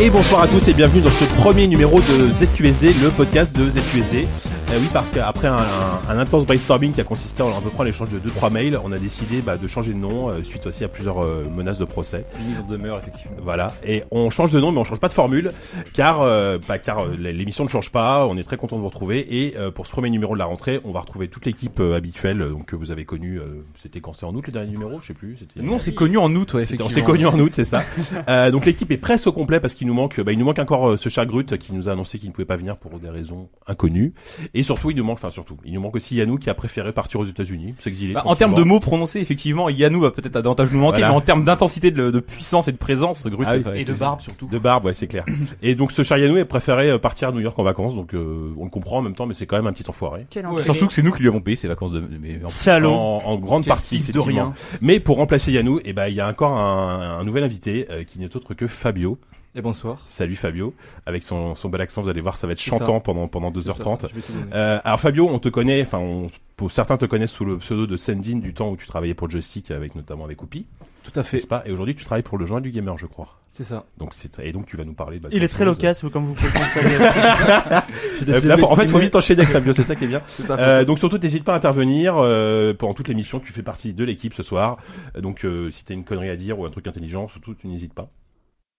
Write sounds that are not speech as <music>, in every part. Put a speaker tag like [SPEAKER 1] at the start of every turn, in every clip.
[SPEAKER 1] Et bonsoir à tous et bienvenue dans ce premier numéro de ZQSD, le podcast de ZQSD. Euh, oui, parce qu'après un, un- un intense brainstorming qui a consisté en à peu près l'échange de 2-3 mails, on a décidé bah, de changer de nom euh, suite aussi à plusieurs euh, menaces de procès.
[SPEAKER 2] Mise en demeure, effectivement.
[SPEAKER 1] Voilà, et on change de nom, mais on change pas de formule, car euh, bah, car euh, l'émission ne change pas. On est très content de vous retrouver et euh, pour ce premier numéro de la rentrée, on va retrouver toute l'équipe euh, habituelle euh, donc que vous avez connue. euh, c'était quand c'était en août le dernier numéro, je sais plus. C'était
[SPEAKER 2] Nous, on s'est connus en août, ouais,
[SPEAKER 1] C'était-
[SPEAKER 2] effectivement.
[SPEAKER 1] on s'est connus en août, c'est ça. <laughs> Euh, donc l'équipe est presque au complet parce qu'il nous manque, bah, il nous manque encore euh, ce Chagrut qui nous a annoncé qu'il ne pouvait pas venir pour des raisons inconnues. Et surtout, il nous manque, enfin surtout, il nous manque aussi Yannou qui a préféré partir aux États-Unis, s'exiler.
[SPEAKER 2] Bah, en termes de
[SPEAKER 1] tranquillement.
[SPEAKER 2] mots prononcés, effectivement, Yannou va peut-être davantage nous manquer,
[SPEAKER 1] Voilà.
[SPEAKER 2] mais en termes d'intensité, de, de puissance et de présence, Grut
[SPEAKER 1] Ah oui.
[SPEAKER 2] va-
[SPEAKER 3] Et de barbe surtout.
[SPEAKER 1] De barbe, ouais, c'est clair. Et donc ce Char Yannou est préféré euh, partir à New York en vacances, donc euh, on le comprend en même temps, mais c'est quand même un petit enfoiré.
[SPEAKER 4] Quel
[SPEAKER 3] Ouais.
[SPEAKER 2] Surtout que c'est nous qui lui avons payé ses vacances de. mais en-
[SPEAKER 1] En,
[SPEAKER 5] Salaud.
[SPEAKER 1] en grande
[SPEAKER 3] Quel
[SPEAKER 1] partie,
[SPEAKER 3] fils de
[SPEAKER 1] effectivement.
[SPEAKER 3] rien.
[SPEAKER 1] Mais pour remplacer Yannou, eh ben, il y a encore un, un nouvel invité euh, qui n'est autre que Fabio.
[SPEAKER 3] Et bonsoir.
[SPEAKER 1] Salut Fabio, avec son, son bel accent, vous allez voir, ça va être
[SPEAKER 3] C'est ça.
[SPEAKER 1] chantant pendant pendant
[SPEAKER 3] C'est ça,
[SPEAKER 1] 2h30.
[SPEAKER 3] ça, je vais te donner.
[SPEAKER 1] Euh, alors Fabio, on te connaît, enfin on- pour certains te connaissent sous le pseudo de Sendin du temps où tu travaillais pour Joystick avec notamment avec Oupi,
[SPEAKER 3] Tout à fait.
[SPEAKER 1] n'est-ce pas Et aujourd'hui tu travailles pour le joint du gamer, je crois.
[SPEAKER 3] C'est ça.
[SPEAKER 1] Donc c'est et donc tu vas nous parler. bah,
[SPEAKER 5] Il
[SPEAKER 1] d'autres
[SPEAKER 5] est très
[SPEAKER 1] choses.
[SPEAKER 5] loquace, comme vous pouvez le constater.
[SPEAKER 1] Euh, là, faut- en fait, faut vite <laughs> enchaîner avec Fabio, c'est ça qui est bien.
[SPEAKER 3] C'est ça.
[SPEAKER 1] Euh, donc surtout, n'hésite pas à intervenir euh, pendant toute l'émission. Tu fais partie de l'équipe ce soir. Euh, Donc euh, si t'as une connerie à dire ou un truc intelligent, surtout tu n'hésites pas,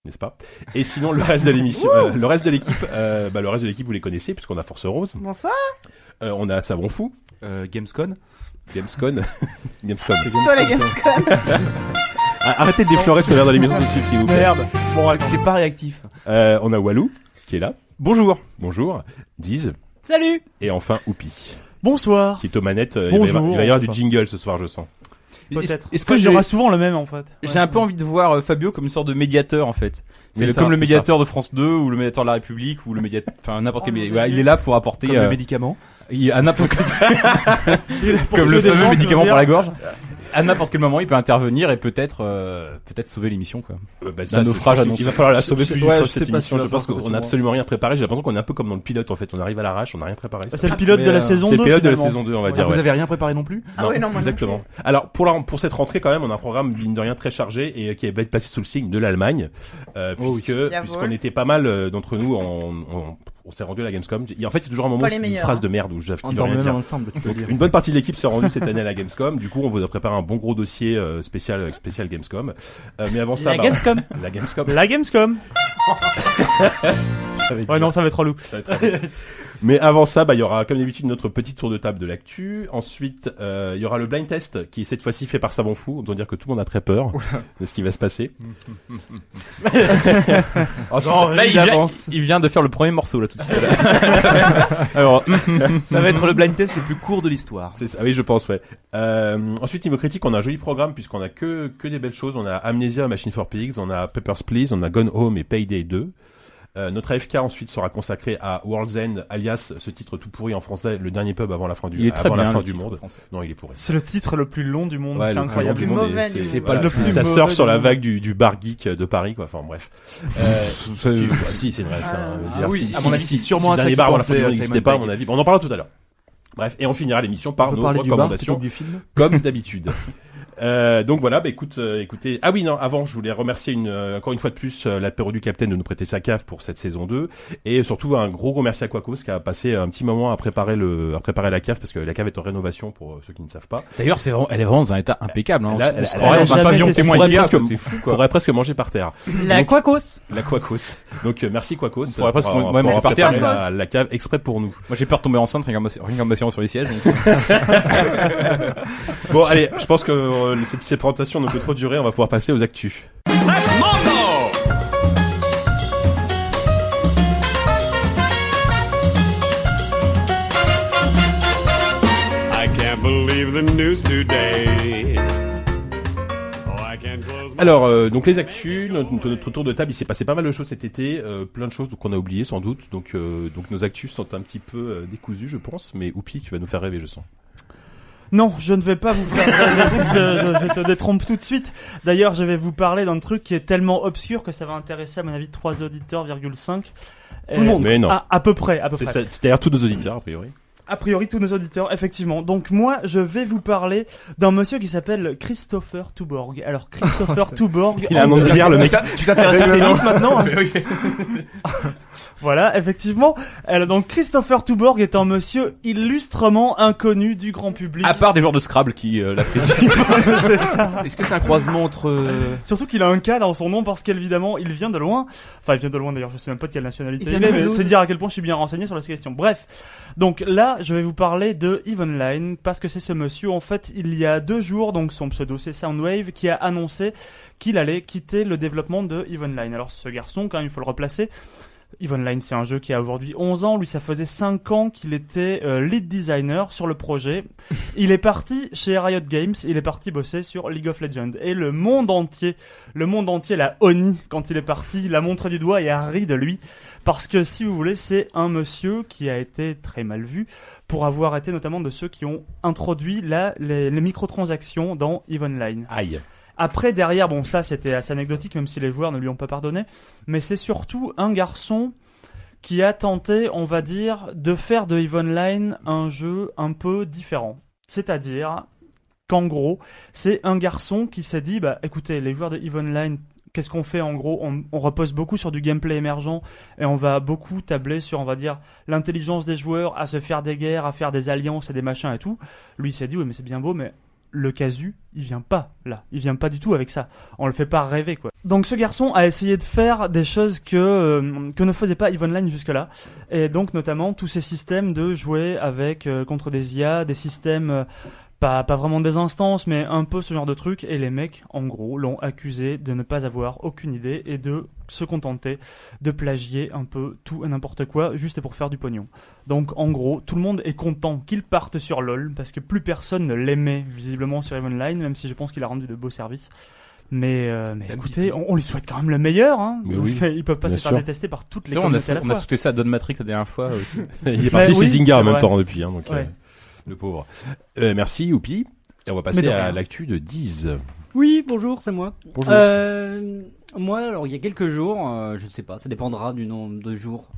[SPEAKER 1] n'est-ce pas Et sinon le reste de l'émission, euh, le reste de l'équipe, euh, bah, le reste de l'équipe vous les connaissez puisqu'on a Force Rose,
[SPEAKER 4] <laughs> Bonsoir.
[SPEAKER 1] euh, on a Savon Fou,
[SPEAKER 3] Euh, Gamescon.
[SPEAKER 1] Gamescon, Gamescom. <laughs>
[SPEAKER 4] Toi, la Gamescom.
[SPEAKER 1] Ah, Arrêtez de déflorer ce verre dans l'émission tout de suite, s'il vous plaît.
[SPEAKER 5] Merde. Bon, raconte.
[SPEAKER 3] T'es pas réactif.
[SPEAKER 1] Euh, on a Walou qui est là.
[SPEAKER 2] Bonjour.
[SPEAKER 1] Bonjour. Diz.
[SPEAKER 5] Salut.
[SPEAKER 1] Et enfin Oupi
[SPEAKER 5] Bonsoir.
[SPEAKER 1] qui est aux manettes. Euh, il va y
[SPEAKER 5] Bonjour,
[SPEAKER 1] avoir, il va y avoir
[SPEAKER 5] je
[SPEAKER 1] du
[SPEAKER 5] sais pas.
[SPEAKER 1] jingle ce soir, je sens.
[SPEAKER 2] Est-ce
[SPEAKER 5] Peut-être.
[SPEAKER 2] est-ce
[SPEAKER 5] En
[SPEAKER 2] que
[SPEAKER 5] fait, il y
[SPEAKER 2] j'ai
[SPEAKER 5] aura souvent le même en fait
[SPEAKER 2] j'ai un peu envie de voir euh, Fabio comme une sorte de médiateur en fait.
[SPEAKER 1] C'est
[SPEAKER 2] C'est le-
[SPEAKER 1] ça,
[SPEAKER 2] comme le
[SPEAKER 1] c'est
[SPEAKER 2] médiateur de France 2 ou le médiateur de la République ou le médiateur, enfin n'importe quel.
[SPEAKER 4] Oh, mon
[SPEAKER 2] médiateur. Voilà,
[SPEAKER 4] Dieu.
[SPEAKER 2] il est là pour apporter
[SPEAKER 3] Comme
[SPEAKER 2] euh,
[SPEAKER 3] le médicament.
[SPEAKER 2] il-
[SPEAKER 3] <laughs>
[SPEAKER 2] à n'importe quel-
[SPEAKER 5] <laughs> Il est là pour
[SPEAKER 2] comme le
[SPEAKER 5] tuer des
[SPEAKER 2] fameux
[SPEAKER 5] gens,
[SPEAKER 2] médicament
[SPEAKER 5] je veux
[SPEAKER 2] pour la
[SPEAKER 5] dire.
[SPEAKER 2] gorge. À n'importe quel moment, il peut intervenir et peut-être euh, peut-être sauver l'émission quoi.
[SPEAKER 3] Ah,
[SPEAKER 1] Euh, bah,
[SPEAKER 2] D'un
[SPEAKER 1] c'est-
[SPEAKER 2] naufrage
[SPEAKER 1] je pense
[SPEAKER 2] annoncé.
[SPEAKER 1] Il va falloir la sauver
[SPEAKER 3] Je-
[SPEAKER 1] plus
[SPEAKER 3] je-
[SPEAKER 1] vite
[SPEAKER 3] ouais,
[SPEAKER 1] sur
[SPEAKER 3] je sais
[SPEAKER 1] cette
[SPEAKER 3] pas
[SPEAKER 1] émission.
[SPEAKER 3] si on
[SPEAKER 1] Je
[SPEAKER 3] va
[SPEAKER 1] pense
[SPEAKER 3] pouvoir
[SPEAKER 1] qu'on
[SPEAKER 3] continuer.
[SPEAKER 1] n'a absolument rien préparé. J'ai l'impression qu'on est un peu comme dans le pilote en fait. On arrive à l'arrache, on n'a rien préparé.
[SPEAKER 5] C'est le pilote
[SPEAKER 3] Mais,
[SPEAKER 5] de la
[SPEAKER 3] euh,
[SPEAKER 5] Bah, saison
[SPEAKER 1] C'est le
[SPEAKER 5] 2.
[SPEAKER 1] pilote de la
[SPEAKER 5] finalement.
[SPEAKER 1] saison 2, on va
[SPEAKER 5] Ouais.
[SPEAKER 1] dire.
[SPEAKER 3] Vous
[SPEAKER 1] ouais.
[SPEAKER 3] avez rien préparé non plus
[SPEAKER 4] Ah ouais, non, moi non
[SPEAKER 1] exactement. Alors pour la- pour cette rentrée quand même, on a un programme mine de rien très chargé et euh, qui est passé sous le signe de l'Allemagne, euh,
[SPEAKER 3] Oh oui.
[SPEAKER 1] puisque
[SPEAKER 4] Jawohl.
[SPEAKER 1] puisqu'on était pas mal euh, d'entre nous, on, on, on s'est rendu à la Gamescom. Il y a- En fait, il y a toujours un moment
[SPEAKER 4] Pas
[SPEAKER 1] où
[SPEAKER 4] les
[SPEAKER 1] c'est une
[SPEAKER 4] meilleurs,
[SPEAKER 1] phrase
[SPEAKER 4] hein.
[SPEAKER 1] de merde où je qui
[SPEAKER 3] On
[SPEAKER 1] veut
[SPEAKER 3] dort
[SPEAKER 1] rien
[SPEAKER 3] même
[SPEAKER 1] dire.
[SPEAKER 3] ensemble, tu peux
[SPEAKER 1] Donc,
[SPEAKER 3] dire.
[SPEAKER 1] une bonne partie de l'équipe s'est rendue cette année à la Gamescom. Du coup, on vous a préparé un bon gros dossier euh, spécial euh, spécial Gamescom. Euh, mais avant ça,
[SPEAKER 5] La
[SPEAKER 1] bah,
[SPEAKER 5] Gamescom.
[SPEAKER 1] la Gamescom,
[SPEAKER 5] La Gamescom.
[SPEAKER 1] ça va être
[SPEAKER 5] Ouais,
[SPEAKER 1] dur.
[SPEAKER 5] non, ça va être relou.
[SPEAKER 1] Ça va être très bien. Mais avant ça, bah, il y aura comme d'habitude notre petit tour de table de l'actu. Ensuite, euh, il y aura le blind test qui cette fois-ci fait par Savon Fou. On doit dire que tout le monde a très peur de ce qui va se
[SPEAKER 2] <laughs>
[SPEAKER 1] passer. Ensuite,
[SPEAKER 2] Là, il, vient,
[SPEAKER 3] d'avance.
[SPEAKER 2] il vient de faire le premier morceau là tout de suite.
[SPEAKER 3] <laughs>
[SPEAKER 2] Alors,
[SPEAKER 3] Ça va être le blind test le plus court de l'histoire.
[SPEAKER 1] c'est ça. Ah oui, je pense, ouais. Euh, ensuite, Niveau Critique, on a un joli programme puisqu'on a que, que des belles choses. On a Amnesia, Machine for Pigs, on a Papers, Please, on a Gone Home et Payday 2. Euh, notre AFK ensuite sera consacré à World's End, alias ce titre tout pourri en français, le dernier pub avant la fin du,
[SPEAKER 2] il est très
[SPEAKER 1] avant
[SPEAKER 2] bien
[SPEAKER 1] la fin
[SPEAKER 2] le
[SPEAKER 1] du
[SPEAKER 2] titre
[SPEAKER 1] monde.
[SPEAKER 2] français.
[SPEAKER 1] Non, il est pourri.
[SPEAKER 5] C'est le titre le plus long du monde.
[SPEAKER 1] Ouais,
[SPEAKER 5] c'est
[SPEAKER 1] le
[SPEAKER 5] incroyable.
[SPEAKER 1] plus long du
[SPEAKER 4] Le
[SPEAKER 1] monde,
[SPEAKER 4] mauvais
[SPEAKER 1] et
[SPEAKER 4] du
[SPEAKER 1] c'est-
[SPEAKER 4] monde.
[SPEAKER 1] voilà,
[SPEAKER 5] Le plus
[SPEAKER 1] ça
[SPEAKER 5] mauvais
[SPEAKER 1] sort
[SPEAKER 5] du
[SPEAKER 1] sur la
[SPEAKER 5] monde.
[SPEAKER 1] vague du, du bar geek de Paris, quoi. Enfin, bref. Euh,
[SPEAKER 2] Ça-
[SPEAKER 1] si, bah, si, <laughs> c'est une rêve.
[SPEAKER 3] Ah oui, à mon avis, c'est sûrement à ça
[SPEAKER 1] dernier
[SPEAKER 3] qu'il
[SPEAKER 1] bar, voilà,
[SPEAKER 3] pensait,
[SPEAKER 1] Fabien
[SPEAKER 3] euh,
[SPEAKER 1] n'existait
[SPEAKER 3] Simon
[SPEAKER 1] pas, à
[SPEAKER 3] Pegg.
[SPEAKER 1] mon avis. Bon, on en parlera tout à l'heure. Bref, et on finira l'émission par
[SPEAKER 3] On peut
[SPEAKER 1] nos
[SPEAKER 3] parler du bar plutôt
[SPEAKER 1] recommandations,
[SPEAKER 3] que du film.
[SPEAKER 1] comme d'habitude. Euh, donc voilà, bah écoute, euh, écoutez. Ah oui, non, avant, je voulais remercier une, euh, encore une fois de plus euh, l'apéro du Capitaine de nous prêter sa cave pour cette saison 2. Et surtout, un gros gros merci à Quacos qui a passé un petit moment à préparer, le, à préparer la cave parce que la cave est en rénovation pour euh, ceux qui ne savent pas.
[SPEAKER 2] D'ailleurs, c'est vraiment- elle est vraiment dans un état impeccable. Hein.
[SPEAKER 1] Elle a-
[SPEAKER 2] on, se- on se
[SPEAKER 1] elle a
[SPEAKER 2] croirait dans un
[SPEAKER 5] jamais
[SPEAKER 2] pavillon
[SPEAKER 5] été-
[SPEAKER 2] témoin
[SPEAKER 1] pourrait
[SPEAKER 2] d'hier,
[SPEAKER 1] presque-
[SPEAKER 2] quoi, c'est fou
[SPEAKER 1] On
[SPEAKER 2] quoi.
[SPEAKER 1] pourrait presque manger par terre.
[SPEAKER 5] La Quacos.
[SPEAKER 1] La Quacos. Donc euh, merci Quacos
[SPEAKER 2] On
[SPEAKER 1] pour
[SPEAKER 2] pourrait presque-
[SPEAKER 1] avoir-
[SPEAKER 2] ouais,
[SPEAKER 1] pour
[SPEAKER 2] manger
[SPEAKER 1] avoir
[SPEAKER 2] par terre,
[SPEAKER 1] préparé la,
[SPEAKER 2] quoi.
[SPEAKER 1] la cave exprès pour nous.
[SPEAKER 2] Moi j'ai peur de tomber enceinte rien qu'en m'ass- rien qu'en m'asseyant sur les
[SPEAKER 1] <laughs>
[SPEAKER 2] sièges. donc.
[SPEAKER 1] Bon allez, je pense que euh, cette, cette présentation ne peut trop durer, on va pouvoir passer aux actus.
[SPEAKER 6] I can't believe the news today. Oh, I can't close my
[SPEAKER 1] Alors euh, donc les actus, notre, notre tour de table, il s'est passé pas mal de choses cet été, euh, plein de choses qu'on a oubliées sans doute. Donc euh, donc nos actus sont un petit peu euh, décousus, je pense, mais Oupi, tu vas nous faire rêver, je sens.
[SPEAKER 5] Non, je ne vais pas vous faire. je, je- je te détrompe tout de suite. D'ailleurs, je vais vous parler d'un truc qui est tellement obscur que ça va intéresser à mon avis 3 auditeurs, 5.
[SPEAKER 1] Tout le monde. Mais non.
[SPEAKER 5] Ah, À, à peu près, à peu
[SPEAKER 1] C'est
[SPEAKER 5] près.
[SPEAKER 1] ça- C'est-à-dire tous nos auditeurs a priori.
[SPEAKER 5] a priori tous nos auditeurs, effectivement. Donc moi, je vais vous parler d'un monsieur qui s'appelle Christopher Tuborg. Alors
[SPEAKER 6] <laughs>
[SPEAKER 5] Christopher Tuborg,
[SPEAKER 1] Il a un
[SPEAKER 5] en-
[SPEAKER 1] nom de bière, le mec.
[SPEAKER 7] Tu t'intéresses au tennis
[SPEAKER 6] hein
[SPEAKER 1] <laughs>
[SPEAKER 7] maintenant
[SPEAKER 5] voilà, effectivement. Alors, donc Christopher Tuborg est un monsieur illustrement inconnu du grand public.
[SPEAKER 6] À part des joueurs de Scrabble qui euh, l'apprécient.
[SPEAKER 1] <laughs>
[SPEAKER 5] c'est ça.
[SPEAKER 7] Est-ce que c'est un croisement entre euh,
[SPEAKER 5] <laughs> Surtout qu'il a un K dans son nom parce qu'évidemment il vient de loin. Enfin il vient de loin d'ailleurs, je sais même pas de quelle nationalité
[SPEAKER 4] Il
[SPEAKER 5] il,
[SPEAKER 4] vient
[SPEAKER 5] est,
[SPEAKER 4] de
[SPEAKER 5] mais
[SPEAKER 4] Toulouse.
[SPEAKER 5] c'est dire à quel point je suis bien renseigné sur la question. Bref, donc là je vais vous parler de Evenline parce que c'est ce monsieur en fait il y a deux jours, donc son pseudo c'est Soundwave, qui a annoncé qu'il allait quitter le développement de Evenline. Alors ce garçon quand même il faut le replacer. Evenline c'est un jeu qui a aujourd'hui 11 ans, lui ça faisait 5 ans qu'il était euh, lead designer sur le projet il est parti chez Riot Games, il est parti bosser sur League of Legends. Et le monde entier, le monde entier l'a honni quand il est parti, l'a montré du doigt et a ri de lui. Parce que si vous voulez, c'est un monsieur qui a été très mal vu pour avoir été notamment de ceux qui ont introduit la, les, les microtransactions dans Evenline.
[SPEAKER 1] Aïe.
[SPEAKER 5] Après, derrière, bon, ça c'était assez anecdotique, même si les joueurs ne lui ont pas pardonné, mais c'est surtout un garçon qui a tenté, on va dire, de faire de Eve Online un jeu un peu différent. C'est-à-dire qu'en gros, c'est un garçon qui s'est dit, bah écoutez, les joueurs de Eve Online, qu'est-ce qu'on fait en gros on, on repose beaucoup sur du gameplay émergent et on va beaucoup tabler sur, on va dire, l'intelligence des joueurs à se faire des guerres, à faire des alliances et des machins et tout. Lui, il s'est dit, oui, mais c'est bien beau, mais le casu, il vient pas là, il vient pas du tout avec ça. On le fait pas rêver quoi. Donc ce garçon a essayé de faire des choses que euh, que ne faisait pas Yvonne Line jusque-là et donc notamment tous ces systèmes de jouer avec euh, contre des IA, des systèmes euh, pas, pas vraiment des instances, mais un peu ce genre de truc. Et les mecs, en gros, l'ont accusé de ne pas avoir aucune idée et de se contenter de plagier un peu tout et n'importe quoi juste pour faire du pognon. Donc en gros, tout le monde est content qu'il parte sur LoL parce que plus personne ne l'aimait visiblement sur Evenline, même si je pense qu'il a rendu de beaux services. Mais, euh, mais écoutez, on, on lui souhaite quand même le meilleur, hein,
[SPEAKER 1] Bah, Mais
[SPEAKER 5] parce <laughs>
[SPEAKER 1] oui,
[SPEAKER 5] qu'ils peuvent pas se
[SPEAKER 1] bien
[SPEAKER 5] faire
[SPEAKER 1] sûr.
[SPEAKER 5] détester par toutes les
[SPEAKER 6] C'est vrai, on a,
[SPEAKER 5] communautés à la
[SPEAKER 6] on a
[SPEAKER 5] fois.
[SPEAKER 6] sauté ça à Don Matrix la dernière fois euh. aussi.
[SPEAKER 1] Il est parti
[SPEAKER 5] Mais oui,
[SPEAKER 1] chez Zynga en
[SPEAKER 5] c'est
[SPEAKER 1] même
[SPEAKER 5] vrai.
[SPEAKER 1] temps depuis, hein, donc, euh,
[SPEAKER 5] Ouais.
[SPEAKER 1] le pauvre. Euh, merci, Youpi. Et on va
[SPEAKER 5] Mais
[SPEAKER 1] passer
[SPEAKER 5] de
[SPEAKER 1] à
[SPEAKER 5] rien.
[SPEAKER 1] l'actu de 10.
[SPEAKER 4] Oui, bonjour, c'est moi.
[SPEAKER 1] Bonjour.
[SPEAKER 4] Euh, moi, alors il y a quelques jours, euh, je ne sais pas, ça dépendra du nombre de jours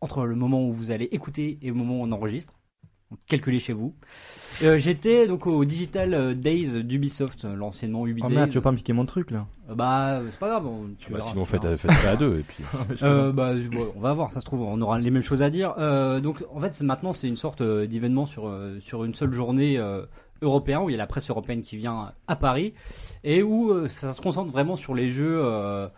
[SPEAKER 4] entre le moment où vous allez écouter et le moment où on enregistre. Donc, Calculez chez vous. Euh, J'étais donc au Digital Days d'Ubisoft, euh, l'anciennement Ubi
[SPEAKER 5] Ah,
[SPEAKER 7] Oh
[SPEAKER 4] Days.
[SPEAKER 7] merde, tu veux pas piquer mon truc là
[SPEAKER 4] Euh, Bah, c'est pas grave. on- tu
[SPEAKER 1] Bah,
[SPEAKER 4] verras,
[SPEAKER 1] sinon,
[SPEAKER 4] tu
[SPEAKER 1] faites,
[SPEAKER 4] verras.
[SPEAKER 1] faites ça à deux. Et puis...
[SPEAKER 4] Euh, bah, je- bon, on va voir, ça se trouve, on aura les mêmes choses à dire. Euh, donc, en fait, c'est- maintenant, c'est une sorte euh, d'événement sur, euh, sur une seule journée euh, européen, où il y a la presse européenne qui vient à Paris, et où euh, ça se concentre vraiment sur les jeux euh,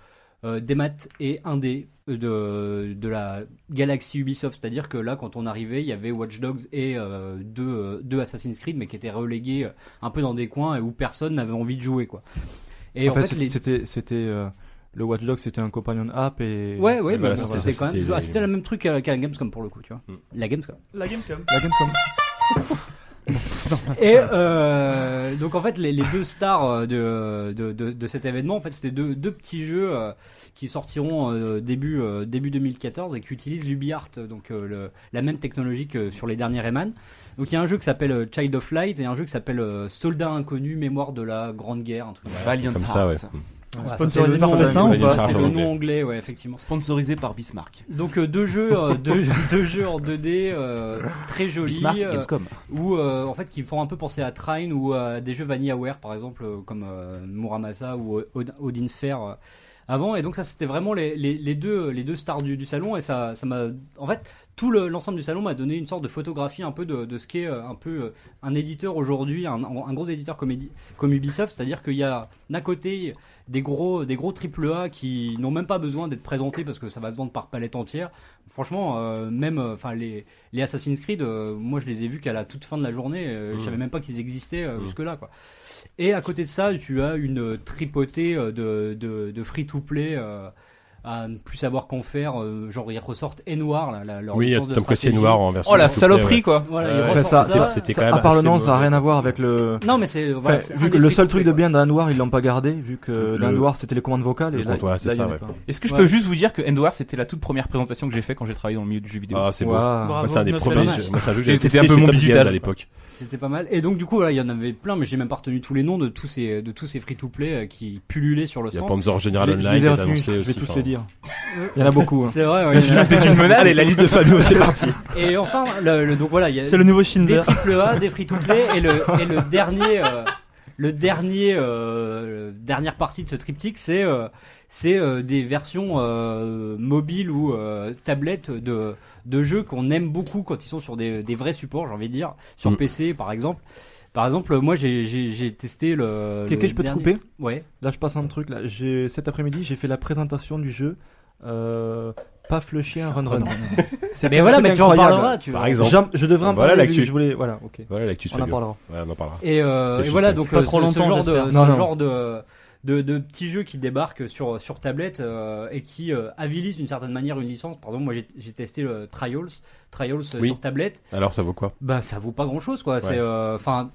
[SPEAKER 4] euh, des maths et indé de, de la galaxie Ubisoft. C'est-à-dire que là, quand on arrivait, il y avait Watch Dogs et euh, deux, euh, deux Assassin's Creed, mais qui étaient relégués euh, un peu dans des coins et où personne n'avait envie de jouer, quoi. Et en, fait,
[SPEAKER 7] c'était-
[SPEAKER 4] les-
[SPEAKER 7] c'était c'était euh, le Watch Dogs, c'était un compagnon app et
[SPEAKER 4] Ouais, ouais,
[SPEAKER 1] Et
[SPEAKER 4] mais
[SPEAKER 1] voilà,
[SPEAKER 4] bon,
[SPEAKER 1] c'était-
[SPEAKER 4] c'était quand même.
[SPEAKER 1] c'était-
[SPEAKER 4] ah, C'était le même truc qu'à qu'à la Gamescom pour le coup, tu vois.
[SPEAKER 1] Mm.
[SPEAKER 4] La Gamescom.
[SPEAKER 5] La Gamescom.
[SPEAKER 7] la Gamescom.
[SPEAKER 4] Et euh, donc, en fait, les, les deux stars euh, de, de, de, de cet événement, en fait, c'était deux, deux petits jeux euh, qui sortiront euh, début, euh, début 2014 et qui utilisent l'UbiArt, donc euh, le- la même technologie que sur les derniers Rayman. Donc, il y a un jeu qui s'appelle euh, Child of Light et un jeu qui s'appelle euh, Soldat inconnu, mémoire de la Grande Guerre, un truc comme ça.
[SPEAKER 6] Valiant
[SPEAKER 1] Comme ça, ouais. Mm.
[SPEAKER 6] Hearts.
[SPEAKER 4] Voilà, ça,
[SPEAKER 5] Sponsorisé
[SPEAKER 4] c'est le
[SPEAKER 5] par
[SPEAKER 4] nom-
[SPEAKER 5] Pétain ou
[SPEAKER 1] pas
[SPEAKER 4] C'est le
[SPEAKER 1] Anglais.
[SPEAKER 4] nom anglais, ouais, effectivement.
[SPEAKER 7] Sponsorisé par Bismarck.
[SPEAKER 4] Donc euh, deux jeux, euh, deux, <laughs> deux jeux en 2D euh, très jolis,
[SPEAKER 7] Bismarck et
[SPEAKER 4] euh,
[SPEAKER 7] Gamescom.
[SPEAKER 6] oh
[SPEAKER 4] ou euh, en fait qui me font un peu penser à Trine ou à des jeux VanillaWare par exemple euh, comme euh, Muramasa ou euh, Od- Odin Sphere euh, avant et donc ça c'était vraiment les, les- les deux les deux stars du, du salon et ça ça m'a en fait tout le- l'ensemble du salon m'a donné une sorte de photographie un peu de, de ce qu'est euh, un peu euh, un éditeur aujourd'hui un, un gros éditeur comme, Edi- comme Ubisoft c'est à dire qu'il y a d'un côté des gros des gros triple A qui n'ont même pas besoin d'être présentés parce que ça va se vendre par palette entière franchement euh, même euh, enfin les les Assassin's Creed, euh, moi je les ai vus qu'à la toute fin de la journée, euh,
[SPEAKER 1] Mmh.
[SPEAKER 4] je savais même pas qu'ils existaient euh, jusque-là. quoi. Et à côté de ça, tu as une euh, tripotée euh, de, de, de free-to-play euh, à ne plus savoir qu'en faire. euh, genre ils ressortent et noir, là, la- leur
[SPEAKER 1] Oui, euh,
[SPEAKER 4] licence de
[SPEAKER 1] Tom Clancy
[SPEAKER 4] stratégie.
[SPEAKER 1] Noir en version.
[SPEAKER 6] Oh la
[SPEAKER 1] s'il vous plaît, ouais.
[SPEAKER 6] saloperie quoi
[SPEAKER 4] Voilà,
[SPEAKER 1] Ouais,
[SPEAKER 4] ils
[SPEAKER 1] ouais, ça,
[SPEAKER 4] ressortent ça.
[SPEAKER 1] c'était- Ah bah, C'est
[SPEAKER 7] Ça-
[SPEAKER 1] quand même
[SPEAKER 7] à part le
[SPEAKER 1] assez
[SPEAKER 7] nom, ça a
[SPEAKER 1] mauvais.
[SPEAKER 7] rien à voir avec le.
[SPEAKER 4] Non mais c'est voilà,
[SPEAKER 7] Enfin,
[SPEAKER 4] c'est un
[SPEAKER 7] vu que
[SPEAKER 4] des
[SPEAKER 7] le seul truc
[SPEAKER 4] free-to-play,
[SPEAKER 7] de
[SPEAKER 4] quoi.
[SPEAKER 7] bien d'un noir, ils l'ont pas gardé, vu que
[SPEAKER 1] Le-
[SPEAKER 7] d'un noir c'était les commandes vocales
[SPEAKER 1] le
[SPEAKER 7] et là,
[SPEAKER 1] compte, ouais, c'est
[SPEAKER 7] là, il y
[SPEAKER 1] ça,
[SPEAKER 7] en a
[SPEAKER 1] ouais.
[SPEAKER 7] pas.
[SPEAKER 6] Est-ce que je
[SPEAKER 4] Ouais.
[SPEAKER 6] peux juste vous dire que Endwar c'était la toute première présentation que j'ai fait quand j'ai travaillé dans le milieu du jeu vidéo
[SPEAKER 1] Ah, c'est beau.
[SPEAKER 7] Ouah.
[SPEAKER 5] Bravo.
[SPEAKER 1] Moi, c'est un des
[SPEAKER 5] notre
[SPEAKER 1] premiers
[SPEAKER 4] dommage.
[SPEAKER 1] jeux. Moi, c'est un jeu
[SPEAKER 6] C'était-
[SPEAKER 1] que j'avais
[SPEAKER 6] c'était
[SPEAKER 1] testé
[SPEAKER 6] un peu
[SPEAKER 1] chez
[SPEAKER 6] mon
[SPEAKER 1] Top Gun
[SPEAKER 6] bizutage.
[SPEAKER 1] à l'époque.
[SPEAKER 4] C'était pas mal. Et donc du coup, là, il y en avait plein, mais j'ai même pas retenu tous les noms de tous ces de tous ces free-to-play euh, qui pullulaient sur le
[SPEAKER 1] Il y a
[SPEAKER 4] stand.
[SPEAKER 1] Panzer General
[SPEAKER 7] Je les- je
[SPEAKER 1] Online
[SPEAKER 7] les
[SPEAKER 1] qui
[SPEAKER 7] ai
[SPEAKER 1] est
[SPEAKER 7] retenus,
[SPEAKER 1] annoncé
[SPEAKER 7] je vais
[SPEAKER 1] aussi.
[SPEAKER 7] tous
[SPEAKER 1] enfin,
[SPEAKER 7] les dire. Il y en a beaucoup. hein. <laughs>
[SPEAKER 4] C'est vrai, ouais, il y en a-
[SPEAKER 6] C'est une menace.
[SPEAKER 1] Allez, la liste de Fabio, c'est parti.
[SPEAKER 4] Et enfin, le, le- donc voilà, il y a
[SPEAKER 5] C'est le nouveau
[SPEAKER 4] des
[SPEAKER 5] Schindler.
[SPEAKER 4] triple A, des free to play et le, et
[SPEAKER 7] <laughs>
[SPEAKER 4] le dernier, euh, le dernier, euh, le- dernière partie de ce triptyque, c'est euh, c'est euh, des versions euh, mobiles ou euh, tablettes de de jeux qu'on aime beaucoup quand ils sont sur des, des vrais supports, j'ai envie de dire, sur
[SPEAKER 1] Mm.
[SPEAKER 4] PC par exemple. Par exemple, moi j'ai- j'ai j'ai testé le.
[SPEAKER 7] Quelqu'un,
[SPEAKER 4] le
[SPEAKER 7] je peux te
[SPEAKER 4] dernier-
[SPEAKER 7] couper
[SPEAKER 4] Ouais.
[SPEAKER 7] Là, je passe un truc. Là, j'ai cet après-midi, j'ai fait la présentation du jeu. Euh, Paf le chien, run run.
[SPEAKER 4] Mais voilà, mais tu en
[SPEAKER 7] incroyable. Bah,
[SPEAKER 4] parleras, tu
[SPEAKER 1] Par
[SPEAKER 4] vois.
[SPEAKER 1] exemple.
[SPEAKER 7] J'en- Je devrais en
[SPEAKER 1] Voilà
[SPEAKER 7] parler.
[SPEAKER 1] l'actu.
[SPEAKER 7] Je voulais. Voilà, ok.
[SPEAKER 1] Voilà l'actu de
[SPEAKER 7] On en
[SPEAKER 1] Fabio.
[SPEAKER 7] parlera.
[SPEAKER 1] Ouais, on en parlera.
[SPEAKER 4] Et, euh,
[SPEAKER 1] Quel
[SPEAKER 4] et voilà,
[SPEAKER 1] suspense.
[SPEAKER 4] donc
[SPEAKER 5] Pas
[SPEAKER 4] euh,
[SPEAKER 5] trop
[SPEAKER 4] ce, ce
[SPEAKER 5] longtemps,
[SPEAKER 4] genre de,
[SPEAKER 5] j'espère.
[SPEAKER 4] ce
[SPEAKER 7] Non, non.
[SPEAKER 4] genre de, de, de petits jeux qui débarquent sur, sur tablette euh, et qui euh, avilissent d'une certaine manière une licence. Par exemple, moi j'ai j'ai testé le Trials, Trials euh,
[SPEAKER 1] Oui.
[SPEAKER 4] sur tablette,
[SPEAKER 1] Alors, ça vaut quoi
[SPEAKER 4] bah ça vaut pas grand chose quoi. C'est euh, enfin.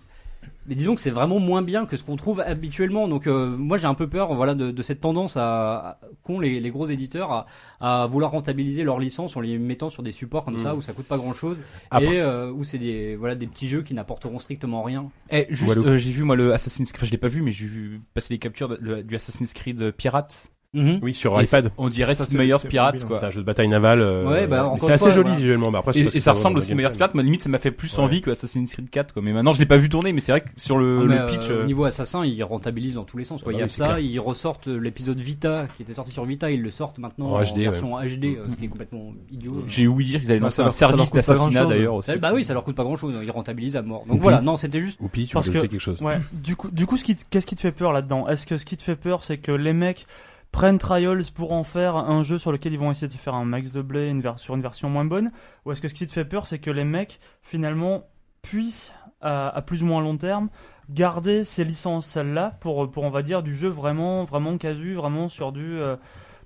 [SPEAKER 4] mais disons que c'est vraiment moins bien que ce qu'on trouve habituellement. Donc euh, moi j'ai un peu peur voilà de, de cette tendance à, à- qu'ont les, les gros éditeurs à, à vouloir rentabiliser leurs licences en les mettant sur des supports comme
[SPEAKER 1] Mm.
[SPEAKER 4] ça où ça coûte pas grand chose
[SPEAKER 1] Après-
[SPEAKER 4] et euh, où c'est des voilà des petits jeux qui n'apporteront strictement rien.
[SPEAKER 6] Eh, juste,
[SPEAKER 1] Walou.
[SPEAKER 6] euh, j'ai vu moi le Assassin's Creed. Enfin, je l'ai pas vu, mais j'ai vu passer les captures de- le- du Assassin's Creed euh, Pirate.
[SPEAKER 4] Mhm.
[SPEAKER 1] Oui, sur
[SPEAKER 6] Et
[SPEAKER 1] iPad.
[SPEAKER 6] c'est- On dirait
[SPEAKER 7] Ça,
[SPEAKER 6] c'est
[SPEAKER 7] c'est-
[SPEAKER 6] meilleur
[SPEAKER 7] c'est
[SPEAKER 6] pirate
[SPEAKER 7] mobile,
[SPEAKER 1] C'est
[SPEAKER 6] quoi.
[SPEAKER 1] un jeu de bataille navale. euh,
[SPEAKER 4] Ouais, bah,
[SPEAKER 1] mais
[SPEAKER 4] encore
[SPEAKER 1] c'est assez
[SPEAKER 4] une fois,
[SPEAKER 1] joli
[SPEAKER 4] voilà.
[SPEAKER 1] visuellement. mais après, c'est
[SPEAKER 6] Et,
[SPEAKER 1] parce
[SPEAKER 6] et
[SPEAKER 1] que
[SPEAKER 6] ça
[SPEAKER 1] va
[SPEAKER 6] ressemble
[SPEAKER 1] dans
[SPEAKER 6] aussi
[SPEAKER 1] le
[SPEAKER 6] meilleur
[SPEAKER 1] gameplay.
[SPEAKER 6] pirate. Moi, limite, ça m'a fait plus
[SPEAKER 1] Ouais.
[SPEAKER 6] envie que Assassin's Creed 4 quoi. Mais maintenant, je l'ai pas vu tourner, mais c'est vrai que sur le,
[SPEAKER 4] Ah, mais,
[SPEAKER 6] le pitch.
[SPEAKER 4] euh,
[SPEAKER 6] euh,
[SPEAKER 4] Au niveau Assassin, ils rentabilisent dans tous les sens. Quoi.
[SPEAKER 1] Ah
[SPEAKER 4] il y a
[SPEAKER 1] oui, c'est
[SPEAKER 4] ça,
[SPEAKER 1] clair.
[SPEAKER 4] ils ressortent l'épisode Vita qui était sorti sur Vita, ils le sortent maintenant
[SPEAKER 1] En
[SPEAKER 4] en,
[SPEAKER 1] HD,
[SPEAKER 4] version HD, euh,
[SPEAKER 1] <laughs>
[SPEAKER 4] ce qui est complètement idiot.
[SPEAKER 6] J'ai ouï dire qu'ils allaient
[SPEAKER 7] Non,
[SPEAKER 6] lancer
[SPEAKER 7] ça
[SPEAKER 6] un
[SPEAKER 7] leur- ça leur
[SPEAKER 6] service
[SPEAKER 7] coûte pas
[SPEAKER 6] d'assassinat
[SPEAKER 7] grand-chose.
[SPEAKER 6] d'ailleurs aussi.
[SPEAKER 4] Ça, bah oui, ça leur coûte pas grand chose, ils rentabilisent à mort. Donc
[SPEAKER 1] Mhm.
[SPEAKER 4] voilà, non, c'était juste.
[SPEAKER 1] Oupi, tu veux
[SPEAKER 5] Parce
[SPEAKER 1] ajouter
[SPEAKER 5] que-
[SPEAKER 1] quelque chose
[SPEAKER 5] Ouais. Du coup, du coup, ce qui, t- qu'est-ce qui te fait peur là-dedans Est-ce que ce qui te fait peur, c'est que les mecs prennent Trials pour en faire un jeu sur lequel ils vont essayer de se faire un max de blé une ver- sur une version moins bonne Ou est-ce que ce qui te fait peur, c'est que les mecs finalement puissent à, à plus ou moins long terme garder ces licences celles-là pour pour on va dire du jeu vraiment vraiment casu vraiment sur du euh,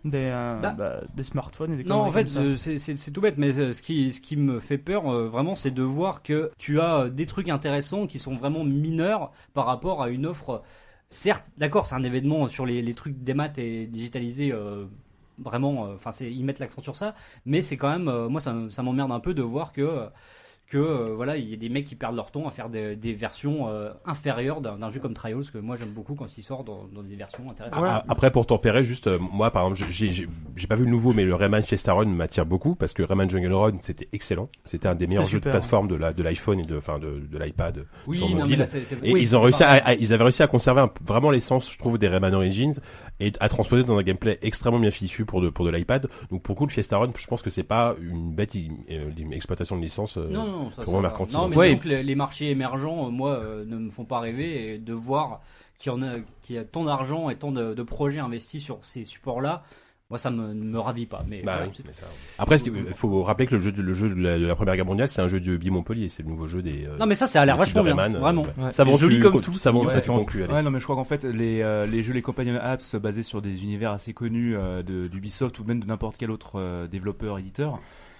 [SPEAKER 5] des, euh,
[SPEAKER 4] Bah.
[SPEAKER 5] bah, des smartphones et des
[SPEAKER 4] Non,
[SPEAKER 5] conneries
[SPEAKER 4] en fait,
[SPEAKER 5] comme ça.
[SPEAKER 4] euh, c'est- c'est c'est tout bête, mais euh, ce qui, ce qui me fait peur, euh, vraiment, c'est de voir que tu as euh, des trucs intéressants qui sont vraiment mineurs par rapport à une offre. Certes, d'accord, c'est un événement sur les, les trucs des maths et digitalisés, euh, vraiment, euh, enfin, c'est ils mettent l'accent sur ça, mais c'est quand même, euh, moi, ça, m- ça m'emmerde un peu de voir que. euh, que euh, voilà, il y a des mecs qui perdent leur temps à faire des, des versions euh, inférieures d'un d'un jeu comme Trials que moi j'aime beaucoup quand il sort dans, dans des versions intéressantes.
[SPEAKER 1] A- Après, pour tempérer, juste, euh, moi, par exemple, j'ai- j'ai j'ai pas vu le nouveau, mais le Rayman Chester Run m'attire beaucoup parce que Rayman Jungle Run, c'était excellent. C'était un des meilleurs jeux de
[SPEAKER 5] super,
[SPEAKER 1] plateforme de la- de l'iPhone et de, enfin, de, de l'iPad.
[SPEAKER 4] Oui,
[SPEAKER 1] sur
[SPEAKER 4] non, mais
[SPEAKER 1] mobile.
[SPEAKER 4] là, c'est- c'est-
[SPEAKER 1] Et
[SPEAKER 4] oui,
[SPEAKER 1] ils ont
[SPEAKER 4] c'est
[SPEAKER 1] réussi à,
[SPEAKER 4] pareil.
[SPEAKER 1] à- ils avaient réussi à conserver un- vraiment l'essence, je trouve, des Rayman Origins et à transposer dans un gameplay extrêmement bien fichu pour de, pour de l'iPad. Donc, pour le coup, le Fiesta Run, je pense que c'est pas une bête i- euh, une exploitation de licence. euh,
[SPEAKER 4] Non, non, ça,
[SPEAKER 1] purement
[SPEAKER 4] ça va.
[SPEAKER 1] mercantile.
[SPEAKER 4] Non, mais
[SPEAKER 6] Ouais.
[SPEAKER 4] disons que les, les marchés émergents, euh, moi, euh, ne me font pas rêver et de voir qu'il y en a, qu'il y a tant d'argent et tant de, de projets investis sur ces supports-là, moi, ça me, ne me ravit pas. Mais
[SPEAKER 1] Bah
[SPEAKER 4] voilà,
[SPEAKER 1] oui,
[SPEAKER 4] c'est tout.
[SPEAKER 1] mais ça- Après, ce qui- il faut rappeler que le jeu, de, le jeu de, la, de la Première Guerre mondiale, c'est un jeu de Bill Montpellier, c'est le nouveau jeu des. euh,
[SPEAKER 4] Non, mais ça, ça a l'air
[SPEAKER 1] des
[SPEAKER 4] vachement bien,
[SPEAKER 1] Superman, euh,
[SPEAKER 4] vraiment.
[SPEAKER 1] ouais.
[SPEAKER 6] Ouais,
[SPEAKER 1] Ça
[SPEAKER 6] c'est
[SPEAKER 1] bon,
[SPEAKER 6] joli
[SPEAKER 1] tu-
[SPEAKER 6] comme
[SPEAKER 1] con-
[SPEAKER 6] tout,
[SPEAKER 1] Ça bon,
[SPEAKER 6] c'est mignon,
[SPEAKER 1] ça tu
[SPEAKER 6] ça fait
[SPEAKER 1] conclus, allez.
[SPEAKER 2] Ouais, non, mais je crois qu'en fait, les, euh, les jeux, les companion apps euh, basés sur des univers assez connus euh, de- d'Ubisoft ou même de n'importe quel autre euh, développeur, éditeur,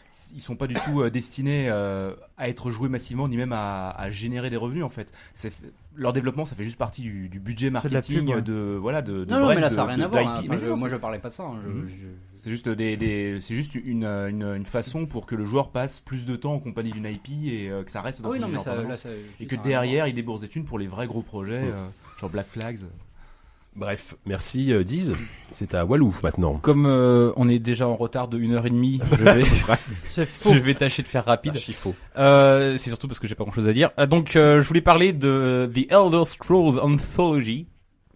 [SPEAKER 2] s- ils sont pas du tout euh, destinés euh, à être joués massivement ni même à, à générer des revenus en fait. C'est f- Leur développement, ça fait juste partie du, du budget
[SPEAKER 5] C'est de la
[SPEAKER 2] marketing
[SPEAKER 5] pub, ouais.
[SPEAKER 2] euh, de voilà de, de
[SPEAKER 4] non, non,
[SPEAKER 2] brand,
[SPEAKER 4] mais là, ça
[SPEAKER 2] de-
[SPEAKER 4] n'a rien
[SPEAKER 2] de-
[SPEAKER 4] à voir.
[SPEAKER 2] d'IP.
[SPEAKER 4] hein. Enfin,
[SPEAKER 2] Mais
[SPEAKER 4] je-
[SPEAKER 2] c'est non,
[SPEAKER 4] moi,
[SPEAKER 2] c'est-
[SPEAKER 4] je parlais pas de ça. hein. Je-
[SPEAKER 2] Mhm.
[SPEAKER 4] je-
[SPEAKER 2] c'est juste des, des- c'est juste une, euh, une, une façon pour que le joueur passe plus de temps en compagnie d'une IP et euh, que ça reste
[SPEAKER 4] Ah
[SPEAKER 2] dans
[SPEAKER 4] oui,
[SPEAKER 2] son
[SPEAKER 4] non, mais
[SPEAKER 2] univers
[SPEAKER 4] ça,
[SPEAKER 2] permanent.
[SPEAKER 4] là, ça- je-
[SPEAKER 2] et que
[SPEAKER 4] ça a rien à voir.
[SPEAKER 2] derrière, il débourse des thunes pour les vrais gros projets, euh, genre Black Flags.
[SPEAKER 1] Bref, merci euh, Diz. C'est à Walou maintenant.
[SPEAKER 6] Comme euh, on est déjà en retard de 1h30,
[SPEAKER 2] <laughs>
[SPEAKER 6] je vais,
[SPEAKER 5] c'est faux.
[SPEAKER 6] je vais tâcher de faire rapide.
[SPEAKER 1] Archifaux.
[SPEAKER 6] Euh, c'est surtout parce que j'ai pas grand chose à dire. Euh, donc, euh, je voulais parler de The Elder Scrolls Anthology,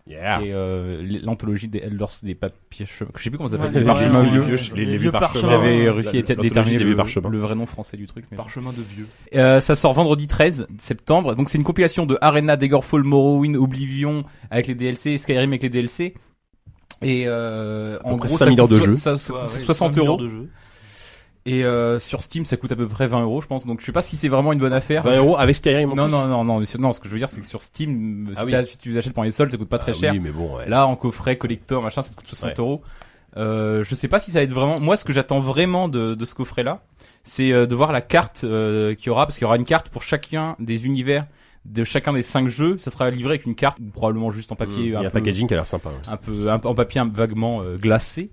[SPEAKER 2] Ah.
[SPEAKER 1] Yeah.
[SPEAKER 6] qui est euh, l'anthologie des Elders des papiers chemins. Je sais plus comment ça s'appelle.
[SPEAKER 5] Ouais,
[SPEAKER 6] les
[SPEAKER 5] ouais,
[SPEAKER 6] parchemins
[SPEAKER 5] ouais,
[SPEAKER 6] vieux.
[SPEAKER 5] ouais.
[SPEAKER 1] les vieux parchemins.
[SPEAKER 6] J'avais
[SPEAKER 5] Ouais,
[SPEAKER 6] réussi à
[SPEAKER 1] l'anthologie
[SPEAKER 6] déterminer
[SPEAKER 1] des
[SPEAKER 6] le,
[SPEAKER 1] vieux parchemins.
[SPEAKER 6] le vrai nom français du truc. mais-
[SPEAKER 2] Parchemin de vieux.
[SPEAKER 6] Euh, ça sort vendredi 13 septembre. Donc c'est une compilation de Arena, Daggerfall, Morrowind, Oblivion avec les DLC, et Skyrim avec les DLC. Et euh, en
[SPEAKER 1] près
[SPEAKER 6] gros,
[SPEAKER 1] 5
[SPEAKER 6] ça
[SPEAKER 1] milliards
[SPEAKER 6] coûte
[SPEAKER 1] de
[SPEAKER 6] so-
[SPEAKER 1] jeux.
[SPEAKER 6] ça- so- 60 euros. Et euh, sur Steam, ça coûte à peu près 20 euros, je pense. Donc je sais pas si c'est vraiment une bonne affaire.
[SPEAKER 1] 20 Ah, euros avec Skyrim. en
[SPEAKER 6] Non,
[SPEAKER 1] plus.
[SPEAKER 6] non, non, non, mais sur- non. Ce que je veux dire, c'est que sur Steam,
[SPEAKER 1] Ah
[SPEAKER 6] si
[SPEAKER 1] oui.
[SPEAKER 6] t'as- si tu les achètes pendant les soldes, ça coûte pas
[SPEAKER 1] Ah
[SPEAKER 6] très cher.
[SPEAKER 1] Oui, mais bon. ouais.
[SPEAKER 6] Là, en coffret, collector, machin, ça te coûte 60
[SPEAKER 1] Ouais.
[SPEAKER 6] euros. Euh, je sais pas si ça va être vraiment. Moi, ce que j'attends vraiment de, de ce coffret-là, c'est euh, de voir la carte euh, qu'il y aura, parce qu'il y aura une carte pour chacun des univers
[SPEAKER 2] de chacun des cinq jeux, ça sera livré avec une carte, ou probablement juste en papier.
[SPEAKER 1] Mmh, Il y a
[SPEAKER 2] un
[SPEAKER 1] un
[SPEAKER 2] peu-
[SPEAKER 1] packaging qui a l'air sympa. ouais.
[SPEAKER 2] un peu un peu- en papier un- vaguement euh, glacé.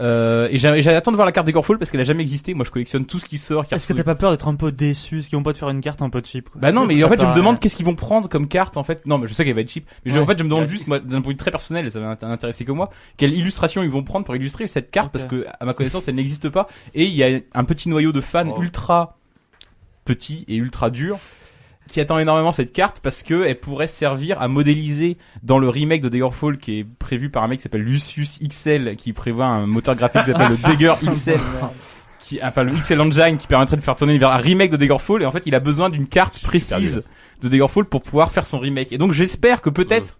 [SPEAKER 2] Euh, et j'a- j'attends de voir la carte des Gorfall parce qu'elle a jamais existé. Moi, je collectionne tout ce qui sort. qui
[SPEAKER 5] Est-ce que
[SPEAKER 2] ressort-
[SPEAKER 5] t'as pas peur d'être un peu déçu Est-ce qu'ils vont pas te faire une carte un peu cheap quoi
[SPEAKER 2] bah non, mais en
[SPEAKER 5] Ça
[SPEAKER 2] fait, je me
[SPEAKER 5] paraît-
[SPEAKER 2] demande qu'est-ce qu'ils vont prendre comme carte en fait. Non, mais je sais qu'elle va être cheap. Mais je-
[SPEAKER 5] Ouais.
[SPEAKER 2] en fait, je me demande juste, moi, d'un point de vue très personnel, ça va int- intéresser que moi, quelle illustration ils vont prendre pour illustrer cette carte
[SPEAKER 5] Ok.
[SPEAKER 2] parce que à ma connaissance, elle n'existe pas. Et il y a un petit noyau de fans
[SPEAKER 6] Oh.
[SPEAKER 2] ultra petit et ultra dur qui attend énormément cette carte parce que elle pourrait servir à modéliser dans le remake de Daggerfall qui est prévu par un mec qui s'appelle Lucius XL qui prévoit un moteur graphique
[SPEAKER 1] <laughs>
[SPEAKER 2] qui s'appelle le Dagger XL qui enfin le XL Engine qui permettrait de faire tourner vers un remake de Daggerfall et en fait il a besoin d'une carte précise de Daggerfall pour pouvoir faire son remake et donc j'espère que peut-être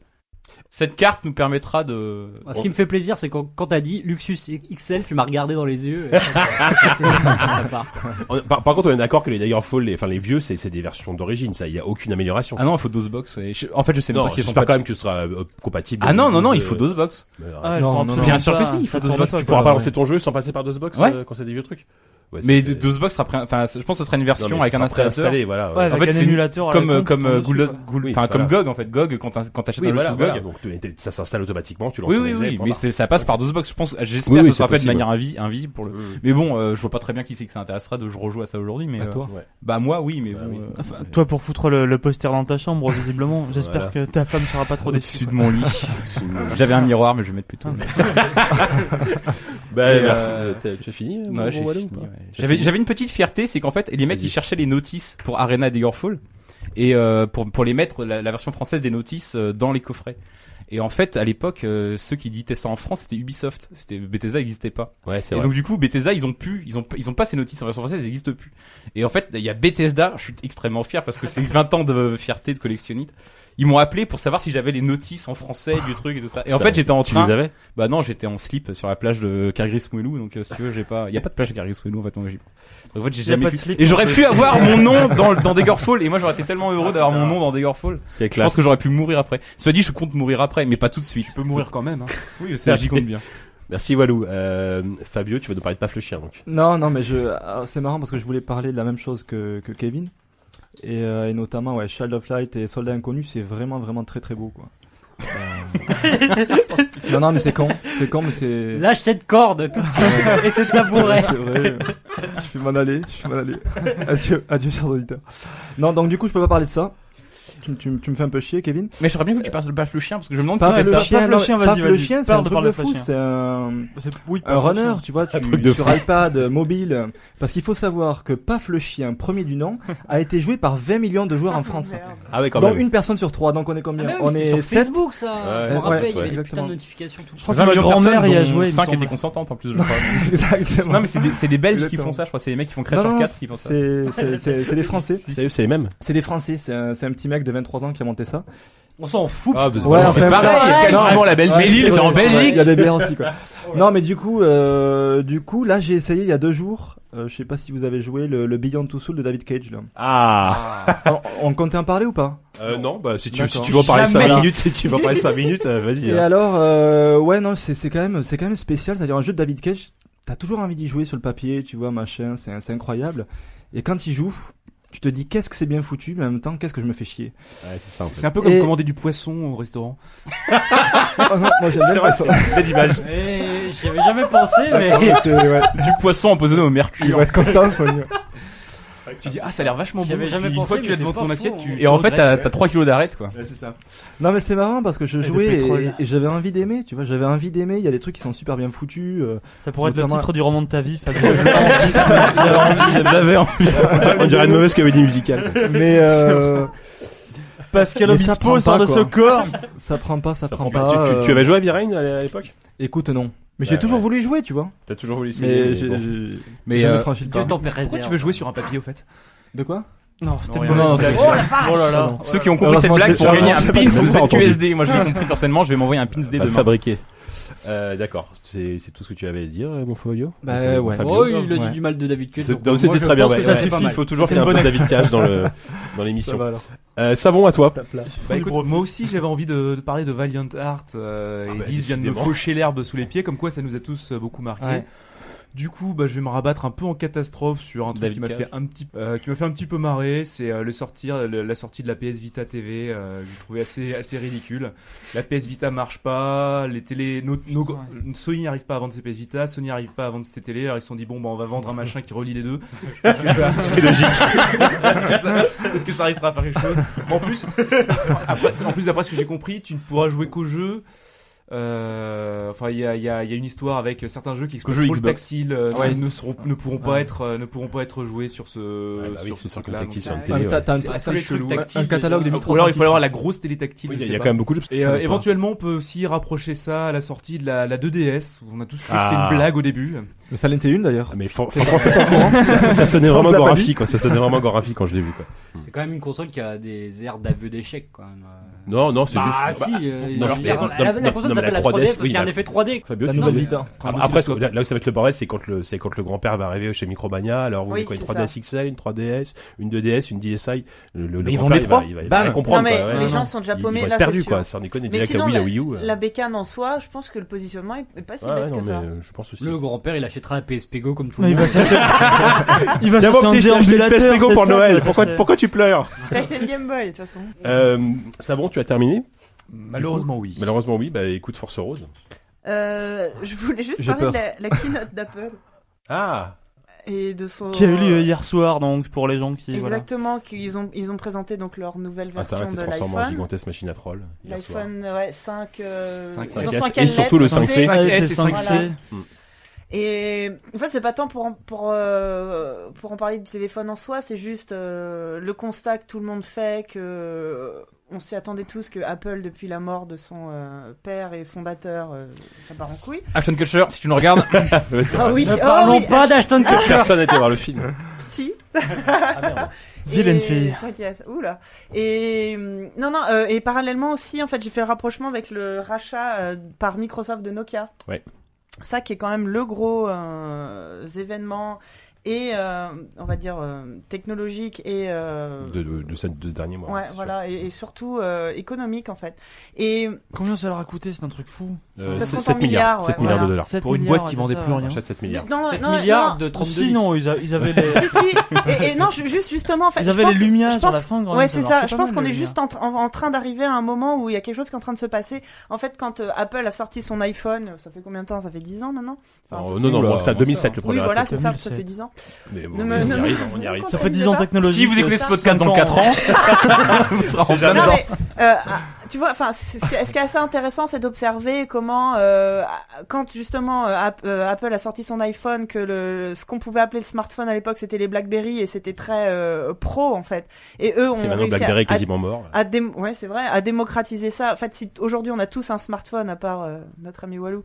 [SPEAKER 2] cette carte nous permettra de
[SPEAKER 4] Ah, Ce qui me fait plaisir, c'est quand, quand t'as dit Luxus XL, tu m'as regardé dans les yeux. et ça, c'est- c'est sympa de ta part.
[SPEAKER 1] On- Par, par contre, on est d'accord que les Daggerfall, les, enfin les vieux, c'est c'est des versions d'origine, ça. Il y a aucune amélioration.
[SPEAKER 2] ah non il faut Dosebox et je- en fait je sais même
[SPEAKER 1] non,
[SPEAKER 2] pas si elles sont
[SPEAKER 1] j'espère quand
[SPEAKER 2] pas-
[SPEAKER 1] même que ce sera euh, compatible.
[SPEAKER 2] ah non non non il
[SPEAKER 1] Euh,
[SPEAKER 2] faut Dosebox
[SPEAKER 1] euh,
[SPEAKER 5] Ah, elles
[SPEAKER 2] Non,
[SPEAKER 5] sont
[SPEAKER 2] non,
[SPEAKER 5] absolument
[SPEAKER 2] bien sûr
[SPEAKER 5] pas-
[SPEAKER 2] que si, il faut
[SPEAKER 5] ça
[SPEAKER 2] deux
[SPEAKER 5] tourne
[SPEAKER 2] box,
[SPEAKER 5] pas,
[SPEAKER 1] tu
[SPEAKER 5] quoi.
[SPEAKER 1] pourras pas lancer ton jeu sans passer par DOSBox
[SPEAKER 2] Ouais.
[SPEAKER 1] euh, quand c'est des vieux trucs. Ouais, ça,
[SPEAKER 2] mais
[SPEAKER 1] c'est-
[SPEAKER 2] Dosebox sera pré- enfin je pense que ce sera une
[SPEAKER 1] Non, mais
[SPEAKER 2] version
[SPEAKER 1] ce
[SPEAKER 2] avec un
[SPEAKER 1] sera
[SPEAKER 2] installateur
[SPEAKER 1] préinstallé, voilà.
[SPEAKER 5] Ouais,
[SPEAKER 1] ouais.
[SPEAKER 5] avec
[SPEAKER 2] fait,
[SPEAKER 5] un
[SPEAKER 2] c'est
[SPEAKER 4] Oh,
[SPEAKER 5] émulateur. à la
[SPEAKER 2] comme euh,
[SPEAKER 5] con,
[SPEAKER 2] comme
[SPEAKER 5] tu tournes
[SPEAKER 2] euh,
[SPEAKER 5] dessus,
[SPEAKER 2] Goulot-
[SPEAKER 5] quoi.
[SPEAKER 2] Goul-
[SPEAKER 1] Oui,
[SPEAKER 2] enfin comme
[SPEAKER 1] voilà.
[SPEAKER 2] GOG en fait GOG quand t'in- quand t'achètes
[SPEAKER 1] Oui,
[SPEAKER 2] un jeu
[SPEAKER 1] voilà,
[SPEAKER 2] sous GOG
[SPEAKER 1] voilà. Donc, tu- t'es- ça s'installe automatiquement, tu lances
[SPEAKER 2] oui
[SPEAKER 1] ton
[SPEAKER 2] oui
[SPEAKER 1] essai,
[SPEAKER 2] oui
[SPEAKER 1] point
[SPEAKER 2] mais
[SPEAKER 1] barre.
[SPEAKER 2] c'est- ça passe par Dosebox je pense
[SPEAKER 1] Oui,
[SPEAKER 2] j'espère
[SPEAKER 1] oui,
[SPEAKER 2] que ce sera
[SPEAKER 1] c'est
[SPEAKER 2] fait de
[SPEAKER 1] possible. Mm.
[SPEAKER 2] manière invi- invisible pour le mais bon euh, je vois pas très bien qui c'est que ça intéressera de je rejoue à ça aujourd'hui mais
[SPEAKER 6] À
[SPEAKER 2] euh,
[SPEAKER 6] toi.
[SPEAKER 2] bah moi oui mais
[SPEAKER 1] Bah
[SPEAKER 2] bon
[SPEAKER 1] oui. <laughs>
[SPEAKER 2] euh,
[SPEAKER 5] Enfin, Toi pour foutre le, le poster dans ta chambre visiblement. J'espère
[SPEAKER 1] Voilà.
[SPEAKER 5] que ta femme sera pas trop déçue.
[SPEAKER 2] au-dessus de mon
[SPEAKER 5] quoi.
[SPEAKER 2] <laughs> lit j'avais un miroir mais je vais mettre
[SPEAKER 1] Ah,
[SPEAKER 2] plutôt
[SPEAKER 1] Bah,
[SPEAKER 2] Et,
[SPEAKER 1] merci.
[SPEAKER 2] euh,
[SPEAKER 1] T'as- Tu as fini mon
[SPEAKER 2] Ouais,
[SPEAKER 1] bon
[SPEAKER 2] j'ai
[SPEAKER 1] Walou,
[SPEAKER 2] fini,
[SPEAKER 1] ou pas
[SPEAKER 2] ouais. J'avais j'avais une petite fierté, c'est qu'en fait les mecs
[SPEAKER 1] Vas-y.
[SPEAKER 2] ils cherchaient les notices pour Arena et Daggerfall et euh, pour pour les mettre la, la version française des notices euh, dans les coffrets. Et en fait, à l'époque, euh, ceux qui éditaient ça en France, c'était Ubisoft. C'était Bethesda n'existait pas.
[SPEAKER 1] Ouais, c'est
[SPEAKER 2] Et
[SPEAKER 1] vrai.
[SPEAKER 2] donc du coup, Bethesda, ils ont pu, ils ont, ils ont pas ces notices en version française, elles existent plus. Et en fait, il y a Bethesda. Je suis extrêmement fier parce
[SPEAKER 1] <laughs>
[SPEAKER 2] que c'est 20 ans de fierté de collectionniste. Ils m'ont appelé pour savoir si j'avais les notices en français du truc et tout ça. Et en
[SPEAKER 1] Putain,
[SPEAKER 2] fait, j'étais en
[SPEAKER 1] Tu
[SPEAKER 2] train.
[SPEAKER 1] les avais
[SPEAKER 2] Bah non, j'étais en slip sur la plage de Cargris-Mouelou, donc euh, si tu veux, j'ai pas, y a pas de plage à Cargris-Mouelou en fait, moi j'y Donc, en fait, j'ai
[SPEAKER 5] Y a
[SPEAKER 2] jamais
[SPEAKER 5] pas de
[SPEAKER 2] pu.
[SPEAKER 5] slip
[SPEAKER 2] Et
[SPEAKER 5] non
[SPEAKER 2] j'aurais
[SPEAKER 5] plus.
[SPEAKER 2] pu avoir mon nom dans le- dans Daggerfall et moi j'aurais été tellement heureux d'avoir mon nom dans Daggerfall.
[SPEAKER 1] Quelle
[SPEAKER 2] Je pense
[SPEAKER 1] classe.
[SPEAKER 2] que j'aurais pu mourir après. Cela dit, je compte mourir après, mais pas tout de suite.
[SPEAKER 6] Tu peux mourir quand même. hein.
[SPEAKER 2] Oui, ça j'y compte bien.
[SPEAKER 1] Merci Walou. Euh, Fabio, tu vas nous parler de Paf le chien donc.
[SPEAKER 7] Non, non, mais je, alors, c'est marrant parce que je voulais parler de la même chose que, que Kevin. Et, euh, et notamment, ouais, Child of Light et Soldat Inconnu, c'est vraiment, vraiment très, très beau, quoi. Euh, non, non, mais c'est con. C'est con, mais c'est.
[SPEAKER 4] Lâche cette corde tout de suite et ce
[SPEAKER 7] Ouais,
[SPEAKER 4] tabouret.
[SPEAKER 7] c'est vrai. Je suis mal allé, je suis mal allé. Adieu, adieu, chers auditeurs. Non, donc du coup, je peux pas parler de ça. Tu, tu- tu me fais un peu chier, Kevin.
[SPEAKER 2] Mais j'aurais bien voulu que tu passes le bâche le chien parce que je me demande
[SPEAKER 7] Paf
[SPEAKER 2] qui fait
[SPEAKER 7] le
[SPEAKER 2] ça.
[SPEAKER 7] chien,
[SPEAKER 5] Paf le
[SPEAKER 7] non,
[SPEAKER 5] chien,
[SPEAKER 7] mais
[SPEAKER 5] vas-y,
[SPEAKER 7] Paf le
[SPEAKER 5] vas-y.
[SPEAKER 7] chien, c'est
[SPEAKER 5] Parle
[SPEAKER 7] un
[SPEAKER 5] de
[SPEAKER 7] truc
[SPEAKER 5] Paf
[SPEAKER 7] de
[SPEAKER 5] le
[SPEAKER 7] fou.
[SPEAKER 5] chien.
[SPEAKER 7] C'est un,
[SPEAKER 5] C'est- oui,
[SPEAKER 7] un
[SPEAKER 5] pardon,
[SPEAKER 7] Euh, runner,
[SPEAKER 5] chien.
[SPEAKER 7] tu vois, tu,
[SPEAKER 1] truc de
[SPEAKER 7] sur
[SPEAKER 1] fou.
[SPEAKER 7] iPad, euh, mobile. euh, Parce qu'il faut savoir que Paf le chien, premier du nom, a été joué par 20 millions de joueurs en France.
[SPEAKER 1] Ah ouais, quand
[SPEAKER 7] Donc
[SPEAKER 1] même.
[SPEAKER 7] une personne sur trois. Donc on est combien
[SPEAKER 4] Ah, mais
[SPEAKER 7] On
[SPEAKER 4] c'était
[SPEAKER 7] est
[SPEAKER 4] sur
[SPEAKER 7] 7
[SPEAKER 4] Facebook ça.
[SPEAKER 1] Ouais,
[SPEAKER 4] Je me
[SPEAKER 1] ouais,
[SPEAKER 4] rappelle, il y
[SPEAKER 1] ouais.
[SPEAKER 4] avait des putains
[SPEAKER 7] Exactement.
[SPEAKER 4] de notifications tout le temps.
[SPEAKER 5] crois que ma grand-mère y a joué, il me
[SPEAKER 2] 5
[SPEAKER 5] semble.
[SPEAKER 2] étaient consentantes en plus, je crois.
[SPEAKER 7] <laughs> Exactement.
[SPEAKER 2] non, mais c'est des, c'est des Belges qui
[SPEAKER 7] Exactement.
[SPEAKER 2] font ça, je crois. C'est les mecs qui font
[SPEAKER 7] Non, non,
[SPEAKER 2] Creature 4 qui font ça.
[SPEAKER 7] c'est c'est- c'est- c'est des Français.
[SPEAKER 1] C'est c'est les mêmes.
[SPEAKER 7] C'est des Français. C'est un, c'est un petit mec de 23 ans qui a monté ça.
[SPEAKER 4] On s'en fout.
[SPEAKER 1] Ah, bah,
[SPEAKER 7] Ouais,
[SPEAKER 1] c'est
[SPEAKER 7] enfin,
[SPEAKER 1] pas-
[SPEAKER 2] pareil,
[SPEAKER 4] pareil,
[SPEAKER 2] c'est quasiment
[SPEAKER 7] ouais.
[SPEAKER 2] la Belgique.
[SPEAKER 7] Ouais,
[SPEAKER 2] Mais l'île, c'est en
[SPEAKER 7] vrai,
[SPEAKER 2] Belgique.
[SPEAKER 7] Il y a des
[SPEAKER 2] <laughs>
[SPEAKER 7] bières aussi, quoi. Non, mais du coup, euh, du coup, là, j'ai essayé il y a deux jours. euh, je sais pas si vous avez joué le, le Beyond Two Soul de David Cage.
[SPEAKER 2] <laughs>
[SPEAKER 7] Là.
[SPEAKER 1] Ah.
[SPEAKER 7] On, on comptait en parler ou pas
[SPEAKER 1] Euh, non, bah si tu si
[SPEAKER 7] D'accord.
[SPEAKER 1] tu veux en parler 5
[SPEAKER 2] Jamais.
[SPEAKER 1] minutes, si tu veux en parler 5 minutes, euh, vas-y.
[SPEAKER 7] Et <laughs>
[SPEAKER 1] hein.
[SPEAKER 7] alors, euh, ouais, non, c'est c'est quand même, c'est quand même spécial. C'est-à-dire un jeu de David Cage, t'as toujours envie d'y jouer sur le papier, tu vois, machin, c'est c'est incroyable. Et quand il joue, tu te dis qu'est-ce que c'est bien foutu, mais en même temps, qu'est-ce que je me fais chier.
[SPEAKER 1] Ouais, c'est ça en fait.
[SPEAKER 6] C'est un peu comme
[SPEAKER 7] Et-
[SPEAKER 6] commander du poisson au restaurant.
[SPEAKER 7] Oh <laughs> non, moi j'aime bien pas ça.
[SPEAKER 1] Belle image.
[SPEAKER 4] Eh, J'y avais jamais pensé, mais.
[SPEAKER 7] D'accord, mais <laughs> c'est- ouais,
[SPEAKER 2] Du poisson empoisonné au
[SPEAKER 7] il
[SPEAKER 2] mercure.
[SPEAKER 7] va être content, Sonia.
[SPEAKER 6] Tu dis ah ça a l'air vachement
[SPEAKER 4] J'y
[SPEAKER 6] bon.
[SPEAKER 4] avais jamais
[SPEAKER 6] Puis
[SPEAKER 4] pensé,
[SPEAKER 6] une fois que
[SPEAKER 4] mais
[SPEAKER 6] tu l'as
[SPEAKER 4] c'est
[SPEAKER 6] devant
[SPEAKER 4] pas
[SPEAKER 6] ton
[SPEAKER 4] faux,
[SPEAKER 6] assiette,
[SPEAKER 4] hein.
[SPEAKER 6] tu
[SPEAKER 2] Et en fait, t'as
[SPEAKER 6] regrettes.
[SPEAKER 2] 3 kilos d'arête, quoi.
[SPEAKER 1] c'est ça.
[SPEAKER 7] Non mais c'est marrant parce que je
[SPEAKER 5] Et de
[SPEAKER 7] jouais et,
[SPEAKER 5] pétrole.
[SPEAKER 7] et j'avais envie d'aimer, tu vois, j'avais envie d'aimer, il y a des trucs qui sont super bien
[SPEAKER 6] <laughs>
[SPEAKER 7] foutus. euh,
[SPEAKER 5] Ça pourrait être le
[SPEAKER 7] Notamment-
[SPEAKER 5] titre du roman de ta vie, Fabien.
[SPEAKER 2] J'avais envie.
[SPEAKER 1] On dirait une mauvaise comédie musicale. quoi.
[SPEAKER 7] mais euh,
[SPEAKER 5] Pascal
[SPEAKER 7] Mais ça
[SPEAKER 5] Obispo
[SPEAKER 7] prend
[SPEAKER 5] sort
[SPEAKER 7] pas,
[SPEAKER 5] de ce
[SPEAKER 7] quoi.
[SPEAKER 5] corps.
[SPEAKER 7] ça prend pas, ça prend
[SPEAKER 1] Tu-
[SPEAKER 7] pas.
[SPEAKER 1] tu-
[SPEAKER 7] euh,
[SPEAKER 1] Tu avais joué à Virane à l'époque
[SPEAKER 7] Écoute non. Mais j'ai
[SPEAKER 1] Ouais,
[SPEAKER 7] toujours
[SPEAKER 1] ouais.
[SPEAKER 7] voulu y jouer, tu vois.
[SPEAKER 1] T'as toujours voulu essayer.
[SPEAKER 7] Mais
[SPEAKER 1] mais
[SPEAKER 7] j'ai
[SPEAKER 1] bon.
[SPEAKER 7] j'ai-
[SPEAKER 2] Mais,
[SPEAKER 7] jamais
[SPEAKER 2] euh,
[SPEAKER 7] franchi le
[SPEAKER 4] Dieu
[SPEAKER 7] pas.
[SPEAKER 4] t'en préserve.
[SPEAKER 6] Pourquoi tu veux jouer sur un papier au fait
[SPEAKER 7] De quoi
[SPEAKER 5] Non, c'était
[SPEAKER 6] Non,
[SPEAKER 5] une
[SPEAKER 6] rien.
[SPEAKER 5] bonne
[SPEAKER 2] Non, non,
[SPEAKER 5] blague.
[SPEAKER 2] c'est-
[SPEAKER 5] Oh la-
[SPEAKER 6] Oh là là.
[SPEAKER 2] Ceux qui ont compris cette
[SPEAKER 7] Heureusement, je
[SPEAKER 2] blague
[SPEAKER 7] l'ai
[SPEAKER 2] pour
[SPEAKER 7] pas-
[SPEAKER 2] gagner un
[SPEAKER 7] je
[SPEAKER 2] pins
[SPEAKER 7] l'ai pas- je l'ai pas entendu.
[SPEAKER 2] ZQSD. Moi, je l'ai compris personnellement. Je vais m'envoyer un pins D
[SPEAKER 1] Pas
[SPEAKER 2] demain.
[SPEAKER 1] fabriqué. Euh, D'accord, c'est c'est tout ce que tu avais à dire, euh, mon folio
[SPEAKER 7] Bah,
[SPEAKER 1] Mon folio,
[SPEAKER 7] ouais.
[SPEAKER 1] Fabio
[SPEAKER 4] Oh, il a dit
[SPEAKER 7] Ouais.
[SPEAKER 4] du mal de David Cage.
[SPEAKER 1] C'est-
[SPEAKER 4] donc
[SPEAKER 1] donc
[SPEAKER 4] moi,
[SPEAKER 1] C'était
[SPEAKER 4] je
[SPEAKER 1] très bien,
[SPEAKER 4] pense
[SPEAKER 1] ouais,
[SPEAKER 4] que ça
[SPEAKER 1] ouais.
[SPEAKER 4] suffit,
[SPEAKER 1] Il faut toujours qu'il y ait un
[SPEAKER 5] C'était
[SPEAKER 1] peu
[SPEAKER 5] une
[SPEAKER 1] de
[SPEAKER 5] bonne
[SPEAKER 1] David Cage dans le dans
[SPEAKER 7] Ça
[SPEAKER 1] l'émission.
[SPEAKER 7] va alors.
[SPEAKER 1] Euh, savon à toi.
[SPEAKER 7] Tape là.
[SPEAKER 6] Bah, écoute, moi aussi j'avais envie de, de parler de Valiant Hearts euh,
[SPEAKER 1] Ah
[SPEAKER 6] et
[SPEAKER 1] bah,
[SPEAKER 6] Diz vient de me
[SPEAKER 1] décidément.
[SPEAKER 6] faucher l'herbe sous les pieds, comme quoi ça nous a tous euh, beaucoup marqué.
[SPEAKER 5] Ouais.
[SPEAKER 2] Du coup, bah, je vais me rabattre un peu en catastrophe sur un truc
[SPEAKER 6] David
[SPEAKER 2] qui m'a
[SPEAKER 6] Cage.
[SPEAKER 2] fait un petit, euh, qui m'a fait un petit peu marrer. C'est euh, le sortir, le- la sortie de la PS Vita TV. euh, que J'ai trouvé assez, assez ridicule. La PS Vita marche pas. Les télés, nos- nos-
[SPEAKER 5] Ouais.
[SPEAKER 2] Sony n'arrive pas à vendre ses PS Vita. Sony n'arrive pas à vendre ses télés. Alors ils se sont dit bon, bah, on va vendre un machin qui relie les deux. Peut-être que ça-
[SPEAKER 1] C'est logique.
[SPEAKER 2] peut-être que ça, peut-être que ça risquera à faire quelque chose. En plus, c'est- après- en plus d'après ce que j'ai compris, tu ne pourras jouer qu'au jeu. Euh, enfin, il y a, il y a- il y a une histoire avec certains jeux qui
[SPEAKER 6] Qu'au jeu
[SPEAKER 2] exploitent le
[SPEAKER 6] Xbox.
[SPEAKER 2] tactile euh,
[SPEAKER 7] Ah ouais.
[SPEAKER 2] ne, seront, ne pourront pas
[SPEAKER 5] Ouais.
[SPEAKER 2] être, euh, ne pourront pas être joués sur ce,
[SPEAKER 1] Ah bah oui,
[SPEAKER 2] sur
[SPEAKER 1] c'est
[SPEAKER 2] ce
[SPEAKER 1] sur le
[SPEAKER 2] truc-là.
[SPEAKER 1] tactile
[SPEAKER 2] Donc,
[SPEAKER 1] sur le
[SPEAKER 2] c'est-
[SPEAKER 7] Ah, mais
[SPEAKER 1] télé.
[SPEAKER 7] t'as- t'as un-
[SPEAKER 2] c'est
[SPEAKER 7] t'as
[SPEAKER 2] assez
[SPEAKER 7] un-
[SPEAKER 2] chelou.
[SPEAKER 7] un catalogue de
[SPEAKER 2] Ou
[SPEAKER 7] 1300
[SPEAKER 2] alors il faut
[SPEAKER 7] titres.
[SPEAKER 2] avoir la grosse télé tactile.
[SPEAKER 1] Oui, Il
[SPEAKER 2] je
[SPEAKER 1] y a- il
[SPEAKER 2] sais
[SPEAKER 1] y a
[SPEAKER 2] pas.
[SPEAKER 1] quand même beaucoup de.
[SPEAKER 2] Et euh, éventuellement, on peut aussi rapprocher ça à la sortie de la, la 2DS. où On a tous cru que c'était
[SPEAKER 1] Ah.
[SPEAKER 2] une blague au début.
[SPEAKER 7] Mais Ça l'en était une d'ailleurs.
[SPEAKER 1] Ah, Mais fran- franchement, c'est pas au courant. Ça, ça sonnait
[SPEAKER 7] Tant que
[SPEAKER 1] vraiment
[SPEAKER 7] l'a pas
[SPEAKER 1] Gorafi, quoi. Ça sonnait vraiment Gorafi quand je l'ai vu, quoi.
[SPEAKER 4] C'est quand même une console qui a des airs d'aveu d'échec quand même. euh.
[SPEAKER 1] Non, non, c'est
[SPEAKER 4] Bah,
[SPEAKER 1] juste.
[SPEAKER 4] si, euh,
[SPEAKER 1] non,
[SPEAKER 4] alors,
[SPEAKER 1] mais-
[SPEAKER 4] la-
[SPEAKER 1] non,
[SPEAKER 4] la, la
[SPEAKER 1] non,
[SPEAKER 4] console
[SPEAKER 1] non, mais la
[SPEAKER 4] s'appelle la 3D
[SPEAKER 1] 3DS,
[SPEAKER 4] parce
[SPEAKER 1] oui,
[SPEAKER 4] qu'il y a un
[SPEAKER 1] la-
[SPEAKER 4] effet 3D.
[SPEAKER 1] Fabio,
[SPEAKER 7] La
[SPEAKER 1] tu
[SPEAKER 4] Non,
[SPEAKER 7] nouvelle Ah,
[SPEAKER 4] mais-
[SPEAKER 7] Vita.
[SPEAKER 1] Après, après, là, là où ça va être le bordel, c'est quand le, c'est quand le grand-père va arriver chez Micromania. Alors, vous
[SPEAKER 8] Oui,
[SPEAKER 1] voulez quoi, une
[SPEAKER 8] c'est
[SPEAKER 1] 3DS XL, une 3DS, une 2DS, une DSi. Le, le, le
[SPEAKER 6] ils vendent
[SPEAKER 1] grand-père,
[SPEAKER 6] les
[SPEAKER 1] il
[SPEAKER 6] trois.
[SPEAKER 1] va, il va, il va
[SPEAKER 6] Bam.
[SPEAKER 1] rien
[SPEAKER 8] Non,
[SPEAKER 1] comprendre,
[SPEAKER 8] mais
[SPEAKER 1] quoi, ouais.
[SPEAKER 8] les
[SPEAKER 1] Non,
[SPEAKER 8] gens
[SPEAKER 1] non.
[SPEAKER 8] sont
[SPEAKER 1] Il-
[SPEAKER 8] déjà paumés
[SPEAKER 1] il va
[SPEAKER 8] là.
[SPEAKER 1] être perdu,
[SPEAKER 8] c'est
[SPEAKER 1] quoi.
[SPEAKER 8] sûr.
[SPEAKER 1] Ça en déconne. Il
[SPEAKER 8] Mais
[SPEAKER 1] est avec la
[SPEAKER 8] sinon,
[SPEAKER 1] Wii, la Wii U. euh.
[SPEAKER 8] La bécane en soi, je pense que le positionnement est est pas si
[SPEAKER 1] Ouais, ouais,
[SPEAKER 8] bête
[SPEAKER 1] non,
[SPEAKER 8] que
[SPEAKER 1] mais
[SPEAKER 8] ça.
[SPEAKER 1] euh, je pense aussi.
[SPEAKER 4] Le grand-père, il achètera la PSP Go comme tout
[SPEAKER 5] Mais
[SPEAKER 4] le
[SPEAKER 5] il va
[SPEAKER 4] monde.
[SPEAKER 5] s'acheter. il
[SPEAKER 1] Tiens, mon petit, je
[SPEAKER 5] va s'acheter un
[SPEAKER 1] t'ai acheté une
[SPEAKER 5] déambulateur,
[SPEAKER 1] PS Lego
[SPEAKER 5] c'est
[SPEAKER 1] pour
[SPEAKER 5] ça, il
[SPEAKER 1] Noël.
[SPEAKER 5] va
[SPEAKER 1] Pourquoi,
[SPEAKER 5] s'acheter-
[SPEAKER 1] pourquoi tu pleures?
[SPEAKER 8] T'as <laughs> acheté une Game Boy de toute façon.
[SPEAKER 1] Euh, Savon, tu as terminé?
[SPEAKER 2] Malheureusement, oui.
[SPEAKER 1] Malheureusement, oui. Bah, écoute, Force Rose.
[SPEAKER 8] Euh, je voulais juste
[SPEAKER 7] J'ai
[SPEAKER 8] parler de la, la keynote d'Apple
[SPEAKER 1] Ah!
[SPEAKER 8] et de son.
[SPEAKER 5] Qui a eu lieu hier soir, donc, pour les gens qui. Voilà.
[SPEAKER 8] Exactement, qu'ils ont ils ont présenté donc leur nouvelle version
[SPEAKER 1] Internet s'est
[SPEAKER 8] de
[SPEAKER 1] Ah, transformé en
[SPEAKER 8] l'iPhone.
[SPEAKER 1] gigantesque machine à troll. hier soir.
[SPEAKER 8] L'iPhone ouais, 5, euh,
[SPEAKER 2] 5,
[SPEAKER 8] ils ont
[SPEAKER 1] 5S,
[SPEAKER 8] 5
[SPEAKER 1] et surtout le 5C.
[SPEAKER 5] 5S et
[SPEAKER 8] 5C.
[SPEAKER 5] 5C.
[SPEAKER 8] Et en fait, c'est pas tant pour en, pour, euh, pour en parler du téléphone en soi, c'est juste euh, le constat que tout le monde fait, que euh, on s'y attendait tous que Apple, depuis la mort de son euh, père et fondateur, euh, ça part en couille.
[SPEAKER 6] Ashton Kutcher, si tu nous regardes,
[SPEAKER 1] Ouais, c'est
[SPEAKER 8] Ah
[SPEAKER 1] vrai.
[SPEAKER 8] oui,
[SPEAKER 5] Ne
[SPEAKER 8] oh
[SPEAKER 5] parlons
[SPEAKER 8] oui,
[SPEAKER 5] pas d'Ashton Kutcher.
[SPEAKER 1] Personne n'était voir le film.
[SPEAKER 8] ah, si. Et-
[SPEAKER 5] Vilaine fille.
[SPEAKER 8] T'inquiète, oula. Et hum, non, non, euh, et parallèlement aussi, en fait, j'ai fait le rapprochement avec le rachat euh, par Microsoft de Nokia.
[SPEAKER 1] Ouais.
[SPEAKER 8] Ça qui est quand même le gros euh, événement et, euh, on va dire, euh, technologique et. euh,
[SPEAKER 1] De, de, de ces deux derniers mois.
[SPEAKER 5] hein,
[SPEAKER 8] ouais,
[SPEAKER 1] c'est sûr.
[SPEAKER 8] voilà, et, et surtout euh, économique, en fait. Et
[SPEAKER 5] Combien ça leur a coûté C'est un truc fou.
[SPEAKER 1] Euh,
[SPEAKER 8] Ça se compte en
[SPEAKER 1] 7 milliards,
[SPEAKER 8] milliards, ouais,
[SPEAKER 1] 7 milliards de
[SPEAKER 8] voilà.
[SPEAKER 1] dollars.
[SPEAKER 5] 7
[SPEAKER 2] Pour une
[SPEAKER 5] milliards,
[SPEAKER 2] boîte qui
[SPEAKER 5] ouais,
[SPEAKER 2] vendait
[SPEAKER 5] c'est
[SPEAKER 2] plus
[SPEAKER 5] ça.
[SPEAKER 2] rien.
[SPEAKER 1] On achète 7 milliards.
[SPEAKER 8] non,
[SPEAKER 5] 7
[SPEAKER 8] non, non,
[SPEAKER 5] milliards de 32
[SPEAKER 8] Si, non.
[SPEAKER 5] non, ils, a- ils avaient les, <laughs>
[SPEAKER 8] Si, si. Et, et non, ju- juste justement, en fait.
[SPEAKER 5] ils
[SPEAKER 8] je
[SPEAKER 5] avaient
[SPEAKER 8] pense-
[SPEAKER 5] les lumières
[SPEAKER 8] je
[SPEAKER 5] sur la
[SPEAKER 8] pense-
[SPEAKER 5] fin. quand
[SPEAKER 8] Ouais,
[SPEAKER 5] même,
[SPEAKER 8] c'est ça.
[SPEAKER 5] marchait
[SPEAKER 8] Je
[SPEAKER 5] pas
[SPEAKER 8] pense
[SPEAKER 5] mal,
[SPEAKER 8] qu'on
[SPEAKER 5] les
[SPEAKER 8] est
[SPEAKER 5] lumières.
[SPEAKER 8] juste en, tra- en- en train d'arriver à un moment où il y a quelque chose qui est en train de se passer. En fait, quand euh, Apple a sorti son iPhone, euh, ça fait combien de temps Ça fait 10 ans maintenant Enfin,
[SPEAKER 1] Alors, non, non,
[SPEAKER 2] Oula,
[SPEAKER 1] moins que ça,
[SPEAKER 2] moins
[SPEAKER 1] 2007
[SPEAKER 2] que
[SPEAKER 1] le
[SPEAKER 8] Oui,
[SPEAKER 1] premier.
[SPEAKER 8] voilà,
[SPEAKER 1] iPhone.
[SPEAKER 8] c'est ça, ça
[SPEAKER 5] 2007.
[SPEAKER 8] fait 10 ans.
[SPEAKER 1] Mais bon,
[SPEAKER 8] Ne me-
[SPEAKER 1] on y
[SPEAKER 8] ne me-
[SPEAKER 1] arrive, hein, on y
[SPEAKER 8] <laughs>
[SPEAKER 1] arrive.
[SPEAKER 5] Ça fait 10 ans de
[SPEAKER 8] Pas.
[SPEAKER 5] technologie.
[SPEAKER 6] si vous
[SPEAKER 5] que
[SPEAKER 6] écoutez ce
[SPEAKER 5] ça-
[SPEAKER 6] podcast dans
[SPEAKER 5] cinq
[SPEAKER 6] 4 ans,
[SPEAKER 5] <laughs>
[SPEAKER 6] vous serez en plein
[SPEAKER 8] Non,
[SPEAKER 6] dedans.
[SPEAKER 8] mais, euh, ah, tu vois, enfin, c'est- ce qui est ce qui est assez intéressant, c'est d'observer comment, euh, quand justement euh, App- euh, Apple a sorti son iPhone, que le, ce qu'on pouvait appeler le smartphone à l'époque, c'était les BlackBerry et c'était très euh, pro en fait. Et eux ont
[SPEAKER 1] Et maintenant,
[SPEAKER 8] réussi à-
[SPEAKER 1] Blackberry est
[SPEAKER 8] à
[SPEAKER 1] quasiment mort.
[SPEAKER 8] à dé- ouais, c'est vrai, à démocratiser ça. En fait, si t- aujourd'hui on a tous un smartphone, à part euh, notre ami Walou,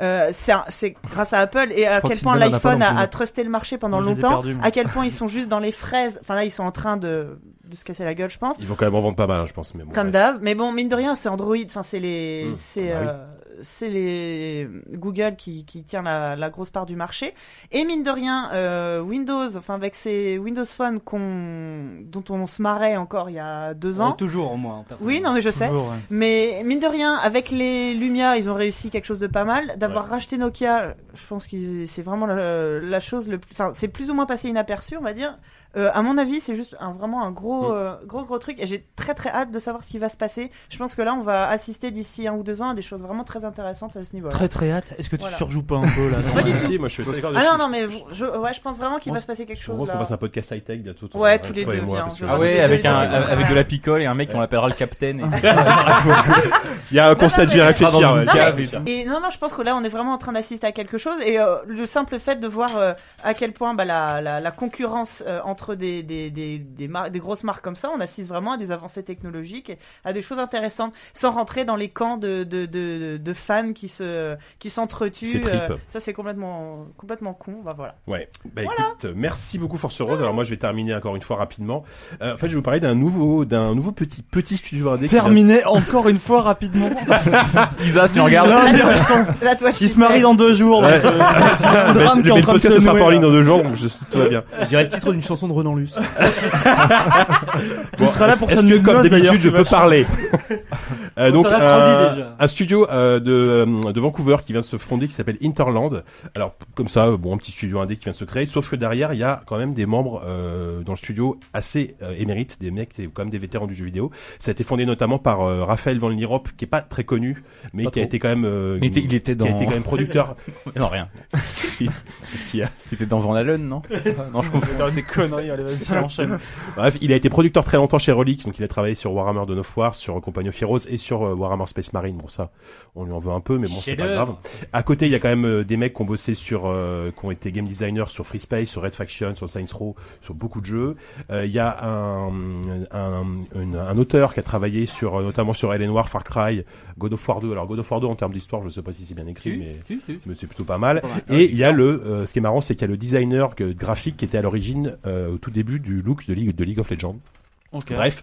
[SPEAKER 8] euh, c'est un- c'est grâce à Apple et à
[SPEAKER 5] crois
[SPEAKER 8] quel
[SPEAKER 5] que
[SPEAKER 8] point
[SPEAKER 5] Sylvain n'en a pas
[SPEAKER 8] l'iPhone
[SPEAKER 5] non
[SPEAKER 8] a,
[SPEAKER 5] plus.
[SPEAKER 8] a trusté le marché pendant
[SPEAKER 5] Moi, je les ai
[SPEAKER 8] longtemps,
[SPEAKER 5] perdus, moi.
[SPEAKER 8] à quel point ils sont juste dans les fraises. Enfin là, ils sont en train de, de se casser la gueule, je pense.
[SPEAKER 1] Ils vont quand même en vendre pas mal, hein, je pense. Mais bon,
[SPEAKER 8] Comme
[SPEAKER 1] ouais.
[SPEAKER 8] d'hab, mais bon, mine de rien, c'est Android, enfin c'est les,
[SPEAKER 5] Hmm,
[SPEAKER 1] Mm,
[SPEAKER 8] c'est,
[SPEAKER 1] bah oui.
[SPEAKER 8] euh, c'est les euh, Google qui, qui tient la, la grosse part du marché. Et mine de rien, euh, Windows, enfin avec ces Windows Phone qu'on, dont on se marrait encore il y a deux ans.
[SPEAKER 4] Oh, Toujours, moi. personnellement.
[SPEAKER 8] Oui, non mais je sais.
[SPEAKER 5] Toujours, ouais.
[SPEAKER 8] Mais mine de rien, avec les Lumia, ils ont réussi quelque chose de pas mal. D'avoir racheté Nokia, je pense que c'est vraiment la, la chose le plus. Enfin, c'est plus ou moins passé inaperçu, on va dire. Euh, à mon avis, c'est juste un, vraiment un gros,
[SPEAKER 1] Mm.
[SPEAKER 8] euh, gros, gros truc. Et j'ai très, très hâte de savoir ce qui va se passer. Je pense que là, on va assister d'ici un ou deux ans à des choses vraiment très intéressantes à ce niveau-là.
[SPEAKER 5] Très très hâte. Est-ce que tu
[SPEAKER 8] Voilà.
[SPEAKER 5] surjoues pas un peu là
[SPEAKER 8] Pas
[SPEAKER 5] non
[SPEAKER 8] du
[SPEAKER 1] Si, si, moi je suis assez d'accord.
[SPEAKER 8] Ah
[SPEAKER 1] Je-
[SPEAKER 8] non, non, mais je, je- ouais, je pense vraiment qu'il
[SPEAKER 1] Moi,
[SPEAKER 8] va se passer quelque
[SPEAKER 1] Je
[SPEAKER 8] chose
[SPEAKER 1] propose qu'on
[SPEAKER 8] là.
[SPEAKER 1] fasse un podcast high-tech bientôt. toi,
[SPEAKER 8] Ouais,
[SPEAKER 1] toi,
[SPEAKER 8] tous les
[SPEAKER 1] toi et
[SPEAKER 8] deux,
[SPEAKER 1] moi,
[SPEAKER 8] viens,
[SPEAKER 1] parce que-
[SPEAKER 8] je
[SPEAKER 6] Ah
[SPEAKER 8] Des
[SPEAKER 6] ouais, avec
[SPEAKER 8] deux,
[SPEAKER 6] un,
[SPEAKER 8] des deux.
[SPEAKER 6] avec de la picole et un mec qu'on appellera le capitaine. et-
[SPEAKER 1] Il y a un constat
[SPEAKER 8] non,
[SPEAKER 1] de vie à
[SPEAKER 8] mais-
[SPEAKER 6] Il sera
[SPEAKER 1] réfléchir.
[SPEAKER 6] dans
[SPEAKER 1] ouais,
[SPEAKER 6] une
[SPEAKER 1] il y a
[SPEAKER 6] cave
[SPEAKER 1] un
[SPEAKER 6] et
[SPEAKER 1] constat.
[SPEAKER 8] Et non, non, je pense que là, on est vraiment en train d'assister à quelque chose. Et euh, le simple fait de voir euh, à quel point bah, la, la, la concurrence euh, entre des, des, des, des, mar- des grosses marques comme ça, on assiste vraiment à des avancées technologiques, et à des choses intéressantes, sans rentrer dans les camps de, de, de, de fans qui se qui
[SPEAKER 1] C'est
[SPEAKER 8] s'entretuent. euh,
[SPEAKER 1] trip.
[SPEAKER 8] ça, c'est complètement, complètement con. Bah voilà.
[SPEAKER 1] Ouais. Bah écoute, merci beaucoup Force Rose. Alors moi je vais terminer encore une fois rapidement. Euh, en fait, je vais vous parler d'un nouveau, d'un nouveau petit petit studio indé. qui vient-
[SPEAKER 5] Terminé encore une
[SPEAKER 1] <laughs>
[SPEAKER 5] fois rapidement.
[SPEAKER 6] Isa, si tu nous regardes.
[SPEAKER 5] Là,
[SPEAKER 8] Là,
[SPEAKER 5] ils sont-
[SPEAKER 8] Là, toi, tu
[SPEAKER 5] ils se
[SPEAKER 8] sais.
[SPEAKER 5] marient dans deux jours.
[SPEAKER 1] Ouais.
[SPEAKER 5] donc, euh,
[SPEAKER 1] Ah,
[SPEAKER 5] drame <laughs>
[SPEAKER 1] mais
[SPEAKER 5] qui est en
[SPEAKER 1] le
[SPEAKER 5] train de
[SPEAKER 1] podcast
[SPEAKER 5] se
[SPEAKER 1] sera pas en
[SPEAKER 5] nouer,
[SPEAKER 1] ligne
[SPEAKER 5] là.
[SPEAKER 1] dans deux jours, donc je, tout va bien.
[SPEAKER 2] Je dirais le titre d'une chanson de
[SPEAKER 5] de Renan <laughs> Luce.
[SPEAKER 1] Bon,
[SPEAKER 5] sera là
[SPEAKER 1] est-ce-
[SPEAKER 5] pour
[SPEAKER 1] est-ce
[SPEAKER 5] sa
[SPEAKER 1] que,
[SPEAKER 5] nouvelle
[SPEAKER 1] comme
[SPEAKER 5] noce, d'ailleurs,
[SPEAKER 1] d'habitude, je
[SPEAKER 5] tu
[SPEAKER 1] peux
[SPEAKER 5] vas-
[SPEAKER 1] parler Euh,
[SPEAKER 4] On
[SPEAKER 1] Donc,
[SPEAKER 4] t'en a trop dit,
[SPEAKER 1] un,
[SPEAKER 4] déjà.
[SPEAKER 1] un studio euh, de, euh, de Vancouver qui vient de se fonder, qui s'appelle Interland. Alors, p- comme ça, bon, un petit studio indé qui vient de se créer. Sauf que derrière, il y a quand même des membres euh, dans le studio assez euh, émérites, des mecs, c'est quand même des vétérans du jeu vidéo. Ça a été fondé notamment par euh, Raphaël Van Lierop, qui est pas très connu, mais
[SPEAKER 6] Pas
[SPEAKER 1] qui a
[SPEAKER 6] trop.
[SPEAKER 1] été quand même, euh,
[SPEAKER 6] Il était, il était
[SPEAKER 1] qui
[SPEAKER 6] dans.
[SPEAKER 1] a été quand même producteur.
[SPEAKER 6] Non, rien.
[SPEAKER 1] Qu'est-ce qu'il y a
[SPEAKER 6] Il était dans Van Allen, non Non, je confonds.
[SPEAKER 5] Ces conneries, allez, vas-y, enchaîne.
[SPEAKER 1] Bref, il a été producteur très longtemps chez Relic, donc il a travaillé sur Warhammer Dawn of War, sur Compagnie of Heroes et sur euh, Warhammer Space Marine. Bon, ça, on lui en veut un peu, mais bon, c'est pas
[SPEAKER 4] Chef-d'œuvre.
[SPEAKER 1] grave. À côté, il y a quand même euh, des mecs qui ont bossé sur, euh, qui ont été game designers sur Free Space, sur Red Faction, sur Science Row, sur beaucoup de jeux. Euh, il y a un, un, une- un auteur qui a travaillé sur, euh, notamment sur Alien War, Far Cry, God of War 2. Alors, God of War 2, en termes d'histoire, je sais pas si c'est bien écrit, mais
[SPEAKER 4] Si, si, si.
[SPEAKER 1] mais c'est plutôt pas mal. Et il y a le, euh, ce qui est marrant, c'est qu'il y a le designer que- graphique qui était à l'origine, euh, au tout début du look de League, de League of Legends.
[SPEAKER 5] Ok.
[SPEAKER 1] Bref,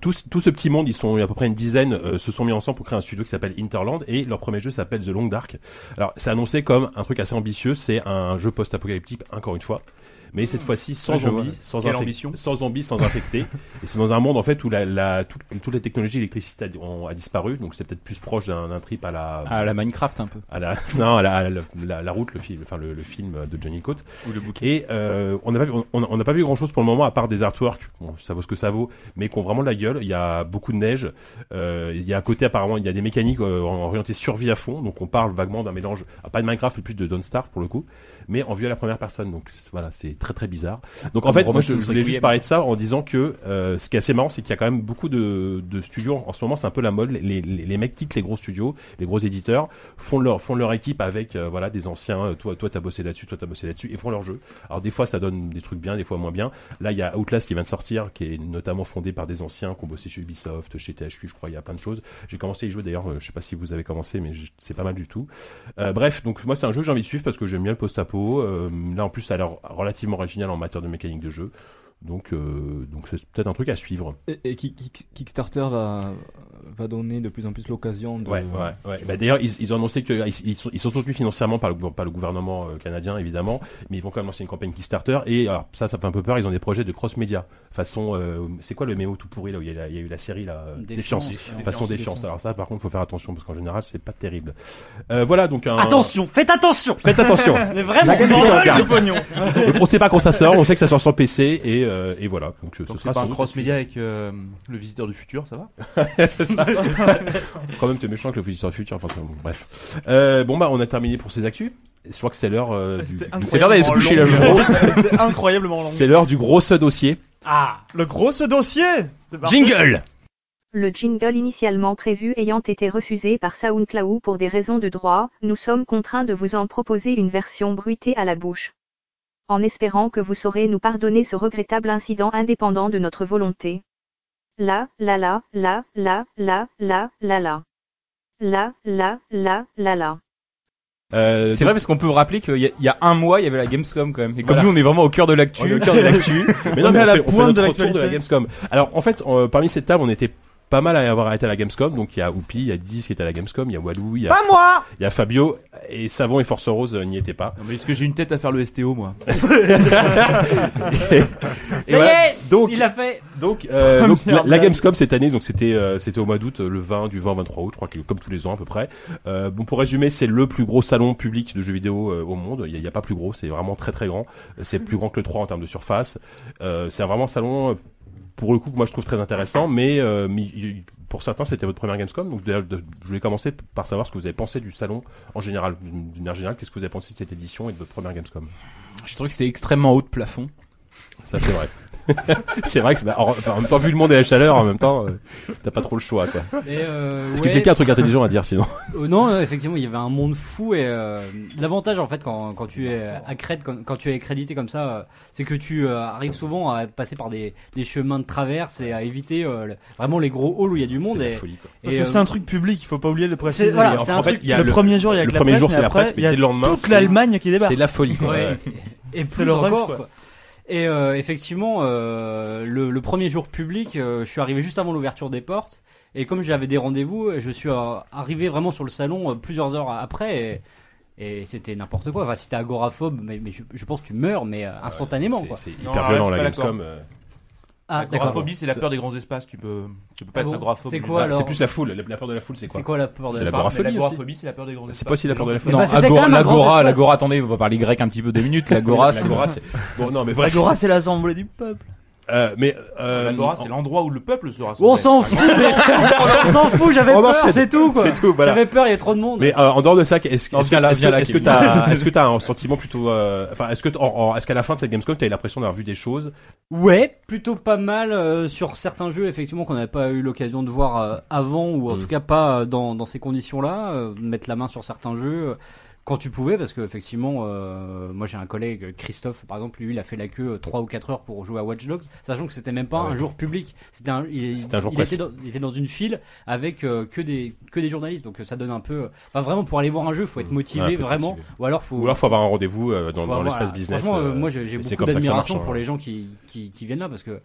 [SPEAKER 1] tout, ce- tout ce petit monde, ils sont à peu près une dizaine, euh, se sont mis ensemble pour créer un studio qui s'appelle Interland et leur premier jeu s'appelle The Long Dark. Alors, c'est annoncé comme un truc assez ambitieux, c'est un jeu post-apocalyptique, encore une fois. Mais
[SPEAKER 6] Ah,
[SPEAKER 1] cette fois-ci sans
[SPEAKER 6] Ouais, je vois.
[SPEAKER 1] zombies, sans,
[SPEAKER 6] Quelle
[SPEAKER 1] infec-
[SPEAKER 6] ambition.
[SPEAKER 1] sans zombies, sans
[SPEAKER 6] <laughs>
[SPEAKER 1] infectés. et c'est dans un monde en fait où la, la, toute, toute la technologie électricité a, ont- a disparu, donc c'est peut-être plus proche d'un d'un trip à la,
[SPEAKER 6] À la Minecraft, un peu.
[SPEAKER 1] à la <laughs> non à la, à la, la- la route le film enfin le, le film de Johnny Cote
[SPEAKER 6] Ou le bouquet.
[SPEAKER 1] et euh, on n'a pas vu- on- on n'a pas vu grand chose pour le moment à part des artworks bon, ça vaut ce que ça vaut mais qui ont vraiment de la gueule il y a beaucoup de neige euh, il y a un côté apparemment il y a des mécaniques euh, orientées survie à fond donc on parle vaguement d'un mélange ah, pas de Minecraft mais plus de Don't Starve pour le coup mais en vue à la première personne donc c'est- voilà c'est très très bizarre donc en
[SPEAKER 6] Comme
[SPEAKER 1] fait moi je,
[SPEAKER 6] Robinson
[SPEAKER 1] je voulais juste
[SPEAKER 6] Requiem.
[SPEAKER 1] parler de ça en disant que euh, ce qui est assez marrant c'est qu'il y a quand même beaucoup de, de studios en ce moment c'est un peu la mode les, les, les mecs quittent les gros studios les gros éditeurs font leur font leur équipe avec euh, voilà des anciens euh, toi toi t'as bossé là-dessus toi t'as bossé là-dessus et font leur jeu alors des fois ça donne des trucs bien des fois moins bien là il y a Outlast qui vient de sortir qui est notamment fondé par des anciens qui ont bossé chez Ubisoft chez THQ je crois il y a plein de choses j'ai commencé à y jouer d'ailleurs euh, je sais pas si vous avez commencé mais je- c'est pas mal du tout Euh, bref donc moi c'est un jeu que j'ai envie de suivre parce que j'aime bien le post-apo Euh, là en plus ça a l'air relativement original en matière de mécanique de jeu donc euh, donc c'est peut-être un truc à suivre
[SPEAKER 7] Et, et Kick- Kick- Kickstarter va, va donner de plus en plus l'occasion de.
[SPEAKER 1] Ouais, ouais, ouais. Bah, d'ailleurs, ils, ils ont annoncé qu'ils ils sont, ils sont soutenus financièrement par le, gou- par le gouvernement euh, canadien, évidemment, mais ils vont quand même lancer une campagne Kickstarter. Et alors, ça, ça fait un peu peur. Ils ont des projets de cross-média. Façon, euh, c'est quoi le mémo tout pourri là où il y, a, la- il y a eu la série là euh,
[SPEAKER 4] Défiance.
[SPEAKER 1] Défiance.
[SPEAKER 4] Défiance.
[SPEAKER 1] Façon
[SPEAKER 4] Défiance.
[SPEAKER 1] défiance. Alors ça, par contre, faut faire attention parce qu'en général, c'est pas terrible. Euh, voilà donc. Un...
[SPEAKER 5] Attention, faites attention
[SPEAKER 1] Faites attention.
[SPEAKER 5] <laughs> Mais vraiment,
[SPEAKER 1] La
[SPEAKER 5] on
[SPEAKER 1] gueule
[SPEAKER 5] en
[SPEAKER 1] du
[SPEAKER 5] veut
[SPEAKER 1] regard.
[SPEAKER 5] du pognon
[SPEAKER 1] Donc, on sait pas quand ça sort. On sait que ça sort sur PC et, euh, et voilà. Donc, euh,
[SPEAKER 2] Donc
[SPEAKER 1] ce
[SPEAKER 2] c'est
[SPEAKER 1] sera
[SPEAKER 2] pas un
[SPEAKER 1] sans doute-
[SPEAKER 2] cross-média avec euh, le visiteur du futur, ça va
[SPEAKER 1] <laughs> C'est ça. Quand même, t'es méchant que le futur futur. Enfin, c'est bon, bref. Euh, bon bah, on a terminé pour ces actus. Je crois que c'est l'heure euh, du, du-
[SPEAKER 6] C'est l'heure d'aller se coucher, là, je
[SPEAKER 5] Incroyablement
[SPEAKER 6] crois.
[SPEAKER 5] long. C'était incroyablement long.
[SPEAKER 1] C'est l'heure du gros dossier.
[SPEAKER 5] Ah, le gros ce dossier C'est parti.
[SPEAKER 6] Jingle
[SPEAKER 9] Le jingle initialement prévu ayant été refusé par SoundCloud pour des raisons de droit, nous sommes contraints de vous en proposer une version bruitée à la bouche. En espérant que vous saurez nous pardonner ce regrettable incident indépendant de notre volonté. La, la la, la, la, la, la, la la. La, la, la, la la.
[SPEAKER 1] Euh,
[SPEAKER 6] C'est vrai parce qu'on peut rappeler qu'il y, a- il y a un mois, il y avait la Gamescom quand même. Et comme
[SPEAKER 1] Voilà.
[SPEAKER 6] nous, on est vraiment au cœur de l'actu.
[SPEAKER 1] On est au <laughs> cœur de l'actu. mais non,
[SPEAKER 5] On
[SPEAKER 1] mais
[SPEAKER 5] est à la
[SPEAKER 1] fait- fait
[SPEAKER 5] pointe de
[SPEAKER 1] notre
[SPEAKER 5] l'actualité.
[SPEAKER 1] retour de la Gamescom. Alors, en fait, euh, parmi cette table, on était pas mal à avoir arrêté à la Gamescom. Donc, il y a Oupi, il y a Diz qui était à la Gamescom, il y a Walou, il y a,
[SPEAKER 8] Pas moi
[SPEAKER 1] il y a Fabio, et Savon et Force Rose euh, n'y étaient pas.
[SPEAKER 2] Non mais est-ce que j'ai une tête à faire le STO moi
[SPEAKER 1] et
[SPEAKER 4] <laughs>
[SPEAKER 8] Ça y est
[SPEAKER 1] Donc,
[SPEAKER 4] Il l'a fait.
[SPEAKER 1] donc, euh,
[SPEAKER 5] Première
[SPEAKER 1] donc, la, la
[SPEAKER 5] blague.
[SPEAKER 1] Gamescom cette année, donc c'était euh, c'était au mois d'août, euh, le 20 du 20 au 23 août, je crois que comme tous les ans à peu près. Euh, bon pour résumer, c'est le plus gros salon public de jeux vidéo euh, au monde. Il n'y a, il y a pas plus gros, c'est vraiment très très grand. Euh, C'est plus grand que le 3 en termes de surface. Euh, c'est vraiment un salon euh, pour le coup que moi je trouve très intéressant, mais, euh, mais il- pour certains c'était votre première Gamescom, donc d'ailleurs, de- je voulais commencer par savoir ce que vous avez pensé du salon en général, d'une d'une manière générale, qu'est-ce que vous avez pensé de cette édition et de votre première Gamescom.
[SPEAKER 6] Je trouve que c'était extrêmement haut de plafond.
[SPEAKER 1] Ça c'est vrai. <laughs> c'est vrai que c'est- bah, en, enfin, en même temps vu le monde et la chaleur, en même temps euh, t'as pas trop le choix quoi.
[SPEAKER 4] Et, euh,
[SPEAKER 1] Est-ce
[SPEAKER 4] ouais.
[SPEAKER 1] que quelqu'un a un truc intelligent à dire sinon
[SPEAKER 4] Euh, non, euh, effectivement, il y avait un monde fou et euh, l'avantage en fait quand, quand tu es à Crète, quand, quand tu es crédité comme ça, euh, c'est que tu euh, arrives souvent à passer par des, des chemins de traverse et à éviter euh, le- vraiment les gros halls où il y a du monde.
[SPEAKER 1] C'est la
[SPEAKER 4] Et,
[SPEAKER 1] folie, quoi.
[SPEAKER 5] Parce
[SPEAKER 4] et,
[SPEAKER 5] que
[SPEAKER 4] euh,
[SPEAKER 5] c'est un truc public, il faut pas oublier de le préciser.
[SPEAKER 4] voilà,
[SPEAKER 1] Et en-
[SPEAKER 4] c'est
[SPEAKER 1] en
[SPEAKER 4] un
[SPEAKER 1] fait,
[SPEAKER 4] truc-
[SPEAKER 1] il y a
[SPEAKER 5] le,
[SPEAKER 1] le,
[SPEAKER 5] premier jour, il y a
[SPEAKER 1] le
[SPEAKER 5] que la
[SPEAKER 1] premier
[SPEAKER 5] presse,
[SPEAKER 1] jour
[SPEAKER 5] mais
[SPEAKER 1] c'est la
[SPEAKER 5] après,
[SPEAKER 1] presse,
[SPEAKER 5] il y
[SPEAKER 1] mais
[SPEAKER 5] a
[SPEAKER 1] dès le lendemain
[SPEAKER 5] toute
[SPEAKER 1] c'est-
[SPEAKER 5] l'Allemagne qui débarque.
[SPEAKER 1] c'est la folie quoi.
[SPEAKER 4] Ouais.
[SPEAKER 1] Ouais.
[SPEAKER 4] Et
[SPEAKER 5] C'est
[SPEAKER 4] plus
[SPEAKER 5] le
[SPEAKER 4] encore.
[SPEAKER 5] rush, quoi.
[SPEAKER 4] quoi. Et euh, effectivement, euh, le, le premier jour public, euh, je suis arrivé juste avant l'ouverture des portes. euh, Et comme j'avais des rendez-vous, je suis euh, arrivé vraiment sur le salon euh, plusieurs heures après. Et, Et c'était n'importe quoi. Enfin, si t'es agoraphobe, mais, mais je, je pense que tu meurs, mais euh, instantanément.
[SPEAKER 1] C'est
[SPEAKER 4] quoi.
[SPEAKER 1] c'est
[SPEAKER 2] Non,
[SPEAKER 1] hyper
[SPEAKER 2] ouais,
[SPEAKER 1] violent
[SPEAKER 2] je suis
[SPEAKER 1] la
[SPEAKER 2] pas
[SPEAKER 1] Gamescom. euh.
[SPEAKER 4] Ah, d'accord.
[SPEAKER 2] L'agoraphobie, c'est la peur des grands espaces. Tu peux, tu peux pas
[SPEAKER 4] Ah
[SPEAKER 2] être
[SPEAKER 4] bon
[SPEAKER 2] agoraphobe.
[SPEAKER 4] C'est
[SPEAKER 2] mais-
[SPEAKER 4] quoi,
[SPEAKER 2] Ah,
[SPEAKER 1] Ah,
[SPEAKER 4] alors
[SPEAKER 1] C'est plus la foule. La, la peur de la foule, c'est quoi
[SPEAKER 4] C'est quoi la peur de
[SPEAKER 1] C'est la
[SPEAKER 4] enfin,
[SPEAKER 1] peur
[SPEAKER 2] mais
[SPEAKER 1] agoraphobie
[SPEAKER 2] L'agoraphobie, c'est la peur des grands espaces.
[SPEAKER 1] C'est pas aussi la peur de la foule.
[SPEAKER 6] Non,
[SPEAKER 4] bah, c'était
[SPEAKER 6] agora-
[SPEAKER 4] quand même un grand
[SPEAKER 6] l'agora,
[SPEAKER 4] espace.
[SPEAKER 6] l'agora, attendez, on va parler grec un petit peu deux minutes. L'agora, c'est
[SPEAKER 1] L'agora, c'est. Bon, non, mais bref.
[SPEAKER 5] L'agora, c'est la volée du peuple.
[SPEAKER 1] Euh, mais. euh,
[SPEAKER 2] L'agora, c'est l'endroit où le peuple se rassemble.
[SPEAKER 4] On s'en fout, mais- <laughs> on s'en fout, j'avais
[SPEAKER 1] On
[SPEAKER 4] peur,
[SPEAKER 1] enchaîne.
[SPEAKER 4] c'est tout quoi.
[SPEAKER 1] C'est tout, voilà.
[SPEAKER 4] J'avais peur, il y a trop de monde.
[SPEAKER 1] Mais euh, en dehors de ça, est-ce
[SPEAKER 6] Non,
[SPEAKER 1] est-ce que
[SPEAKER 6] viens là,
[SPEAKER 1] est-ce que
[SPEAKER 6] viens là,
[SPEAKER 1] est-ce que
[SPEAKER 6] Kevin.
[SPEAKER 1] t'as est-ce que t'as un sentiment plutôt euh, enfin est-ce que t- en- en- est-ce qu'à la fin de cette Gamescom t'as eu l'impression d'avoir vu des choses
[SPEAKER 4] Ouais, plutôt pas mal euh, sur certains jeux effectivement qu'on n'avait pas eu l'occasion de voir euh, avant ou en
[SPEAKER 1] Mm.
[SPEAKER 4] tout cas pas euh, dans, dans ces conditions-là, euh, mettre la main sur certains jeux euh, quand tu pouvais parce que effectivement euh, moi j'ai un collègue Christophe par exemple lui il a fait la queue euh, trois ou quatre heures pour jouer à Watch Dogs sachant que c'était même pas
[SPEAKER 1] Ah ouais.
[SPEAKER 4] un jour public, c'était un il,
[SPEAKER 1] C'était un jour
[SPEAKER 4] il
[SPEAKER 1] classé.
[SPEAKER 4] était dans, il était dans une file avec euh, que des que des journalistes donc euh, ça donne un peu euh, enfin vraiment pour aller voir un jeu faut être
[SPEAKER 1] Mm.
[SPEAKER 4] motivé
[SPEAKER 1] Ouais, faut être
[SPEAKER 4] vraiment
[SPEAKER 1] motivé.
[SPEAKER 4] ou alors faut
[SPEAKER 1] ou alors faut avoir un rendez-vous euh, dans,
[SPEAKER 4] faut
[SPEAKER 1] dans
[SPEAKER 4] avoir-
[SPEAKER 1] l'espace business
[SPEAKER 4] Franchement, euh,
[SPEAKER 1] euh,
[SPEAKER 4] moi j'ai j'ai
[SPEAKER 1] et c'est
[SPEAKER 4] beaucoup
[SPEAKER 1] comme ça que ça
[SPEAKER 4] d'admiration
[SPEAKER 1] marche, hein.
[SPEAKER 4] pour les gens qui, qui, qui viennent là parce que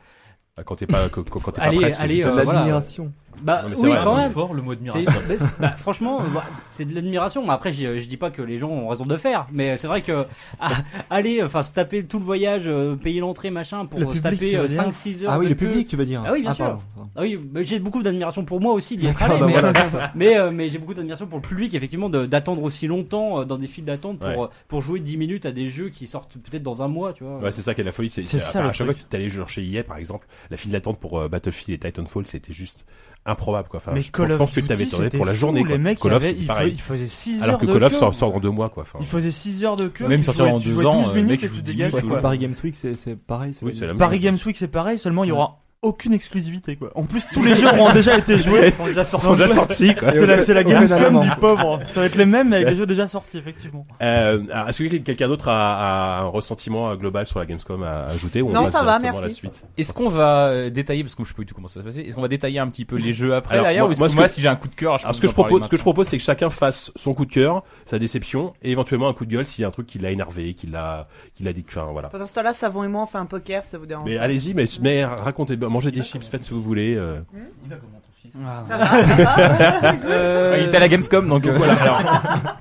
[SPEAKER 1] quand t'es pas quand, quand t'es pas
[SPEAKER 4] Allez,
[SPEAKER 1] prêt, c'est
[SPEAKER 4] allez,
[SPEAKER 1] juste-
[SPEAKER 4] euh,
[SPEAKER 7] de
[SPEAKER 4] voilà.
[SPEAKER 7] l'admiration.
[SPEAKER 4] bah
[SPEAKER 1] Non, mais c'est
[SPEAKER 4] oui
[SPEAKER 1] vrai,
[SPEAKER 4] quand
[SPEAKER 1] non,
[SPEAKER 4] même.
[SPEAKER 2] C'est fort le mot de
[SPEAKER 4] C'est-
[SPEAKER 2] admiration.
[SPEAKER 4] bah, c'est- bah, franchement, euh, bah, c'est de l'admiration. Mais après, je, je dis pas que les gens ont raison de le faire, mais c'est vrai que ah, aller, enfin, se taper tout le voyage, euh, payer l'entrée, machin, pour
[SPEAKER 5] Le
[SPEAKER 4] se
[SPEAKER 5] public, tu
[SPEAKER 4] taper
[SPEAKER 5] veux
[SPEAKER 4] euh,
[SPEAKER 5] dire
[SPEAKER 4] 5-6 heures.
[SPEAKER 7] Ah oui,
[SPEAKER 4] de
[SPEAKER 7] le
[SPEAKER 4] queue.
[SPEAKER 7] public, tu veux dire.
[SPEAKER 4] Ah oui, bien sûr.
[SPEAKER 7] pardon, pardon.
[SPEAKER 4] Ah oui, bah, j'ai beaucoup d'admiration pour moi aussi d'y être allé,
[SPEAKER 7] Ah bah
[SPEAKER 4] mais,
[SPEAKER 7] voilà.
[SPEAKER 4] <laughs> euh, mais, euh, mais j'ai beaucoup d'admiration pour le public, effectivement, de- d'attendre aussi longtemps euh, dans des files d'attente pour,
[SPEAKER 1] Ouais.
[SPEAKER 4] euh, pour jouer 10 minutes à des jeux qui sortent peut-être dans un mois, tu vois.
[SPEAKER 1] Ouais, c'est ça qui est la folie. C'est,
[SPEAKER 5] C'est
[SPEAKER 1] c'est-
[SPEAKER 5] ça,
[SPEAKER 1] à
[SPEAKER 5] le
[SPEAKER 1] chaque fois que tu allé genre chez EA, par exemple, la file d'attente pour euh, Battlefield et Titanfall, c'était juste improbable, quoi. Enfin,
[SPEAKER 5] mais
[SPEAKER 1] je,
[SPEAKER 5] Call
[SPEAKER 1] je
[SPEAKER 5] of
[SPEAKER 1] pense que
[SPEAKER 5] Duty,
[SPEAKER 1] t'avais tourné
[SPEAKER 5] c'était
[SPEAKER 1] pour la
[SPEAKER 5] fou,
[SPEAKER 1] journée, quoi.
[SPEAKER 5] Les mecs,
[SPEAKER 1] Call
[SPEAKER 5] il
[SPEAKER 1] of,
[SPEAKER 5] y avait-
[SPEAKER 1] c'était
[SPEAKER 5] il
[SPEAKER 1] pareil.
[SPEAKER 5] fa- il faisait 6 heures
[SPEAKER 1] Alors que
[SPEAKER 5] de
[SPEAKER 1] Call of
[SPEAKER 5] queue.
[SPEAKER 1] sort, sort dans deux mois, quoi. Enfin,
[SPEAKER 5] Il faisait 6 heures de queue.
[SPEAKER 6] Même
[SPEAKER 5] tu
[SPEAKER 6] sortir
[SPEAKER 5] jouais-
[SPEAKER 6] en
[SPEAKER 5] tu
[SPEAKER 6] deux
[SPEAKER 5] jouais
[SPEAKER 6] ans,
[SPEAKER 5] 12
[SPEAKER 6] euh,
[SPEAKER 5] minutes
[SPEAKER 6] mec,
[SPEAKER 5] et
[SPEAKER 6] je
[SPEAKER 5] tu
[SPEAKER 6] vous
[SPEAKER 5] te
[SPEAKER 6] dis,
[SPEAKER 5] dégages,
[SPEAKER 6] ouais,
[SPEAKER 5] quoi.
[SPEAKER 7] Le Paris Games Week, c'est- c'est pareil.
[SPEAKER 1] oui, c'est la même
[SPEAKER 5] Paris
[SPEAKER 1] chose.
[SPEAKER 5] Games Week, c'est pareil, seulement il y aura aucune exclusivité quoi. En plus, tous les jeux auront
[SPEAKER 1] <laughs>
[SPEAKER 5] déjà été joués. sont déjà
[SPEAKER 1] Ils sont déjà sortis, quoi.
[SPEAKER 5] C'est la, c'est la
[SPEAKER 7] Aucun
[SPEAKER 5] Gamescom
[SPEAKER 7] événement.
[SPEAKER 5] du pauvre. Ça va être les mêmes mais avec des jeux déjà sortis, effectivement.
[SPEAKER 1] Euh, alors, est-ce que quelqu'un d'autre a, a un ressentiment euh, global sur la Gamescom à ajouter ou on
[SPEAKER 8] Non,
[SPEAKER 1] passe
[SPEAKER 8] ça va,
[SPEAKER 1] directement à la
[SPEAKER 8] merci.
[SPEAKER 1] suite
[SPEAKER 6] Est-ce qu'on va euh, détailler, parce que je sais pas du tout comment ça va se passer, est-ce qu'on va détailler un petit peu les jeux après
[SPEAKER 1] Alors,
[SPEAKER 6] derrière,
[SPEAKER 1] moi-
[SPEAKER 6] ou est-ce
[SPEAKER 1] moi,
[SPEAKER 6] que
[SPEAKER 1] ce
[SPEAKER 6] moi,
[SPEAKER 1] que-
[SPEAKER 6] si j'ai un coup de cœur, je
[SPEAKER 1] Alors,
[SPEAKER 6] peux
[SPEAKER 1] ce que
[SPEAKER 6] vous
[SPEAKER 1] je
[SPEAKER 6] en parler
[SPEAKER 1] propose, ce que je
[SPEAKER 6] maintenant.
[SPEAKER 1] propose, c'est que chacun fasse son coup de cœur, sa déception, et éventuellement un coup de gueule s'il y a un truc qui l'a énervé, qui l'a, qui l'a dit, enfin, voilà.
[SPEAKER 8] Pendant ce temps-là, Savon et moi, on fait un poker, ça vous dérange
[SPEAKER 1] Mais
[SPEAKER 8] pas
[SPEAKER 1] allez-y, mais, mais racontez, mangez des chips, faites ce que vous voulez. euh.
[SPEAKER 2] Il va comment ton fils
[SPEAKER 1] Ah,
[SPEAKER 8] Ça va
[SPEAKER 6] Enfin, il était à la Gamescom, donc euh,
[SPEAKER 1] Voilà. Alors,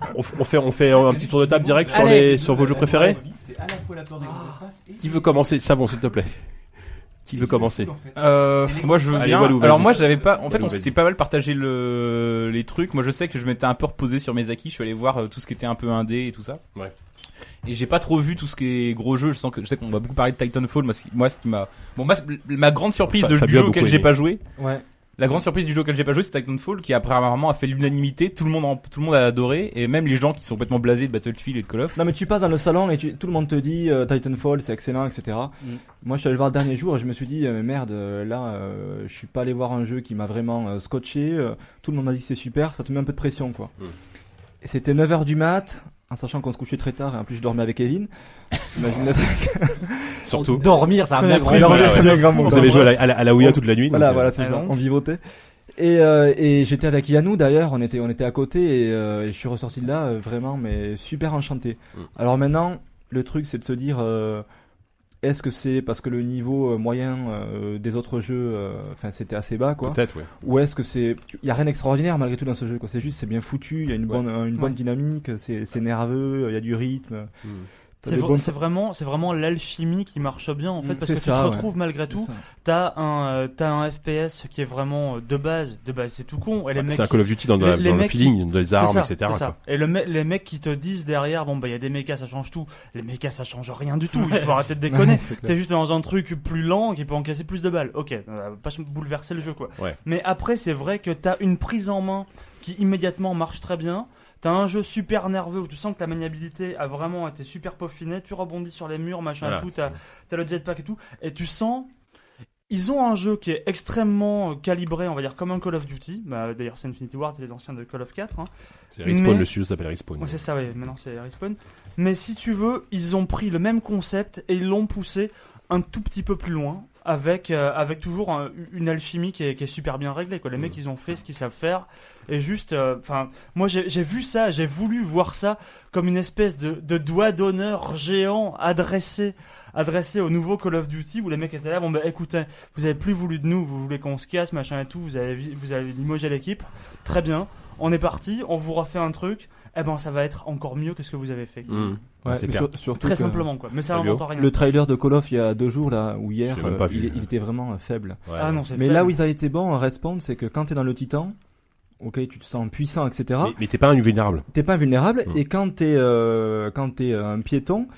[SPEAKER 6] <laughs>
[SPEAKER 1] on, f- on fait, on fait un petit tour de table direct sur
[SPEAKER 4] Allez.
[SPEAKER 1] les, sur vos jeux préférés.
[SPEAKER 2] C'est à la fois la peur des grands espaces et
[SPEAKER 1] Ah. Qui veut commencer Ça, bon, s'il te plaît. Qui veut commencer
[SPEAKER 2] Ah,
[SPEAKER 6] Euh, moi je veux
[SPEAKER 1] Allez,
[SPEAKER 6] bien.
[SPEAKER 1] Walou, vas-y.
[SPEAKER 6] Alors moi j'avais pas. En fait
[SPEAKER 1] Walou,
[SPEAKER 6] on
[SPEAKER 1] vas-y.
[SPEAKER 6] s'était pas mal partagé le les trucs. Moi je sais que je m'étais un peu reposé sur mes acquis. Je suis allé voir euh, tout ce qui était un peu indé et tout ça.
[SPEAKER 1] Ouais.
[SPEAKER 6] Et j'ai pas trop vu tout ce qui est gros jeu. Je sens que je sais qu'on va beaucoup parler de Titanfall. Moi, ce qui- moi ce qui m'a. Bon moi, c'est- ma grande surprise
[SPEAKER 1] Fa-
[SPEAKER 6] de, du
[SPEAKER 1] Fabio a
[SPEAKER 6] jeu auquel
[SPEAKER 1] beaucoup
[SPEAKER 6] j'ai
[SPEAKER 1] aimé.
[SPEAKER 6] pas joué.
[SPEAKER 7] Ouais.
[SPEAKER 6] La grande surprise du jeu auquel j'ai pas joué, c'est Titanfall qui apparemment a fait l'unanimité. Tout le monde en- tout le monde a adoré et même les gens qui sont complètement blasés de Battlefield et de Call of.
[SPEAKER 7] Non mais tu passes dans le salon et tu- tout le monde te dit euh, Titanfall c'est excellent etc.
[SPEAKER 4] Mm.
[SPEAKER 7] Moi je suis allé le voir le dernier jour et je me suis dit euh, merde euh, là euh, je suis pas allé voir un jeu qui m'a vraiment euh, scotché. euh, tout le monde m'a dit que c'est super, ça te met un peu de pression quoi.
[SPEAKER 1] Mm.
[SPEAKER 7] Et C'était 9h du mat, en sachant qu'on se couchait très tard et en plus je dormais
[SPEAKER 1] <laughs>
[SPEAKER 7] avec Kevin. T'imagines la-
[SPEAKER 1] Surtout.
[SPEAKER 4] Dormir, ça a
[SPEAKER 7] <laughs>
[SPEAKER 4] même
[SPEAKER 1] pris-
[SPEAKER 7] Dormir,
[SPEAKER 1] ouais,
[SPEAKER 7] c'est
[SPEAKER 1] ouais.
[SPEAKER 7] un grand mot.
[SPEAKER 1] Vous avez joué à la, à la- à la Ouya toute la nuit. donc,
[SPEAKER 7] Voilà,
[SPEAKER 1] euh,
[SPEAKER 7] voilà, c'est
[SPEAKER 5] Ah
[SPEAKER 7] ça,
[SPEAKER 5] non.
[SPEAKER 7] on vivotait. Et, euh, et j'étais avec Yannou d'ailleurs, on était, on était à côté et, euh, et je suis ressorti de là euh, vraiment mais super enchanté.
[SPEAKER 1] Mm.
[SPEAKER 7] Alors maintenant, le truc c'est de se dire, euh, est-ce que c'est parce que le niveau euh, moyen euh, des autres jeux, euh, enfin c'était assez bas quoi,
[SPEAKER 1] Peut-être, ouais.
[SPEAKER 7] ou est-ce que c'est, il y a rien d'extraordinaire malgré tout dans ce jeu quoi, c'est juste c'est bien foutu, il y a une bonne, une bonne dynamique, c'est c'est nerveux, il y a du rythme.
[SPEAKER 1] Mm.
[SPEAKER 7] T'as
[SPEAKER 5] C'est
[SPEAKER 7] des
[SPEAKER 5] vra-
[SPEAKER 7] bonnes-
[SPEAKER 5] c'est vraiment, c'est vraiment l'alchimie qui marche bien en fait,
[SPEAKER 7] Mm,
[SPEAKER 5] parce
[SPEAKER 7] c'est
[SPEAKER 5] que
[SPEAKER 7] ça,
[SPEAKER 5] tu
[SPEAKER 7] ouais.
[SPEAKER 5] te retrouves malgré tout. T'as un, euh, t'as un FPS qui est vraiment euh, de base, de base, c'est tout con. Et les mecs
[SPEAKER 1] C'est un Call of Duty dans,
[SPEAKER 5] les-
[SPEAKER 1] la-
[SPEAKER 5] les
[SPEAKER 1] dans le
[SPEAKER 5] mecs qui-
[SPEAKER 1] feeling, dans les
[SPEAKER 5] C'est
[SPEAKER 1] armes,
[SPEAKER 5] ça,
[SPEAKER 1] etc.
[SPEAKER 5] c'est ça.
[SPEAKER 1] quoi.
[SPEAKER 5] Et le me- les mecs qui te disent derrière, bon bah il y a des mechas, ça change tout. Les mechas, ça change rien du tout. Il faut arrêter
[SPEAKER 1] <laughs>
[SPEAKER 5] de déconner. T'es juste dans un truc plus lent qui peut encaisser plus de balles. Ok, on va pas se bouleverser le jeu quoi.
[SPEAKER 1] Ouais.
[SPEAKER 5] Mais après, c'est vrai que t'as une prise en main qui immédiatement marche très bien. T'as un jeu super nerveux où tu sens que la maniabilité a vraiment été super peaufinée. Tu rebondis sur les murs, machin
[SPEAKER 1] Voilà,
[SPEAKER 5] et tout.
[SPEAKER 1] c'est-
[SPEAKER 5] T'as t'as le jetpack et tout. Et tu sens. Ils ont un jeu qui est extrêmement euh, calibré, on va dire, comme un Call of Duty. Bah, D'ailleurs, c'est Infinity Ward, c'est les anciens de Call of 4. hein.
[SPEAKER 1] c'est Respawn,
[SPEAKER 5] Mais-
[SPEAKER 1] le studio s'appelle Respawn.
[SPEAKER 5] Ouais, c'est ça, ouais. Maintenant, c'est Respawn. Mais si tu veux, ils ont pris le même concept et ils l'ont poussé un tout petit peu plus loin. Avec, euh, avec toujours un- une alchimie qui est, qui est super bien réglée. Quoi. Les mecs, ils ont fait ce qu'ils savent faire. Et juste, euh, enfin, moi, j'ai j'ai vu ça, j'ai voulu voir ça comme une espèce de, de doigt d'honneur géant adressé, adressé au nouveau Call of Duty où les mecs étaient là. Bon, bah écoutez, vous avez plus voulu de nous, vous voulez qu'on se casse, machin et tout. Vous avez, vi- vous avez limogé l'équipe. Très bien, on est parti, on vous refait un truc. eh ben ça va être encore mieux que ce que vous avez fait.
[SPEAKER 1] Hmm.
[SPEAKER 7] Ouais,
[SPEAKER 1] c'est
[SPEAKER 7] mais
[SPEAKER 1] clair.
[SPEAKER 7] sur- surtout
[SPEAKER 5] Très
[SPEAKER 7] que
[SPEAKER 5] simplement quoi. Mais ça
[SPEAKER 1] Fabio
[SPEAKER 5] n'invente rien.
[SPEAKER 7] Le trailer de Call of il y a deux jours là ou hier,
[SPEAKER 1] Je l'ai même pas
[SPEAKER 7] euh, il,
[SPEAKER 1] vu. hein.
[SPEAKER 7] il était vraiment euh, faible.
[SPEAKER 1] Ouais.
[SPEAKER 5] Ah non, c'est
[SPEAKER 7] Mais
[SPEAKER 5] faible.
[SPEAKER 7] là où ils ont été bons en respawn, c'est que quand t'es dans le Titan, ok, tu te sens puissant, etc.
[SPEAKER 1] Mais, mais t'es pas invulnérable.
[SPEAKER 7] T'es pas invulnérable
[SPEAKER 1] Hmm.
[SPEAKER 7] et quand t'es euh, quand t'es euh, un piéton,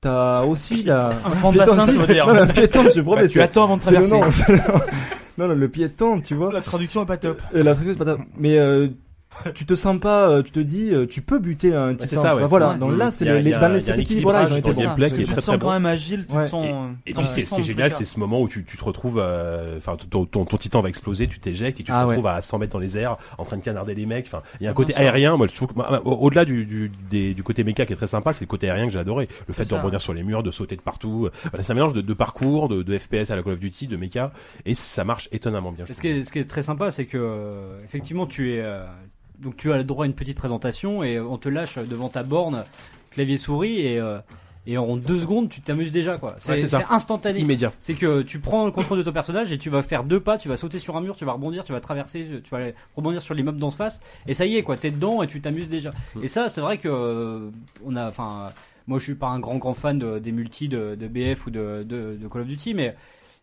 [SPEAKER 7] t'as aussi la
[SPEAKER 5] <laughs>
[SPEAKER 1] <laughs>
[SPEAKER 7] <laughs>
[SPEAKER 5] Un fantassin,
[SPEAKER 7] piéton,
[SPEAKER 5] ça
[SPEAKER 7] si,
[SPEAKER 5] veut
[SPEAKER 7] c'est-
[SPEAKER 5] dire.
[SPEAKER 7] non, mais un piéton, je te promets,
[SPEAKER 2] Bah, tu
[SPEAKER 7] c'est-
[SPEAKER 2] attends avant de
[SPEAKER 7] c'est le
[SPEAKER 2] traverser.
[SPEAKER 7] nom, c'est le nom. <laughs> Non, non, le piéton, tu vois.
[SPEAKER 5] la traduction est pas top.
[SPEAKER 7] Et la fraise, c'est pas ta- Mais euh, tu te sens pas, euh, tu te dis, euh, tu peux buter un
[SPEAKER 1] c'est
[SPEAKER 7] titan.
[SPEAKER 1] ça,
[SPEAKER 7] tu
[SPEAKER 1] ouais.
[SPEAKER 7] vois, Voilà,
[SPEAKER 5] Ouais.
[SPEAKER 7] donc là, c'est
[SPEAKER 1] Il y a-
[SPEAKER 7] le-
[SPEAKER 1] il y
[SPEAKER 7] les-
[SPEAKER 1] a-
[SPEAKER 7] dans
[SPEAKER 1] il y a
[SPEAKER 7] les
[SPEAKER 1] un
[SPEAKER 7] cet équilibre-là, ils ont
[SPEAKER 1] équilibrage
[SPEAKER 7] été
[SPEAKER 1] dans le
[SPEAKER 7] bons.
[SPEAKER 1] gameplay
[SPEAKER 5] Parce
[SPEAKER 1] qui est
[SPEAKER 5] que
[SPEAKER 1] très,
[SPEAKER 5] tu te sens
[SPEAKER 1] très
[SPEAKER 5] quand
[SPEAKER 1] bon.
[SPEAKER 5] même agile, tu te
[SPEAKER 7] Ouais.
[SPEAKER 5] sens.
[SPEAKER 1] Et, et
[SPEAKER 5] tu
[SPEAKER 1] puis ce qui est,
[SPEAKER 5] te
[SPEAKER 1] ce qui est
[SPEAKER 5] sens
[SPEAKER 1] génial,
[SPEAKER 5] dans
[SPEAKER 1] c'est
[SPEAKER 5] le
[SPEAKER 1] ce moment où tu, tu te retrouves, euh, enfin ton, ton, ton titan va exploser, tu t'éjectes et tu
[SPEAKER 7] Ah
[SPEAKER 1] te
[SPEAKER 7] ouais.
[SPEAKER 1] retrouves à 100 mètres dans les airs, en train de canarder les mecs. Enfin, il y a un
[SPEAKER 5] Bien
[SPEAKER 1] côté
[SPEAKER 5] sûr.
[SPEAKER 1] aérien. Moi, je trouve que moi, au- au-delà du, du, des- du côté méca qui est très sympa, c'est le côté aérien que j'ai adoré. Le fait
[SPEAKER 5] C'est
[SPEAKER 1] de
[SPEAKER 5] ça.
[SPEAKER 1] rebondir sur les murs, de sauter de partout. euh, Voilà, c'est un mélange de, de parcours, de, de FPS à la Call of Duty, de méca, et ça marche étonnamment bien. je
[SPEAKER 4] Ce qui,
[SPEAKER 1] trouve.
[SPEAKER 4] est, ce qui est très sympa, c'est que euh, effectivement, tu es euh, donc tu as le droit à une petite présentation et euh, on te lâche devant ta borne clavier souris et euh, et en deux secondes, tu t'amuses déjà quoi. C'est
[SPEAKER 1] Ouais, c'est ça.
[SPEAKER 4] c'est instantané.
[SPEAKER 1] immédiat.
[SPEAKER 4] C'est que tu prends le contrôle de ton personnage et tu vas faire deux pas, tu vas sauter sur un mur, tu vas rebondir, tu vas traverser, tu vas aller rebondir sur l'immeuble d'en face et ça y est quoi, t'es dedans et tu t'amuses déjà. Et ça, c'est vrai que euh, on a, enfin, euh, moi je suis pas un grand grand fan de- des multi de, de BF ou de, de, de Call of Duty, mais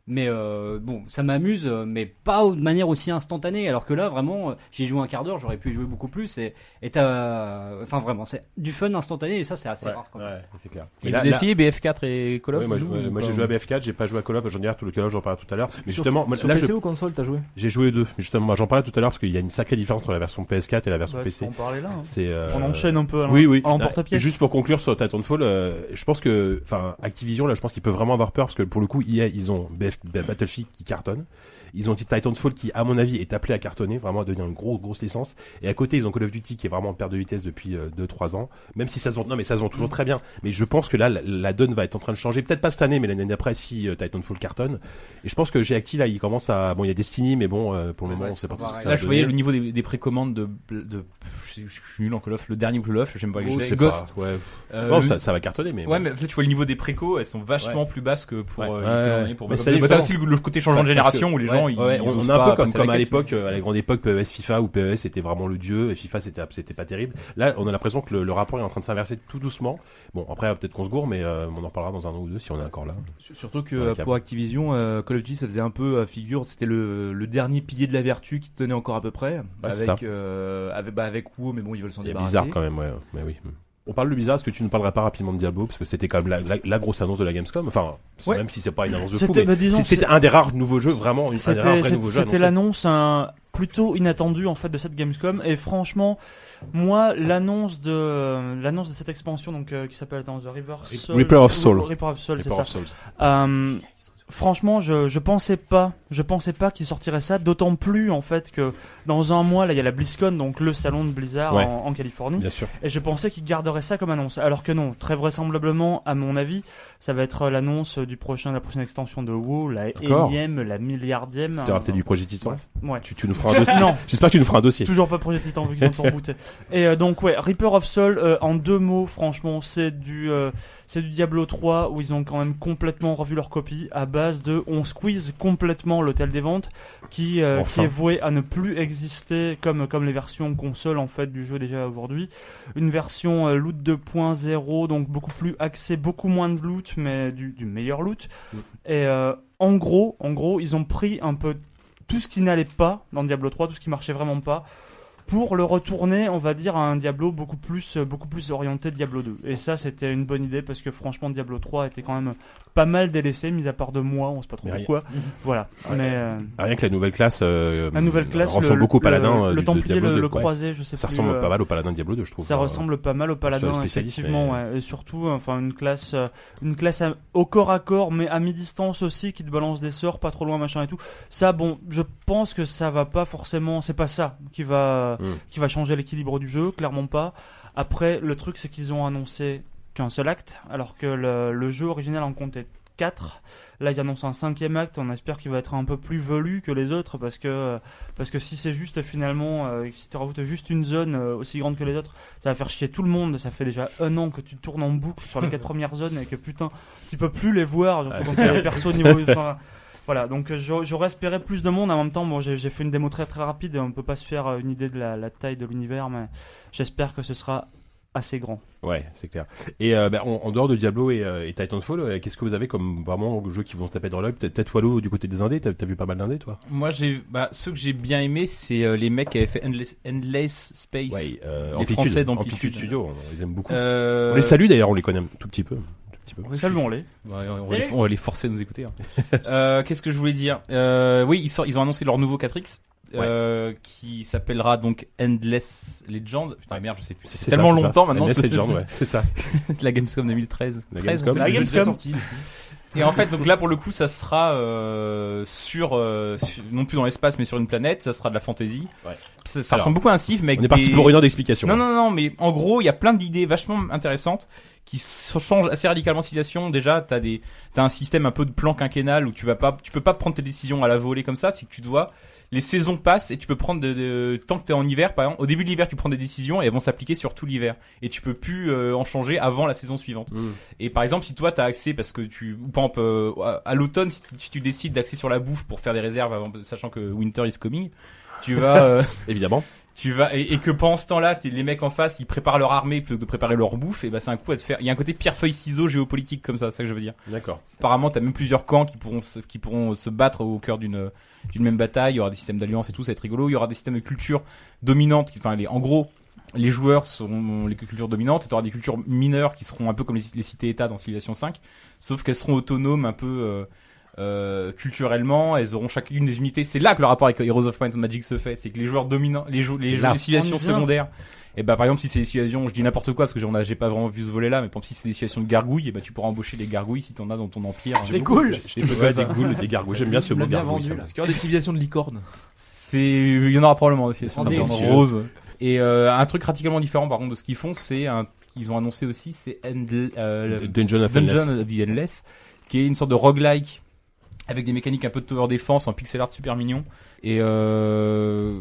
[SPEAKER 4] mais euh, bon, ça m'amuse, euh, mais pas de manière aussi instantanée. Alors que là, vraiment, euh, j'ai joué un quart d'heure, j'aurais pu y jouer beaucoup plus. Et, et t'as, enfin vraiment, c'est du fun instantané et ça, c'est assez
[SPEAKER 1] Ouais,
[SPEAKER 4] rare. Quand même.
[SPEAKER 1] ouais, c'est clair.
[SPEAKER 6] Et
[SPEAKER 1] Mais là-
[SPEAKER 6] vous
[SPEAKER 1] là-
[SPEAKER 6] essayez BF4 et Call of
[SPEAKER 1] Oui, moi, je-
[SPEAKER 6] Duty, ou
[SPEAKER 1] moi, j'ai
[SPEAKER 6] pas
[SPEAKER 1] joué à BF4, j'ai pas joué à Call of, j'en dirai tout le Call of, j'en parlerai tout à l'heure. Mais
[SPEAKER 7] Sur-
[SPEAKER 1] justement, moi,
[SPEAKER 7] sur
[SPEAKER 1] là,
[SPEAKER 7] PC
[SPEAKER 1] je-
[SPEAKER 7] ou console, t'as joué
[SPEAKER 1] j'ai joué aux deux. Justement, moi, j'en parlais tout à l'heure parce qu'il y a une sacrée différence entre la version PS4 et la version
[SPEAKER 5] Bah,
[SPEAKER 1] PC.
[SPEAKER 5] On parlait là. hein.
[SPEAKER 1] C'est euh,
[SPEAKER 5] On enchaîne un peu. à l'en-
[SPEAKER 1] oui, oui.
[SPEAKER 5] à l'emporte-pièce.
[SPEAKER 1] Juste pour conclure sur Titanfall, euh, je pense que, enfin, Activision, là, je pense qu'ils peuvent vraiment avoir peur parce que pour le coup, EA, ils ont BF, Battlefield qui cartonne. Ils ont Titanfall qui, à mon avis, est appelé à cartonner, vraiment à devenir une grosse, grosse licence. Et à côté, ils ont Call of Duty qui est vraiment en perte de vitesse depuis 2-3 ans. Même si ça se vend, non, mais ça se vend toujours
[SPEAKER 6] Mm.
[SPEAKER 1] très bien. Mais je pense que là, la, la donne va être en train de changer. Peut-être pas cette année, mais l'année d'après, si euh, Titanfall cartonne. Et je pense que GE Acti, là, il commence à, bon, il y a Destiny, mais bon, euh, pour le moment,
[SPEAKER 4] Ah Ouais,
[SPEAKER 1] on sait
[SPEAKER 4] c'est
[SPEAKER 1] pas trop ce que
[SPEAKER 4] pareil.
[SPEAKER 1] ça
[SPEAKER 6] Là,
[SPEAKER 1] va
[SPEAKER 6] je voyais le
[SPEAKER 1] donner.
[SPEAKER 6] niveau des, des précommandes de, de pff, je, sais- je suis nul en Call of, le dernier Call of,
[SPEAKER 2] Oh,
[SPEAKER 6] j'aime pas
[SPEAKER 1] Je sais
[SPEAKER 6] Ghost.
[SPEAKER 1] pas, ouais.
[SPEAKER 6] euh,
[SPEAKER 1] Bon,
[SPEAKER 6] le-
[SPEAKER 1] ça, ça va cartonner, mais.
[SPEAKER 6] Ouais, mais là, tu vois le niveau des précos, elles sont vachement plus basses que pour
[SPEAKER 1] Ouais.
[SPEAKER 6] euh,
[SPEAKER 1] Ouais,
[SPEAKER 6] une année,
[SPEAKER 1] ouais.
[SPEAKER 6] pour
[SPEAKER 1] Mais
[SPEAKER 6] Black
[SPEAKER 1] ça,
[SPEAKER 6] Ops. Bah, t'as
[SPEAKER 1] justement.
[SPEAKER 6] aussi le, le côté changement de génération où les gens
[SPEAKER 1] Ouais,
[SPEAKER 6] ils,
[SPEAKER 1] ouais,
[SPEAKER 6] ils
[SPEAKER 1] on,
[SPEAKER 6] osent
[SPEAKER 1] on est un
[SPEAKER 6] pas
[SPEAKER 1] peu comme,
[SPEAKER 6] passer
[SPEAKER 1] comme à
[SPEAKER 6] caisse,
[SPEAKER 1] l'époque, euh, à la grande époque, PES FIFA où PES était E vraiment le dieu et FIFA c'était c'était pas terrible. Là, on a l'impression que le, le rapport est en train de s'inverser tout doucement. Bon, après peut-être qu'on se gourre, mais euh, on en parlera dans un an ou deux si on est encore là.
[SPEAKER 2] Sur- Surtout que
[SPEAKER 1] Ouais,
[SPEAKER 2] euh,
[SPEAKER 1] cap.
[SPEAKER 2] pour Activision, euh, Call of Duty, ça faisait un peu euh, figure. C'était le, le dernier pilier de la vertu qui tenait encore à peu près.
[SPEAKER 1] c'est
[SPEAKER 2] avec,
[SPEAKER 1] ça.
[SPEAKER 2] euh, avec, bah, avec WoW, mais bon, ils veulent s'en
[SPEAKER 1] C'est
[SPEAKER 2] débarrasser.
[SPEAKER 1] bizarre quand même, ouais. Mais oui. On parle de bizarre, est-ce que tu ne parlerais pas rapidement de Diablo parce que c'était quand même la, la- la grosse annonce de la Gamescom. Enfin, c'est-
[SPEAKER 5] Ouais.
[SPEAKER 1] même si c'est pas une annonce de fou,
[SPEAKER 5] C'était-
[SPEAKER 1] mais
[SPEAKER 5] bah, disons,
[SPEAKER 1] c'est- c'était un des rares nouveaux jeux, vraiment, une- un des rares
[SPEAKER 5] C'était
[SPEAKER 1] vrais nouveaux
[SPEAKER 5] c'était-
[SPEAKER 1] jeux.
[SPEAKER 5] c'était
[SPEAKER 1] annoncés.
[SPEAKER 5] l'annonce hein, plutôt inattendue en fait de cette Gamescom et franchement moi l'annonce de l'annonce de cette expansion donc euh, qui s'appelle dans The River
[SPEAKER 1] Rip-
[SPEAKER 5] Soul,
[SPEAKER 1] Reaper of Soul.
[SPEAKER 5] Reaper of Soul, c'est
[SPEAKER 1] Paper
[SPEAKER 5] ça.
[SPEAKER 1] of Souls.
[SPEAKER 5] Euh, franchement, je, je pensais pas, je pensais pas qu'ils sortiraient ça, d'autant plus en fait que dans un mois là il y a la BlizzCon, donc le salon de Blizzard
[SPEAKER 1] Ouais.
[SPEAKER 5] en, en Californie,
[SPEAKER 1] Bien sûr.
[SPEAKER 5] et je pensais qu'ils garderaient ça comme annonce. Alors que non, très vraisemblablement, à mon avis, ça va être l'annonce du prochain, la prochaine extension de WoW, la
[SPEAKER 1] D'accord.
[SPEAKER 5] énième, la milliardième.
[SPEAKER 1] Tu auras peut-être du projet Titan.
[SPEAKER 5] Bref,
[SPEAKER 1] <laughs>
[SPEAKER 5] Ah. ouais.
[SPEAKER 1] Tu, tu nous feras un dossier.
[SPEAKER 5] Non.
[SPEAKER 1] J'espère que tu nous feras un dossier.
[SPEAKER 5] Toujours pas Projet Titan vu qu'ils ont
[SPEAKER 1] <laughs>
[SPEAKER 5] tout rebooté. Et euh, donc ouais, Reaper of Soul euh, en deux mots franchement, c'est du euh, c'est du Diablo 3 où ils ont quand même complètement revu leur copie à base de on squeeze complètement l'hôtel des ventes qui euh,
[SPEAKER 1] Enfin.
[SPEAKER 5] qui est voué à ne plus exister comme comme les versions console en fait du jeu déjà aujourd'hui. Une version euh, loot 2.0 donc beaucoup plus axée, beaucoup moins de loot mais du du meilleur loot.
[SPEAKER 1] Mm.
[SPEAKER 5] Et euh, en gros, en gros, ils ont pris un peu tout ce qui n'allait pas dans Diablo 3, tout ce qui marchait vraiment pas, pour le retourner, on va dire, à un Diablo beaucoup plus, euh, beaucoup plus orienté Diablo 2. Et ça, c'était une bonne idée parce que franchement, Diablo 3 était quand même pas mal délaissé, mis à part de moi, on sait pas trop
[SPEAKER 1] Mais rien.
[SPEAKER 5] pourquoi. Voilà.
[SPEAKER 1] Ouais.
[SPEAKER 5] Mais euh,
[SPEAKER 1] Ah, Rien que la nouvelle classe, euh,
[SPEAKER 5] la nouvelle classe,
[SPEAKER 1] ressemble
[SPEAKER 5] le,
[SPEAKER 1] beaucoup au
[SPEAKER 5] le-
[SPEAKER 1] paladin euh,
[SPEAKER 5] le,
[SPEAKER 1] du- de
[SPEAKER 5] Templier,
[SPEAKER 1] Diablo
[SPEAKER 5] le,
[SPEAKER 1] 2,
[SPEAKER 5] le
[SPEAKER 1] ouais.
[SPEAKER 5] Croisé, je sais
[SPEAKER 1] Ça
[SPEAKER 5] plus.
[SPEAKER 1] ressemble
[SPEAKER 5] euh,
[SPEAKER 1] pas mal au paladin de Diablo 2, je trouve.
[SPEAKER 5] ça
[SPEAKER 1] Euh,
[SPEAKER 5] ressemble pas mal au
[SPEAKER 1] Je
[SPEAKER 5] paladin,
[SPEAKER 1] suis spécialiste,
[SPEAKER 5] effectivement,
[SPEAKER 1] mais-
[SPEAKER 5] ouais. et surtout, enfin, une classe, euh, une classe à- au corps à corps, mais à mi-distance aussi, qui te balance des sorts, pas trop loin, machin et tout. Ça, bon, je pense que ça va pas forcément, c'est pas ça qui va,
[SPEAKER 1] Mm.
[SPEAKER 5] qui va changer l'équilibre du jeu, clairement pas. Après, le truc, c'est qu'ils ont annoncé qu'un seul acte, alors que le, le jeu original en comptait 4. Là, ils annoncent un cinquième acte. On espère qu'il va être un peu plus velu que les autres parce que parce que si c'est juste finalement, euh, si tu rajoutes juste une zone euh, aussi grande que les autres, ça va faire chier tout le monde. Ça fait déjà un an que tu tournes en boucle sur
[SPEAKER 1] <laughs>
[SPEAKER 5] les quatre premières zones et que putain, tu peux plus les voir. Genre,
[SPEAKER 1] Ah,
[SPEAKER 5] quand
[SPEAKER 1] c'est
[SPEAKER 5] t'as
[SPEAKER 1] clair.
[SPEAKER 5] les
[SPEAKER 1] <laughs>
[SPEAKER 5] persos niveau. enfin, voilà, donc euh, j'a- j'aurais espéré plus de monde. En même temps, bon, j'ai j'ai fait une démo très très rapide. On peut pas se faire euh, une idée de la, la taille de l'univers, mais j'espère que ce sera assez grand.
[SPEAKER 1] Ouais, c'est clair. Et euh, bah, en, en dehors de Diablo et, euh, et Titanfall, euh, qu'est-ce que vous avez comme vraiment jeux qui vont se taper dans l'œil Peut-être peut-être Wallo du côté des indés, t'as t'as vu pas mal d'indés toi
[SPEAKER 2] Moi, j'ai, bah, ceux que j'ai bien aimés, c'est euh, les mecs qui avaient fait Endless, Endless Space.
[SPEAKER 1] Ouais, euh,
[SPEAKER 2] Les
[SPEAKER 1] Amplitude,
[SPEAKER 2] Français d'Amplitude.
[SPEAKER 1] Amplitude Studio, on, on les aime beaucoup.
[SPEAKER 2] Euh,
[SPEAKER 1] On les salue d'ailleurs, on les connaît un tout petit peu. un tout petit peu.
[SPEAKER 5] Saluons-les.
[SPEAKER 2] Ouais, ouais, on, va les, on va les forcer à nous écouter. hein. <laughs> Euh, Qu'est-ce que je voulais dire Euh, Oui, ils, sortent- ils ont annoncé leur nouveau 4X. euh, qui s'appellera donc Endless Legend. Putain, merde, je sais plus.
[SPEAKER 1] C'est
[SPEAKER 2] tellement
[SPEAKER 1] ça, c'est
[SPEAKER 2] longtemps
[SPEAKER 1] ça.
[SPEAKER 2] maintenant,
[SPEAKER 1] NS
[SPEAKER 2] je-
[SPEAKER 1] Legend,
[SPEAKER 2] <laughs>
[SPEAKER 1] ouais, c'est ça.
[SPEAKER 2] C'est la Gamescom 2013.
[SPEAKER 1] La
[SPEAKER 2] 13,
[SPEAKER 1] Gamescom.
[SPEAKER 2] on fait
[SPEAKER 5] La
[SPEAKER 2] le jeu
[SPEAKER 5] Gamescom.
[SPEAKER 2] sorti. Et en fait, donc là pour le coup, ça sera euh, sur, euh, sur- non plus dans l'espace, mais sur une planète. Ça sera de la fantasy.
[SPEAKER 1] Ouais.
[SPEAKER 2] Ça, ça
[SPEAKER 1] Alors,
[SPEAKER 2] ressemble beaucoup à un Civ, mais avec
[SPEAKER 1] On est parti
[SPEAKER 2] des-
[SPEAKER 1] pour une heure d'explication.
[SPEAKER 2] non, non, non, mais en gros, il y a plein d'idées vachement intéressantes qui s- changent assez radicalement la situation. Déjà, t'as des, t'as un système un peu de plan quinquennal où tu vas pas, tu peux pas prendre tes décisions à la volée comme ça. C'est que tu dois, les saisons passent et tu peux prendre de, de- tant que t'es en hiver, par exemple. Au début de l'hiver, tu prends des décisions et elles vont s'appliquer sur tout l'hiver. Et tu peux plus euh, en changer avant la saison suivante. Et par exemple, si toi t'as accès parce que tu, ou par exemple, euh, à- à l'automne, si tu, si tu décides d'axer sur la bouffe pour faire des réserves avant, sachant que winter is coming, tu vas, euh,
[SPEAKER 1] Évidemment.
[SPEAKER 2] tu vas et, et que pendant ce temps-là, t'es- les mecs en face, ils préparent leur armée plutôt que de préparer leur bouffe. Et bah c'est un coup à te faire. Il y a un côté pierre feuille ciseaux géopolitique comme ça, c'est ça que je veux dire.
[SPEAKER 1] D'accord.
[SPEAKER 2] Apparemment, t'as même plusieurs camps qui pourront se, qui pourront se battre au cœur d'une d'une même bataille. Il y aura des systèmes d'alliance et tout, ça va être rigolo. Il y aura des systèmes de culture dominantes. qui- Enfin, les, en gros, les joueurs seront les cultures dominantes. Et t'auras des cultures mineures qui seront un peu comme les, les cités-états dans Civilization 5, sauf qu'elles seront autonomes un peu. euh, euh, culturellement, elles auront chacune des unités. C'est là que le rapport avec Heroes of Might and Magic se fait, c'est que les joueurs dominants, les, jou- les,
[SPEAKER 5] C'est
[SPEAKER 2] jou-
[SPEAKER 5] là.
[SPEAKER 2] les civilisations
[SPEAKER 5] On y vient.
[SPEAKER 2] secondaires. Et bah par exemple si c'est des civilisations, je dis n'importe quoi parce que j'en ai- j'ai pas vraiment vu ce volet là, mais par exemple si c'est des civilisations de gargouilles, et bah tu pourras embaucher des gargouilles si t'en as dans ton empire.
[SPEAKER 1] Des ghouls Des ghouls, des ghouls, des gargouilles. J'aime bien ce mot gargouille. ça me-
[SPEAKER 10] Est-ce qu'il y aura des civilisations de licornes
[SPEAKER 2] C'est, il y en aura probablement des civilisations
[SPEAKER 4] En
[SPEAKER 2] de
[SPEAKER 4] des-
[SPEAKER 2] gargouilles roses. Et euh, un truc radicalement différent par contre de ce qu'ils font, c'est un, qu'ils ont annoncé aussi, c'est Endl- euh, le-
[SPEAKER 1] Dungeon of Endless.
[SPEAKER 2] Dungeon of the Endless, qui est une sorte de roguelike avec des mécaniques un peu de tower defense en pixel art super mignon et euh,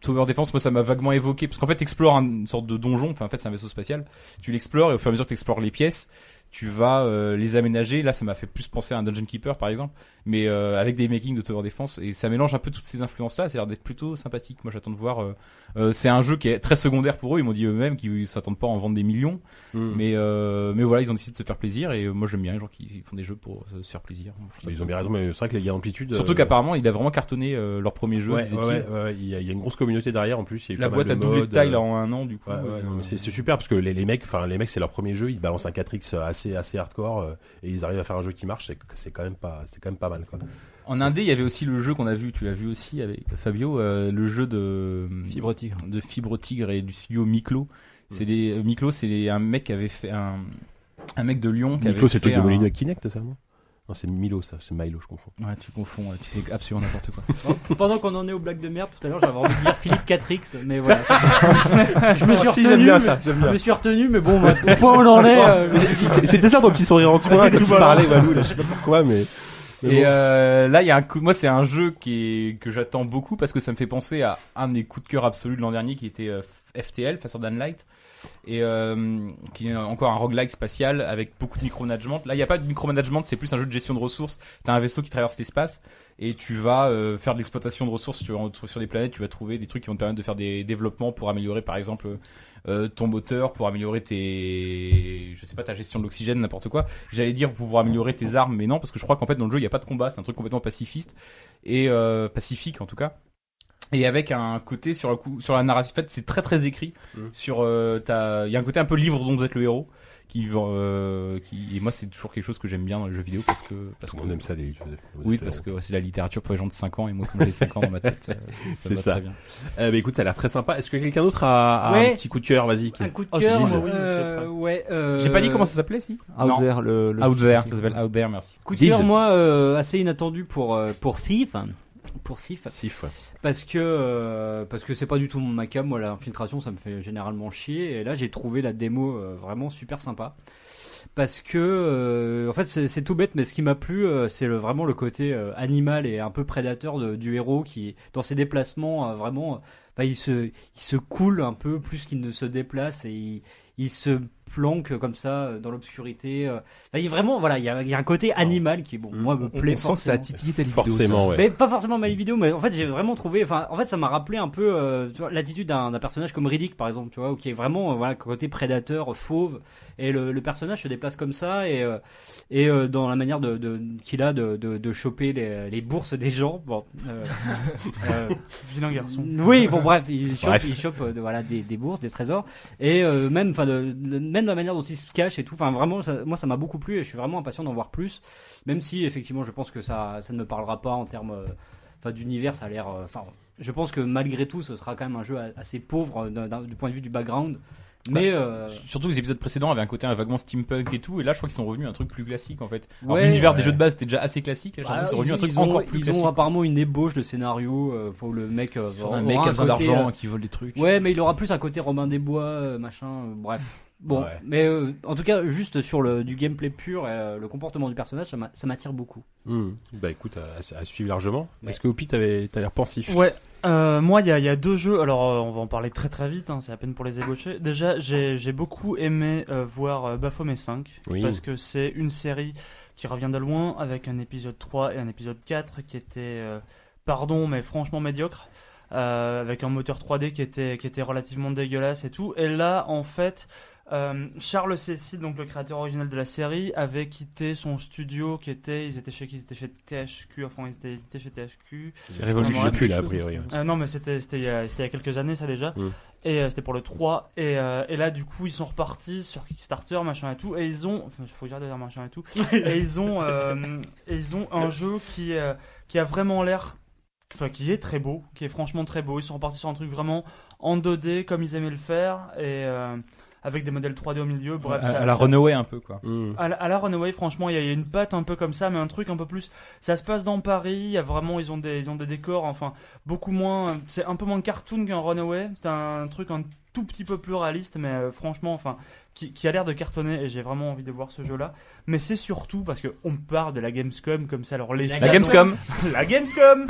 [SPEAKER 2] tower defense moi ça m'a vaguement évoqué parce qu'en fait t'explores un- une sorte de donjon enfin en fait c'est un vaisseau spatial tu l'explores et au fur et à mesure que t'explores les pièces tu vas euh, les aménager là ça m'a fait plus penser à un dungeon keeper par exemple mais euh, avec des makings de tower defense et ça mélange un peu toutes ces influences là ça a l'air d'être plutôt sympathique moi j'attends de voir euh, euh, c'est un jeu qui est très secondaire pour eux ils m'ont dit eux-mêmes qu'ils s'attendent pas à en vendre des millions
[SPEAKER 1] Hmm.
[SPEAKER 2] mais, euh, mais voilà, ils ont décidé de se faire plaisir et euh, moi j'aime bien les gens qui font des jeux pour euh, se faire plaisir. Je trouve ça
[SPEAKER 1] Mais Bah, Ils ont
[SPEAKER 2] cool.
[SPEAKER 1] bien raison, mais c'est vrai que les gars d'amplitude.
[SPEAKER 2] Surtout
[SPEAKER 1] euh,
[SPEAKER 2] qu'apparemment, il a vraiment cartonné euh, leur premier jeu.
[SPEAKER 1] Ouais, ouais,
[SPEAKER 2] disait-il.
[SPEAKER 1] ouais, ouais, il y, a il y a une grosse communauté derrière en plus. il y a eu
[SPEAKER 2] La
[SPEAKER 1] pas mal
[SPEAKER 2] boîte a
[SPEAKER 1] de
[SPEAKER 2] doublé de
[SPEAKER 1] modes,
[SPEAKER 2] taille
[SPEAKER 1] euh,
[SPEAKER 2] là, en un an du coup.
[SPEAKER 1] Ouais, ouais,
[SPEAKER 2] euh,
[SPEAKER 1] non, mais c'est c'est super parce que les, les mecs, enfin les mecs, c'est leur premier jeu, ils balancent un 4x assez assez hardcore euh, et ils arrivent à faire un jeu qui marche, c'est c'est quand même pas, c'est quand même pas mal quoi.
[SPEAKER 2] En indé, il y avait aussi le jeu qu'on a vu, tu l'as vu aussi avec Fabio, euh, le jeu de
[SPEAKER 5] Fibre Tigre.
[SPEAKER 2] de Fibre Tigre et du studio Miklo. C'est des euh, Miklo, c'est les- un mec qui avait fait un un mec de Lyon
[SPEAKER 1] Miklo,
[SPEAKER 2] qui avait
[SPEAKER 1] c'est le
[SPEAKER 2] fait
[SPEAKER 1] truc de
[SPEAKER 2] un-
[SPEAKER 1] Molino Kinect, ça non Non, c'est Milo, ça, c'est Milo, je confonds.
[SPEAKER 2] Ouais, tu confonds, ouais, tu fais absolument n'importe quoi.
[SPEAKER 4] Bon, pendant qu'on en est aux blagues de merde, tout à l'heure j'avais envie de dire Philippe 4X, mais voilà.
[SPEAKER 1] <laughs>
[SPEAKER 4] je me suis
[SPEAKER 1] Ah, si,
[SPEAKER 4] retenu.
[SPEAKER 1] j'aime bien
[SPEAKER 4] mais-
[SPEAKER 1] ça, j'aime
[SPEAKER 4] Je
[SPEAKER 1] bien.
[SPEAKER 4] me suis retenu, mais bon, bah, au point où on en est. euh,
[SPEAKER 1] C'était ça ton petit sourire en toi quand tu parlais, Walou, là, je sais pas pourquoi, mais. <laughs> mais
[SPEAKER 2] Et
[SPEAKER 1] bon.
[SPEAKER 2] euh, là, il y a un coup. Moi, c'est un jeu qui est... que j'attends beaucoup parce que ça me fait penser à un de mes coups de cœur absolus de l'an dernier, qui était euh, FTL, Faster Than Light, et euh, qui est encore un roguelike spatial avec beaucoup de micromanagement. Là, il n'y a pas de micromanagement, c'est plus un jeu de gestion de ressources. T'as un vaisseau qui traverse l'espace et tu vas euh, faire de l'exploitation de ressources sur, sur des planètes. Tu vas trouver des trucs qui vont te permettre de faire des développements pour améliorer, par exemple. euh, ton moteur pour améliorer tes je sais pas ta gestion de l'oxygène n'importe quoi J'allais dire pour pouvoir améliorer tes armes, mais non, parce que je crois qu'en fait dans le jeu il n'y a pas de combat, c'est un truc complètement pacifiste et euh, pacifique en tout cas. Et avec un côté sur le coup, sur la narration, en fait c'est très très écrit.
[SPEAKER 1] Mhm.
[SPEAKER 2] Sur euh, t'as- il y a un côté un peu livre dont vous êtes le héros. Qui, euh, qui et moi c'est toujours quelque chose que j'aime bien dans les jeux vidéo parce que parce
[SPEAKER 1] Tout
[SPEAKER 2] que
[SPEAKER 1] le monde aime ça, les.
[SPEAKER 2] oui parce que ouais, c'est la littérature pour les gens de 5 ans et moi comme j'ai 5 ans dans ma tête euh, ça
[SPEAKER 1] C'est
[SPEAKER 2] me va
[SPEAKER 1] ça.
[SPEAKER 2] très bien.
[SPEAKER 1] Euh, bah, écoute, ça a l'air très sympa. Est-ce que quelqu'un d'autre a, a
[SPEAKER 4] Ouais.
[SPEAKER 1] un petit coup de cœur Vas-y.
[SPEAKER 4] un coup de
[SPEAKER 5] Oh,
[SPEAKER 4] cœur.
[SPEAKER 1] Ziz.
[SPEAKER 5] Oui,
[SPEAKER 4] euh, ouais, euh,
[SPEAKER 2] J'ai pas dit comment ça s'appelait si
[SPEAKER 7] Out
[SPEAKER 2] Non.
[SPEAKER 7] there, le, le-
[SPEAKER 2] Out there, ça s'appelle Out there, merci.
[SPEAKER 4] Coup de
[SPEAKER 1] Ziz.
[SPEAKER 4] cœur, moi, euh, assez inattendu pour euh, pour Thief, pour Thief,
[SPEAKER 1] Sif.
[SPEAKER 4] parce que euh, parce que c'est pas du tout mon macam. Moi, l'infiltration, ça me fait généralement chier. Et là, j'ai trouvé la démo euh, vraiment super sympa. Parce que, euh, en fait, c'est c'est tout bête, mais ce qui m'a plu, euh, c'est le- vraiment le côté euh, animal et un peu prédateur de- du héros qui, dans ses euh, déplacements, a vraiment, euh, bah, il se, il se coule un peu plus qu'il ne se déplace et il, il se planque comme ça euh, dans l'obscurité. euh. Là, il y a vraiment, voilà, il y a, il y a un côté animal qui, bon, moi, me
[SPEAKER 2] On,
[SPEAKER 4] plaît
[SPEAKER 2] on sent que ça a
[SPEAKER 4] forcément.
[SPEAKER 2] titillé ta libido,
[SPEAKER 1] Forcément,
[SPEAKER 2] ça.
[SPEAKER 1] ouais.
[SPEAKER 4] Mais pas forcément ma vidéo, mais en fait j'ai vraiment trouvé. Enfin, en fait ça m'a rappelé un peu euh, tu vois, l'attitude d'un d'un personnage comme Riddick par exemple, tu vois, qui est vraiment euh, voilà côté prédateur, euh, fauve, et le, le personnage se déplace comme ça et euh, et euh, dans la manière de, de qu'il a de, de, de choper les, les bourses des gens. Bon, euh, euh,
[SPEAKER 5] Vilain garçon.
[SPEAKER 4] oui, bon bref, il chope,
[SPEAKER 1] Bref.
[SPEAKER 4] il chope euh, de- voilà des, des bourses, des trésors, et euh, même enfin de- de- même la manière dont il se cache et tout. Enfin vraiment, ça- moi ça m'a beaucoup plu et je suis vraiment impatient d'en voir plus. Même si effectivement, je pense que ça ça ne me parlera pas en termes euh, enfin d'univers, ça a l'air. euh, Enfin, je pense que malgré tout, ce sera quand même un jeu a- assez pauvre euh, d'un- d'un- du point de vue du background.
[SPEAKER 6] Bah,
[SPEAKER 4] Mais euh,
[SPEAKER 6] Surtout que les épisodes précédents avaient un côté un vaguement steampunk et tout, et là je crois qu'ils sont revenus à un truc plus classique en fait. Alors,
[SPEAKER 4] Ouais.
[SPEAKER 6] L'univers des
[SPEAKER 1] Ouais.
[SPEAKER 6] jeux de base était déjà assez classique, là j'ai
[SPEAKER 4] bah,
[SPEAKER 6] l'impression qu'ils sont
[SPEAKER 4] ils,
[SPEAKER 6] revenus à un truc
[SPEAKER 4] ils ont,
[SPEAKER 6] encore plus
[SPEAKER 4] ils ont
[SPEAKER 6] classique.
[SPEAKER 4] apparemment une ébauche de scénario euh, pour le mec. euh,
[SPEAKER 2] Sur
[SPEAKER 4] aura
[SPEAKER 2] un mec
[SPEAKER 4] un
[SPEAKER 2] qui a besoin
[SPEAKER 4] côté,
[SPEAKER 2] d'argent, qui vole des trucs.
[SPEAKER 4] Ouais, mais il aura plus un côté Robin des Bois, euh, machin, euh, bref. Bon,
[SPEAKER 1] Ouais.
[SPEAKER 4] mais euh, en tout cas, juste sur le du gameplay pur et euh, le comportement du personnage, ça m'a- ça m'attire beaucoup.
[SPEAKER 1] Hmm. Bah écoute, à, à suivre largement. Est-ce que Hopi, t'avais- t'as l'air pensif
[SPEAKER 5] Ouais, euh, moi il y, a- il y a deux jeux, alors euh, on va en parler très très vite, hein, c'est à peine pour les ébaucher. Déjà j'ai j'ai beaucoup aimé euh, voir euh, Baphomet 5,
[SPEAKER 1] Oui.
[SPEAKER 5] parce que c'est une série qui revient de loin avec un épisode 3 et un épisode 4 qui était, euh, pardon mais franchement médiocre. euh, avec un moteur 3D qui était, qui était relativement dégueulasse et tout. Et là, en fait, euh, Charles Cécile, donc le créateur original de la série, avait quitté son studio qui était, ils étaient chez, qui ils étaient chez THQ, enfin ils étaient, ils étaient chez THQ.
[SPEAKER 1] C'est
[SPEAKER 5] révolu,
[SPEAKER 1] Je sais plus là, a priori.
[SPEAKER 5] Euh, non, mais c'était c'était il, y a- c'était il y a quelques années, ça déjà.
[SPEAKER 1] Mm.
[SPEAKER 5] Et euh, c'était pour le 3. Et, euh, et là, du coup, ils sont repartis sur Kickstarter, machin et tout. Et ils ont. Enfin, faut que j'arrête de dire machin et tout. et, ils ont, euh, et ils ont un jeu qui, euh, qui a vraiment l'air. Enfin, qui est très beau, qui est franchement très beau. Ils sont repartis sur un truc vraiment en 2D, comme ils aimaient le faire. Et. euh, avec des modèles 3D au milieu,
[SPEAKER 6] À,
[SPEAKER 5] bref. ça-
[SPEAKER 6] à la
[SPEAKER 5] ça-
[SPEAKER 6] Runaway un peu quoi.
[SPEAKER 1] Hmm.
[SPEAKER 5] à la, à la Runaway, franchement, il y a une patte un peu comme ça, mais un truc un peu plus. Ça se passe dans Paris. Il y a vraiment, ils ont des, ils ont des décors, enfin, beaucoup moins. C'est un peu moins cartoon qu'un Runaway. C'est un truc un tout petit peu plus réaliste, mais euh, franchement, enfin, qui, qui a l'air de cartonner. Et j'ai vraiment envie de voir ce jeu-là. Mais c'est surtout parce que on parle de la Gamescom comme ça. Alors les
[SPEAKER 6] La Gamescom
[SPEAKER 5] <laughs> la Gamescom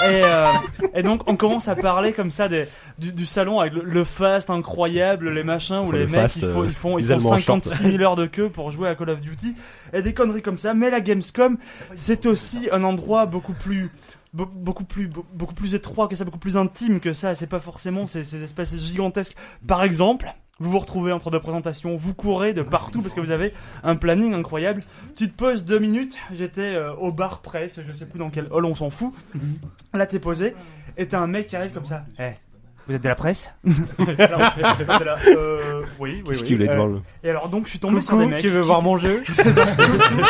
[SPEAKER 5] et, euh, et donc on commence à parler comme ça des, du, du salon avec le, le fast incroyable, les machins où
[SPEAKER 1] Enfin,
[SPEAKER 5] les
[SPEAKER 1] le
[SPEAKER 5] mecs
[SPEAKER 1] fast,
[SPEAKER 5] ils font,
[SPEAKER 1] euh,
[SPEAKER 5] ils font, ils
[SPEAKER 1] les
[SPEAKER 5] font
[SPEAKER 1] Allemands en short.
[SPEAKER 5] 56 000 heures de queue pour jouer à Call of Duty et des conneries comme ça. Mais la Gamescom c'est aussi un endroit beaucoup plus be- beaucoup plus be- beaucoup plus étroit que ça, beaucoup plus intime que ça. C'est pas forcément ces, ces espaces gigantesques. Par exemple. Vous vous retrouvez entre deux présentations, vous courez de partout parce que vous avez un planning incroyable. Tu te poses deux minutes, j'étais euh, au bar presse, je sais plus dans quel hall, on s'en fout. Là, t'es posé, et t'as un mec qui arrive comme ça. Mhm. <laughs> Eh, vous êtes de la presse Alors, j'étais là, euh, Oui, oui, oui.
[SPEAKER 1] Qu'est-ce qu'il voulait
[SPEAKER 5] Euh,
[SPEAKER 1] devant le.
[SPEAKER 5] Et alors, donc, je suis tombé sur des
[SPEAKER 4] Coucou,
[SPEAKER 5] mecs.
[SPEAKER 4] tu veux
[SPEAKER 5] qui-
[SPEAKER 4] voir
[SPEAKER 5] <laughs>
[SPEAKER 4] mon jeu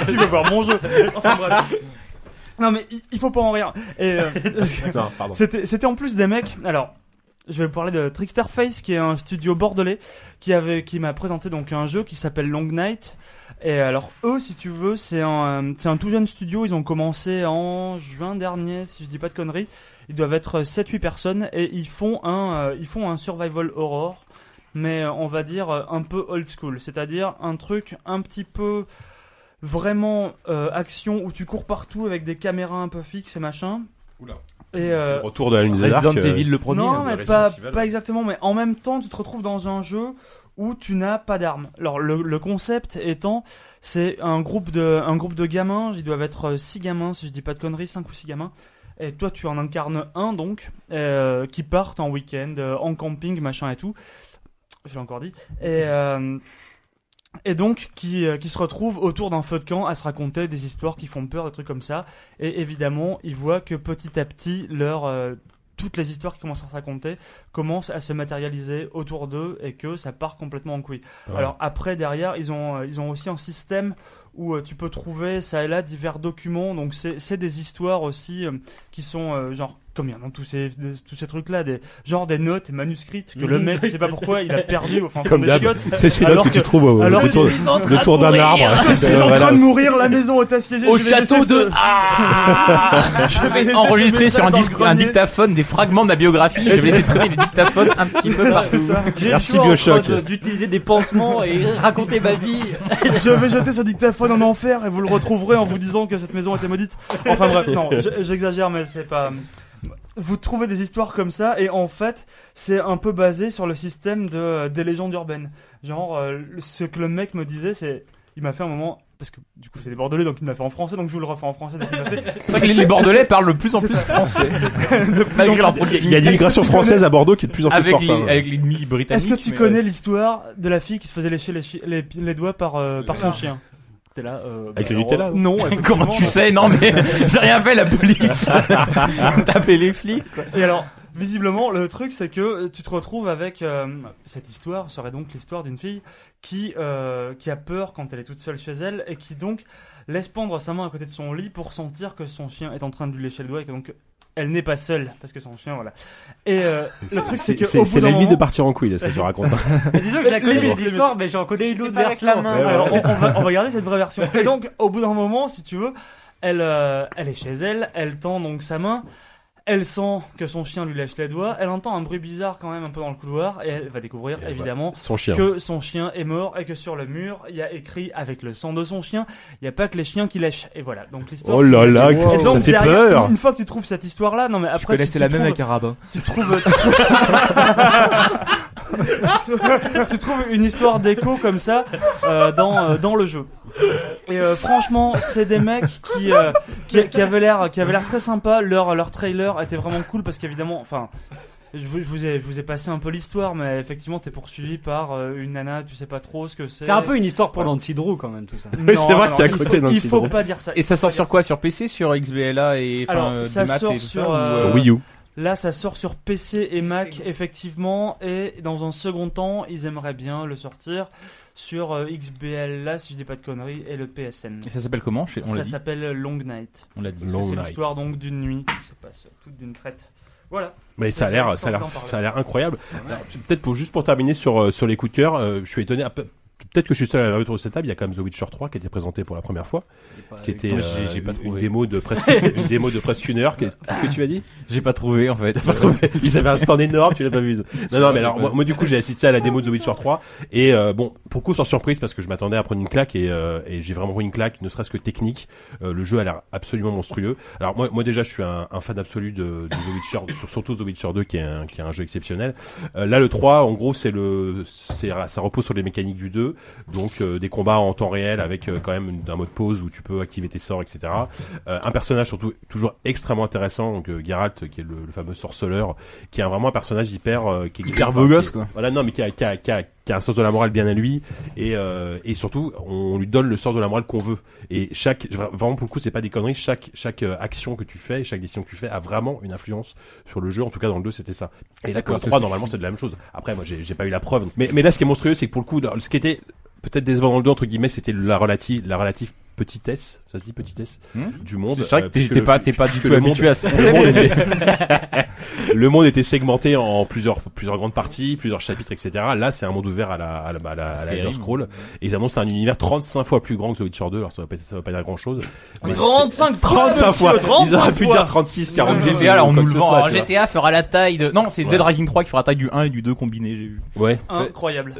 [SPEAKER 5] tu veux voir mon jeu Enfin, <laughs> bref. Non, mais il- il faut pas en rire. Et, <laughs> euh,
[SPEAKER 1] Non, pardon.
[SPEAKER 5] c'était, c'était en plus des mecs. Alors, je vais vous parler de Trickster Face, qui est un studio bordelais qui avait, qui m'a présenté donc un jeu qui s'appelle Long Night. Et alors eux, si tu veux, c'est un, euh, c'est un tout jeune studio. Ils ont commencé en juin dernier, si je dis pas de conneries. Ils doivent être 7-8 personnes et ils font un, euh, ils font un survival horror, mais euh, on va dire euh, un peu old school, c'est-à-dire un truc un petit peu vraiment euh, action où tu cours partout avec des caméras un peu fixes et machin.
[SPEAKER 1] Oula.
[SPEAKER 5] Et euh,
[SPEAKER 1] C'est le retour de la lune des
[SPEAKER 6] Resident
[SPEAKER 1] arcs.
[SPEAKER 6] Evil le premier.
[SPEAKER 5] non,
[SPEAKER 1] de
[SPEAKER 5] mais
[SPEAKER 1] Resident
[SPEAKER 5] pas,
[SPEAKER 1] Evil.
[SPEAKER 5] pas exactement, mais en même temps, tu te retrouves dans un jeu où tu n'as pas d'armes. Alors, le, le concept étant, c'est un groupe de, un groupe de gamins, ils doivent être 6 gamins, si je dis pas de conneries, 5 ou 6 gamins. Et toi, tu en incarnes un, donc, euh, qui partent en week-end, euh, en camping, machin et tout. Je l'ai encore dit. Et, euh, et donc, qui, euh, qui se retrouvent autour d'un feu de camp à se raconter des histoires qui font peur, des trucs comme ça. Et évidemment, ils voient que petit à petit, leur, euh, toutes les histoires qui commencent à se raconter commencent à se matérialiser autour d'eux et que ça part complètement en couille.
[SPEAKER 1] Ouais.
[SPEAKER 5] Alors après, derrière, ils ont, euh, ils ont aussi un système où euh, tu peux trouver ça et là divers documents. Donc c'est c'est des histoires aussi euh, qui sont euh, genre comme il y en a dans tous ces des- tous ces trucs là des genre des notes manuscrites que le mec je sais pas pourquoi il a
[SPEAKER 1] <laughs>
[SPEAKER 5] perdu enfin
[SPEAKER 1] Mm. Comme
[SPEAKER 5] des
[SPEAKER 1] d'hab.
[SPEAKER 5] chiottes
[SPEAKER 1] euh, C'est c'est là
[SPEAKER 5] Alors
[SPEAKER 1] que tu
[SPEAKER 5] que-
[SPEAKER 1] trouves au
[SPEAKER 5] alors
[SPEAKER 1] le
[SPEAKER 5] que
[SPEAKER 1] tour-
[SPEAKER 5] je suis en
[SPEAKER 1] le tour d'un arbre.
[SPEAKER 5] je suis hein,
[SPEAKER 1] <laughs>
[SPEAKER 5] en
[SPEAKER 1] Voilà.
[SPEAKER 5] train de mourir la maison est assiégée
[SPEAKER 6] Au
[SPEAKER 5] je vais laisser
[SPEAKER 6] château de
[SPEAKER 5] ce- <laughs>
[SPEAKER 6] Ah Je
[SPEAKER 5] vais
[SPEAKER 6] vais
[SPEAKER 5] laisser
[SPEAKER 6] enregistrer
[SPEAKER 5] ce
[SPEAKER 6] sur un
[SPEAKER 5] message
[SPEAKER 6] disque,
[SPEAKER 5] dans le
[SPEAKER 6] un
[SPEAKER 5] grenier.
[SPEAKER 6] dictaphone des fragments de ma
[SPEAKER 2] <laughs>
[SPEAKER 6] biographie. Je vais laisser traîner les dictaphones un petit peu
[SPEAKER 5] C'est
[SPEAKER 6] partout.
[SPEAKER 5] ça.
[SPEAKER 4] J'ai
[SPEAKER 1] Merci,
[SPEAKER 4] le choix
[SPEAKER 1] Bioshock.
[SPEAKER 4] entre de- d'utiliser des pansements et raconter ma vie.
[SPEAKER 5] je vais jeter ce dictaphone en enfer et vous le retrouverez en vous disant que cette maison était maudite. Enfin bref, non, je- j'exagère, mais c'est pas. vous trouvez des histoires comme ça et en fait c'est un peu basé sur le système de des légendes urbaines. Genre euh, ce que le mec me disait c'est il m'a fait un moment parce que du coup c'est des bordelais donc il m'a fait en français donc je vous le refais en français donc il m'a fait
[SPEAKER 6] C'est vrai que les- les Bordelais parlent de plus en
[SPEAKER 5] C'est
[SPEAKER 6] plus
[SPEAKER 5] ça.
[SPEAKER 6] français.
[SPEAKER 5] de plus en
[SPEAKER 6] Malgré
[SPEAKER 5] plus.
[SPEAKER 6] leur produit.
[SPEAKER 1] Il y a l'immigration française à Bordeaux qui est de plus en plus
[SPEAKER 6] avec
[SPEAKER 1] forte.
[SPEAKER 6] les,
[SPEAKER 1] hein.
[SPEAKER 6] avec l'ennemi
[SPEAKER 5] Est-ce
[SPEAKER 6] britannique.
[SPEAKER 5] que tu
[SPEAKER 6] mais-
[SPEAKER 5] connais l'histoire de la fille qui se faisait lécher les, chi- les, les doigts par, euh, par son
[SPEAKER 4] Non.
[SPEAKER 5] chien T'es là, euh,
[SPEAKER 1] Avec
[SPEAKER 5] bah,
[SPEAKER 1] le Nutella, hein.
[SPEAKER 6] <laughs>
[SPEAKER 5] alors, Non,
[SPEAKER 6] Comment
[SPEAKER 5] effectivement,
[SPEAKER 6] tu
[SPEAKER 5] non.
[SPEAKER 6] sais Non mais j'ai rien fait la police. Taper les flics.
[SPEAKER 5] Et alors, visiblement, le truc, c'est que tu te retrouves avec euh, cette histoire serait donc l'histoire d'une fille qui euh, qui a peur quand elle est toute seule chez elle et qui donc laisse pendre sa main à côté de son lit pour sentir que son chien est en train de lui lécher le doigt et que donc elle n'est pas seule parce que son chien voilà. Et euh, le truc, c'est
[SPEAKER 1] C'est
[SPEAKER 5] que
[SPEAKER 1] c'est-
[SPEAKER 5] au
[SPEAKER 1] c'est
[SPEAKER 5] bout d'un
[SPEAKER 1] l'ennemi
[SPEAKER 5] moment-
[SPEAKER 1] de partir en couille, là, ce que hein. tu racontes.
[SPEAKER 4] Mais disons que je la connais
[SPEAKER 5] Limite.
[SPEAKER 4] cette histoire, mais j'en connais une
[SPEAKER 8] C'est
[SPEAKER 4] autre
[SPEAKER 8] pas avec
[SPEAKER 4] version.
[SPEAKER 8] la
[SPEAKER 4] en fait.
[SPEAKER 8] main.
[SPEAKER 5] Alors, on, on va, on va garder cette vraie version. Et donc, au bout d'un moment, si tu veux, elle, euh, elle est chez elle, elle tend donc sa main, elle sent que son chien lui lèche les doigts, elle entend un bruit bizarre quand même un peu dans le couloir, et elle va découvrir
[SPEAKER 1] Et
[SPEAKER 5] évidemment
[SPEAKER 1] Son chien.
[SPEAKER 5] que son chien est mort et que sur le mur, il y a écrit avec le sang de son chien, il n'y a pas que les chiens qui lèchent. Et voilà, donc l'histoire.
[SPEAKER 1] Oh là là,
[SPEAKER 5] Et
[SPEAKER 1] qu'est-ce que ça
[SPEAKER 5] donc,
[SPEAKER 1] fait
[SPEAKER 5] derrière,
[SPEAKER 1] peur
[SPEAKER 5] Une fois que tu trouves cette histoire-là, non mais après.
[SPEAKER 2] Je connaissais
[SPEAKER 5] tu- tu
[SPEAKER 2] la même
[SPEAKER 5] trouves-
[SPEAKER 2] avec un rabbin.
[SPEAKER 5] tu trouves tu trouves une histoire d'écho comme ça euh, dans euh, dans le jeu et euh, franchement c'est des mecs qui euh, qui, qui avaient l'air qui avaient l'air très sympa leur leur trailer était vraiment cool parce qu'évidemment enfin je vous, je vous ai je vous ai passé un peu l'histoire mais effectivement t'es poursuivi par euh, une nana tu sais pas trop ce que c'est
[SPEAKER 4] C'est un peu une histoire pour Nancy Drew quand même tout ça.
[SPEAKER 5] Non,
[SPEAKER 1] c'est vrai
[SPEAKER 5] non,
[SPEAKER 1] qu'il y a
[SPEAKER 5] non,
[SPEAKER 1] un
[SPEAKER 5] il
[SPEAKER 1] côté
[SPEAKER 5] faut-
[SPEAKER 1] Nancy
[SPEAKER 5] il faut
[SPEAKER 1] Drew.
[SPEAKER 5] pas dire ça
[SPEAKER 6] Et ça sort sur quoi Sur PC, sur XBLA et enfin,
[SPEAKER 5] Alors,
[SPEAKER 6] euh,
[SPEAKER 5] ça
[SPEAKER 6] des maths
[SPEAKER 5] sort
[SPEAKER 6] et tout ça,
[SPEAKER 5] sur,
[SPEAKER 6] ou,
[SPEAKER 5] euh,
[SPEAKER 1] Sur Wii U.
[SPEAKER 5] Là, ça sort sur PC et Mac, effectivement, et dans un second temps, ils aimeraient bien le sortir sur euh, XBL, là, si je dis pas de conneries, et le PSN.
[SPEAKER 6] Et euh, ça s'appelle comment Je sais- On l'a
[SPEAKER 5] ça
[SPEAKER 6] dit.
[SPEAKER 5] s'appelle euh, Long Night.
[SPEAKER 6] On l'a dit.
[SPEAKER 5] Parce que
[SPEAKER 1] Long
[SPEAKER 5] C'est
[SPEAKER 1] Night.
[SPEAKER 5] l'histoire donc d'une nuit qui se passe euh, toute d'une traite. Voilà.
[SPEAKER 1] Mais
[SPEAKER 5] C'est
[SPEAKER 1] ça a l'air,
[SPEAKER 5] vrai,
[SPEAKER 1] ça a l'air,
[SPEAKER 5] sans en parler.
[SPEAKER 1] ça a l'air incroyable. Alors, Peut-être pour juste pour terminer sur euh, sur les coups de cœur, euh, je suis étonné. ah, pe- Peut-être que je suis seul à la autour de cette table. Il y a quand même The Witcher 3 qui était présenté pour la première fois, qui était
[SPEAKER 6] moi,
[SPEAKER 1] euh,
[SPEAKER 6] j'ai- j'ai pas
[SPEAKER 1] une- une
[SPEAKER 6] trouvé.
[SPEAKER 1] démo de presque une démo de presque une heure. qui est- Qu'est-ce que tu as dit
[SPEAKER 6] J'ai pas trouvé en fait.
[SPEAKER 1] T'as pas trouvé Ils avaient un stand énorme, tu l'as pas vu. Non, non, mais alors moi, moi, du coup j'ai assisté à la démo de The Witcher 3 et euh, bon, pour coup sans surprise parce que je m'attendais à prendre une claque et, euh, et j'ai vraiment pris une claque, ne serait-ce que technique. Euh, le jeu a l'air absolument monstrueux. Alors moi, moi déjà je suis un, un fan absolu de, de The Witcher, sur- surtout The Witcher 2 qui est un, qui est un jeu exceptionnel. Euh, là le 3 en gros c'est le, c'est ça repose sur les mécaniques du 2, donc euh, des combats en temps réel avec euh, quand même une- un mode pause où tu peux activer tes sorts etc. Euh, un personnage surtout toujours extrêmement intéressant donc euh, Geralt qui est le, le fameux sorceleur qui est un- vraiment un personnage hyper euh, qui est
[SPEAKER 6] Hyper beau
[SPEAKER 1] qui est-
[SPEAKER 6] gosse, quoi.
[SPEAKER 1] voilà non mais qui a, qui, a, qui, a, qui a un sens de la morale bien à lui et, euh, et surtout on lui donne le sens de la morale qu'on veut et chaque vra- vraiment pour le coup c'est pas des conneries chaque chaque euh, action que tu fais chaque décision que tu fais a vraiment une influence sur le jeu en tout cas dans le 2 c'était ça et là
[SPEAKER 6] D'accord,
[SPEAKER 1] dans le
[SPEAKER 6] c'est
[SPEAKER 1] 3
[SPEAKER 6] ce que
[SPEAKER 1] normalement c'est de la même chose après moi j'ai j'ai pas eu la preuve mais, mais là ce qui est monstrueux c'est que pour le coup dans- ce qui était peut-être décevant dans le 2 entre guillemets c'était la relative la relative petitesse ça se dit petitesse
[SPEAKER 6] Hmm.
[SPEAKER 1] du monde
[SPEAKER 6] C'est vrai que
[SPEAKER 1] euh,
[SPEAKER 6] t'es
[SPEAKER 1] puisque
[SPEAKER 6] t'es
[SPEAKER 1] le-
[SPEAKER 6] pas, t'es pas du
[SPEAKER 1] puisque
[SPEAKER 6] tout
[SPEAKER 1] le monde-
[SPEAKER 6] habitué à ce
[SPEAKER 1] le monde
[SPEAKER 6] <laughs>
[SPEAKER 1] était- <laughs> le monde était segmenté en plusieurs, plusieurs grandes parties, plusieurs chapitres, etc. Là, c'est un monde ouvert à la, à la, à la, à la Elder
[SPEAKER 6] Skyrim.
[SPEAKER 1] Scroll. Et ils annoncent un univers 35 fois plus grand que The Witcher 2. Alors, ça va pas, ça va pas dire grand chose.
[SPEAKER 5] 35 fois,
[SPEAKER 1] 35
[SPEAKER 5] monsieur,
[SPEAKER 1] fois! Ils
[SPEAKER 5] 35
[SPEAKER 1] auraient pu
[SPEAKER 5] fois.
[SPEAKER 1] dire 36, 42.
[SPEAKER 6] GTA, là,
[SPEAKER 1] ou
[SPEAKER 6] on
[SPEAKER 1] quoi
[SPEAKER 6] nous
[SPEAKER 1] que
[SPEAKER 6] le
[SPEAKER 1] ce
[SPEAKER 6] vend. hein,
[SPEAKER 1] soit,
[SPEAKER 6] Alors,
[SPEAKER 1] tu vois.
[SPEAKER 6] GTA fera la taille de. Non, c'est
[SPEAKER 1] Ouais.
[SPEAKER 6] Dead Rising 3 qui fera la taille du 1 et du 2 combinés, j'ai vu.
[SPEAKER 1] Ouais.
[SPEAKER 5] Incroyable.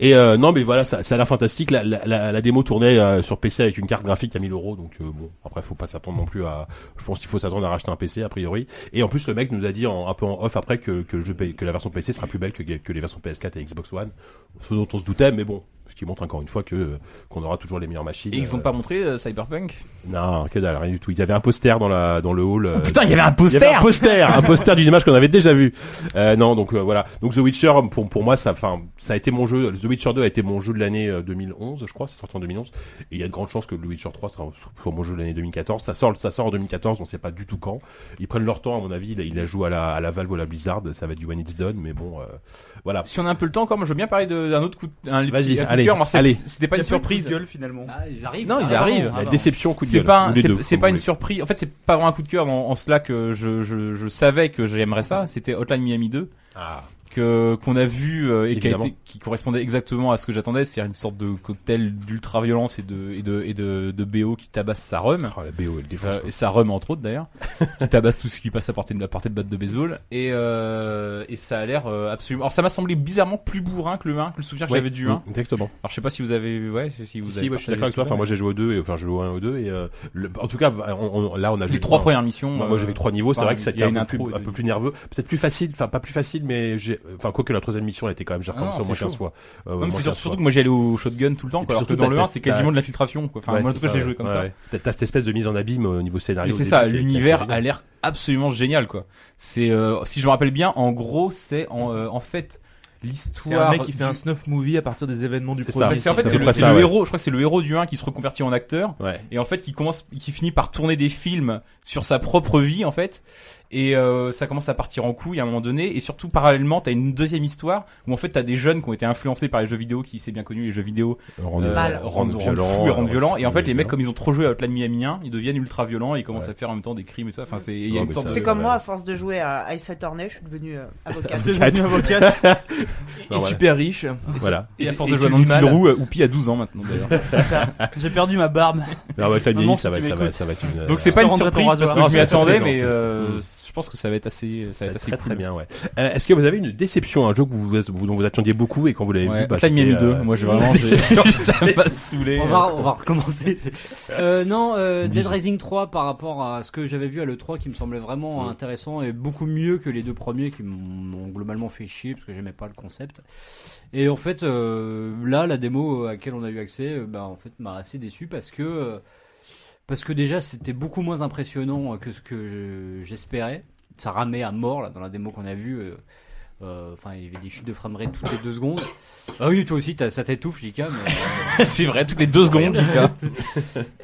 [SPEAKER 1] Et euh, non, mais voilà, ça, ça a l'air fantastique. La, la, la, la démo tournait euh, sur PC avec une carte graphique à 1000 euros, donc euh, bon, après faut pas s'attendre non plus à. Je pense qu'il faut s'attendre à racheter un PC a priori. Et en plus, le mec nous a dit en, un peu en off après que que, le jeu, P- que la version PC sera plus belle que, que les versions PS4 et Xbox One, ce dont on se doutait, mais bon, ce qui montre encore une fois que euh, qu'on aura toujours les meilleures machines.
[SPEAKER 6] Et ils ont
[SPEAKER 1] euh,
[SPEAKER 6] pas montré euh, Cyberpunk
[SPEAKER 1] Non, que dalle, rien du tout. Il y avait un poster dans la dans le hall. euh,
[SPEAKER 6] Oh, Putain, il y avait un
[SPEAKER 1] il y
[SPEAKER 6] poster
[SPEAKER 1] avait un poster, un poster d'une image qu'on avait déjà vue. Euh, non, donc euh, voilà. Donc The Witcher, pour, pour moi, ça, enfin, ça a été mon jeu. The Witcher 2 a été mon jeu de l'année euh, 2011, je crois. C'est sorti en 2011. Et il y a de grandes chances que The Witcher 3 sera, soit mon jeu de l'année 2014. Ça sort, ça sort en 2014. On sait pas du tout quand. Ils prennent leur temps, à mon avis. Ils, la- ils la jouent à la, à la Valve ou à la Blizzard. Ça va être du When It's Done, mais bon, euh, voilà.
[SPEAKER 6] Si on a un peu le temps encore, moi je veux bien parler de- d'un autre coup de, un
[SPEAKER 1] Vas-y,
[SPEAKER 6] petit- un coup de
[SPEAKER 1] allez,
[SPEAKER 6] cœur. Alors, c'est-
[SPEAKER 1] allez.
[SPEAKER 6] C'était pas
[SPEAKER 5] Il y a
[SPEAKER 6] une
[SPEAKER 5] plus de coup de
[SPEAKER 6] surprise.
[SPEAKER 5] gueule finalement.
[SPEAKER 4] Ah, ils arrivent.
[SPEAKER 6] Non, ils
[SPEAKER 4] Ah,
[SPEAKER 6] arrivent.
[SPEAKER 4] pardon,
[SPEAKER 1] La
[SPEAKER 4] ah,
[SPEAKER 1] déception, coup de
[SPEAKER 6] C'est
[SPEAKER 1] gueule.
[SPEAKER 6] pas, un-
[SPEAKER 1] Ou les
[SPEAKER 6] c'est-
[SPEAKER 1] deux,
[SPEAKER 6] c'est
[SPEAKER 1] comme
[SPEAKER 6] pas
[SPEAKER 1] vous
[SPEAKER 6] une
[SPEAKER 1] voulez.
[SPEAKER 6] surprise. En fait, c'est pas vraiment un coup de cœur en, en cela que je, je, je savais que j'aimerais ça. C'était Hotline Miami 2.
[SPEAKER 1] Ah.
[SPEAKER 6] que qu'on a vu euh, et qui, a
[SPEAKER 1] Évidemment.
[SPEAKER 6] été- qui correspondait exactement à ce que j'attendais, c'est-à-dire une sorte de cocktail d'ultra violence et de et de et de, de BO qui tabasse sa rhum.
[SPEAKER 1] Oh, la BO, elle défonce.
[SPEAKER 6] Euh, et ça rhum entre autres
[SPEAKER 1] <laughs>
[SPEAKER 6] d'ailleurs, qui tabasse tout ce qui passe à portée de la portée de batte de baseball et euh, et ça a l'air euh, absolument. Alors ça m'a semblé bizarrement plus bourrin que le 1, que le souvenir que
[SPEAKER 1] Ouais,
[SPEAKER 6] j'avais hein. du 1.
[SPEAKER 1] mm, Exactement.
[SPEAKER 6] Alors je sais pas si vous avez ouais si vous
[SPEAKER 1] Si,
[SPEAKER 6] avez
[SPEAKER 1] si, ouais, je
[SPEAKER 6] partagé
[SPEAKER 1] suis d'accord avec toi.
[SPEAKER 6] celui-là,
[SPEAKER 1] Enfin, moi j'ai joué au 2 et enfin je joue au 1 et au 2 et euh, le- en tout cas, on- on- là on a
[SPEAKER 6] mais
[SPEAKER 1] joué
[SPEAKER 6] les trois
[SPEAKER 1] enfin,
[SPEAKER 6] premières missions. euh,
[SPEAKER 1] Moi, moi, j'ai vu trois niveaux, c'est
[SPEAKER 6] enfin,
[SPEAKER 1] vrai que
[SPEAKER 6] il y
[SPEAKER 1] c'était
[SPEAKER 6] a
[SPEAKER 1] un,
[SPEAKER 6] une
[SPEAKER 1] peu
[SPEAKER 6] intro
[SPEAKER 1] plus-
[SPEAKER 6] au
[SPEAKER 1] un peu
[SPEAKER 6] début.
[SPEAKER 1] plus nerveux, peut-être plus facile, enfin pas plus facile, mais j'ai, enfin quoi que la troisième mission elle était quand même genre
[SPEAKER 6] Ah
[SPEAKER 1] comme
[SPEAKER 6] non,
[SPEAKER 1] ça au moins
[SPEAKER 6] c'est
[SPEAKER 1] 15
[SPEAKER 6] chaud.
[SPEAKER 1] fois. Euh, au
[SPEAKER 6] Non, mais
[SPEAKER 1] moins
[SPEAKER 6] c'est
[SPEAKER 1] 15
[SPEAKER 6] sur-
[SPEAKER 1] fois.
[SPEAKER 6] surtout que moi j'allais au shotgun tout le
[SPEAKER 1] Et
[SPEAKER 6] temps,
[SPEAKER 1] puis
[SPEAKER 6] quoi, alors que
[SPEAKER 1] surtout,
[SPEAKER 6] dans le
[SPEAKER 1] t'as-
[SPEAKER 6] 1 c'est
[SPEAKER 1] t'as-
[SPEAKER 6] quasiment de l'infiltration. quoi. Enfin,
[SPEAKER 1] Ouais,
[SPEAKER 6] moi en
[SPEAKER 1] c'est
[SPEAKER 6] tout cas je
[SPEAKER 1] ça,
[SPEAKER 6] l'ai
[SPEAKER 1] ouais.
[SPEAKER 6] joué comme
[SPEAKER 1] Ouais,
[SPEAKER 6] ça.
[SPEAKER 1] ouais. T'as, t'as cette espèce de mise en abîme euh, au niveau
[SPEAKER 6] Mais
[SPEAKER 1] scénario.
[SPEAKER 6] c'est
[SPEAKER 1] au
[SPEAKER 6] ça,
[SPEAKER 1] début, qui est- qui est assez
[SPEAKER 6] l'univers
[SPEAKER 1] génial.
[SPEAKER 6] a l'air absolument génial quoi. C'est euh, si je me rappelle bien, en gros, c'est en, euh, en fait
[SPEAKER 2] C'est un
[SPEAKER 6] l'histoire
[SPEAKER 2] mec qui fait
[SPEAKER 6] du-
[SPEAKER 2] un snuff movie à partir des événements du
[SPEAKER 1] C'est
[SPEAKER 2] premier.
[SPEAKER 1] ça.
[SPEAKER 6] Bah, c'est en fait
[SPEAKER 1] ça
[SPEAKER 6] c'est
[SPEAKER 1] peut
[SPEAKER 6] le,
[SPEAKER 1] pas
[SPEAKER 6] c'est
[SPEAKER 1] ça,
[SPEAKER 6] le
[SPEAKER 1] ouais.
[SPEAKER 6] héros, je crois que c'est le héros du 1 qui se reconvertit en acteur
[SPEAKER 1] Ouais.
[SPEAKER 6] et en fait qui commence qui finit par tourner des films sur sa propre vie en fait et euh, ça commence à partir en couille à un moment donné et surtout parallèlement t'as une deuxième histoire où en fait t'as des jeunes qui ont été influencés par les jeux vidéo qui c'est bien connu les jeux vidéo
[SPEAKER 1] Rendre,
[SPEAKER 6] euh,
[SPEAKER 8] mal.
[SPEAKER 1] rendre violent,
[SPEAKER 6] fou et rendre violent euh, et en fait les mecs
[SPEAKER 1] violent.
[SPEAKER 6] comme ils ont trop joué à Outland Miami 1 ils deviennent ultra violents et ils commencent
[SPEAKER 1] Ouais.
[SPEAKER 6] à faire en même temps des crimes et tout ça enfin c'est il y
[SPEAKER 1] Non,
[SPEAKER 6] a une
[SPEAKER 1] mais
[SPEAKER 6] sorte
[SPEAKER 1] ça,
[SPEAKER 6] de
[SPEAKER 8] C'est
[SPEAKER 6] <laughs>
[SPEAKER 8] comme
[SPEAKER 1] ouais.
[SPEAKER 8] moi, à force de jouer à Ice Attorney, je suis
[SPEAKER 1] <laughs>
[SPEAKER 8] devenu euh, avocate.
[SPEAKER 1] Quatre.
[SPEAKER 6] <laughs>
[SPEAKER 2] Et
[SPEAKER 1] Non, voilà.
[SPEAKER 2] super riche.
[SPEAKER 1] Voilà.
[SPEAKER 6] et à force
[SPEAKER 2] et
[SPEAKER 6] de jouer à
[SPEAKER 2] tu
[SPEAKER 6] Nancy
[SPEAKER 2] le mal.
[SPEAKER 6] Drew, euh, Oupi a 12 ans maintenant d'ailleurs.
[SPEAKER 5] C'est ça. J'ai perdu ma barbe.
[SPEAKER 1] Non, mais Fabien,
[SPEAKER 5] Maman,
[SPEAKER 1] ça
[SPEAKER 5] si
[SPEAKER 1] va,
[SPEAKER 5] tu
[SPEAKER 1] ça va,
[SPEAKER 5] m'écoutes.
[SPEAKER 1] ça va être une.
[SPEAKER 6] Donc c'est pas une
[SPEAKER 5] rendrai ton
[SPEAKER 6] surprise parce
[SPEAKER 5] rasoir.
[SPEAKER 6] que je m'y
[SPEAKER 1] Non, c'est pas
[SPEAKER 6] attendais,
[SPEAKER 1] une
[SPEAKER 6] mais
[SPEAKER 1] surprise,
[SPEAKER 6] euh,
[SPEAKER 1] Mm.
[SPEAKER 6] je pense que ça va être assez, ça va être assez
[SPEAKER 1] très,
[SPEAKER 6] cool.
[SPEAKER 1] très bien, ouais. Euh, Est-ce que vous avez une déception, un jeu que vous, vous- dont vous attendiez beaucoup et quand vous l'avez
[SPEAKER 6] Ouais,
[SPEAKER 1] vu, bah,
[SPEAKER 6] Hotline Miami
[SPEAKER 1] c'était,
[SPEAKER 6] 2,
[SPEAKER 1] euh,
[SPEAKER 6] moi j'ai vraiment, j'ai-
[SPEAKER 1] déception, je
[SPEAKER 6] <laughs> ça
[SPEAKER 1] savais.
[SPEAKER 6] m'a saoulé.
[SPEAKER 4] On <laughs> va, on va recommencer. Euh, non, euh, Dead
[SPEAKER 1] Disons.
[SPEAKER 4] Rising 3 par rapport à ce que j'avais vu à l'E3 qui me semblait vraiment
[SPEAKER 1] Mm.
[SPEAKER 4] intéressant et beaucoup mieux que les deux premiers qui m'ont globalement fait chier parce que j'aimais pas le concept. Et en fait, euh, là, la démo à laquelle on a eu accès, euh, bah, en fait, m'a assez déçu parce que. euh, parce que déjà, c'était beaucoup moins impressionnant euh, que ce que je- j'espérais. Ça ramait à mort là, dans la démo qu'on a vue. euh, euh, Enfin, il y avait des chutes de framerate toutes les deux secondes. Ah oui, toi aussi, t'as- ça t'étouffe, Jika. Mais...
[SPEAKER 6] C'est vrai, toutes les deux secondes.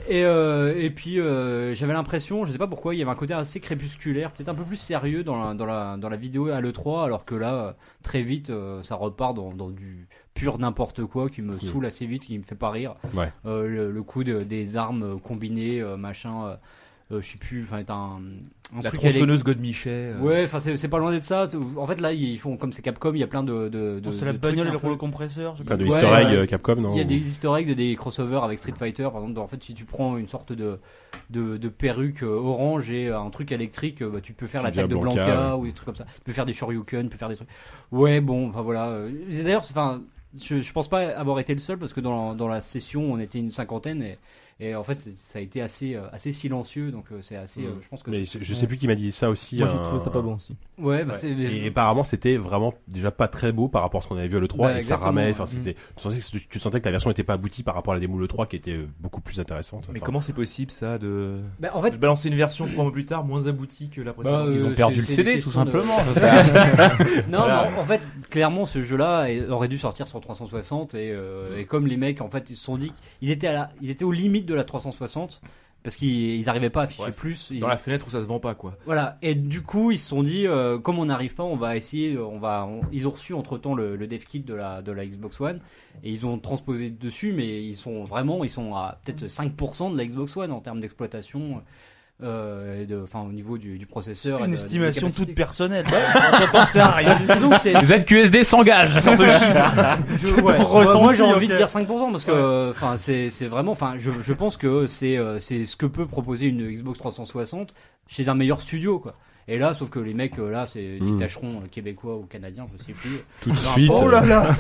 [SPEAKER 4] Et, euh, et puis euh, j'avais l'impression, je sais pas pourquoi, il y avait un côté assez crépusculaire, peut-être un peu plus sérieux dans la, dans la, dans la vidéo à l'E3, alors que là, euh, très vite, euh, ça repart dans, dans du pur n'importe quoi qui
[SPEAKER 2] Mm.
[SPEAKER 4] me saoule assez vite, qui me fait pas rire.
[SPEAKER 1] Ouais.
[SPEAKER 4] Euh, le, le coup de- des armes combinées, euh, machin, euh, euh, je sais plus, enfin, t'as un, un
[SPEAKER 2] La
[SPEAKER 4] truc élé-
[SPEAKER 2] tronçonneuse God Michet. euh,
[SPEAKER 4] Ouais, enfin, c'est c'est pas loin d'être ça. En fait, là, ils font comme c'est Capcom, il y a plein de. de, de
[SPEAKER 5] C'est la
[SPEAKER 4] de trucs
[SPEAKER 5] bagnole et
[SPEAKER 4] un
[SPEAKER 5] le
[SPEAKER 4] peu-
[SPEAKER 5] rouleau compresseur. je sais
[SPEAKER 1] Plein de
[SPEAKER 4] Ouais,
[SPEAKER 1] easter eggs,
[SPEAKER 4] ouais.
[SPEAKER 1] euh, Capcom, non
[SPEAKER 4] il y a des easter eggs, des crossovers avec Street Fighter. Par exemple, en fait, si tu prends une sorte de, de, de perruque euh, orange et euh, un truc électrique, euh, bah, tu peux faire
[SPEAKER 1] Tu
[SPEAKER 4] l'attaque de
[SPEAKER 1] deviens
[SPEAKER 4] Blanca,
[SPEAKER 1] Blanca,
[SPEAKER 4] ou des trucs comme ça. Tu peux faire des Shoryuken, tu peux faire des trucs. Ouais, bon, enfin voilà. Euh, et D'ailleurs, c'est- enfin, je, je pense pas avoir été le seul parce que dans, dans la session, on était une cinquantaine et, et en fait, c'est- ça a été assez, euh, assez silencieux. Donc, euh, c'est assez. euh, je pense que.
[SPEAKER 1] Mm. Mais je je sais plus qui m'a dit ça aussi.
[SPEAKER 7] Moi,
[SPEAKER 1] un-
[SPEAKER 7] j'ai trouvé ça pas bon aussi.
[SPEAKER 4] Ouais, bah,
[SPEAKER 1] Ouais.
[SPEAKER 4] c'est-
[SPEAKER 1] Et apparemment, c'était vraiment déjà pas très beau par rapport à ce qu'on avait vu à l'E3
[SPEAKER 4] Bah,
[SPEAKER 1] et ça
[SPEAKER 4] exactement,
[SPEAKER 1] ramait.
[SPEAKER 4] ouais.
[SPEAKER 1] Enfin, c'était, tu, sentais que, tu sentais que la version n'était pas aboutie par rapport à la démo l'E3 qui était euh, beaucoup plus intéressante.
[SPEAKER 2] Mais
[SPEAKER 1] Enfin,
[SPEAKER 2] comment c'est possible ça de...
[SPEAKER 4] bah, en fait,
[SPEAKER 2] de balancer une version trois mois plus tard moins aboutie que la
[SPEAKER 4] Bah,
[SPEAKER 2] précédente
[SPEAKER 6] Ils ont
[SPEAKER 4] euh,
[SPEAKER 6] perdu
[SPEAKER 4] c'est-
[SPEAKER 6] le
[SPEAKER 4] c'est
[SPEAKER 6] CD,
[SPEAKER 4] des
[SPEAKER 6] tout
[SPEAKER 4] questions de- <laughs>
[SPEAKER 6] simplement.
[SPEAKER 4] Non, mais en fait, clairement, ce jeu-là eh, aurait dû sortir sur 360 et, euh, et comme les mecs, en fait, ils se sont dit, ils étaient à la, ils étaient aux limites de la 360 parce qu'ils n'arrivaient pas à afficher
[SPEAKER 2] Ouais.
[SPEAKER 4] plus. Ils-
[SPEAKER 7] Bah,
[SPEAKER 2] Dans la fenêtre où ça se vend pas quoi.
[SPEAKER 4] Voilà. Et du coup, ils se sont dit, euh, comme on n'arrive pas, on va essayer, euh, on va, on- ils ont reçu entre temps le, le dev kit de la de la Xbox One et ils ont transposé dessus, mais ils sont vraiment, ils sont à peut-être 5% de la Xbox One en termes d'exploitation. euh, et de, enfin, au niveau du, du processeur.
[SPEAKER 5] pas.
[SPEAKER 4] et
[SPEAKER 5] Une
[SPEAKER 4] de- des
[SPEAKER 5] estimation
[SPEAKER 4] capacités.
[SPEAKER 5] toute personnelle.
[SPEAKER 1] <laughs>
[SPEAKER 5] On t'entend que ça arrive.
[SPEAKER 4] Disons que c'est-
[SPEAKER 6] ZQSD s'engage sur ce chiffre.
[SPEAKER 4] Je- ouais.
[SPEAKER 5] Ton
[SPEAKER 4] Moi,
[SPEAKER 5] ressenti,
[SPEAKER 4] moi, j'ai envie
[SPEAKER 5] ok.
[SPEAKER 4] de dire 5% parce que enfin c'est c'est vraiment enfin je, je pense que c'est euh, c'est ce que peut proposer une Xbox 360 chez un meilleur studio quoi. Et là sauf que les mecs euh, là c'est
[SPEAKER 1] Mm.
[SPEAKER 4] des tâcherons euh, québécois ou canadiens, je sais plus.
[SPEAKER 1] tout de
[SPEAKER 4] Peu
[SPEAKER 1] suite.
[SPEAKER 5] Oh
[SPEAKER 4] importe.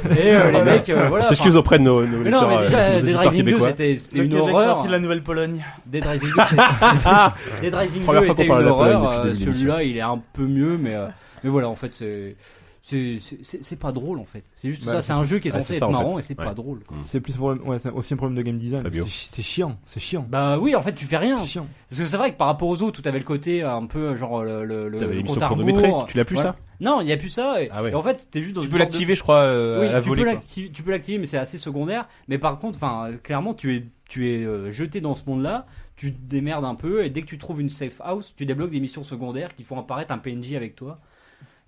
[SPEAKER 1] euh,
[SPEAKER 4] Et euh, les mecs euh, oh voilà.
[SPEAKER 1] on s'excuse
[SPEAKER 4] enfin,
[SPEAKER 1] auprès de nos, nos
[SPEAKER 4] mais non,
[SPEAKER 1] lecteurs,
[SPEAKER 4] mais déjà,
[SPEAKER 1] euh, nos
[SPEAKER 4] Dead
[SPEAKER 1] auditeurs
[SPEAKER 4] Rising 2,
[SPEAKER 1] québécois.
[SPEAKER 4] c'était c'était
[SPEAKER 5] Le
[SPEAKER 4] une
[SPEAKER 5] Québec
[SPEAKER 4] horreur.
[SPEAKER 5] sorti de la Nouvelle-Pologne.
[SPEAKER 4] Dead Rising
[SPEAKER 1] <laughs>
[SPEAKER 4] 2, c'est- Dead Rising 2
[SPEAKER 1] Ah. Première fois qu'on
[SPEAKER 4] était une
[SPEAKER 1] parle de la Pologne
[SPEAKER 4] horreur.
[SPEAKER 1] depuis le
[SPEAKER 4] euh,
[SPEAKER 1] début de
[SPEAKER 4] Celui-là, il est un peu mieux, mais euh, mais voilà, en fait, c'est c'est- c'est c'est- c'est pas drôle en fait. C'est juste
[SPEAKER 7] Bah,
[SPEAKER 4] ça, c'est un jeu qui est
[SPEAKER 1] Ah,
[SPEAKER 4] censé
[SPEAKER 1] c'est
[SPEAKER 4] être
[SPEAKER 1] ça, en fait.
[SPEAKER 4] marrant et c'est
[SPEAKER 1] Ouais.
[SPEAKER 4] pas drôle. quoi.
[SPEAKER 7] C'est plus un problème, ouais, c'est aussi un problème de game design.
[SPEAKER 1] Fabio.
[SPEAKER 7] C'est chi- C'est chiant, c'est chiant.
[SPEAKER 4] Bah oui, en fait, tu fais rien.
[SPEAKER 7] C'est chiant.
[SPEAKER 4] Parce que c'est vrai que par rapport aux autres, tout avait le côté euh, un peu euh, genre le le le,
[SPEAKER 1] T'avais
[SPEAKER 4] le
[SPEAKER 1] l'émission
[SPEAKER 4] compte à
[SPEAKER 1] chronométrée.
[SPEAKER 4] rebours.
[SPEAKER 1] Tu l'as plus
[SPEAKER 4] Voilà.
[SPEAKER 1] ça
[SPEAKER 4] Non, il y a plus ça. Et,
[SPEAKER 1] Ah ouais.
[SPEAKER 4] et en fait, t'es juste dans
[SPEAKER 6] Tu
[SPEAKER 4] une
[SPEAKER 6] peux
[SPEAKER 4] sorte de-
[SPEAKER 6] l'activer, je crois, euh,
[SPEAKER 4] Oui,
[SPEAKER 6] à la
[SPEAKER 4] tu,
[SPEAKER 6] volée.
[SPEAKER 4] peux
[SPEAKER 6] quoi.
[SPEAKER 4] l'activer, tu peux l'activer, mais c'est assez secondaire. Mais par contre, enfin, clairement, tu es tu es euh, jeté dans ce monde-là. Tu te démerdes un peu et dès que tu trouves une safe house, tu débloques des missions secondaires qui font apparaître un PNJ avec toi.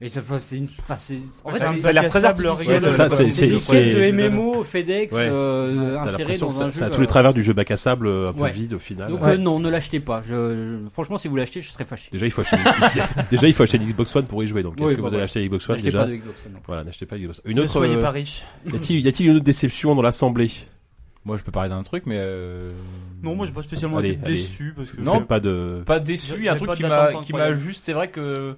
[SPEAKER 4] Et ça, enfin, c'est une. enfin, c'est- en fait,
[SPEAKER 5] C'est un
[SPEAKER 4] c'est-
[SPEAKER 5] bac à sable
[SPEAKER 4] artificiel.
[SPEAKER 5] rigolo,
[SPEAKER 1] ça,
[SPEAKER 5] quoi.
[SPEAKER 1] c'est-
[SPEAKER 4] C'est des
[SPEAKER 1] c'est-
[SPEAKER 4] sites de MMO, FedEx
[SPEAKER 1] Ouais.
[SPEAKER 4] euh,
[SPEAKER 1] T'as
[SPEAKER 4] insérés
[SPEAKER 1] l'impression que
[SPEAKER 4] dans un
[SPEAKER 1] ça,
[SPEAKER 4] jeu.
[SPEAKER 1] ça a tous
[SPEAKER 4] euh,
[SPEAKER 1] les travers du jeu bac à sable euh, un peu
[SPEAKER 4] Ouais.
[SPEAKER 1] vide au final.
[SPEAKER 4] Donc
[SPEAKER 1] Ouais.
[SPEAKER 4] euh, non, ne l'achetez pas. Je- je- Franchement, si vous l'achetez, je serais fâché.
[SPEAKER 1] Déjà il faut acheter une... <laughs> déjà il faut acheter une Xbox One pour y jouer. Donc est-ce
[SPEAKER 4] Oui,
[SPEAKER 1] que
[SPEAKER 4] bah
[SPEAKER 1] vous allez
[SPEAKER 4] voilà.
[SPEAKER 1] acheter l'Xbox One
[SPEAKER 4] N'achetez
[SPEAKER 1] déjà
[SPEAKER 4] pas de Xbox One. non.
[SPEAKER 1] Voilà, n'achetez pas l'Xbox. Une
[SPEAKER 5] Ne
[SPEAKER 1] autre
[SPEAKER 5] soyez
[SPEAKER 1] euh,
[SPEAKER 5] pas riche.
[SPEAKER 1] y a-t-il y a-t-il une autre déception dans l'assemblée
[SPEAKER 6] Moi, je peux parler d'un truc, mais euh,
[SPEAKER 5] Non, moi j'ai pas spécialement
[SPEAKER 1] Allez,
[SPEAKER 5] été
[SPEAKER 1] allez.
[SPEAKER 5] déçu parce que.
[SPEAKER 1] Non, pas de
[SPEAKER 6] pas déçu. Il y a un
[SPEAKER 5] J'avais
[SPEAKER 6] truc
[SPEAKER 5] pas
[SPEAKER 6] qui
[SPEAKER 5] d'attente
[SPEAKER 6] m'a, qui m'a
[SPEAKER 5] incroyable.
[SPEAKER 6] juste, c'est vrai que,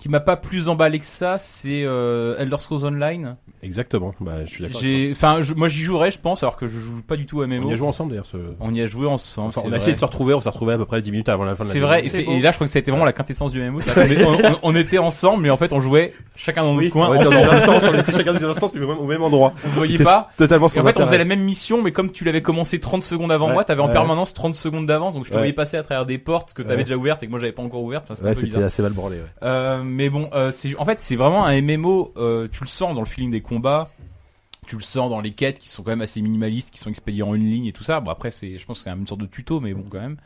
[SPEAKER 6] qui m'a pas plus emballé que ça, c'est euh, Elder Scrolls Online.
[SPEAKER 1] exactement. Bah, je suis d'accord. avec
[SPEAKER 6] J'ai, enfin, je- moi j'y jouerai, je pense, alors que je joue pas du tout à
[SPEAKER 1] toi.
[SPEAKER 6] MMO.
[SPEAKER 1] On y a joué ensemble d'ailleurs. Ce...
[SPEAKER 6] On y a joué ensemble.
[SPEAKER 1] Enfin,
[SPEAKER 6] c'est
[SPEAKER 1] on a
[SPEAKER 6] vrai.
[SPEAKER 1] essayé de se retrouver, on s'est retrouvé à peu près 10 minutes avant la fin de la
[SPEAKER 6] C'est vrai, et,
[SPEAKER 1] vidéo.
[SPEAKER 6] c'est- et là je crois que ça a été vraiment la quintessence du MMO. c'est-à-dire
[SPEAKER 1] <laughs>
[SPEAKER 6] qu'on est- On, on- on était ensemble, mais en fait on jouait chacun dans notre
[SPEAKER 1] Oui,
[SPEAKER 6] coin,
[SPEAKER 1] on était dans
[SPEAKER 6] ensemble.
[SPEAKER 1] une instance, on était chacun dans une instance, mais au même- au même endroit.
[SPEAKER 6] on se voyait
[SPEAKER 1] C'était
[SPEAKER 6] pas.
[SPEAKER 1] Totalement sans
[SPEAKER 6] Et en fait, on
[SPEAKER 1] intérêt.
[SPEAKER 6] faisait la même mission, mais comme tu l'avais commencé 30 secondes avant
[SPEAKER 1] Ouais,
[SPEAKER 6] moi, t'avais en
[SPEAKER 1] ouais.
[SPEAKER 6] permanence 30 secondes d'avance, donc je te
[SPEAKER 1] Ouais.
[SPEAKER 6] voyais passer à travers des portes que t'avais
[SPEAKER 1] Ouais.
[SPEAKER 6] déjà ouvertes et que moi j'avais pas encore ouvertes. Enfin, c'était un
[SPEAKER 1] Ouais,
[SPEAKER 6] peu
[SPEAKER 1] c'était
[SPEAKER 6] bizarre.
[SPEAKER 1] assez mal branlé. Ouais.
[SPEAKER 6] Euh, mais bon, euh, c'est, en fait, c'est vraiment un MMO. euh, tu le sens dans le feeling des combats. Tu le sens dans les quêtes qui sont quand même assez minimalistes, qui sont expédiées en une ligne et tout ça. Bon, après, c'est, je pense que c'est une sorte de tuto, mais bon, quand même.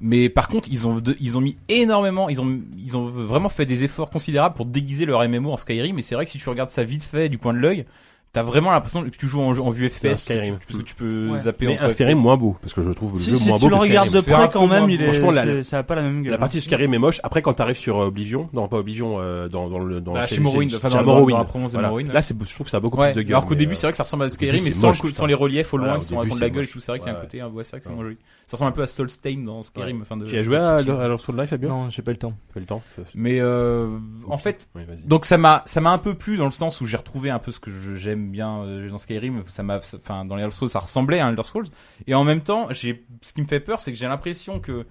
[SPEAKER 6] Mais par contre, ils ont, de- ils ont mis énormément, ils ont, ils ont vraiment fait des efforts considérables pour déguiser leur MMO en Skyrim. Mais c'est vrai que si tu regardes ça vite fait du coin de l'œil, t'as vraiment l'impression que tu joues en, en vue
[SPEAKER 1] C'est un
[SPEAKER 6] FPS.
[SPEAKER 1] Skyrim.
[SPEAKER 6] Parce que tu peux
[SPEAKER 5] Ouais.
[SPEAKER 6] zapper
[SPEAKER 1] Mais
[SPEAKER 6] entre
[SPEAKER 1] un Skyrim
[SPEAKER 6] FPS.
[SPEAKER 1] moins beau, parce que je trouve le
[SPEAKER 5] Si,
[SPEAKER 1] jeu
[SPEAKER 5] si
[SPEAKER 1] moins
[SPEAKER 5] tu
[SPEAKER 1] beau.
[SPEAKER 5] le
[SPEAKER 1] que
[SPEAKER 5] regardes de
[SPEAKER 1] Skyrim.
[SPEAKER 6] C'est un
[SPEAKER 5] près
[SPEAKER 6] peu
[SPEAKER 5] quand
[SPEAKER 6] moins-
[SPEAKER 5] même, il est.
[SPEAKER 1] franchement, la-
[SPEAKER 5] c'est- Ça a pas la même gueule. hein.
[SPEAKER 1] La partie de Skyrim est moche. Après, quand t'arrives sur euh, Oblivion, non pas Oblivion, euh, dans dans le dans
[SPEAKER 6] Bah,
[SPEAKER 1] chez-
[SPEAKER 6] chez Morrowind,
[SPEAKER 1] chez-
[SPEAKER 6] enfin,
[SPEAKER 1] chez
[SPEAKER 6] dans- dans-
[SPEAKER 1] Morrowind.
[SPEAKER 6] dans la province de
[SPEAKER 1] Voilà.
[SPEAKER 6] Morrowind.
[SPEAKER 1] Là, c'est je trouve que ça a beaucoup
[SPEAKER 6] Ouais.
[SPEAKER 1] plus de gueule.
[SPEAKER 6] Alors qu'au
[SPEAKER 1] mais,
[SPEAKER 6] début,
[SPEAKER 1] euh,
[SPEAKER 6] c'est vrai que ça ressemble à
[SPEAKER 1] début,
[SPEAKER 6] Skyrim, mais
[SPEAKER 1] c'est
[SPEAKER 6] sans,
[SPEAKER 1] moche,
[SPEAKER 6] le co-
[SPEAKER 1] putain.
[SPEAKER 6] sans les reliefs au loin
[SPEAKER 1] Voilà, au
[SPEAKER 6] qui sont
[SPEAKER 1] début,
[SPEAKER 6] racontent
[SPEAKER 1] c'est
[SPEAKER 6] la gueule,
[SPEAKER 1] moche.
[SPEAKER 6] je trouve. C'est vrai qu'il y a un
[SPEAKER 1] Ouais.
[SPEAKER 6] côté, un- ouais, c'est vrai que c'est
[SPEAKER 1] Ouais.
[SPEAKER 6] moins joli. Ça ressemble un peu à Solstheim dans Skyrim. Enfin, de,
[SPEAKER 1] Tu as joué à Elder Scrolls Online, Fabio
[SPEAKER 7] Non, j'ai pas eu le temps.
[SPEAKER 1] Fais le temps. fais-
[SPEAKER 6] Mais euh, en fait,
[SPEAKER 1] Oui, vas-y.
[SPEAKER 6] donc ça m'a, ça m'a un peu plu dans le sens où j'ai retrouvé un peu ce que je- j'aime bien euh, dans Skyrim. Ça m'a, ça- enfin, dans les Elder Scrolls, ça ressemblait à un Elder Scrolls. Et en même temps, j'ai, ce qui me fait peur, c'est que j'ai l'impression que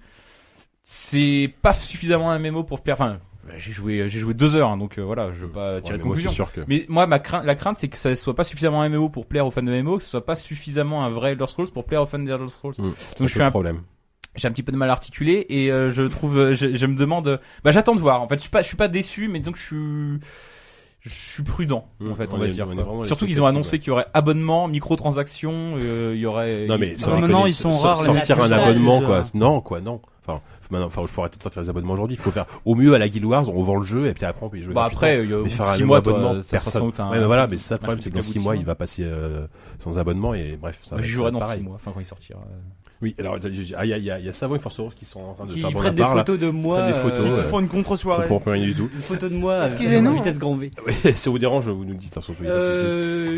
[SPEAKER 6] c'est pas suffisamment un MMO pour faire. Enfin, j'ai joué, j'ai joué deux heures, hein, donc euh, voilà, je veux pas
[SPEAKER 1] Ouais,
[SPEAKER 6] tirer
[SPEAKER 1] mais
[SPEAKER 6] de
[SPEAKER 1] moi, je
[SPEAKER 6] conclusion.
[SPEAKER 1] suis sûr que.
[SPEAKER 6] Mais moi, ma crainte, la crainte, c'est que ça soit pas suffisamment un MMO pour plaire aux fans de MMO, que ce soit pas suffisamment un vrai Elder Scrolls pour plaire aux fans des Elder Scrolls.
[SPEAKER 1] Mm.
[SPEAKER 6] Donc je suis un,
[SPEAKER 1] problème.
[SPEAKER 6] j'ai un petit peu de mal à articuler et euh, je trouve, euh, je, je me demande, euh, bah j'attends de voir. En fait, je suis pas, je suis pas déçu, mais disons que je suis, je suis prudent
[SPEAKER 1] Mm.
[SPEAKER 6] en fait,
[SPEAKER 1] On
[SPEAKER 6] on va
[SPEAKER 1] est-
[SPEAKER 6] dire.
[SPEAKER 1] on est
[SPEAKER 6] quoi.
[SPEAKER 1] vraiment les
[SPEAKER 6] Surtout qu'ils
[SPEAKER 1] spectateurs,
[SPEAKER 6] ont annoncé qu'il y aurait abonnement, microtransactions, euh, il y aurait.
[SPEAKER 1] Non mais
[SPEAKER 6] il-
[SPEAKER 1] sans
[SPEAKER 5] Non,
[SPEAKER 1] déconner,
[SPEAKER 5] maintenant, ils sont
[SPEAKER 1] sans-
[SPEAKER 5] rares, les
[SPEAKER 1] Sortir un
[SPEAKER 5] messages,
[SPEAKER 1] abonnement
[SPEAKER 5] euh.
[SPEAKER 1] quoi. Non quoi, non. Enfin, faut maintenant, enfin, faut arrêter de sortir les abonnements aujourd'hui. Il faut faire au mieux à la Guild Wars, on vend le jeu et puis après on peut y jouer.
[SPEAKER 6] bah
[SPEAKER 1] gratuitement.
[SPEAKER 6] après, il y a
[SPEAKER 1] mais faire un
[SPEAKER 6] 6 mois,
[SPEAKER 1] abonnement,
[SPEAKER 6] toi, ça sera
[SPEAKER 1] personne.
[SPEAKER 6] sans doute un-
[SPEAKER 1] Ouais, mais voilà, mais c'est ça le
[SPEAKER 6] un
[SPEAKER 1] problème,
[SPEAKER 6] truc
[SPEAKER 1] c'est que
[SPEAKER 6] au
[SPEAKER 1] dans
[SPEAKER 6] bout de
[SPEAKER 1] 6 mois, il va passer euh, sans abonnement et bref. Ça
[SPEAKER 6] Bah,
[SPEAKER 1] va
[SPEAKER 6] j'y
[SPEAKER 1] être
[SPEAKER 6] jouerai dans
[SPEAKER 1] pareil.
[SPEAKER 6] 6 mois, enfin quand il sortira.
[SPEAKER 1] Oui, alors il y a, il y a, il y a Savoie et Force Rose qui sont en train de
[SPEAKER 4] Qui
[SPEAKER 1] faire bon
[SPEAKER 4] prennent des
[SPEAKER 1] appart, là.
[SPEAKER 4] photos de moi.
[SPEAKER 1] Ils prennent des
[SPEAKER 4] euh,
[SPEAKER 1] photos,
[SPEAKER 5] Ils
[SPEAKER 4] <laughs>
[SPEAKER 1] euh,
[SPEAKER 5] font une
[SPEAKER 1] On
[SPEAKER 5] contre-soirée.
[SPEAKER 1] comprend rien du tout.
[SPEAKER 4] Une photo de moi. euh,
[SPEAKER 8] Excusez-nous.
[SPEAKER 4] à Vitesse grand V.
[SPEAKER 1] Oui, si vous dérange, vous nous dites. hein, surtout, il y a pas de souci.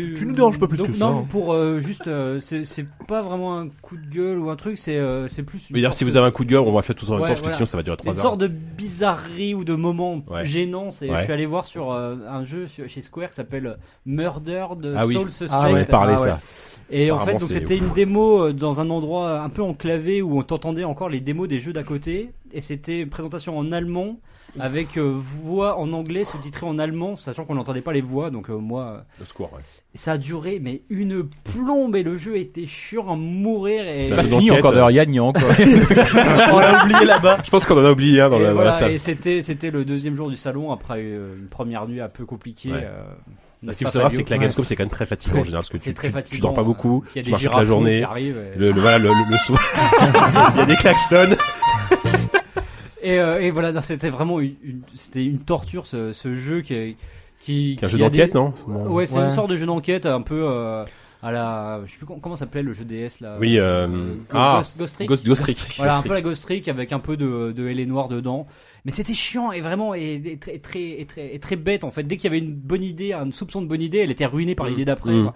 [SPEAKER 4] Euh,
[SPEAKER 1] Tu nous déranges pas plus
[SPEAKER 4] donc,
[SPEAKER 1] que ça,
[SPEAKER 4] Non,
[SPEAKER 1] hein.
[SPEAKER 4] pour euh, juste, euh, c'est c'est pas vraiment un coup de gueule ou un truc, c'est euh, c'est plus. une
[SPEAKER 1] Mais d'ailleurs,
[SPEAKER 4] sorte
[SPEAKER 1] si vous
[SPEAKER 4] de-
[SPEAKER 1] avez un coup de gueule, on va le faire tous en même
[SPEAKER 4] Ouais,
[SPEAKER 1] temps parce que
[SPEAKER 4] voilà.
[SPEAKER 1] sinon ça va durer
[SPEAKER 4] C'est une
[SPEAKER 1] 3 heures.
[SPEAKER 4] sorte de bizarrerie ou de moment
[SPEAKER 1] Ouais.
[SPEAKER 4] gênant. C'est,
[SPEAKER 1] Ouais.
[SPEAKER 4] Je suis allé voir sur euh, un jeu sur- chez Square qui s'appelle euh, Murder de
[SPEAKER 1] Ah oui.
[SPEAKER 4] Soul Suspect.
[SPEAKER 1] Ah ouais, parler
[SPEAKER 7] Ah ouais.
[SPEAKER 1] ça.
[SPEAKER 4] Et en fait,
[SPEAKER 1] Apparemment,
[SPEAKER 4] donc
[SPEAKER 1] c'est-
[SPEAKER 4] c'était une démo euh, dans un endroit un peu enclavé où on t'entendait encore les démos des jeux d'à côté. Et c'était une présentation en allemand avec euh, voix en anglais sous-titrée en allemand, sachant qu'on n'entendait pas les voix. Donc euh, moi,
[SPEAKER 1] Le score, ouais.
[SPEAKER 4] euh, ça a duré mais une plombe et le jeu était chiant à mourir. Et,
[SPEAKER 1] Ça
[SPEAKER 6] Pas
[SPEAKER 1] fait
[SPEAKER 6] fini
[SPEAKER 1] d'enquête,
[SPEAKER 6] encore
[SPEAKER 1] euh.
[SPEAKER 6] d'ailleurs, Yann, il y a
[SPEAKER 1] <laughs>
[SPEAKER 6] encore.
[SPEAKER 5] On l'a oublié là-bas.
[SPEAKER 1] Je pense qu'on en a oublié un dans la
[SPEAKER 4] et
[SPEAKER 1] dans la
[SPEAKER 4] voilà,
[SPEAKER 1] salle.
[SPEAKER 4] et c'était c'était le deuxième jour du salon après euh, une première nuit un peu compliquée.
[SPEAKER 1] Ouais.
[SPEAKER 4] euh,
[SPEAKER 1] Ce
[SPEAKER 4] n'est-ce
[SPEAKER 1] qu'il
[SPEAKER 4] pas,
[SPEAKER 1] faut savoir,
[SPEAKER 4] Fabio
[SPEAKER 1] c'est que la
[SPEAKER 4] Ouais.
[SPEAKER 1] Gamescom, c'est quand même très fatigant en général, parce que
[SPEAKER 4] C'est
[SPEAKER 1] tu,
[SPEAKER 4] très
[SPEAKER 1] tu, tu
[SPEAKER 4] fatigant,
[SPEAKER 1] dors pas
[SPEAKER 4] euh,
[SPEAKER 1] beaucoup,
[SPEAKER 4] Il y a
[SPEAKER 1] tu
[SPEAKER 4] des
[SPEAKER 1] marches toute la
[SPEAKER 4] girafes
[SPEAKER 1] journée,
[SPEAKER 4] qui arrivent. et-
[SPEAKER 1] le, le- voilà, le, le, le
[SPEAKER 4] <laughs>
[SPEAKER 1] soir, il y a des klaxons.
[SPEAKER 4] Et, euh, et voilà, non, c'était vraiment une, une- c'était une torture ce, ce jeu qui est, qui,
[SPEAKER 1] C'est un jeu
[SPEAKER 4] qui a
[SPEAKER 1] d'enquête,
[SPEAKER 4] des-
[SPEAKER 1] non
[SPEAKER 4] Ouais, c'est
[SPEAKER 7] Ouais.
[SPEAKER 4] une sorte de jeu d'enquête un peu euh, à la, je sais plus comment, comment s'appelait le jeu DS là.
[SPEAKER 1] Oui, euh,
[SPEAKER 4] Go-
[SPEAKER 1] ah,
[SPEAKER 4] Ghost, Ghost Trick.
[SPEAKER 1] Ghost, Ghost Trick.
[SPEAKER 4] Voilà, un
[SPEAKER 1] Ghost
[SPEAKER 4] peu la Ghost Trick avec un peu de, de L.A. noir dedans. Mais c'était chiant et vraiment et, et très, et très, et très, et très bête en fait. Dès qu'il y avait une bonne idée, un soupçon de bonne idée, elle était ruinée par
[SPEAKER 1] Mm.
[SPEAKER 4] l'idée d'après.
[SPEAKER 1] Mm.
[SPEAKER 4] quoi.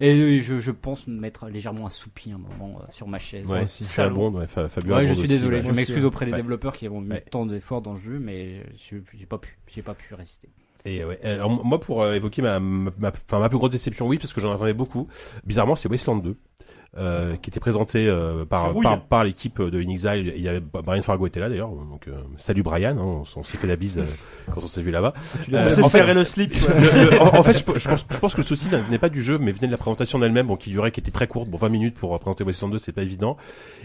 [SPEAKER 4] Et euh, je, je pense mettre légèrement un soupir un moment euh, sur ma chaise.
[SPEAKER 1] Trick. Ouais,
[SPEAKER 4] Salaud.
[SPEAKER 1] c'est un bon, ouais, Fa- Fabio.
[SPEAKER 4] Ouais, je
[SPEAKER 1] Abonde
[SPEAKER 4] suis
[SPEAKER 1] aussi,
[SPEAKER 4] désolé,
[SPEAKER 1] ouais.
[SPEAKER 4] je m'excuse auprès des
[SPEAKER 1] Ouais.
[SPEAKER 4] développeurs qui ont mis
[SPEAKER 1] Ouais.
[SPEAKER 4] tant d'efforts dans le jeu, mais je j'ai pas pu, j'ai pas pu résister.
[SPEAKER 1] Et ouais, alors moi pour euh, évoquer ma, ma, ma- enfin, ma plus grosse déception, oui, parce que j'en attendais beaucoup, bizarrement c'est Wasteland 2, euh, qui était présenté euh,
[SPEAKER 5] Ça
[SPEAKER 1] par,
[SPEAKER 5] rouille.
[SPEAKER 1] par, par l'équipe de Inexile, il y avait Brian Fargo était là d'ailleurs, donc euh, salut Brian, hein, on, s- on s'est fait la bise euh, quand on s'est vu là-bas.
[SPEAKER 5] On
[SPEAKER 1] Euh,
[SPEAKER 5] s'est
[SPEAKER 1] en fait-
[SPEAKER 5] serré le slip.
[SPEAKER 1] Le- le- en, en fait, je, je pense, je pense que le souci ne venait pas du jeu, mais venait de la présentation en elle-même, bon, qui durait, qui était très courte, bon, 20 minutes pour euh, présenter Wasteland 2, c'est pas évident,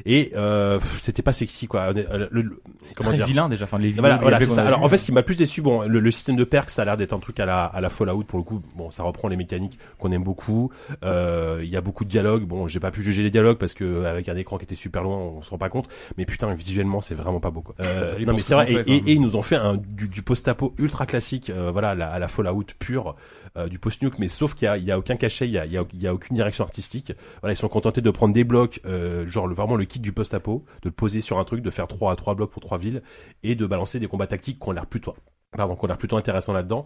[SPEAKER 1] et euh, pff, c'était pas sexy quoi. Le- le- le- comment
[SPEAKER 6] Très
[SPEAKER 1] dire
[SPEAKER 6] vilain déjà. Enfin, les vidéos
[SPEAKER 1] voilà,
[SPEAKER 6] qu'on
[SPEAKER 1] voilà,
[SPEAKER 6] avait
[SPEAKER 1] c'est
[SPEAKER 6] qu'on
[SPEAKER 1] ça.
[SPEAKER 6] avait
[SPEAKER 1] Alors
[SPEAKER 6] vues.
[SPEAKER 1] en fait, ce qui m'a plus déçu, bon, le, le système de perks, ça a l'air d'être un truc à la, à la Fallout pour le coup. Bon, ça reprend les mécaniques qu'on aime beaucoup. Euh, Il y a beaucoup de dialogues. Bon, j'ai pas pu pu juger les dialogues parce que euh, avec un écran qui était super loin, on se rend pas compte. Mais putain, visuellement, c'est vraiment pas beau quoi. Euh,
[SPEAKER 6] Désolé
[SPEAKER 1] non
[SPEAKER 6] pour
[SPEAKER 1] mais
[SPEAKER 6] ce
[SPEAKER 1] c'est vrai.
[SPEAKER 6] qu'ils ont
[SPEAKER 1] Et,
[SPEAKER 6] fait,
[SPEAKER 1] et-
[SPEAKER 6] quand
[SPEAKER 1] et ils nous ont fait un, du, du post-apo ultra classique, euh, voilà, à la, à la Fallout pure, euh, du post-nuke, mais sauf qu'il y a, il y a aucun cachet, il y a, il y a- il y a aucune direction artistique. Voilà, ils sont contentés de prendre des blocs, euh, genre le, vraiment le kit du post-apo, de le poser sur un truc, de faire trois à trois blocs pour trois villes et de balancer des combats tactiques qu'on l'air plutôt. Pardon, qu'on a l'air plutôt intéressant là-dedans,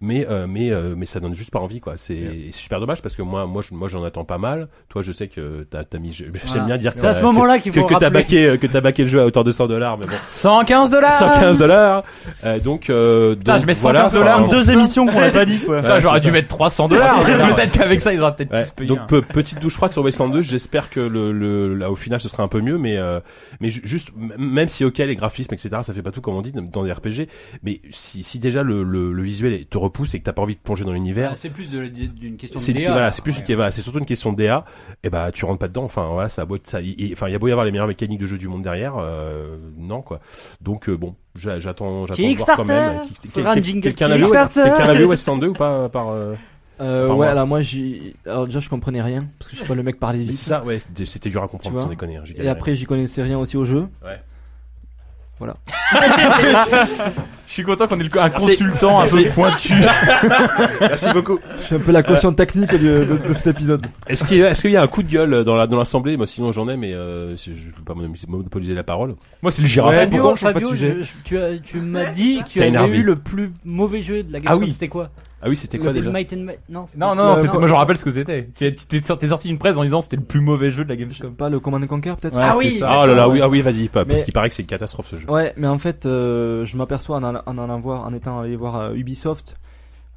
[SPEAKER 1] mais euh, mais euh, mais ça donne juste pas envie quoi. C'est et c'est super dommage parce que moi moi je- moi j'en attends pas mal. Toi je sais que t'as t'as mis je- j'aime bien dire que
[SPEAKER 5] C'est à
[SPEAKER 1] t'as-
[SPEAKER 5] ce
[SPEAKER 1] que-
[SPEAKER 5] moment-là qu'il
[SPEAKER 1] que,
[SPEAKER 5] faut
[SPEAKER 1] que t'as
[SPEAKER 5] rappeler.
[SPEAKER 1] baqué euh, que t'as baqué le jeu à hauteur de 100 dollars mais bon
[SPEAKER 6] 115 dollars
[SPEAKER 1] 115 dollars euh, donc, euh,
[SPEAKER 6] Ah. Putain,
[SPEAKER 1] donc,
[SPEAKER 6] je mets 115
[SPEAKER 1] voilà,
[SPEAKER 6] dollars,
[SPEAKER 1] enfin,
[SPEAKER 6] mon
[SPEAKER 5] Deux émissions qu'on n'a pas dit
[SPEAKER 1] <laughs>
[SPEAKER 5] quoi.
[SPEAKER 6] Putain,
[SPEAKER 1] Ouais,
[SPEAKER 6] j'aurais
[SPEAKER 1] c'est
[SPEAKER 6] dû
[SPEAKER 1] ça.
[SPEAKER 6] mettre 300 dollars. peut-être qu'avec ça, il aura peut-être
[SPEAKER 1] Ouais,
[SPEAKER 6] plus payé. hein.
[SPEAKER 1] donc pe- petite douche froide sur Wasteland 2 j'espère que le, le là au final ce sera un peu mieux mais euh, mais ju- juste m- même si ok les graphismes etc ça fait pas tout comme on dit dans des RPG mais si, si déjà le, le, le visuel te repousse et que t'as pas envie de plonger dans l'univers
[SPEAKER 4] Ah, C'est plus de- d'une question de
[SPEAKER 1] c'est
[SPEAKER 4] DA,
[SPEAKER 1] voilà, c'est plus
[SPEAKER 4] ouais.
[SPEAKER 1] une- voilà, c'est surtout une question de DA et bah tu rentres pas dedans enfin voilà ça a beau être- ça il- il- enfin il y a beau y avoir les meilleures mécaniques de jeu du monde derrière euh, non quoi donc euh, bon j'a- j'attends j'attends de voir quand même Kickst- quel-
[SPEAKER 8] Faudra un
[SPEAKER 1] quel-
[SPEAKER 8] jingle
[SPEAKER 1] quelqu'un a vu
[SPEAKER 5] Kickstarter.
[SPEAKER 1] quelqu'un a vu Westland 2 ou pas euh, par euh,
[SPEAKER 11] Euh,
[SPEAKER 1] Par
[SPEAKER 11] ouais,
[SPEAKER 1] mois.
[SPEAKER 11] alors moi, j'ai... Alors déjà, je comprenais rien, parce que je sais pas, le mec parlait
[SPEAKER 1] mais
[SPEAKER 11] vite.
[SPEAKER 1] c'est ça ouais c'était- c'était dur à comprendre
[SPEAKER 11] Tu
[SPEAKER 1] sans
[SPEAKER 11] vois.
[SPEAKER 1] déconner hein, j'ai
[SPEAKER 11] Et
[SPEAKER 1] galéré.
[SPEAKER 11] après, j'y connaissais rien aussi au jeu.
[SPEAKER 6] Je suis content qu'on ait le- un consultant un peu pointu.
[SPEAKER 1] merci beaucoup
[SPEAKER 11] Je suis un peu la caution
[SPEAKER 1] Euh,
[SPEAKER 11] technique du- de, de cet
[SPEAKER 1] <laughs>
[SPEAKER 11] épisode.
[SPEAKER 1] Est-ce qu'il y, a- est-ce qu'il y a un coup de gueule dans la dans l'assemblée Moi, sinon j'en ai, mais euh, je ne veux pas monopoliser la parole.
[SPEAKER 6] <laughs> Moi, c'est le girafe.
[SPEAKER 5] Ouais,
[SPEAKER 12] Fabio,
[SPEAKER 5] pourquoi on change pas de
[SPEAKER 12] Fabio,
[SPEAKER 5] sujet
[SPEAKER 12] je- je- tu, as- tu m'as dit que tu
[SPEAKER 1] T'as
[SPEAKER 12] avais
[SPEAKER 1] énervé.
[SPEAKER 12] eu le plus mauvais jeu de la Gamescom.
[SPEAKER 6] oui.
[SPEAKER 12] C'était quoi
[SPEAKER 1] Ah oui, c'était quoi
[SPEAKER 12] C'était
[SPEAKER 1] déjà
[SPEAKER 12] le Might and Might. Non, c'est
[SPEAKER 6] Non,
[SPEAKER 12] pas-
[SPEAKER 6] non, non,
[SPEAKER 11] Euh,
[SPEAKER 6] c'était-
[SPEAKER 11] non.
[SPEAKER 6] moi je rappelle ce que c'était. Tu tu- t'es sorti, t'es sorti d'une presse en disant que c'était le plus mauvais jeu de la Gamescom.
[SPEAKER 11] Pas le Command and Conquer, peut-être
[SPEAKER 6] Ouais,
[SPEAKER 8] Ah
[SPEAKER 6] c'était
[SPEAKER 8] oui.
[SPEAKER 6] ça.
[SPEAKER 1] Ah là là, oui, ah oui, vas-y, pas, parce
[SPEAKER 11] Mais-
[SPEAKER 1] qu'il paraît que c'est une catastrophe ce jeu.
[SPEAKER 11] Ouais, mais en fait, euh, je m'aperçois en, allant- en allant voir, en étant allé voir euh, Ubisoft.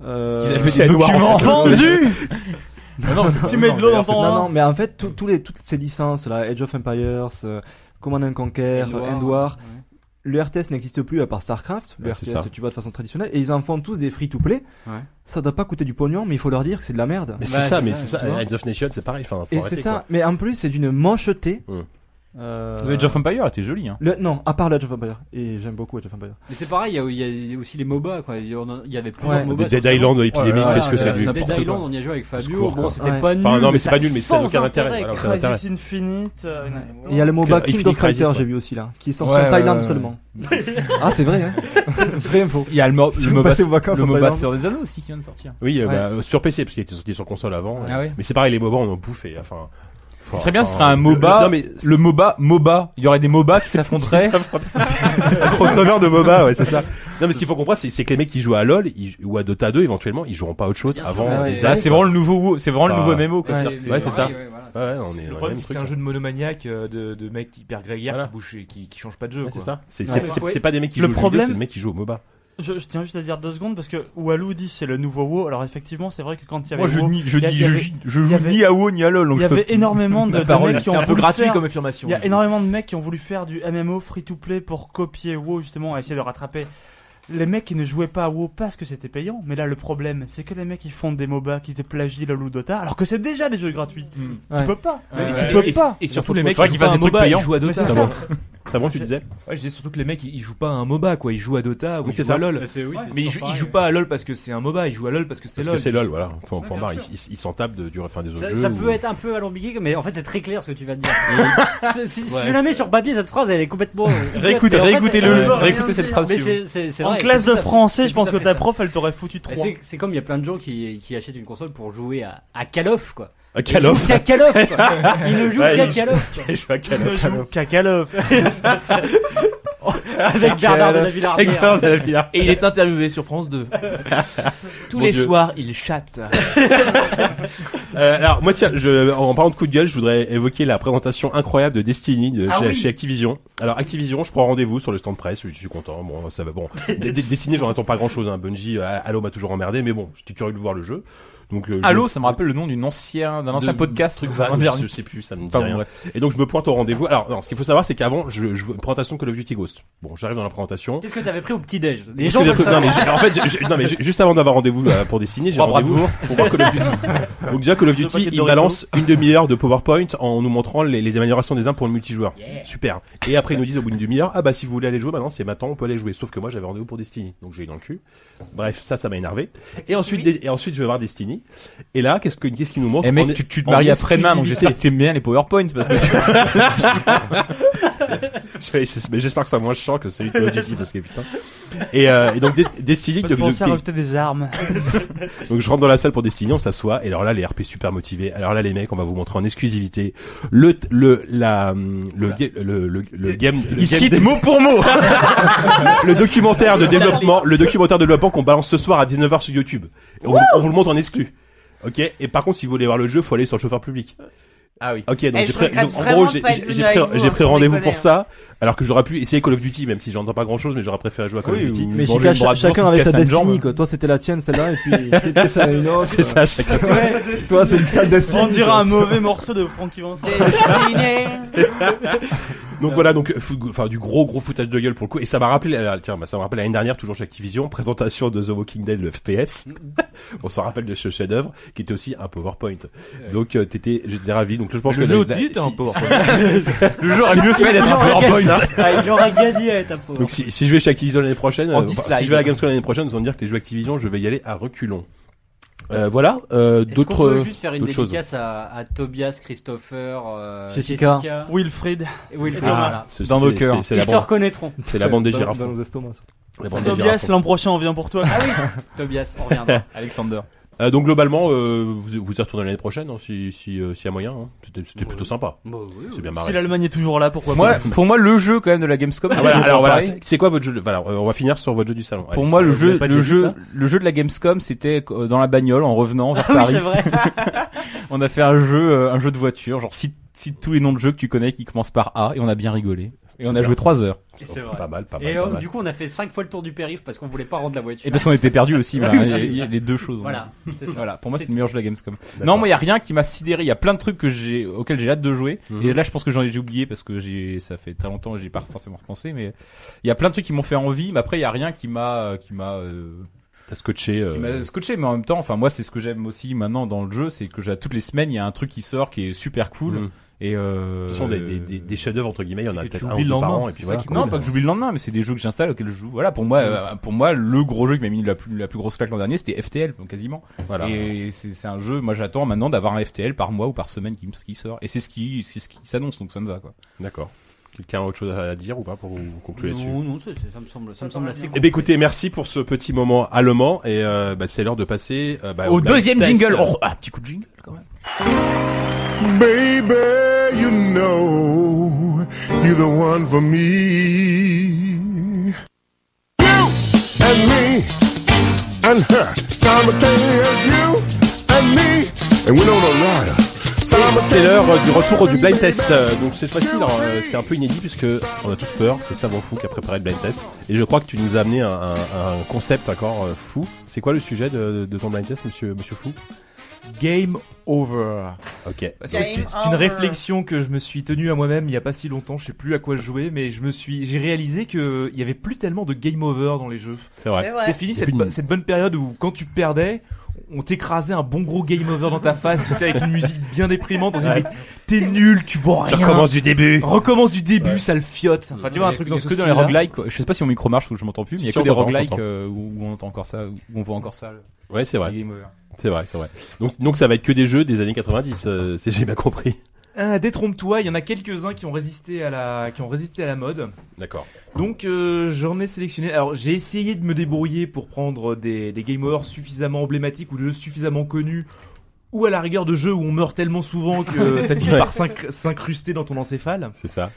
[SPEAKER 11] Euh,
[SPEAKER 6] Ils <laughs> avaient des documents vendus Non, <laughs> non, c'est- tu mets de l'eau dans
[SPEAKER 11] Non,
[SPEAKER 6] ton vin.
[SPEAKER 11] non, mais en fait, tout- tous les, toutes ces licences, là, Age of Empires, euh, Command and Conquer,
[SPEAKER 12] Endwar.
[SPEAKER 11] End War, le RTS n'existe plus à part StarCraft. Le
[SPEAKER 1] Ouais, c'est ça.
[SPEAKER 11] RTS, tu vois, de façon traditionnelle. Et ils en font tous des free-to-play.
[SPEAKER 12] Ouais.
[SPEAKER 11] Ça doit pas coûter du pognon, mais il faut leur dire que c'est de la merde.
[SPEAKER 1] Mais c'est
[SPEAKER 12] Bah,
[SPEAKER 1] ça,
[SPEAKER 12] c'est
[SPEAKER 1] mais
[SPEAKER 12] ça,
[SPEAKER 1] c'est ça.
[SPEAKER 11] tu vois.
[SPEAKER 1] Heads of Nation, c'est pareil. Enfin, faut
[SPEAKER 11] Et
[SPEAKER 1] arrêter,
[SPEAKER 11] c'est ça. Mais en plus, c'est d'une mancheté.
[SPEAKER 1] Hmm.
[SPEAKER 11] Euh,
[SPEAKER 6] Le Age of Empire était joli, hein.
[SPEAKER 11] le- non, à part le Age of Empire. Et j'aime beaucoup Age of Empire.
[SPEAKER 4] Mais c'est pareil, il y a- il y, a aussi les MOBA, quoi. Il y, en a- il y avait plusieurs
[SPEAKER 11] Ouais.
[SPEAKER 1] quoi.
[SPEAKER 4] MOBA.
[SPEAKER 1] Dead
[SPEAKER 4] sur ce
[SPEAKER 1] Island épidémique,
[SPEAKER 6] Ouais,
[SPEAKER 1] qu'est-ce que
[SPEAKER 6] ouais,
[SPEAKER 1] c'est
[SPEAKER 6] ouais, ouais.
[SPEAKER 1] nul.
[SPEAKER 4] Dead
[SPEAKER 6] n'importe
[SPEAKER 4] Island,
[SPEAKER 6] quoi.
[SPEAKER 4] on y a joué avec Fabio.
[SPEAKER 1] secours,
[SPEAKER 4] bon,
[SPEAKER 1] quoi.
[SPEAKER 4] c'était
[SPEAKER 11] Ouais.
[SPEAKER 12] Ah,
[SPEAKER 4] pas nul.
[SPEAKER 1] Enfin, non, mais c'est
[SPEAKER 4] ça-
[SPEAKER 1] pas nul, mais ça n'a aucun
[SPEAKER 8] sans
[SPEAKER 1] intérêt.
[SPEAKER 8] intérêt,
[SPEAKER 1] voilà, aucun intérêt.
[SPEAKER 5] Crisis Infinite. euh,
[SPEAKER 11] Et il y a le MOBA
[SPEAKER 1] Que-
[SPEAKER 11] King of
[SPEAKER 1] Infinite Crisis,
[SPEAKER 11] Fighters,
[SPEAKER 1] ouais.
[SPEAKER 11] j'ai vu aussi là, qui est sorti
[SPEAKER 6] Ouais,
[SPEAKER 11] en
[SPEAKER 6] ouais,
[SPEAKER 11] Thaïlande
[SPEAKER 6] ouais, ouais.
[SPEAKER 11] seulement. ah, c'est vrai, hein.
[SPEAKER 2] <laughs>
[SPEAKER 11] Vraie info.
[SPEAKER 6] Il y a le, mo-
[SPEAKER 11] Si
[SPEAKER 6] le
[SPEAKER 11] vous
[SPEAKER 6] MOBA,
[SPEAKER 11] passez aux vacances
[SPEAKER 6] le
[SPEAKER 11] en
[SPEAKER 6] MOBA
[SPEAKER 11] Thaïlande.
[SPEAKER 6] sur des anneaux aussi qui vient de sortir.
[SPEAKER 1] Oui, euh, bah, euh, sur PC, parce qu'il était sorti sur console avant.
[SPEAKER 6] Ah ouais.
[SPEAKER 1] Mais c'est pareil, les MOBA, on en bouffait. Enfin,
[SPEAKER 6] Ce serait bien, ce
[SPEAKER 1] enfin,
[SPEAKER 6] serait un
[SPEAKER 1] le-
[SPEAKER 6] MOBA.
[SPEAKER 1] le- Non, mais
[SPEAKER 6] Le MOBA, MOBA. Il y aurait des MOBA <laughs> qui
[SPEAKER 1] <laughs>
[SPEAKER 6] s'affronteraient.
[SPEAKER 1] crossover de MOBA, ouais, c'est ça. Non, mais ce qu'il faut comprendre, c'est c'est que les mecs qui jouent à LoL ils- ou à Dota 2, éventuellement, ils joueront pas à autre chose
[SPEAKER 4] Bien sûr,
[SPEAKER 1] avant.
[SPEAKER 4] mais
[SPEAKER 1] les
[SPEAKER 6] Ça,
[SPEAKER 1] années,
[SPEAKER 6] c'est
[SPEAKER 1] quoi.
[SPEAKER 6] vraiment le nouveau, WoW, c'est vraiment le
[SPEAKER 1] Bah,
[SPEAKER 6] nouveau MMO, quoi.
[SPEAKER 11] ouais.
[SPEAKER 1] Ouais, c'est ça.
[SPEAKER 4] pareil, ouais, voilà.
[SPEAKER 1] Ouais, ouais, on est dans les
[SPEAKER 2] Le problème, c'est
[SPEAKER 1] mêmes
[SPEAKER 2] que c'est
[SPEAKER 1] trucs,
[SPEAKER 2] un jeu de monomaniaque euh, de, de mecs hyper grégaires
[SPEAKER 1] hein. Voilà.
[SPEAKER 2] qui bouge et qui, qui change pas de jeu.
[SPEAKER 1] Ouais,
[SPEAKER 2] quoi.
[SPEAKER 1] C'est ça. C'est
[SPEAKER 11] Ouais.
[SPEAKER 1] c'est- c'est- c'est pas des mecs qui
[SPEAKER 5] Le
[SPEAKER 1] jouent aux jeux vidéo,
[SPEAKER 5] problème-
[SPEAKER 1] c'est des mecs qui jouent au MOBA.
[SPEAKER 5] Je, je tiens juste à dire deux secondes parce que Walou dit c'est le nouveau WoW. Alors effectivement, c'est vrai que quand il y avait
[SPEAKER 6] Moi, je,
[SPEAKER 5] WoW,
[SPEAKER 6] nie- je,
[SPEAKER 5] il y a-
[SPEAKER 6] nie-
[SPEAKER 5] il
[SPEAKER 6] je,
[SPEAKER 5] y avait-
[SPEAKER 6] je
[SPEAKER 5] il y
[SPEAKER 6] joue
[SPEAKER 5] avait-
[SPEAKER 6] ni à WoW ni à LoL. donc
[SPEAKER 5] il y
[SPEAKER 6] je peux-
[SPEAKER 5] avait énormément de, de
[SPEAKER 6] parole,
[SPEAKER 5] mecs qui
[SPEAKER 2] C'est
[SPEAKER 5] ont
[SPEAKER 2] un peu
[SPEAKER 5] voulu
[SPEAKER 2] gratuit
[SPEAKER 5] faire-
[SPEAKER 2] comme affirmation.
[SPEAKER 5] Il y a énormément de mecs qui ont voulu faire du MMO free to play pour copier WoW justement à essayer de rattraper les mecs qui ne jouaient pas à WoW parce que c'était payant. Mais là le problème c'est que les mecs qui font des MOBA qui te plagient la Dota alors que c'est déjà des jeux gratuits.
[SPEAKER 4] Hmm.
[SPEAKER 11] Ouais.
[SPEAKER 5] Tu peux pas.
[SPEAKER 2] Ouais,
[SPEAKER 5] tu
[SPEAKER 2] ouais.
[SPEAKER 5] peux
[SPEAKER 2] Et-
[SPEAKER 5] pas.
[SPEAKER 2] Et surtout les mecs
[SPEAKER 6] Faudrait
[SPEAKER 2] qui
[SPEAKER 6] qu'ils
[SPEAKER 2] jouent pas
[SPEAKER 6] fassent
[SPEAKER 2] à un
[SPEAKER 6] des trucs
[SPEAKER 2] MOBA, ils
[SPEAKER 6] payants.
[SPEAKER 2] jouent à Dota.
[SPEAKER 5] c'est
[SPEAKER 1] Ça bon, ça bon, tu
[SPEAKER 5] C'est-
[SPEAKER 1] disais
[SPEAKER 2] Ouais, je dis surtout que les mecs ils ils jouent pas à un MOBA quoi, ils jouent à Dota ou
[SPEAKER 1] Oui,
[SPEAKER 2] ils
[SPEAKER 1] c'est
[SPEAKER 2] jouent à
[SPEAKER 1] ça.
[SPEAKER 2] LoL.
[SPEAKER 4] C'est- oui, c'est
[SPEAKER 2] Mais ils jouent,
[SPEAKER 4] toujours
[SPEAKER 2] ils
[SPEAKER 4] pareil,
[SPEAKER 2] jouent
[SPEAKER 4] ouais.
[SPEAKER 2] pas à LoL parce que c'est un MOBA, ils jouent à LOL parce que c'est
[SPEAKER 1] Parce que
[SPEAKER 2] LoL.
[SPEAKER 1] c'est LOL, voilà. Point, point
[SPEAKER 4] bien
[SPEAKER 1] barre. Ils
[SPEAKER 4] sûr.
[SPEAKER 1] ils- ils s'en tapent de- du enfin des autres
[SPEAKER 4] Ça,
[SPEAKER 1] jeux.
[SPEAKER 4] ça
[SPEAKER 1] ou-
[SPEAKER 4] peut être un peu alambiqué, mais en fait c'est très clair ce que tu viens
[SPEAKER 1] <laughs>
[SPEAKER 4] de dire. si si- si
[SPEAKER 2] Ouais.
[SPEAKER 4] je la mets sur papier, cette phrase elle
[SPEAKER 1] <laughs>
[SPEAKER 4] est complètement.
[SPEAKER 6] Réécoutez,
[SPEAKER 4] Mais en fait,
[SPEAKER 6] réécoutez-le,
[SPEAKER 4] elle veut rien
[SPEAKER 6] réécoutez
[SPEAKER 4] dire.
[SPEAKER 6] cette phrase,
[SPEAKER 4] Mais
[SPEAKER 6] s'il vous plaît.
[SPEAKER 4] c'est- c'est- c'est
[SPEAKER 5] En
[SPEAKER 4] vrai,
[SPEAKER 5] classe
[SPEAKER 4] c'est tout
[SPEAKER 5] de
[SPEAKER 4] à fait-
[SPEAKER 5] français,
[SPEAKER 4] c'est
[SPEAKER 5] je pense
[SPEAKER 4] tout
[SPEAKER 5] que
[SPEAKER 4] à fait
[SPEAKER 5] ta
[SPEAKER 4] ça.
[SPEAKER 5] prof elle t'aurait foutu
[SPEAKER 4] Mais
[SPEAKER 5] 3.
[SPEAKER 4] C'est c'est comme il y a plein de gens qui, qui achètent une console pour jouer à, à Call of quoi.
[SPEAKER 1] Ah, Call of.
[SPEAKER 4] Ils jouent qu'à Call of quoi. Ils ne jouent
[SPEAKER 1] Ouais,
[SPEAKER 4] qu'à
[SPEAKER 1] ils-
[SPEAKER 4] Call of quoi.
[SPEAKER 1] <laughs> Je joue à Call
[SPEAKER 5] Ne
[SPEAKER 1] of. <laughs>
[SPEAKER 5] joue qu'à Call of.
[SPEAKER 4] <laughs> Avec Bernard de la Villardière.
[SPEAKER 1] Excellent, David Villar.
[SPEAKER 2] Et il est interviewé sur France 2.
[SPEAKER 6] Ah,
[SPEAKER 2] Tous
[SPEAKER 1] Mon
[SPEAKER 2] les
[SPEAKER 1] Dieu.
[SPEAKER 2] soirs, il chatte.
[SPEAKER 1] Euh, alors moi tiens, je, en parlant de coup de gueule, je voudrais évoquer la présentation incroyable de Destiny de,
[SPEAKER 2] Ah
[SPEAKER 1] chez, chez Activision. Alors Activision, je prends rendez-vous sur le stand presse, je suis content. Bon, ça va bon. D- D- Destiny, j'en attends pas grand-chose. Hein. Bungie, euh, Halo m'a toujours emmerdé, mais bon, j'étais curieux de voir le jeu. Donc euh, je-
[SPEAKER 6] Allô, ça me rappelle le nom d'une ancienne, d'un ancien
[SPEAKER 1] de-
[SPEAKER 6] podcast,
[SPEAKER 1] truc
[SPEAKER 6] un
[SPEAKER 1] vague,
[SPEAKER 6] dernier.
[SPEAKER 1] je sais plus, ça me dit
[SPEAKER 6] Pardon,
[SPEAKER 1] rien.
[SPEAKER 6] bref.
[SPEAKER 1] Et donc je me pointe au rendez-vous. Alors non, ce qu'il faut savoir c'est qu'avant je, je vois une présentation Call of Duty Ghost. juste. Bon, j'arrive dans la présentation.
[SPEAKER 4] Qu'est-ce que t'avais pris au petit-déj Les
[SPEAKER 1] Qu'est-ce
[SPEAKER 4] gens
[SPEAKER 1] que
[SPEAKER 4] veulent
[SPEAKER 1] j'ai pris Non, mais j'ai-
[SPEAKER 4] savoir. Oh,
[SPEAKER 1] en fait, j'ai- j'ai- non, mais j'ai- juste avant d'avoir rendez-vous euh, pour dessiner, j'ai
[SPEAKER 6] Trois bras de
[SPEAKER 1] rendez-vous
[SPEAKER 6] bourse.
[SPEAKER 1] pour voir Call of Duty. Donc déjà Call of
[SPEAKER 6] Deux
[SPEAKER 1] Duty,
[SPEAKER 6] paquets de
[SPEAKER 1] il balance une demi-heure de PowerPoint en nous montrant les, les améliorations des uns pour le multijoueur. Super. Et après ils nous disent au bout d'une demi-heure, ah bah si vous voulez aller jouer maintenant, c'est maintenant on peut aller jouer. Sauf que moi j'avais rendez-vous pour Destiny, donc j'ai eu dans le cul. Bref, ça ça m'a énervé. Et ensuite et ensuite je vais voir Destiny. Et là qu'est-ce que qu'est-ce qu'ils nous montrent
[SPEAKER 6] Eh
[SPEAKER 1] En-
[SPEAKER 6] mec, tu, tu te
[SPEAKER 1] en
[SPEAKER 6] maries après-demain, donc
[SPEAKER 1] exclusivité.
[SPEAKER 6] j'espère que t'aimes bien les PowerPoints parce
[SPEAKER 1] <laughs>
[SPEAKER 6] que
[SPEAKER 1] Je- mais j'espère que ça sera moins chiant que celui de Call of Duty parce que putain. Et, euh, et donc Des- Destiny
[SPEAKER 5] Pas de
[SPEAKER 1] de,
[SPEAKER 5] penser à
[SPEAKER 1] de-
[SPEAKER 5] rajouter des
[SPEAKER 8] <laughs>
[SPEAKER 5] armes.
[SPEAKER 1] Donc je rentre dans la salle pour Destiny, on s'assoit, et alors là les RP super motivés. Alors là les mecs, on va vous montrer en exclusivité le le la hum, le ga- le, le, le game. Le
[SPEAKER 6] ils
[SPEAKER 1] game-
[SPEAKER 6] citent mot pour mot.
[SPEAKER 1] <laughs> le documentaire de développement, le documentaire de développement qu'on balance ce soir à 19h sur YouTube. Et on, vous- on vous le montre en exclu. Ok. Et par contre, si vous voulez voir le jeu, faut aller sur le chauffeur public.
[SPEAKER 6] Ah oui.
[SPEAKER 1] Ok, donc
[SPEAKER 8] Eh,
[SPEAKER 1] j'ai
[SPEAKER 8] je
[SPEAKER 1] pris,
[SPEAKER 8] regrette
[SPEAKER 1] donc, en
[SPEAKER 8] vraiment
[SPEAKER 1] gros,
[SPEAKER 8] de
[SPEAKER 1] j'ai
[SPEAKER 8] pas être
[SPEAKER 1] j'ai-
[SPEAKER 8] venu
[SPEAKER 1] j'ai
[SPEAKER 8] avec
[SPEAKER 1] pris,
[SPEAKER 8] vous,
[SPEAKER 1] j'ai
[SPEAKER 8] hein,
[SPEAKER 1] pris
[SPEAKER 8] sans
[SPEAKER 1] rendez-vous
[SPEAKER 8] déconner,
[SPEAKER 1] pour ça, alors que j'aurais pu essayer Call of Duty, même si j'entends pas grand chose, mais j'aurais préféré jouer à Call of Duty.
[SPEAKER 11] Mais chacun- chacun avait sa Destiny, quoi. Toi, c'était la tienne, celle-là,
[SPEAKER 1] <laughs>
[SPEAKER 11] et puis c'était ça une autre.
[SPEAKER 1] C'est ça, chacun.
[SPEAKER 11] Toi, c'est une sale Destiny.
[SPEAKER 5] On dirait
[SPEAKER 11] quoi,
[SPEAKER 5] un
[SPEAKER 11] tu
[SPEAKER 5] mauvais morceau de Frankie Vincent.
[SPEAKER 1] Donc voilà, donc euh, fou- enfin du gros gros foutage de gueule pour le coup. Et ça m'a rappelé, euh, tiens, bah, ça m'a rappelé l'année dernière toujours chez Activision, <laughs> présentation de The Walking Dead le FPS.
[SPEAKER 6] Mm.
[SPEAKER 1] <laughs> On s'en rappelle de ce chef-d'œuvre qui était aussi un PowerPoint. Donc euh, t'étais, j'étais ravi. Donc je pense
[SPEAKER 6] Le
[SPEAKER 1] que
[SPEAKER 6] jeu
[SPEAKER 1] la-
[SPEAKER 6] aussi
[SPEAKER 1] la-
[SPEAKER 6] était
[SPEAKER 1] si-
[SPEAKER 6] un
[SPEAKER 1] <laughs>
[SPEAKER 6] PowerPoint. Le jeu aurait mieux fait d'être un PowerPoint.
[SPEAKER 12] Ah, il aurait gagné à être un pauvre.
[SPEAKER 1] Donc si, si je vais chez Activision l'année prochaine,
[SPEAKER 6] En
[SPEAKER 1] euh,
[SPEAKER 6] 10
[SPEAKER 1] enfin, si
[SPEAKER 6] slides.
[SPEAKER 1] je vais à la Gamescom l'année prochaine, ils vont me dire que les jeux Activision, je vais y aller à reculons. Euh, voilà, euh,
[SPEAKER 4] Est-ce qu'on peut
[SPEAKER 1] d'autres.
[SPEAKER 4] juste faire une
[SPEAKER 1] d'autres choses.
[SPEAKER 4] dédicace à, à Tobias, Christopher, euh,
[SPEAKER 11] Jessica.
[SPEAKER 5] Wilfried.
[SPEAKER 4] et Wilfried,
[SPEAKER 1] Ah,
[SPEAKER 4] voilà.
[SPEAKER 1] ce-
[SPEAKER 6] Dans
[SPEAKER 1] c'est-
[SPEAKER 6] nos
[SPEAKER 1] c'est-
[SPEAKER 6] cœurs.
[SPEAKER 1] C'est
[SPEAKER 4] Ils
[SPEAKER 1] la,
[SPEAKER 4] se
[SPEAKER 1] bande-
[SPEAKER 4] reconnaîtront.
[SPEAKER 1] c'est la bande des
[SPEAKER 11] Dans-
[SPEAKER 1] girafes.
[SPEAKER 11] Dans nos estomacs, ça.
[SPEAKER 1] La bande des
[SPEAKER 5] Tobias,
[SPEAKER 1] girafes.
[SPEAKER 5] l'an prochain, on vient pour toi.
[SPEAKER 2] Ah
[SPEAKER 4] Tobias, on reviendra.
[SPEAKER 6] Alexander.
[SPEAKER 1] Euh, donc globalement, euh, vous, vous y retournez l'année prochaine, hein, si si euh, s'il y a moyen. hein. C'était c'était plutôt sympa. C'est bien
[SPEAKER 5] Si
[SPEAKER 1] marré.
[SPEAKER 5] l'Allemagne est toujours là, pourquoi
[SPEAKER 6] Moi,
[SPEAKER 5] pas
[SPEAKER 6] pour moi, le jeu quand même de la Gamescom.
[SPEAKER 1] Ah, voilà,
[SPEAKER 6] c'est
[SPEAKER 1] alors voilà,
[SPEAKER 6] pareil.
[SPEAKER 1] c'est c'est quoi votre jeu de- Voilà, euh, on va finir sur votre jeu du salon.
[SPEAKER 6] Pour
[SPEAKER 1] Allez,
[SPEAKER 6] moi,
[SPEAKER 1] ça,
[SPEAKER 6] le
[SPEAKER 1] vous l'avez
[SPEAKER 6] jeu,
[SPEAKER 1] pas
[SPEAKER 6] le
[SPEAKER 1] déjà dit,
[SPEAKER 6] jeu,
[SPEAKER 1] ça
[SPEAKER 6] le jeu de la Gamescom, c'était euh, dans la bagnole en
[SPEAKER 1] <laughs>
[SPEAKER 6] revenant vers
[SPEAKER 4] Ah oui,
[SPEAKER 6] Paris.
[SPEAKER 4] c'est vrai.
[SPEAKER 6] On a fait un jeu, euh, un jeu de voiture, genre cite, cite tous les noms de jeux que tu connais qui commencent par A, et on a bien rigolé. Et on a
[SPEAKER 1] Super.
[SPEAKER 6] joué trois heures.
[SPEAKER 4] Et c'est
[SPEAKER 1] Oh,
[SPEAKER 4] vrai.
[SPEAKER 1] Pas mal, pas mal.
[SPEAKER 4] Et
[SPEAKER 1] pas
[SPEAKER 4] euh,
[SPEAKER 1] mal.
[SPEAKER 4] du coup, on a fait 5 fois le tour du périph' parce qu'on voulait pas rendre la voiture.
[SPEAKER 6] Et bah, parce qu'on était perdus aussi, voilà,
[SPEAKER 4] Oui,
[SPEAKER 6] il y a-
[SPEAKER 4] c'est-
[SPEAKER 6] il y a les deux choses. on a-
[SPEAKER 4] Voilà, c'est ça.
[SPEAKER 6] Voilà, pour moi c'est
[SPEAKER 4] C'est
[SPEAKER 6] le meilleur jeu de la Gamescom.
[SPEAKER 1] D'accord.
[SPEAKER 6] Non, moi il y a rien qui m'a sidéré, il y a plein de trucs que j'ai auxquels j'ai hâte de jouer
[SPEAKER 1] Mhm.
[SPEAKER 6] et là je pense que j'en ai j'ai oublié parce que j'ai ça fait très longtemps que j'ai pas forcément repensé mais il y a plein de trucs qui m'ont fait envie mais après il y a rien qui m'a qui m'a euh,
[SPEAKER 1] T'as scotché. euh,
[SPEAKER 6] qui m'a scotché mais en même temps enfin moi c'est ce que j'aime aussi maintenant dans le jeu c'est que j'ai- toutes les semaines il y a un truc qui sort qui est super cool
[SPEAKER 1] Mhm.
[SPEAKER 6] et
[SPEAKER 1] Ce
[SPEAKER 6] euh,
[SPEAKER 1] sont des, des, des, des chefs-d'œuvre entre guillemets, il y en a
[SPEAKER 6] que tu
[SPEAKER 1] peut-être un
[SPEAKER 6] oublies
[SPEAKER 1] ou
[SPEAKER 6] le
[SPEAKER 1] deux par
[SPEAKER 6] lendemain.
[SPEAKER 1] an et puis
[SPEAKER 6] C'est
[SPEAKER 1] voilà.
[SPEAKER 6] ça qui- Non, pas que j'oublie le lendemain, mais c'est des jeux que j'installe auxquels je joue. Voilà, pour
[SPEAKER 2] Mm.
[SPEAKER 6] moi, euh, pour moi, le gros jeu qui m'a mis la plus, la plus grosse claque l'an dernier, c'était FTL, donc quasiment.
[SPEAKER 1] Voilà.
[SPEAKER 6] Et c'est c'est un jeu, moi j'attends maintenant d'avoir un FTL par mois ou par semaine qui, me- qui sort. Et c'est ce qui, c'est ce qui s'annonce, donc ça me va quoi.
[SPEAKER 1] D'accord. Quelqu'un a autre chose à dire ou pas pour conclure là-dessus
[SPEAKER 4] Non, non, c'est- c'est- ça me semble, ça me semble assez
[SPEAKER 1] Eh
[SPEAKER 4] cool.
[SPEAKER 1] bien écoutez, merci pour ce petit moment allemand et euh, bah, c'est l'heure de passer euh, bah,
[SPEAKER 6] Au
[SPEAKER 1] blind
[SPEAKER 6] deuxième
[SPEAKER 1] test.
[SPEAKER 6] jingle, oh, ah, petit coup de jingle quand même.
[SPEAKER 13] Baby, you know you're the one for me. You and me and her. Simultaneous you and me. And we don't know rider.
[SPEAKER 1] C'est l'heure euh, du retour du blind test. Euh, Donc cette fois-ci, alors, euh, c'est un peu inédit puisque on a tous peur. C'est Savant Fou qui a préparé le blind test. Et je crois que tu nous as amené un, un- un concept encore euh, fou. C'est quoi le sujet de, de ton blind test, monsieur, monsieur Fou
[SPEAKER 2] Game over.
[SPEAKER 1] Ok.
[SPEAKER 2] Parce que C'est c'est une réflexion que je me suis tenue à moi-même il y a pas si longtemps. Je sais plus à quoi je jouais, mais je me suis, j'ai réalisé que il y avait plus tellement de game over dans les jeux.
[SPEAKER 1] C'est vrai.
[SPEAKER 2] C'était fini
[SPEAKER 1] Y a
[SPEAKER 2] cette,
[SPEAKER 1] plus de-
[SPEAKER 2] bo- cette bonne période où quand tu perdais, on t'écrasait un bon gros game over dans ta face, tu sais, avec une musique bien déprimante. On disait
[SPEAKER 1] Ouais.
[SPEAKER 2] mais t'es nul, tu vois rien.
[SPEAKER 1] du début.
[SPEAKER 2] Recommence du début, ça le fiote. Enfin, tu vois un
[SPEAKER 6] Il y a
[SPEAKER 2] truc
[SPEAKER 6] que-
[SPEAKER 2] dans
[SPEAKER 6] il y a
[SPEAKER 2] ce
[SPEAKER 6] que dans les
[SPEAKER 2] style-là.
[SPEAKER 6] roguelikes, quoi. je sais pas si mon micro marche ou je m'entends plus, mais il y a
[SPEAKER 1] Si,
[SPEAKER 6] que
[SPEAKER 1] on
[SPEAKER 6] des
[SPEAKER 1] t'entend, on
[SPEAKER 6] roguelikes
[SPEAKER 1] t'entend.
[SPEAKER 6] euh, où où on entend encore ça, où on voit encore ça. le-
[SPEAKER 1] Ouais, c'est
[SPEAKER 6] le
[SPEAKER 1] vrai.
[SPEAKER 6] game over.
[SPEAKER 1] C'est vrai, c'est vrai. Donc, donc ça va être que des jeux des années 90. euh, si j'ai bien compris.
[SPEAKER 2] Ah, détrompe-toi, il y en a quelques-uns qui ont résisté à la, qui ont résisté à la mode.
[SPEAKER 1] D'accord.
[SPEAKER 2] Donc euh, j'en ai sélectionné. Alors j'ai essayé de me débrouiller pour prendre des, des game over suffisamment emblématiques ou de jeux suffisamment connus ou à la rigueur de jeux où on meurt tellement souvent que ça finit
[SPEAKER 1] Ouais.
[SPEAKER 2] par s'inc- s'incruster dans ton encéphale.
[SPEAKER 1] C'est ça.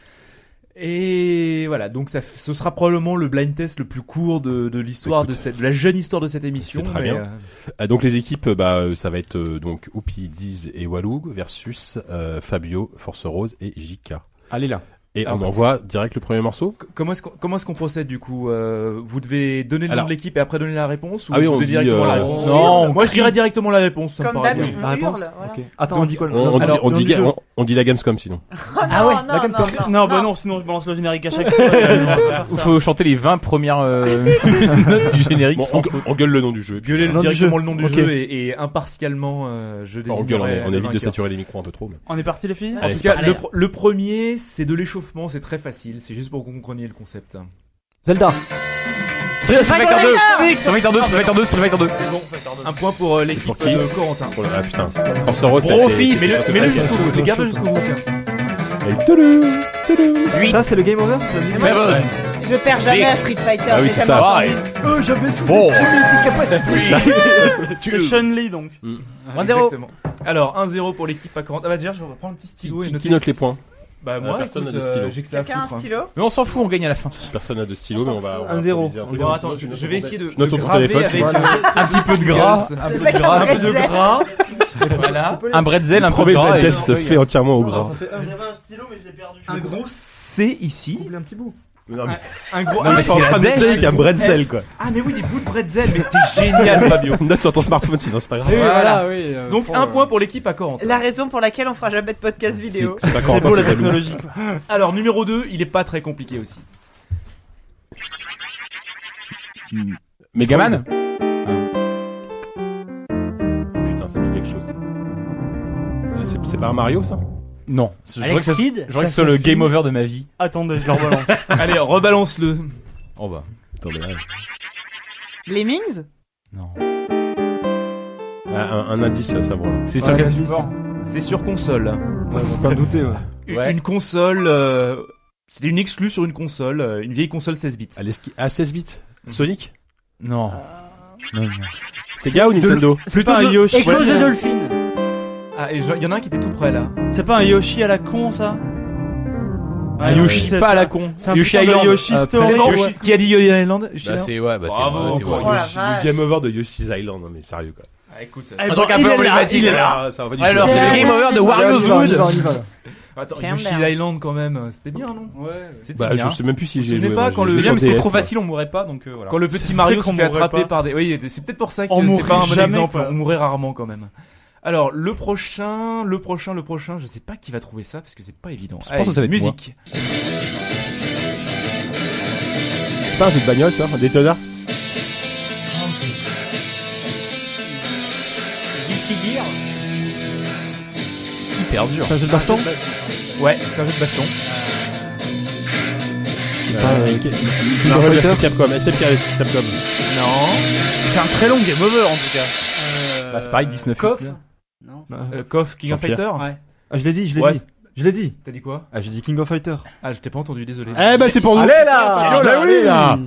[SPEAKER 2] Et voilà, donc ça, f- ce sera probablement le blind test le plus court de, de l'histoire de
[SPEAKER 1] Écoute.
[SPEAKER 2] cette, de la jeune histoire de cette émission.
[SPEAKER 1] très
[SPEAKER 2] mais,
[SPEAKER 1] bien.
[SPEAKER 2] euh,
[SPEAKER 1] Ah, donc les équipes, euh, bah, euh, ça va être euh, donc Oupi, Diz et Walug versus euh, Fabio, Force Rose et JK.
[SPEAKER 11] Allez là.
[SPEAKER 1] Et
[SPEAKER 2] Ah
[SPEAKER 1] on
[SPEAKER 2] ouais.
[SPEAKER 1] envoie direct le premier morceau.
[SPEAKER 2] c- comment est-ce qu'on, comment est-ce qu'on procède du coup euh, Vous devez donner le
[SPEAKER 1] Alors.
[SPEAKER 2] nom de l'équipe et après donner la réponse ou
[SPEAKER 1] Ah oui,
[SPEAKER 2] vous
[SPEAKER 1] on
[SPEAKER 2] devez
[SPEAKER 1] dit,
[SPEAKER 2] directement
[SPEAKER 1] euh,
[SPEAKER 2] la réponse
[SPEAKER 6] Non,
[SPEAKER 2] Moi je dirais directement la réponse. Ça me
[SPEAKER 8] Comme
[SPEAKER 2] paraît
[SPEAKER 8] d'hab,
[SPEAKER 2] bien.
[SPEAKER 8] on
[SPEAKER 11] La réponse
[SPEAKER 8] hurle, voilà.
[SPEAKER 11] Ok. Attends, on dit quoi
[SPEAKER 1] On, on dit,
[SPEAKER 2] Alors,
[SPEAKER 1] on
[SPEAKER 2] nom
[SPEAKER 1] dit
[SPEAKER 2] du
[SPEAKER 1] ga-
[SPEAKER 2] jeu.
[SPEAKER 1] on- On dit la Gamescom sinon.
[SPEAKER 8] Ah ouais, non, non,
[SPEAKER 5] Non,
[SPEAKER 8] non,
[SPEAKER 5] bah non, sinon je balance le générique
[SPEAKER 2] <laughs>
[SPEAKER 5] à chaque fois. Euh, on va faire
[SPEAKER 6] Il
[SPEAKER 5] ça.
[SPEAKER 6] faut chanter les 20 premières
[SPEAKER 1] <laughs>
[SPEAKER 6] euh,
[SPEAKER 2] <laughs>
[SPEAKER 6] notes du générique
[SPEAKER 1] Bon,
[SPEAKER 6] sans
[SPEAKER 1] on,
[SPEAKER 6] faute.
[SPEAKER 1] on gueule le nom du jeu. et puis
[SPEAKER 2] Gueuler
[SPEAKER 1] voilà.
[SPEAKER 5] nom du
[SPEAKER 2] directement
[SPEAKER 5] jeu.
[SPEAKER 2] le nom du
[SPEAKER 5] Ok.
[SPEAKER 2] jeu et, et impartialement euh, je
[SPEAKER 1] Enfin,
[SPEAKER 2] désigne.
[SPEAKER 1] on gueule, on, est- on
[SPEAKER 2] le
[SPEAKER 1] évite de
[SPEAKER 2] vainqueur.
[SPEAKER 1] saturer les micros un peu trop. mais-
[SPEAKER 5] On est parti les filles
[SPEAKER 1] Allez,
[SPEAKER 2] En tout
[SPEAKER 1] c'est
[SPEAKER 2] cas,
[SPEAKER 1] parti.
[SPEAKER 2] le, pr- le premier, c'est de l'échauffement, c'est très facile, c'est juste pour que vous compreniez le concept.
[SPEAKER 11] Zelda.
[SPEAKER 6] Street Fighter 2
[SPEAKER 5] Sonic
[SPEAKER 6] Street Fighter 2, Street Fighter 2, Street Fighter 2.
[SPEAKER 2] C'est bon, un point pour euh, l'équipe
[SPEAKER 1] pour qui
[SPEAKER 2] de Corentin.
[SPEAKER 1] Oh là là, putain. Force
[SPEAKER 6] Gros
[SPEAKER 1] Rose, ça a été-
[SPEAKER 6] fils,
[SPEAKER 1] ça a
[SPEAKER 2] Mets-le
[SPEAKER 1] été
[SPEAKER 2] mets-le
[SPEAKER 1] fait.
[SPEAKER 2] jusqu'au bout, les garde jusqu'au bout, tiens. <laughs>
[SPEAKER 1] Allez, toulou, toulou.
[SPEAKER 11] Ça, c'est le game over c'est la musique
[SPEAKER 6] Seven.
[SPEAKER 8] Je perds jamais à Street Fighter.
[SPEAKER 1] Ah oui,
[SPEAKER 8] j'ai
[SPEAKER 1] c'est
[SPEAKER 8] jamais
[SPEAKER 1] ça.
[SPEAKER 8] entendu.
[SPEAKER 11] Euh, j'avais
[SPEAKER 1] Bon.
[SPEAKER 11] capacités.
[SPEAKER 5] C'est Chun Li donc.
[SPEAKER 6] 1-0.
[SPEAKER 2] Exactement. Mm. Alors, 1-0 pour l'équipe à 40. Ah bah déjà, je vais prendre un petit stylo et
[SPEAKER 1] Qui, qui
[SPEAKER 2] noter.
[SPEAKER 1] note les points
[SPEAKER 2] Bah moi,
[SPEAKER 1] personne
[SPEAKER 2] écoute,
[SPEAKER 1] n'a de
[SPEAKER 2] euh,
[SPEAKER 1] stylo.
[SPEAKER 2] j'ai que ça à
[SPEAKER 8] Quelqu'un a un
[SPEAKER 2] foutre. hein.
[SPEAKER 8] stylo
[SPEAKER 6] Mais on s'en fout, on gagne à la fin.
[SPEAKER 1] Personne n'a de stylo, mais on va. on va
[SPEAKER 11] Un zéro.
[SPEAKER 1] improviser un peu.
[SPEAKER 2] Bon, hein. attends, je, je vais essayer de,
[SPEAKER 1] Je note
[SPEAKER 2] de
[SPEAKER 1] sur ton
[SPEAKER 2] graver
[SPEAKER 1] téléphone,
[SPEAKER 2] avec euh,
[SPEAKER 1] voilà.
[SPEAKER 2] un petit peu de gras, un peu
[SPEAKER 8] C'est
[SPEAKER 2] de gras, un peu de
[SPEAKER 8] vrai
[SPEAKER 2] gras. Voilà.
[SPEAKER 6] Un bretzel, un peu de
[SPEAKER 1] Premier
[SPEAKER 6] gras
[SPEAKER 1] blind
[SPEAKER 6] et-
[SPEAKER 1] test fait entièrement au gras.
[SPEAKER 5] J'avais un stylo mais je l'ai perdu.
[SPEAKER 4] Un gros
[SPEAKER 6] C ici.
[SPEAKER 11] un petit bout.
[SPEAKER 1] Non, mais-
[SPEAKER 6] Un gros
[SPEAKER 1] non, mais c'est la dèche. un bretzel, <laughs> quoi.
[SPEAKER 6] Ah mais oui, des bouts de bretzel, mais t'es génial
[SPEAKER 1] <laughs>
[SPEAKER 6] Fabio.
[SPEAKER 1] Note sur ton smartphone, sinon c'est pas grave.
[SPEAKER 4] Oui,
[SPEAKER 6] Voilà.
[SPEAKER 4] voilà, oui. euh,
[SPEAKER 2] Donc
[SPEAKER 4] faut,
[SPEAKER 2] un
[SPEAKER 4] euh,
[SPEAKER 2] point pour l'équipe à 40.
[SPEAKER 8] La raison pour laquelle on fera jamais de podcast vidéo.
[SPEAKER 1] <laughs> C'est pas
[SPEAKER 5] C'est
[SPEAKER 1] Corentin,
[SPEAKER 5] beau la
[SPEAKER 1] c'est Talou.
[SPEAKER 5] technologie. quoi.
[SPEAKER 2] Alors numéro 2, il est pas très compliqué aussi.
[SPEAKER 6] Megaman
[SPEAKER 1] Putain, ça me dit quelque chose. Euh, c'est- C'est pas un Mario, ça
[SPEAKER 6] Non. Je voudrais que ça-
[SPEAKER 5] Kidd,
[SPEAKER 6] je voudrais que ce
[SPEAKER 5] ça
[SPEAKER 6] soit le
[SPEAKER 5] suffit.
[SPEAKER 6] game over de ma vie.
[SPEAKER 5] Attendez, je
[SPEAKER 6] <laughs>
[SPEAKER 5] le rebalance.
[SPEAKER 2] Allez, rebalance-le.
[SPEAKER 6] Oh bah.
[SPEAKER 1] Attendez, là.
[SPEAKER 8] Lemmings
[SPEAKER 6] Non.
[SPEAKER 1] Ah, un, un indice, ça va.
[SPEAKER 6] C'est sur
[SPEAKER 11] Ouais,
[SPEAKER 6] quel
[SPEAKER 11] vas-y,
[SPEAKER 6] support
[SPEAKER 2] C'est sur console.
[SPEAKER 11] Ouais, on s'en doutait, ouais.
[SPEAKER 2] Une-
[SPEAKER 6] Ouais.
[SPEAKER 2] Une console... euh, C'était une exclue sur une console, euh, une vieille console 16 bits. Ah.
[SPEAKER 1] Allez, ski- à 16 bits. Sonic
[SPEAKER 6] Non. Non, non.
[SPEAKER 1] Sega ou Nintendo
[SPEAKER 5] C'est pas un Yoshi.
[SPEAKER 4] Echo the
[SPEAKER 5] Ouais.
[SPEAKER 4] Dolphin.
[SPEAKER 2] Ah, et je- il y en a un qui était tout près là.
[SPEAKER 5] C'est pas un Yoshi à la con ça
[SPEAKER 2] Ah,
[SPEAKER 6] Un Ah, Yoshi
[SPEAKER 5] c'est
[SPEAKER 6] pas à
[SPEAKER 5] ça.
[SPEAKER 6] la con.
[SPEAKER 5] C'est un
[SPEAKER 6] Yoshi
[SPEAKER 5] putain de
[SPEAKER 6] Island.
[SPEAKER 5] Yoshi
[SPEAKER 6] Euh,
[SPEAKER 5] Story.
[SPEAKER 6] Yoshi-
[SPEAKER 5] Non,
[SPEAKER 2] Yoshi- Qui a dit Yoshi Island J'ai
[SPEAKER 6] Bah
[SPEAKER 2] là.
[SPEAKER 6] c'est ouais, bah c'est
[SPEAKER 2] Bravo,
[SPEAKER 6] moi, c'est moi.
[SPEAKER 8] Oh la
[SPEAKER 1] Le
[SPEAKER 8] vache.
[SPEAKER 1] game over de Yoshi's Island, non mais sérieux quoi.
[SPEAKER 2] Ah, écoute.
[SPEAKER 5] Eh
[SPEAKER 6] Un
[SPEAKER 5] ben,
[SPEAKER 6] truc un
[SPEAKER 5] il
[SPEAKER 6] peu
[SPEAKER 5] est là,
[SPEAKER 6] emblématique.
[SPEAKER 5] il est là.
[SPEAKER 1] Ah, ça va pas du
[SPEAKER 6] Alors
[SPEAKER 1] tout.
[SPEAKER 6] c'est le game over de Wario's
[SPEAKER 11] Allez, on y va, on y
[SPEAKER 6] Wood.
[SPEAKER 11] va, on y va.
[SPEAKER 2] Attends,
[SPEAKER 8] Calm
[SPEAKER 2] Yoshi
[SPEAKER 8] down.
[SPEAKER 2] Island quand même, c'était bien non
[SPEAKER 5] Ouais.
[SPEAKER 2] C'était
[SPEAKER 1] Bah,
[SPEAKER 2] bien.
[SPEAKER 1] je sais même plus si j'ai
[SPEAKER 2] souvenez
[SPEAKER 1] joué.
[SPEAKER 2] pas
[SPEAKER 1] moi,
[SPEAKER 2] quand
[SPEAKER 1] j'ai
[SPEAKER 2] le
[SPEAKER 1] joué
[SPEAKER 6] Déjà,
[SPEAKER 1] sur
[SPEAKER 6] mais c'était
[SPEAKER 1] DS,
[SPEAKER 6] trop
[SPEAKER 1] moi.
[SPEAKER 6] facile, on mourrait pas donc euh, voilà.
[SPEAKER 2] Quand le
[SPEAKER 5] C'est
[SPEAKER 2] petit
[SPEAKER 5] vrai
[SPEAKER 2] Mario
[SPEAKER 5] qu'on
[SPEAKER 2] se fait
[SPEAKER 5] mourrait
[SPEAKER 2] attraper
[SPEAKER 5] pas.
[SPEAKER 2] par des. Oui, c'est peut-être pour ça que
[SPEAKER 5] On
[SPEAKER 2] c'est
[SPEAKER 5] mourrait
[SPEAKER 2] pas un bon
[SPEAKER 5] jamais,
[SPEAKER 2] exemple.
[SPEAKER 5] quoi.
[SPEAKER 2] On mourrait rarement quand même. Alors, le prochain, le prochain, le prochain, je sais pas qui va trouver ça parce que c'est pas évident.
[SPEAKER 6] Je pense que ça va être
[SPEAKER 2] musique.
[SPEAKER 1] C'est pas un jeu de bagnole ça, un Daytona
[SPEAKER 4] Guilty Gear.
[SPEAKER 6] hyper dur.
[SPEAKER 11] C'est un jeu de baston
[SPEAKER 2] Ouais, c'est un jeu de baston.
[SPEAKER 11] pas, euh,
[SPEAKER 1] ok. Mario vs Capcom, SNK vs Capcom.
[SPEAKER 2] Non. C'est un très long game over en tout cas.
[SPEAKER 4] Euh,
[SPEAKER 6] Bah, c'est pareil, 19
[SPEAKER 4] Coff.
[SPEAKER 6] minutes.
[SPEAKER 4] Non.
[SPEAKER 2] Euh, KOF, King of
[SPEAKER 1] Vampire.
[SPEAKER 2] Fighter.
[SPEAKER 4] Ouais.
[SPEAKER 11] Ah, je l'ai dit, je l'ai
[SPEAKER 2] Ouais,
[SPEAKER 11] dit. Je l'ai dit.
[SPEAKER 2] T'as dit quoi
[SPEAKER 11] Ah, j'ai dit King of Fighter.
[SPEAKER 2] Ah, je t'ai pas entendu, désolé.
[SPEAKER 1] Eh ben c'est pour vous. Allez là Bah oui là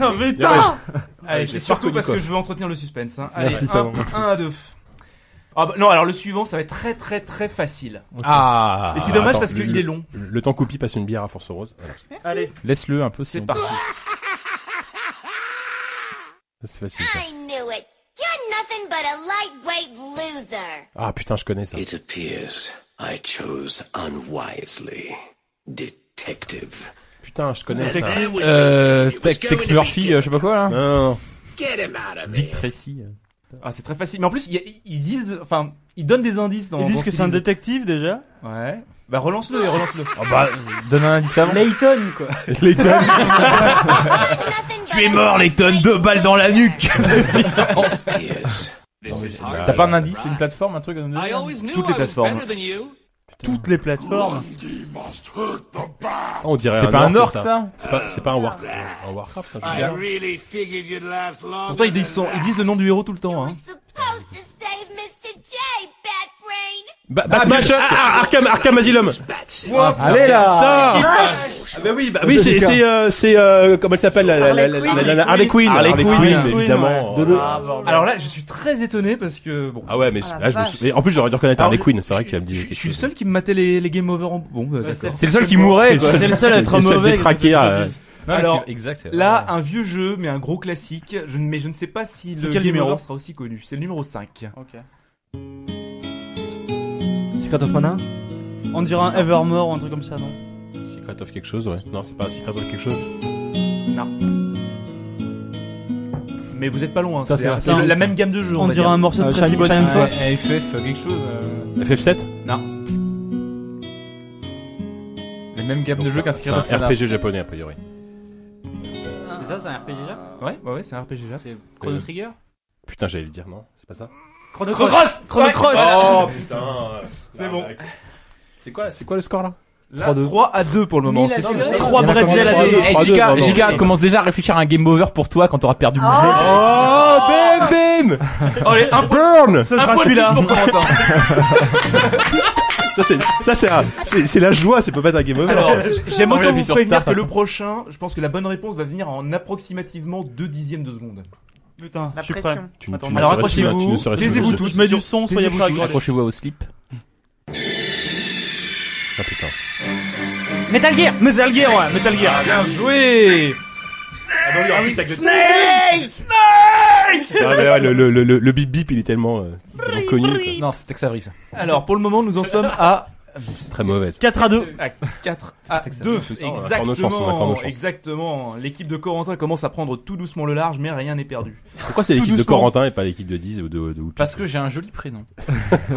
[SPEAKER 2] Allez, Ah, c'est
[SPEAKER 1] j'ai
[SPEAKER 2] surtout
[SPEAKER 1] surconnu
[SPEAKER 2] parce que
[SPEAKER 1] KOF.
[SPEAKER 2] je veux entretenir le suspense. hein. Allez,
[SPEAKER 11] Merci, ça va, merci.
[SPEAKER 2] 1 à 2. Ah bah, non, alors le suivant, ça va être très très très facile.
[SPEAKER 6] Ah.
[SPEAKER 2] Et c'est dommage
[SPEAKER 1] attends,
[SPEAKER 2] parce qu'il
[SPEAKER 1] le-
[SPEAKER 2] est long.
[SPEAKER 1] Le temps qu'Opi passe une bière à Force Rose. Voilà,
[SPEAKER 5] Allez.
[SPEAKER 6] Laisse-le un peu
[SPEAKER 2] C'est
[SPEAKER 6] sinon.
[SPEAKER 2] parti.
[SPEAKER 1] ça, C'est facile ça.
[SPEAKER 14] I knew it. You're nothing but a lightweight loser.
[SPEAKER 1] Ah putain, je connais ça.
[SPEAKER 15] It appears I chose unwisely. Detective.
[SPEAKER 1] Putain, je connais ça.
[SPEAKER 15] I was
[SPEAKER 6] Euh,
[SPEAKER 15] with you. It was
[SPEAKER 6] Tex
[SPEAKER 15] going
[SPEAKER 6] Tex
[SPEAKER 15] to be
[SPEAKER 6] Murphy, euh, je sais pas quoi là.
[SPEAKER 1] Non,
[SPEAKER 15] difficult. Get him out of
[SPEAKER 6] Dick
[SPEAKER 15] here.
[SPEAKER 6] Tracy. euh.
[SPEAKER 2] Ah, c'est très facile. Mais en plus, il y a- ils disent, enfin, ils donnent des indices dans.
[SPEAKER 5] Ils
[SPEAKER 2] dans
[SPEAKER 5] disent
[SPEAKER 2] ce
[SPEAKER 5] que
[SPEAKER 2] qu'ils
[SPEAKER 5] c'est un détective déjà.
[SPEAKER 2] Ouais. Bah relance-le et relance-le.
[SPEAKER 6] Oh bah, donne un indice avant.
[SPEAKER 5] Layton quoi.
[SPEAKER 1] Layton.
[SPEAKER 14] Tu es mort, les tonnes deux balles dans la nuque.
[SPEAKER 15] It appears.
[SPEAKER 1] Non, mais c'est
[SPEAKER 2] Ah,
[SPEAKER 6] T'as
[SPEAKER 1] pas-
[SPEAKER 2] bah,
[SPEAKER 6] pas un indice, c'est une plateforme, un truc à nous donner
[SPEAKER 2] Toutes les plateformes.
[SPEAKER 5] Toutes les plateformes.
[SPEAKER 1] Ah, On dirait
[SPEAKER 6] C'est pas un orc
[SPEAKER 1] orc
[SPEAKER 6] ça
[SPEAKER 1] C'est pas, c'est pas un Warcraft. Un Warcraft. hein, je sais pas.
[SPEAKER 2] Pourtant, ils disent, son- ils disent le nom du héros tout le temps. Hein.
[SPEAKER 1] Ba- Batman. Ah, ah, Arkham, Arkham Asylum.
[SPEAKER 11] Allez là
[SPEAKER 1] Ah, bah oui, bah oui, c'est, c'est, euh, c'est, euh, comment elle s'appelle la, la, la, la, la, la- la- Harley Quinn.
[SPEAKER 2] Harley Quinn,
[SPEAKER 5] Harley Quinn,
[SPEAKER 1] évidemment.
[SPEAKER 11] ouais. De- de-
[SPEAKER 1] Ah,
[SPEAKER 2] Alors là, je suis très étonné parce que bon.
[SPEAKER 1] Ah ouais, mais
[SPEAKER 8] Ah, la
[SPEAKER 1] là, je me
[SPEAKER 8] vache.
[SPEAKER 1] sou- mais en plus j'aurais dû reconnaître
[SPEAKER 2] Alors,
[SPEAKER 1] Harley
[SPEAKER 2] je-
[SPEAKER 1] Quinn. C'est vrai qu'elle me
[SPEAKER 2] Je,
[SPEAKER 1] disait.
[SPEAKER 2] je suis le
[SPEAKER 1] quelque chose.
[SPEAKER 2] seul qui me matait les, les game over en. Bon, bah, d'accord.
[SPEAKER 6] C'est le seul qui mourait. quoi.
[SPEAKER 5] C'est le seul à
[SPEAKER 6] <laughs>
[SPEAKER 5] être
[SPEAKER 1] Le seul
[SPEAKER 5] mauvais.
[SPEAKER 1] détraqué, euh,
[SPEAKER 6] Non, mais
[SPEAKER 2] Alors,
[SPEAKER 6] c'est- exact. c'est-
[SPEAKER 2] Là, un vieux jeu, mais un gros classique. Je, ne- mais je ne sais pas si
[SPEAKER 5] C'est
[SPEAKER 2] le
[SPEAKER 5] quel
[SPEAKER 2] game
[SPEAKER 5] numéro
[SPEAKER 2] over sera aussi connu. C'est le numéro 5.
[SPEAKER 5] Ok.
[SPEAKER 11] Secret of Mana
[SPEAKER 5] On dirait un Evermore ou un truc comme ça non
[SPEAKER 1] Secret of quelque chose, ouais. Non, c'est pas Secret of quelque chose.
[SPEAKER 2] Mais vous êtes pas loin.
[SPEAKER 11] Ça,
[SPEAKER 2] c'est
[SPEAKER 11] c'est
[SPEAKER 2] la-
[SPEAKER 11] la
[SPEAKER 2] c'est la,
[SPEAKER 11] séance,
[SPEAKER 2] même gamme de jeux.
[SPEAKER 5] On
[SPEAKER 2] va
[SPEAKER 5] dirait
[SPEAKER 2] dire.
[SPEAKER 5] un morceau de
[SPEAKER 11] Euh,
[SPEAKER 5] Tracy
[SPEAKER 11] Shining-
[SPEAKER 5] Bonham
[SPEAKER 11] Shining
[SPEAKER 5] Fox.
[SPEAKER 6] Ouais, FF, euh, quelque chose. euh.
[SPEAKER 1] FF7.
[SPEAKER 6] les mêmes gammes de jeux qu'un
[SPEAKER 1] C'est un
[SPEAKER 6] Skyrim.
[SPEAKER 1] RPG japonais, a priori.
[SPEAKER 4] C'est ça, c'est un RPG là
[SPEAKER 6] Ouais, ouais, ouais, c'est un RPG là.
[SPEAKER 4] C'est Chrono Trigger
[SPEAKER 1] Putain, j'allais le dire, non C'est pas ça
[SPEAKER 4] Chrono
[SPEAKER 6] Chrono
[SPEAKER 4] Cross
[SPEAKER 6] Cross
[SPEAKER 4] Chrono
[SPEAKER 6] Ouais.
[SPEAKER 4] Cross
[SPEAKER 1] Oh putain
[SPEAKER 6] C'est bon.
[SPEAKER 1] C'est quoi, c'est quoi le score là
[SPEAKER 6] Là, 3 à 2 pour le moment.
[SPEAKER 1] Mille à
[SPEAKER 6] C'est
[SPEAKER 1] deux.
[SPEAKER 6] serré.
[SPEAKER 1] Trois
[SPEAKER 6] Il y en a
[SPEAKER 1] Bretzel
[SPEAKER 6] quand même
[SPEAKER 1] à deux.
[SPEAKER 6] Eh,
[SPEAKER 1] Trois à deux,
[SPEAKER 6] Giga,
[SPEAKER 1] pardon.
[SPEAKER 6] Giga commence déjà à réfléchir à un game over pour toi quand t'auras perdu le jeu.
[SPEAKER 1] Oh, bim bim
[SPEAKER 6] Allez, un
[SPEAKER 1] Burn
[SPEAKER 5] Ce sera celui-là.
[SPEAKER 1] Ça c'est, ça c'est, un- c'est, c'est la joie, c'est peut pas être un game over.
[SPEAKER 2] Alors, j'aime
[SPEAKER 6] On
[SPEAKER 2] autant
[SPEAKER 6] appuie
[SPEAKER 2] vous
[SPEAKER 6] sur
[SPEAKER 2] prévenir
[SPEAKER 6] start,
[SPEAKER 2] que le
[SPEAKER 6] après.
[SPEAKER 2] prochain, je pense que la bonne réponse va venir en approximativement 2 dixièmes de seconde.
[SPEAKER 5] Putain,
[SPEAKER 8] La
[SPEAKER 5] je suis prêt.
[SPEAKER 8] pression.
[SPEAKER 1] Tu ne- tu
[SPEAKER 5] Attends,
[SPEAKER 1] ne
[SPEAKER 5] alors
[SPEAKER 1] saurais- tu ne- tu ne
[SPEAKER 6] accrochez-vous,
[SPEAKER 1] saurais-
[SPEAKER 5] taisez-vous
[SPEAKER 1] je-
[SPEAKER 5] tous, je mets du son, soyez vous
[SPEAKER 6] Accrochez-vous au slip.
[SPEAKER 1] Ah putain.
[SPEAKER 5] Metal Gear Metal Gear, ouais, Metal Gear.
[SPEAKER 6] Bien joué
[SPEAKER 1] Ah, mais ouais, le, le, le, le bip bip, il est tellement, euh, tellement connu. quoi.
[SPEAKER 6] Non, c'était que ça brise.
[SPEAKER 2] Alors, pour le moment, nous en sommes à
[SPEAKER 1] C'est très mauvaise.
[SPEAKER 5] 4 à 2.
[SPEAKER 2] 4 à
[SPEAKER 1] que ça
[SPEAKER 2] 2.
[SPEAKER 1] donne tout ça, on a encore nos chances, on a encore nos
[SPEAKER 2] Exactement.
[SPEAKER 1] chances.
[SPEAKER 2] Exactement. L'équipe de Corentin commence à prendre tout doucement le large, mais rien n'est perdu.
[SPEAKER 1] Pourquoi c'est
[SPEAKER 2] Tout
[SPEAKER 1] l'équipe de
[SPEAKER 2] doucement.
[SPEAKER 1] Corentin et pas l'équipe de 10 ou de, de Whoopi
[SPEAKER 6] Parce que j'ai un joli
[SPEAKER 2] <laughs>
[SPEAKER 6] prénom.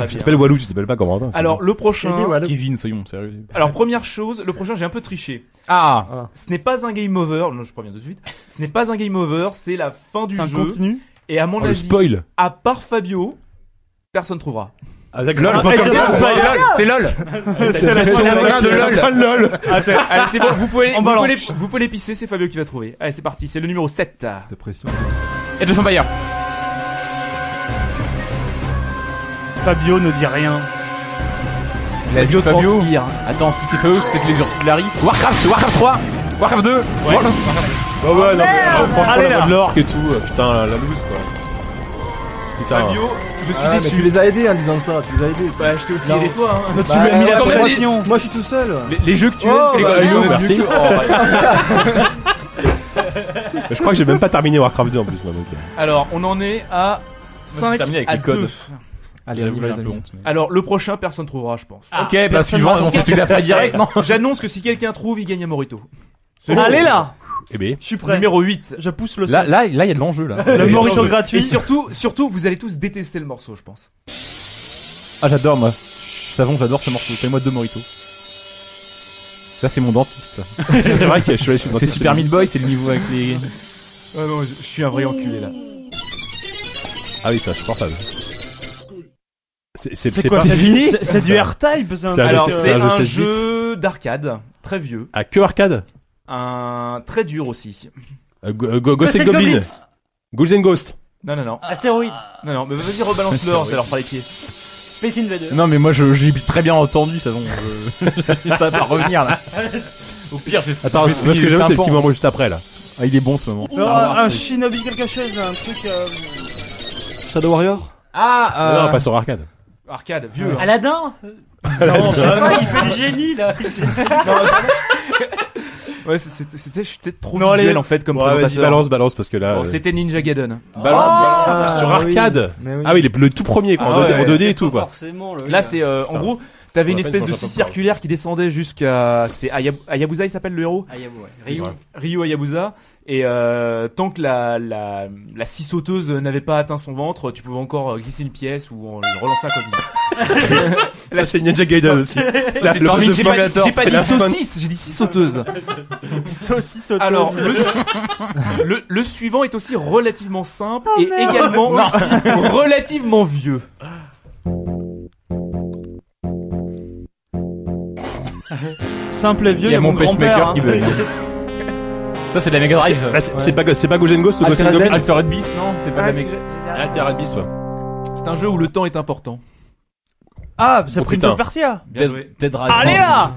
[SPEAKER 1] Tu t'appelles Walou, tu t'appelles pas Corentin. c'est
[SPEAKER 2] Alors, le prochain.
[SPEAKER 6] Kevin, soyons sérieux.
[SPEAKER 2] Alors, première chose, le prochain, j'ai un peu triché.
[SPEAKER 6] Ah
[SPEAKER 2] Ce n'est pas un game over. Non, je préviens tout de suite. Ce n'est pas un game over, c'est la fin du
[SPEAKER 5] C'est un
[SPEAKER 2] jeu.
[SPEAKER 5] continu.
[SPEAKER 2] Et à
[SPEAKER 1] bon.
[SPEAKER 2] mon
[SPEAKER 1] Oh, le
[SPEAKER 2] avis,
[SPEAKER 1] spoil
[SPEAKER 2] à part Fabio, personne trouvera.
[SPEAKER 1] Ah d'accord.
[SPEAKER 5] Ah,
[SPEAKER 1] Comme
[SPEAKER 5] et
[SPEAKER 1] ça.
[SPEAKER 5] c'est pas-
[SPEAKER 6] C'est LOL
[SPEAKER 5] C'est la
[SPEAKER 6] C'est la fin de LOL
[SPEAKER 1] Ah, lol.
[SPEAKER 5] Attends,
[SPEAKER 2] Allez, c'est bon, vous pouvez,
[SPEAKER 5] On
[SPEAKER 2] vous
[SPEAKER 5] balance.
[SPEAKER 2] pouvez,
[SPEAKER 11] Ah,
[SPEAKER 2] les- vous pouvez les pisser, c'est Fabio qui va trouver. Allez, c'est parti, c'est le numéro 7.
[SPEAKER 11] Cette pression.
[SPEAKER 6] Edge of Empire
[SPEAKER 5] Fabio ne dit rien.
[SPEAKER 6] La
[SPEAKER 2] Fabio
[SPEAKER 6] vie
[SPEAKER 2] Fabio.
[SPEAKER 6] transpire. Attends, si c'est Fabio, c'est peut-être les Ursus de Larry. Warcraft, Warcraft 3, Warcraft 2. Warcraft-
[SPEAKER 1] Bah ouais, non, mais, ah, franchement,
[SPEAKER 5] Allez,
[SPEAKER 1] la
[SPEAKER 5] là.
[SPEAKER 1] voix de l'orque et tout. euh, Putain, la, la loose quoi. Putain.
[SPEAKER 2] Fabio, je suis
[SPEAKER 11] Ah, mais
[SPEAKER 2] déçu.
[SPEAKER 11] tu les as aidés en
[SPEAKER 2] <laughs>
[SPEAKER 11] disais ça, tu les as aidés.
[SPEAKER 2] Bah, je t'ai aussi
[SPEAKER 11] Non.
[SPEAKER 2] aidé toi, hein.
[SPEAKER 11] Mais tu
[SPEAKER 5] Bah,
[SPEAKER 11] m'as mis
[SPEAKER 5] on
[SPEAKER 11] la
[SPEAKER 5] commence-
[SPEAKER 11] pression. Moi je suis tout seul.
[SPEAKER 6] Les, les jeux que tu
[SPEAKER 11] Oh,
[SPEAKER 6] aimes,
[SPEAKER 11] bah,
[SPEAKER 6] les-
[SPEAKER 11] merde.
[SPEAKER 6] les-
[SPEAKER 1] merci.
[SPEAKER 6] Oh, ouais.
[SPEAKER 1] Mais Je crois que j'ai même pas terminé Warcraft 2 en plus, moi donc. euh,
[SPEAKER 2] Alors, on en est à
[SPEAKER 6] j'ai
[SPEAKER 2] 5
[SPEAKER 6] terminé avec
[SPEAKER 2] à
[SPEAKER 6] les codes.
[SPEAKER 2] 2.
[SPEAKER 11] Allez,
[SPEAKER 6] J'avoue,
[SPEAKER 11] on y va,
[SPEAKER 6] j'ai
[SPEAKER 11] les
[SPEAKER 6] un peu
[SPEAKER 11] amis.
[SPEAKER 6] honte,
[SPEAKER 2] Alors, le prochain, personne trouvera, je pense.
[SPEAKER 6] Ok, bah suivant, on fait celui d'après
[SPEAKER 2] <laughs>
[SPEAKER 6] direct, non
[SPEAKER 2] J'annonce que si quelqu'un trouve, il gagne un Morito.
[SPEAKER 5] Allez là
[SPEAKER 1] Eh ben.
[SPEAKER 5] Je suis prêt.
[SPEAKER 2] Numéro 8.
[SPEAKER 5] Je pousse le son.
[SPEAKER 6] Là, là, là, il y a de l'enjeu, là.
[SPEAKER 5] le
[SPEAKER 1] Et-
[SPEAKER 5] morito
[SPEAKER 1] Et-
[SPEAKER 2] Et
[SPEAKER 5] gratuit.
[SPEAKER 2] surtout, surtout, vous allez tous détester le morceau, je pense.
[SPEAKER 6] Ah, j'adore, moi. Savon, j'adore ce morceau. Fais-moi deux Morito. Ça, c'est mon dentiste, ça.
[SPEAKER 1] C'est vrai que je suis allé chez
[SPEAKER 6] C'est
[SPEAKER 1] le dentiste.
[SPEAKER 6] Super Meat Boy, c'est le niveau avec les.
[SPEAKER 2] Ah non, je, je suis un vrai enculé là.
[SPEAKER 1] Ah oui, c'est insupportable. C'est c'est-
[SPEAKER 5] C'est
[SPEAKER 1] c'est
[SPEAKER 5] quoi
[SPEAKER 1] pas
[SPEAKER 5] C'est fini C'est du R-Type. un
[SPEAKER 1] C'est un
[SPEAKER 5] truc,
[SPEAKER 1] jeu-
[SPEAKER 2] Alors,
[SPEAKER 1] sais,
[SPEAKER 2] c'est
[SPEAKER 1] un jeu
[SPEAKER 2] un
[SPEAKER 1] 16
[SPEAKER 2] jeu d'arcade, très vieux,
[SPEAKER 1] à que arcade.
[SPEAKER 2] un très dur aussi.
[SPEAKER 1] Euh, Go- euh, Go- Ghost and Goblin. Ghouls and Ghost.
[SPEAKER 2] Non, non, non,
[SPEAKER 4] Astéroïde
[SPEAKER 2] non, non, mais vas-y, rebalance leur, ça leur fera les pieds.
[SPEAKER 4] Space Invader
[SPEAKER 6] Non, mais moi, je- j'ai très bien entendu, Savon. Je... <laughs> ça va pas revenir, là. Au pire, je vais
[SPEAKER 1] Attends, moi, ce que j'aime, c'est le petit moment juste après là.
[SPEAKER 6] Ah, il est bon, ce moment.
[SPEAKER 5] Non, un shinobi quelque chose, un truc. euh,
[SPEAKER 11] Shadow Warrior
[SPEAKER 6] Ah, euh...
[SPEAKER 1] Non, pas sur arcade.
[SPEAKER 2] Arcade, vieux. hein.
[SPEAKER 4] Aladdin
[SPEAKER 5] Non,
[SPEAKER 4] Ah, il fait le génie là
[SPEAKER 2] Ouais, c'est- c'était c'était- j'étais trop
[SPEAKER 5] Non, allez.
[SPEAKER 2] visuel en fait comme
[SPEAKER 1] Ouais, vas-y,
[SPEAKER 2] présentateur.
[SPEAKER 1] balance, balance parce que là.
[SPEAKER 2] Bon,
[SPEAKER 1] euh,
[SPEAKER 2] C'était Ninja Gaiden.
[SPEAKER 1] Balance, balance.
[SPEAKER 11] Ah,
[SPEAKER 1] Sur
[SPEAKER 11] oui.
[SPEAKER 1] arcade.
[SPEAKER 11] Mais oui.
[SPEAKER 1] Ah oui, les- le tout premier quoi,
[SPEAKER 2] Ah
[SPEAKER 1] en 2D
[SPEAKER 2] ouais,
[SPEAKER 1] en 2D et
[SPEAKER 4] Pas
[SPEAKER 1] tout quoi.
[SPEAKER 4] Forcément le
[SPEAKER 2] Là, c'est euh, en
[SPEAKER 1] Putain.
[SPEAKER 2] gros, t'avais
[SPEAKER 1] On
[SPEAKER 2] une
[SPEAKER 1] a pas
[SPEAKER 2] espèce
[SPEAKER 1] une
[SPEAKER 2] de
[SPEAKER 1] chance à
[SPEAKER 2] scie
[SPEAKER 1] pas.
[SPEAKER 2] circulaire qui descendait jusqu'à c'est Hayab- Hayabusa, il s'appelle le héros.
[SPEAKER 4] Ah, Yabo, ouais. Ryu.
[SPEAKER 2] Ryu Hayabusa et euh, tant que la, la, la scie sauteuse n'avait pas atteint son ventre, tu pouvais encore euh, glisser une pièce ou en relancer un colis.
[SPEAKER 1] <laughs> Ça c'est Ninja Gaiden
[SPEAKER 2] <laughs>
[SPEAKER 1] aussi. Là,
[SPEAKER 2] C'est
[SPEAKER 1] le boss
[SPEAKER 2] parmi-
[SPEAKER 1] de
[SPEAKER 2] J'ai pas,
[SPEAKER 1] Simulator,
[SPEAKER 2] j'ai pas
[SPEAKER 1] c'est
[SPEAKER 2] dit
[SPEAKER 1] la fin.
[SPEAKER 2] saucisse, j'ai dit
[SPEAKER 1] <laughs>
[SPEAKER 2] scie sauteuse.
[SPEAKER 5] Saucisse au
[SPEAKER 2] Alors le, <laughs> le, le suivant est aussi relativement simple et également aussi <laughs> relativement vieux.
[SPEAKER 5] simple et vieux,
[SPEAKER 6] Il y a mon pacemaker
[SPEAKER 5] pacemaker
[SPEAKER 6] qui bug. Ça, c'est de la Mega Drive. ça.
[SPEAKER 1] Là, c'est- C'est pas c'est pas Ghost and Ghost ou Ghost and
[SPEAKER 6] Altered
[SPEAKER 1] Goblin.
[SPEAKER 6] Beast, Altered Beast, non, c'est pas de la Mega
[SPEAKER 1] Ah, Terra Abyss, ouais.
[SPEAKER 2] C'est un jeu où le temps est important.
[SPEAKER 5] Ah, c'est
[SPEAKER 1] Oh,
[SPEAKER 5] Prince
[SPEAKER 1] putain.
[SPEAKER 5] of Persia.
[SPEAKER 2] Bien joué.
[SPEAKER 6] Dead Rising.
[SPEAKER 5] Allez là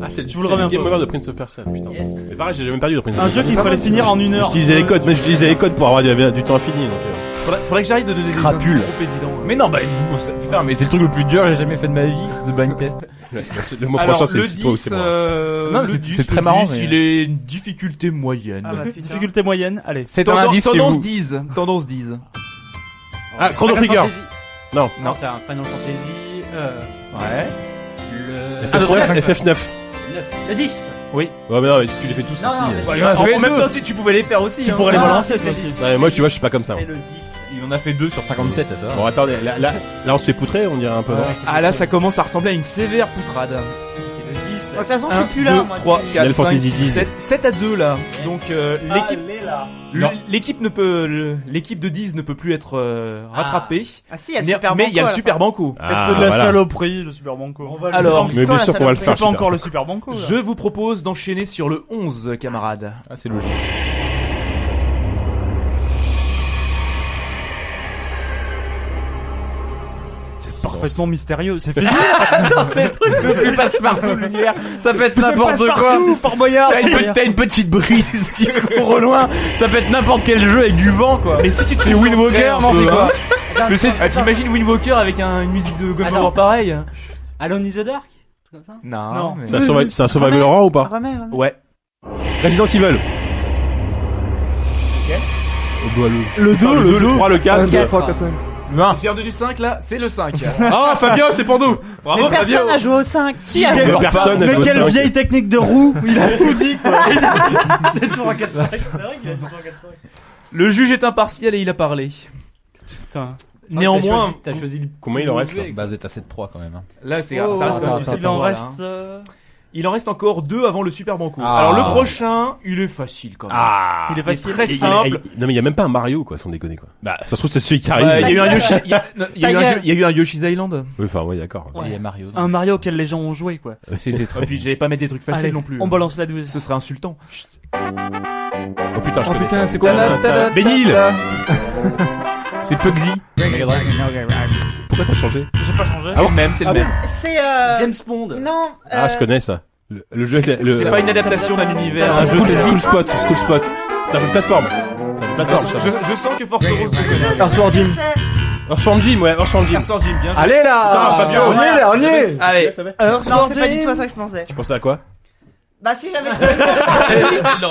[SPEAKER 1] Ah, c'est
[SPEAKER 5] vous le remets un
[SPEAKER 1] Game
[SPEAKER 5] peu.
[SPEAKER 1] Over de Prince of Persia, putain.
[SPEAKER 4] Yes.
[SPEAKER 1] Mais pareil, j'ai jamais perdu de Prince of
[SPEAKER 5] Un
[SPEAKER 1] Persia.
[SPEAKER 5] jeu qu'il fallait finir en une heure.
[SPEAKER 1] J'utilisais les codes, mais j'utilisais les codes pour avoir du, du temps infini. Donc, euh.
[SPEAKER 2] Faudrait, faudrait que j'arrive de donner des
[SPEAKER 6] Crapule.
[SPEAKER 2] indices trop évidents.
[SPEAKER 6] Mais non, bah, vous- putain, mais c'est le truc le plus dur que j'ai jamais fait de ma vie, c'est de blind test.
[SPEAKER 1] Le, le mot
[SPEAKER 2] Alors,
[SPEAKER 1] prochain, c'est
[SPEAKER 2] le
[SPEAKER 1] c'est toi ou
[SPEAKER 2] 10,
[SPEAKER 1] c'est moi.
[SPEAKER 2] euh,
[SPEAKER 6] Non, mais
[SPEAKER 2] le
[SPEAKER 6] c'est-
[SPEAKER 2] 10,
[SPEAKER 6] c'est très
[SPEAKER 2] le
[SPEAKER 6] marrant,
[SPEAKER 2] 10,
[SPEAKER 6] mais-
[SPEAKER 2] Il est une difficulté moyenne.
[SPEAKER 8] Ah, bah, putain.
[SPEAKER 5] Difficulté moyenne, allez.
[SPEAKER 6] C'est un
[SPEAKER 2] Tendance,
[SPEAKER 6] indice, si
[SPEAKER 2] tendance
[SPEAKER 6] vous...
[SPEAKER 2] 10. Tendance 10.
[SPEAKER 1] Ah, Chrono
[SPEAKER 4] Final
[SPEAKER 1] Trigger.
[SPEAKER 4] Fantasy.
[SPEAKER 1] Non.
[SPEAKER 4] Non, c'est un Final Fantasy. Euh,
[SPEAKER 2] Ouais.
[SPEAKER 4] le.
[SPEAKER 1] FF9. FF9.
[SPEAKER 4] Le 10
[SPEAKER 1] Ouais, mais non, mais si tu les fais tous
[SPEAKER 4] Non, non,
[SPEAKER 1] aussi.
[SPEAKER 4] c'est-
[SPEAKER 1] euh.
[SPEAKER 6] Ouais, il en a
[SPEAKER 2] En-
[SPEAKER 6] fait
[SPEAKER 2] en même
[SPEAKER 6] deux.
[SPEAKER 2] temps, tu, tu pouvais les faire aussi.
[SPEAKER 5] Tu
[SPEAKER 2] hein.
[SPEAKER 5] pourrais les
[SPEAKER 4] Ah,
[SPEAKER 5] balancer,
[SPEAKER 4] c'est-
[SPEAKER 5] ça aussi.
[SPEAKER 1] Ouais, moi, tu vois, je suis pas comme ça.
[SPEAKER 4] C'est
[SPEAKER 1] hein.
[SPEAKER 4] le 10.
[SPEAKER 6] Il en a fait 2 sur 57, ça
[SPEAKER 1] Bon, attends, là, là, là, on se fait poutrer, on dirait un peu. hein. non
[SPEAKER 2] Ah là, ça commence à ressembler à une sévère poutrade.
[SPEAKER 4] C'est le 10.
[SPEAKER 8] De toute façon, je suis plus là, moi.
[SPEAKER 6] 3, 4,
[SPEAKER 1] Final
[SPEAKER 6] 5,
[SPEAKER 1] Fantasy
[SPEAKER 6] 6, 7, 7 à 2 là. Donc euh,
[SPEAKER 5] Ah,
[SPEAKER 6] l'équipe
[SPEAKER 4] Ah,
[SPEAKER 8] Non.
[SPEAKER 6] l'équipe ne peut Euh, le- l'équipe de 10 ne peut plus être euh, rattrapée.
[SPEAKER 8] Ah si, il y a le
[SPEAKER 6] Mais-
[SPEAKER 8] Super
[SPEAKER 6] mais
[SPEAKER 8] Banco,
[SPEAKER 6] il y a le
[SPEAKER 8] à la
[SPEAKER 6] Super
[SPEAKER 8] fin.
[SPEAKER 6] Banco.
[SPEAKER 1] Ah, C'est de la voilà.
[SPEAKER 5] saloperie, le Super Banco.
[SPEAKER 8] On va le-
[SPEAKER 6] Alors,
[SPEAKER 1] Mais bien sûr qu'on va le faire.
[SPEAKER 5] C'est pas encore le Super Banco. là.
[SPEAKER 6] je vous propose d'enchaîner sur le 11 camarades.
[SPEAKER 2] Ah, c'est logique.
[SPEAKER 5] C'est parfaitement mystérieux. C'est fini.
[SPEAKER 6] Attends, c'est le truc le plus passe-partout de l'univers. Ça peut être
[SPEAKER 5] C'est
[SPEAKER 6] n'importe quoi.
[SPEAKER 5] partout, Fort Boyard.
[SPEAKER 6] T'as une,
[SPEAKER 5] Fort
[SPEAKER 6] pe-
[SPEAKER 5] Boyard.
[SPEAKER 6] t'as une petite brise qui court au loin. Ça peut être n'importe quel jeu avec du vent, quoi. Mais si tu te Wind Walker,
[SPEAKER 2] peu,
[SPEAKER 6] c'est quoi
[SPEAKER 4] Attends,
[SPEAKER 6] Mais c'est-
[SPEAKER 4] attends,
[SPEAKER 6] ah, T'imagines Wind Walker avec un- une musique de God of
[SPEAKER 4] Attends.
[SPEAKER 6] War pareil
[SPEAKER 4] Alone in the Dark comme ça
[SPEAKER 6] Non.
[SPEAKER 5] hein. Non.
[SPEAKER 6] mais-
[SPEAKER 1] C'est un survi- c'est un survival horror ou
[SPEAKER 6] Ah.
[SPEAKER 1] pas
[SPEAKER 8] Remets, remets.
[SPEAKER 6] Ouais.
[SPEAKER 1] Resident Evil. Oh, bah, le 2, le 3, le
[SPEAKER 6] Ah,
[SPEAKER 1] 4.
[SPEAKER 11] 2, 3, 4, 5.
[SPEAKER 6] Le 1. J'ai du 5 là, c'est le 5.
[SPEAKER 1] Ah, Fabien, c'est pour nous
[SPEAKER 6] Bravo
[SPEAKER 8] Mais
[SPEAKER 6] Fabio.
[SPEAKER 8] personne n'a joué au 5. Qui a
[SPEAKER 1] Mais
[SPEAKER 5] Quel-
[SPEAKER 1] personne n'a
[SPEAKER 5] Mais
[SPEAKER 1] joué au
[SPEAKER 5] quelle
[SPEAKER 1] cinq.
[SPEAKER 5] vieille technique de roue Il a tout dit quoi
[SPEAKER 12] Des tours à 4-5. C'est vrai qu'il a des tours à 4-5.
[SPEAKER 6] Le juge est impartial et il a parlé.
[SPEAKER 5] Putain.
[SPEAKER 6] Néanmoins,
[SPEAKER 4] T'as choisi le.
[SPEAKER 1] Combien il en reste là
[SPEAKER 2] Bah, vous êtes à 7-3 quand même. hein.
[SPEAKER 6] là c'est
[SPEAKER 5] Oh,
[SPEAKER 6] ça reste quand même
[SPEAKER 5] attends,
[SPEAKER 6] du
[SPEAKER 5] attends,
[SPEAKER 6] sept
[SPEAKER 5] Il en
[SPEAKER 6] endroits, là,
[SPEAKER 5] reste.
[SPEAKER 6] hein.
[SPEAKER 5] euh,
[SPEAKER 6] Il en reste encore deux avant le Super Banco.
[SPEAKER 2] Ah.
[SPEAKER 6] Alors le prochain, il est facile quand même.
[SPEAKER 1] Ah
[SPEAKER 5] Il est facile.
[SPEAKER 6] très
[SPEAKER 1] Et- et-
[SPEAKER 6] simple.
[SPEAKER 1] et- non mais il y a même pas un Mario quoi, sans déconner quoi.
[SPEAKER 2] Bah,
[SPEAKER 1] Ça se trouve c'est celui qui arrive.
[SPEAKER 6] Ouais, Bah, Il
[SPEAKER 1] mais-
[SPEAKER 6] y a eu un Yoshi- <laughs> il y a- non, il y a eu un jeu- il y a eu un Yoshi's Island.
[SPEAKER 1] Oui, enfin ouais, d'accord.
[SPEAKER 2] il y a Mario.
[SPEAKER 5] Un Mario auquel les gens ont joué quoi.
[SPEAKER 2] C'était très.
[SPEAKER 6] Et puis j'allais pas mettre des trucs faciles
[SPEAKER 5] Allez,
[SPEAKER 6] non plus. hein.
[SPEAKER 5] On balance la
[SPEAKER 6] Ce
[SPEAKER 5] 12.
[SPEAKER 6] serait insultant.
[SPEAKER 1] Oh putain, je
[SPEAKER 11] Oh
[SPEAKER 1] connais
[SPEAKER 11] putain,
[SPEAKER 1] ça.
[SPEAKER 11] c'est quoi là
[SPEAKER 1] Bénil
[SPEAKER 6] C'est Pugsy.
[SPEAKER 1] Pourquoi t'as changé
[SPEAKER 5] J'ai pas changé.
[SPEAKER 6] C'est le même, c'est le
[SPEAKER 1] Ah bon
[SPEAKER 6] même.
[SPEAKER 8] C'est euh...
[SPEAKER 4] James Bond
[SPEAKER 8] Non.
[SPEAKER 1] Ah,
[SPEAKER 8] euh,
[SPEAKER 1] je connais ça. Le, le jeu avec la- le
[SPEAKER 6] C'est pas une adaptation d'un univers. Ah,
[SPEAKER 1] un
[SPEAKER 6] un jeu,
[SPEAKER 1] cool,
[SPEAKER 6] c'est-
[SPEAKER 1] cool spot, cool spot. C'est un jeu de plateforme. C'est un jeu de plateforme ça.
[SPEAKER 6] Je, je sens que Force Rose le connaît.
[SPEAKER 11] Earthworm Jim.
[SPEAKER 1] Earthworm Jim, ouais, Earthworm Jim.
[SPEAKER 6] Merci, Jim, bien joué.
[SPEAKER 11] Allez là
[SPEAKER 1] Putain, Fabio.
[SPEAKER 11] On y est là, on y est
[SPEAKER 6] Ah, Allez. <laughs>
[SPEAKER 8] Non,
[SPEAKER 5] Earthworm
[SPEAKER 8] c'est pas du tout à
[SPEAKER 5] Jim.
[SPEAKER 8] ça que je pensais.
[SPEAKER 1] Tu pensais à quoi
[SPEAKER 8] Bah si j'avais.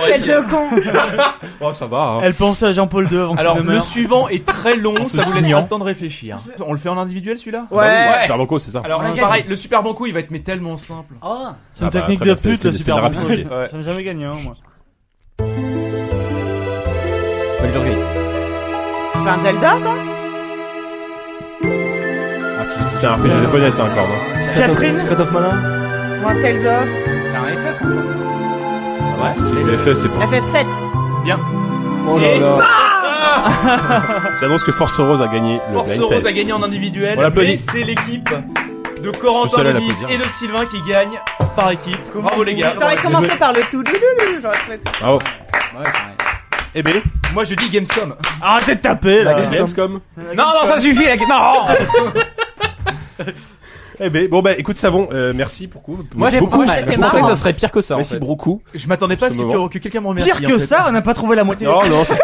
[SPEAKER 8] Quel deux con.
[SPEAKER 1] Oh, ça va.
[SPEAKER 5] Elle pensait à Jean-Paul II avant
[SPEAKER 6] Alors
[SPEAKER 5] qu'il ne
[SPEAKER 6] le
[SPEAKER 5] meure.
[SPEAKER 6] suivant est très long, ça vous laisse
[SPEAKER 2] signant.
[SPEAKER 6] le temps de réfléchir. On le fait en individuel celui-là
[SPEAKER 8] Ouais.
[SPEAKER 1] Super Banco, c'est ça.
[SPEAKER 6] Alors
[SPEAKER 8] On a
[SPEAKER 6] pareil, le Super Banco il va être mais tellement simple.
[SPEAKER 4] Ah
[SPEAKER 5] C'est une
[SPEAKER 1] Ah bah,
[SPEAKER 5] technique
[SPEAKER 1] après,
[SPEAKER 5] de
[SPEAKER 1] bah, c'est-
[SPEAKER 5] pute
[SPEAKER 1] c'est-
[SPEAKER 5] le
[SPEAKER 1] c'est de
[SPEAKER 5] Super
[SPEAKER 1] la
[SPEAKER 5] Banco. <laughs>
[SPEAKER 1] rapidité.
[SPEAKER 6] Ouais.
[SPEAKER 5] J'en ai Ah, jamais gagné un moi.
[SPEAKER 2] Baldur's Gate.
[SPEAKER 8] C'est pas un Zelda ça
[SPEAKER 2] Ah, si,
[SPEAKER 1] C'est un RPG hein, japonais ça encore, non
[SPEAKER 5] Catherine
[SPEAKER 11] Secret of Mana
[SPEAKER 8] Ou un Tales of
[SPEAKER 6] C'est un FF.
[SPEAKER 1] Ouais, c'est le FF, c'est pour.
[SPEAKER 8] FF7
[SPEAKER 11] Oh là là
[SPEAKER 1] J'annonce que Force Rose a gagné le
[SPEAKER 6] Force
[SPEAKER 1] blind
[SPEAKER 6] Rose a
[SPEAKER 1] test.
[SPEAKER 6] gagné en individuel.
[SPEAKER 1] On l'applaudit.
[SPEAKER 6] Mais c'est l'équipe de
[SPEAKER 1] Tout
[SPEAKER 6] Corentin
[SPEAKER 1] seul à
[SPEAKER 6] Denise
[SPEAKER 1] l'applaudir.
[SPEAKER 6] et de Sylvain qui gagne par équipe. Bravo les gars.
[SPEAKER 8] T'aurais commencé par le tout doudoulou, j'aurais trouvé tout.
[SPEAKER 1] Bravo.
[SPEAKER 2] Ouais, pareil.
[SPEAKER 1] Eh ben,
[SPEAKER 6] Moi je dis Gamescom.
[SPEAKER 5] Arrêtez de taper
[SPEAKER 6] Ah,
[SPEAKER 5] là.
[SPEAKER 1] Gamescom.
[SPEAKER 2] Ah,
[SPEAKER 6] Non, non, ça suffit la Ah, Non
[SPEAKER 1] Eh ben, bon bah écoute Savon, euh, merci pour coup.
[SPEAKER 6] Moi, j'ai
[SPEAKER 1] beaucoup.
[SPEAKER 6] beaucoup
[SPEAKER 8] mal.
[SPEAKER 2] Je
[SPEAKER 1] Merci
[SPEAKER 2] pensais que
[SPEAKER 1] beaucoup.
[SPEAKER 2] ça serait pire que ça. En
[SPEAKER 1] Merci
[SPEAKER 6] <laughs>
[SPEAKER 2] fait.
[SPEAKER 1] beaucoup.
[SPEAKER 6] Je m'attendais pas à ce
[SPEAKER 1] Ce
[SPEAKER 6] que,
[SPEAKER 1] moment.
[SPEAKER 6] tu- que quelqu'un me remercie.
[SPEAKER 5] Pire
[SPEAKER 6] en
[SPEAKER 5] que
[SPEAKER 6] fait.
[SPEAKER 5] ça, on n'a pas trouvé la moitié.
[SPEAKER 1] Non, non, ça,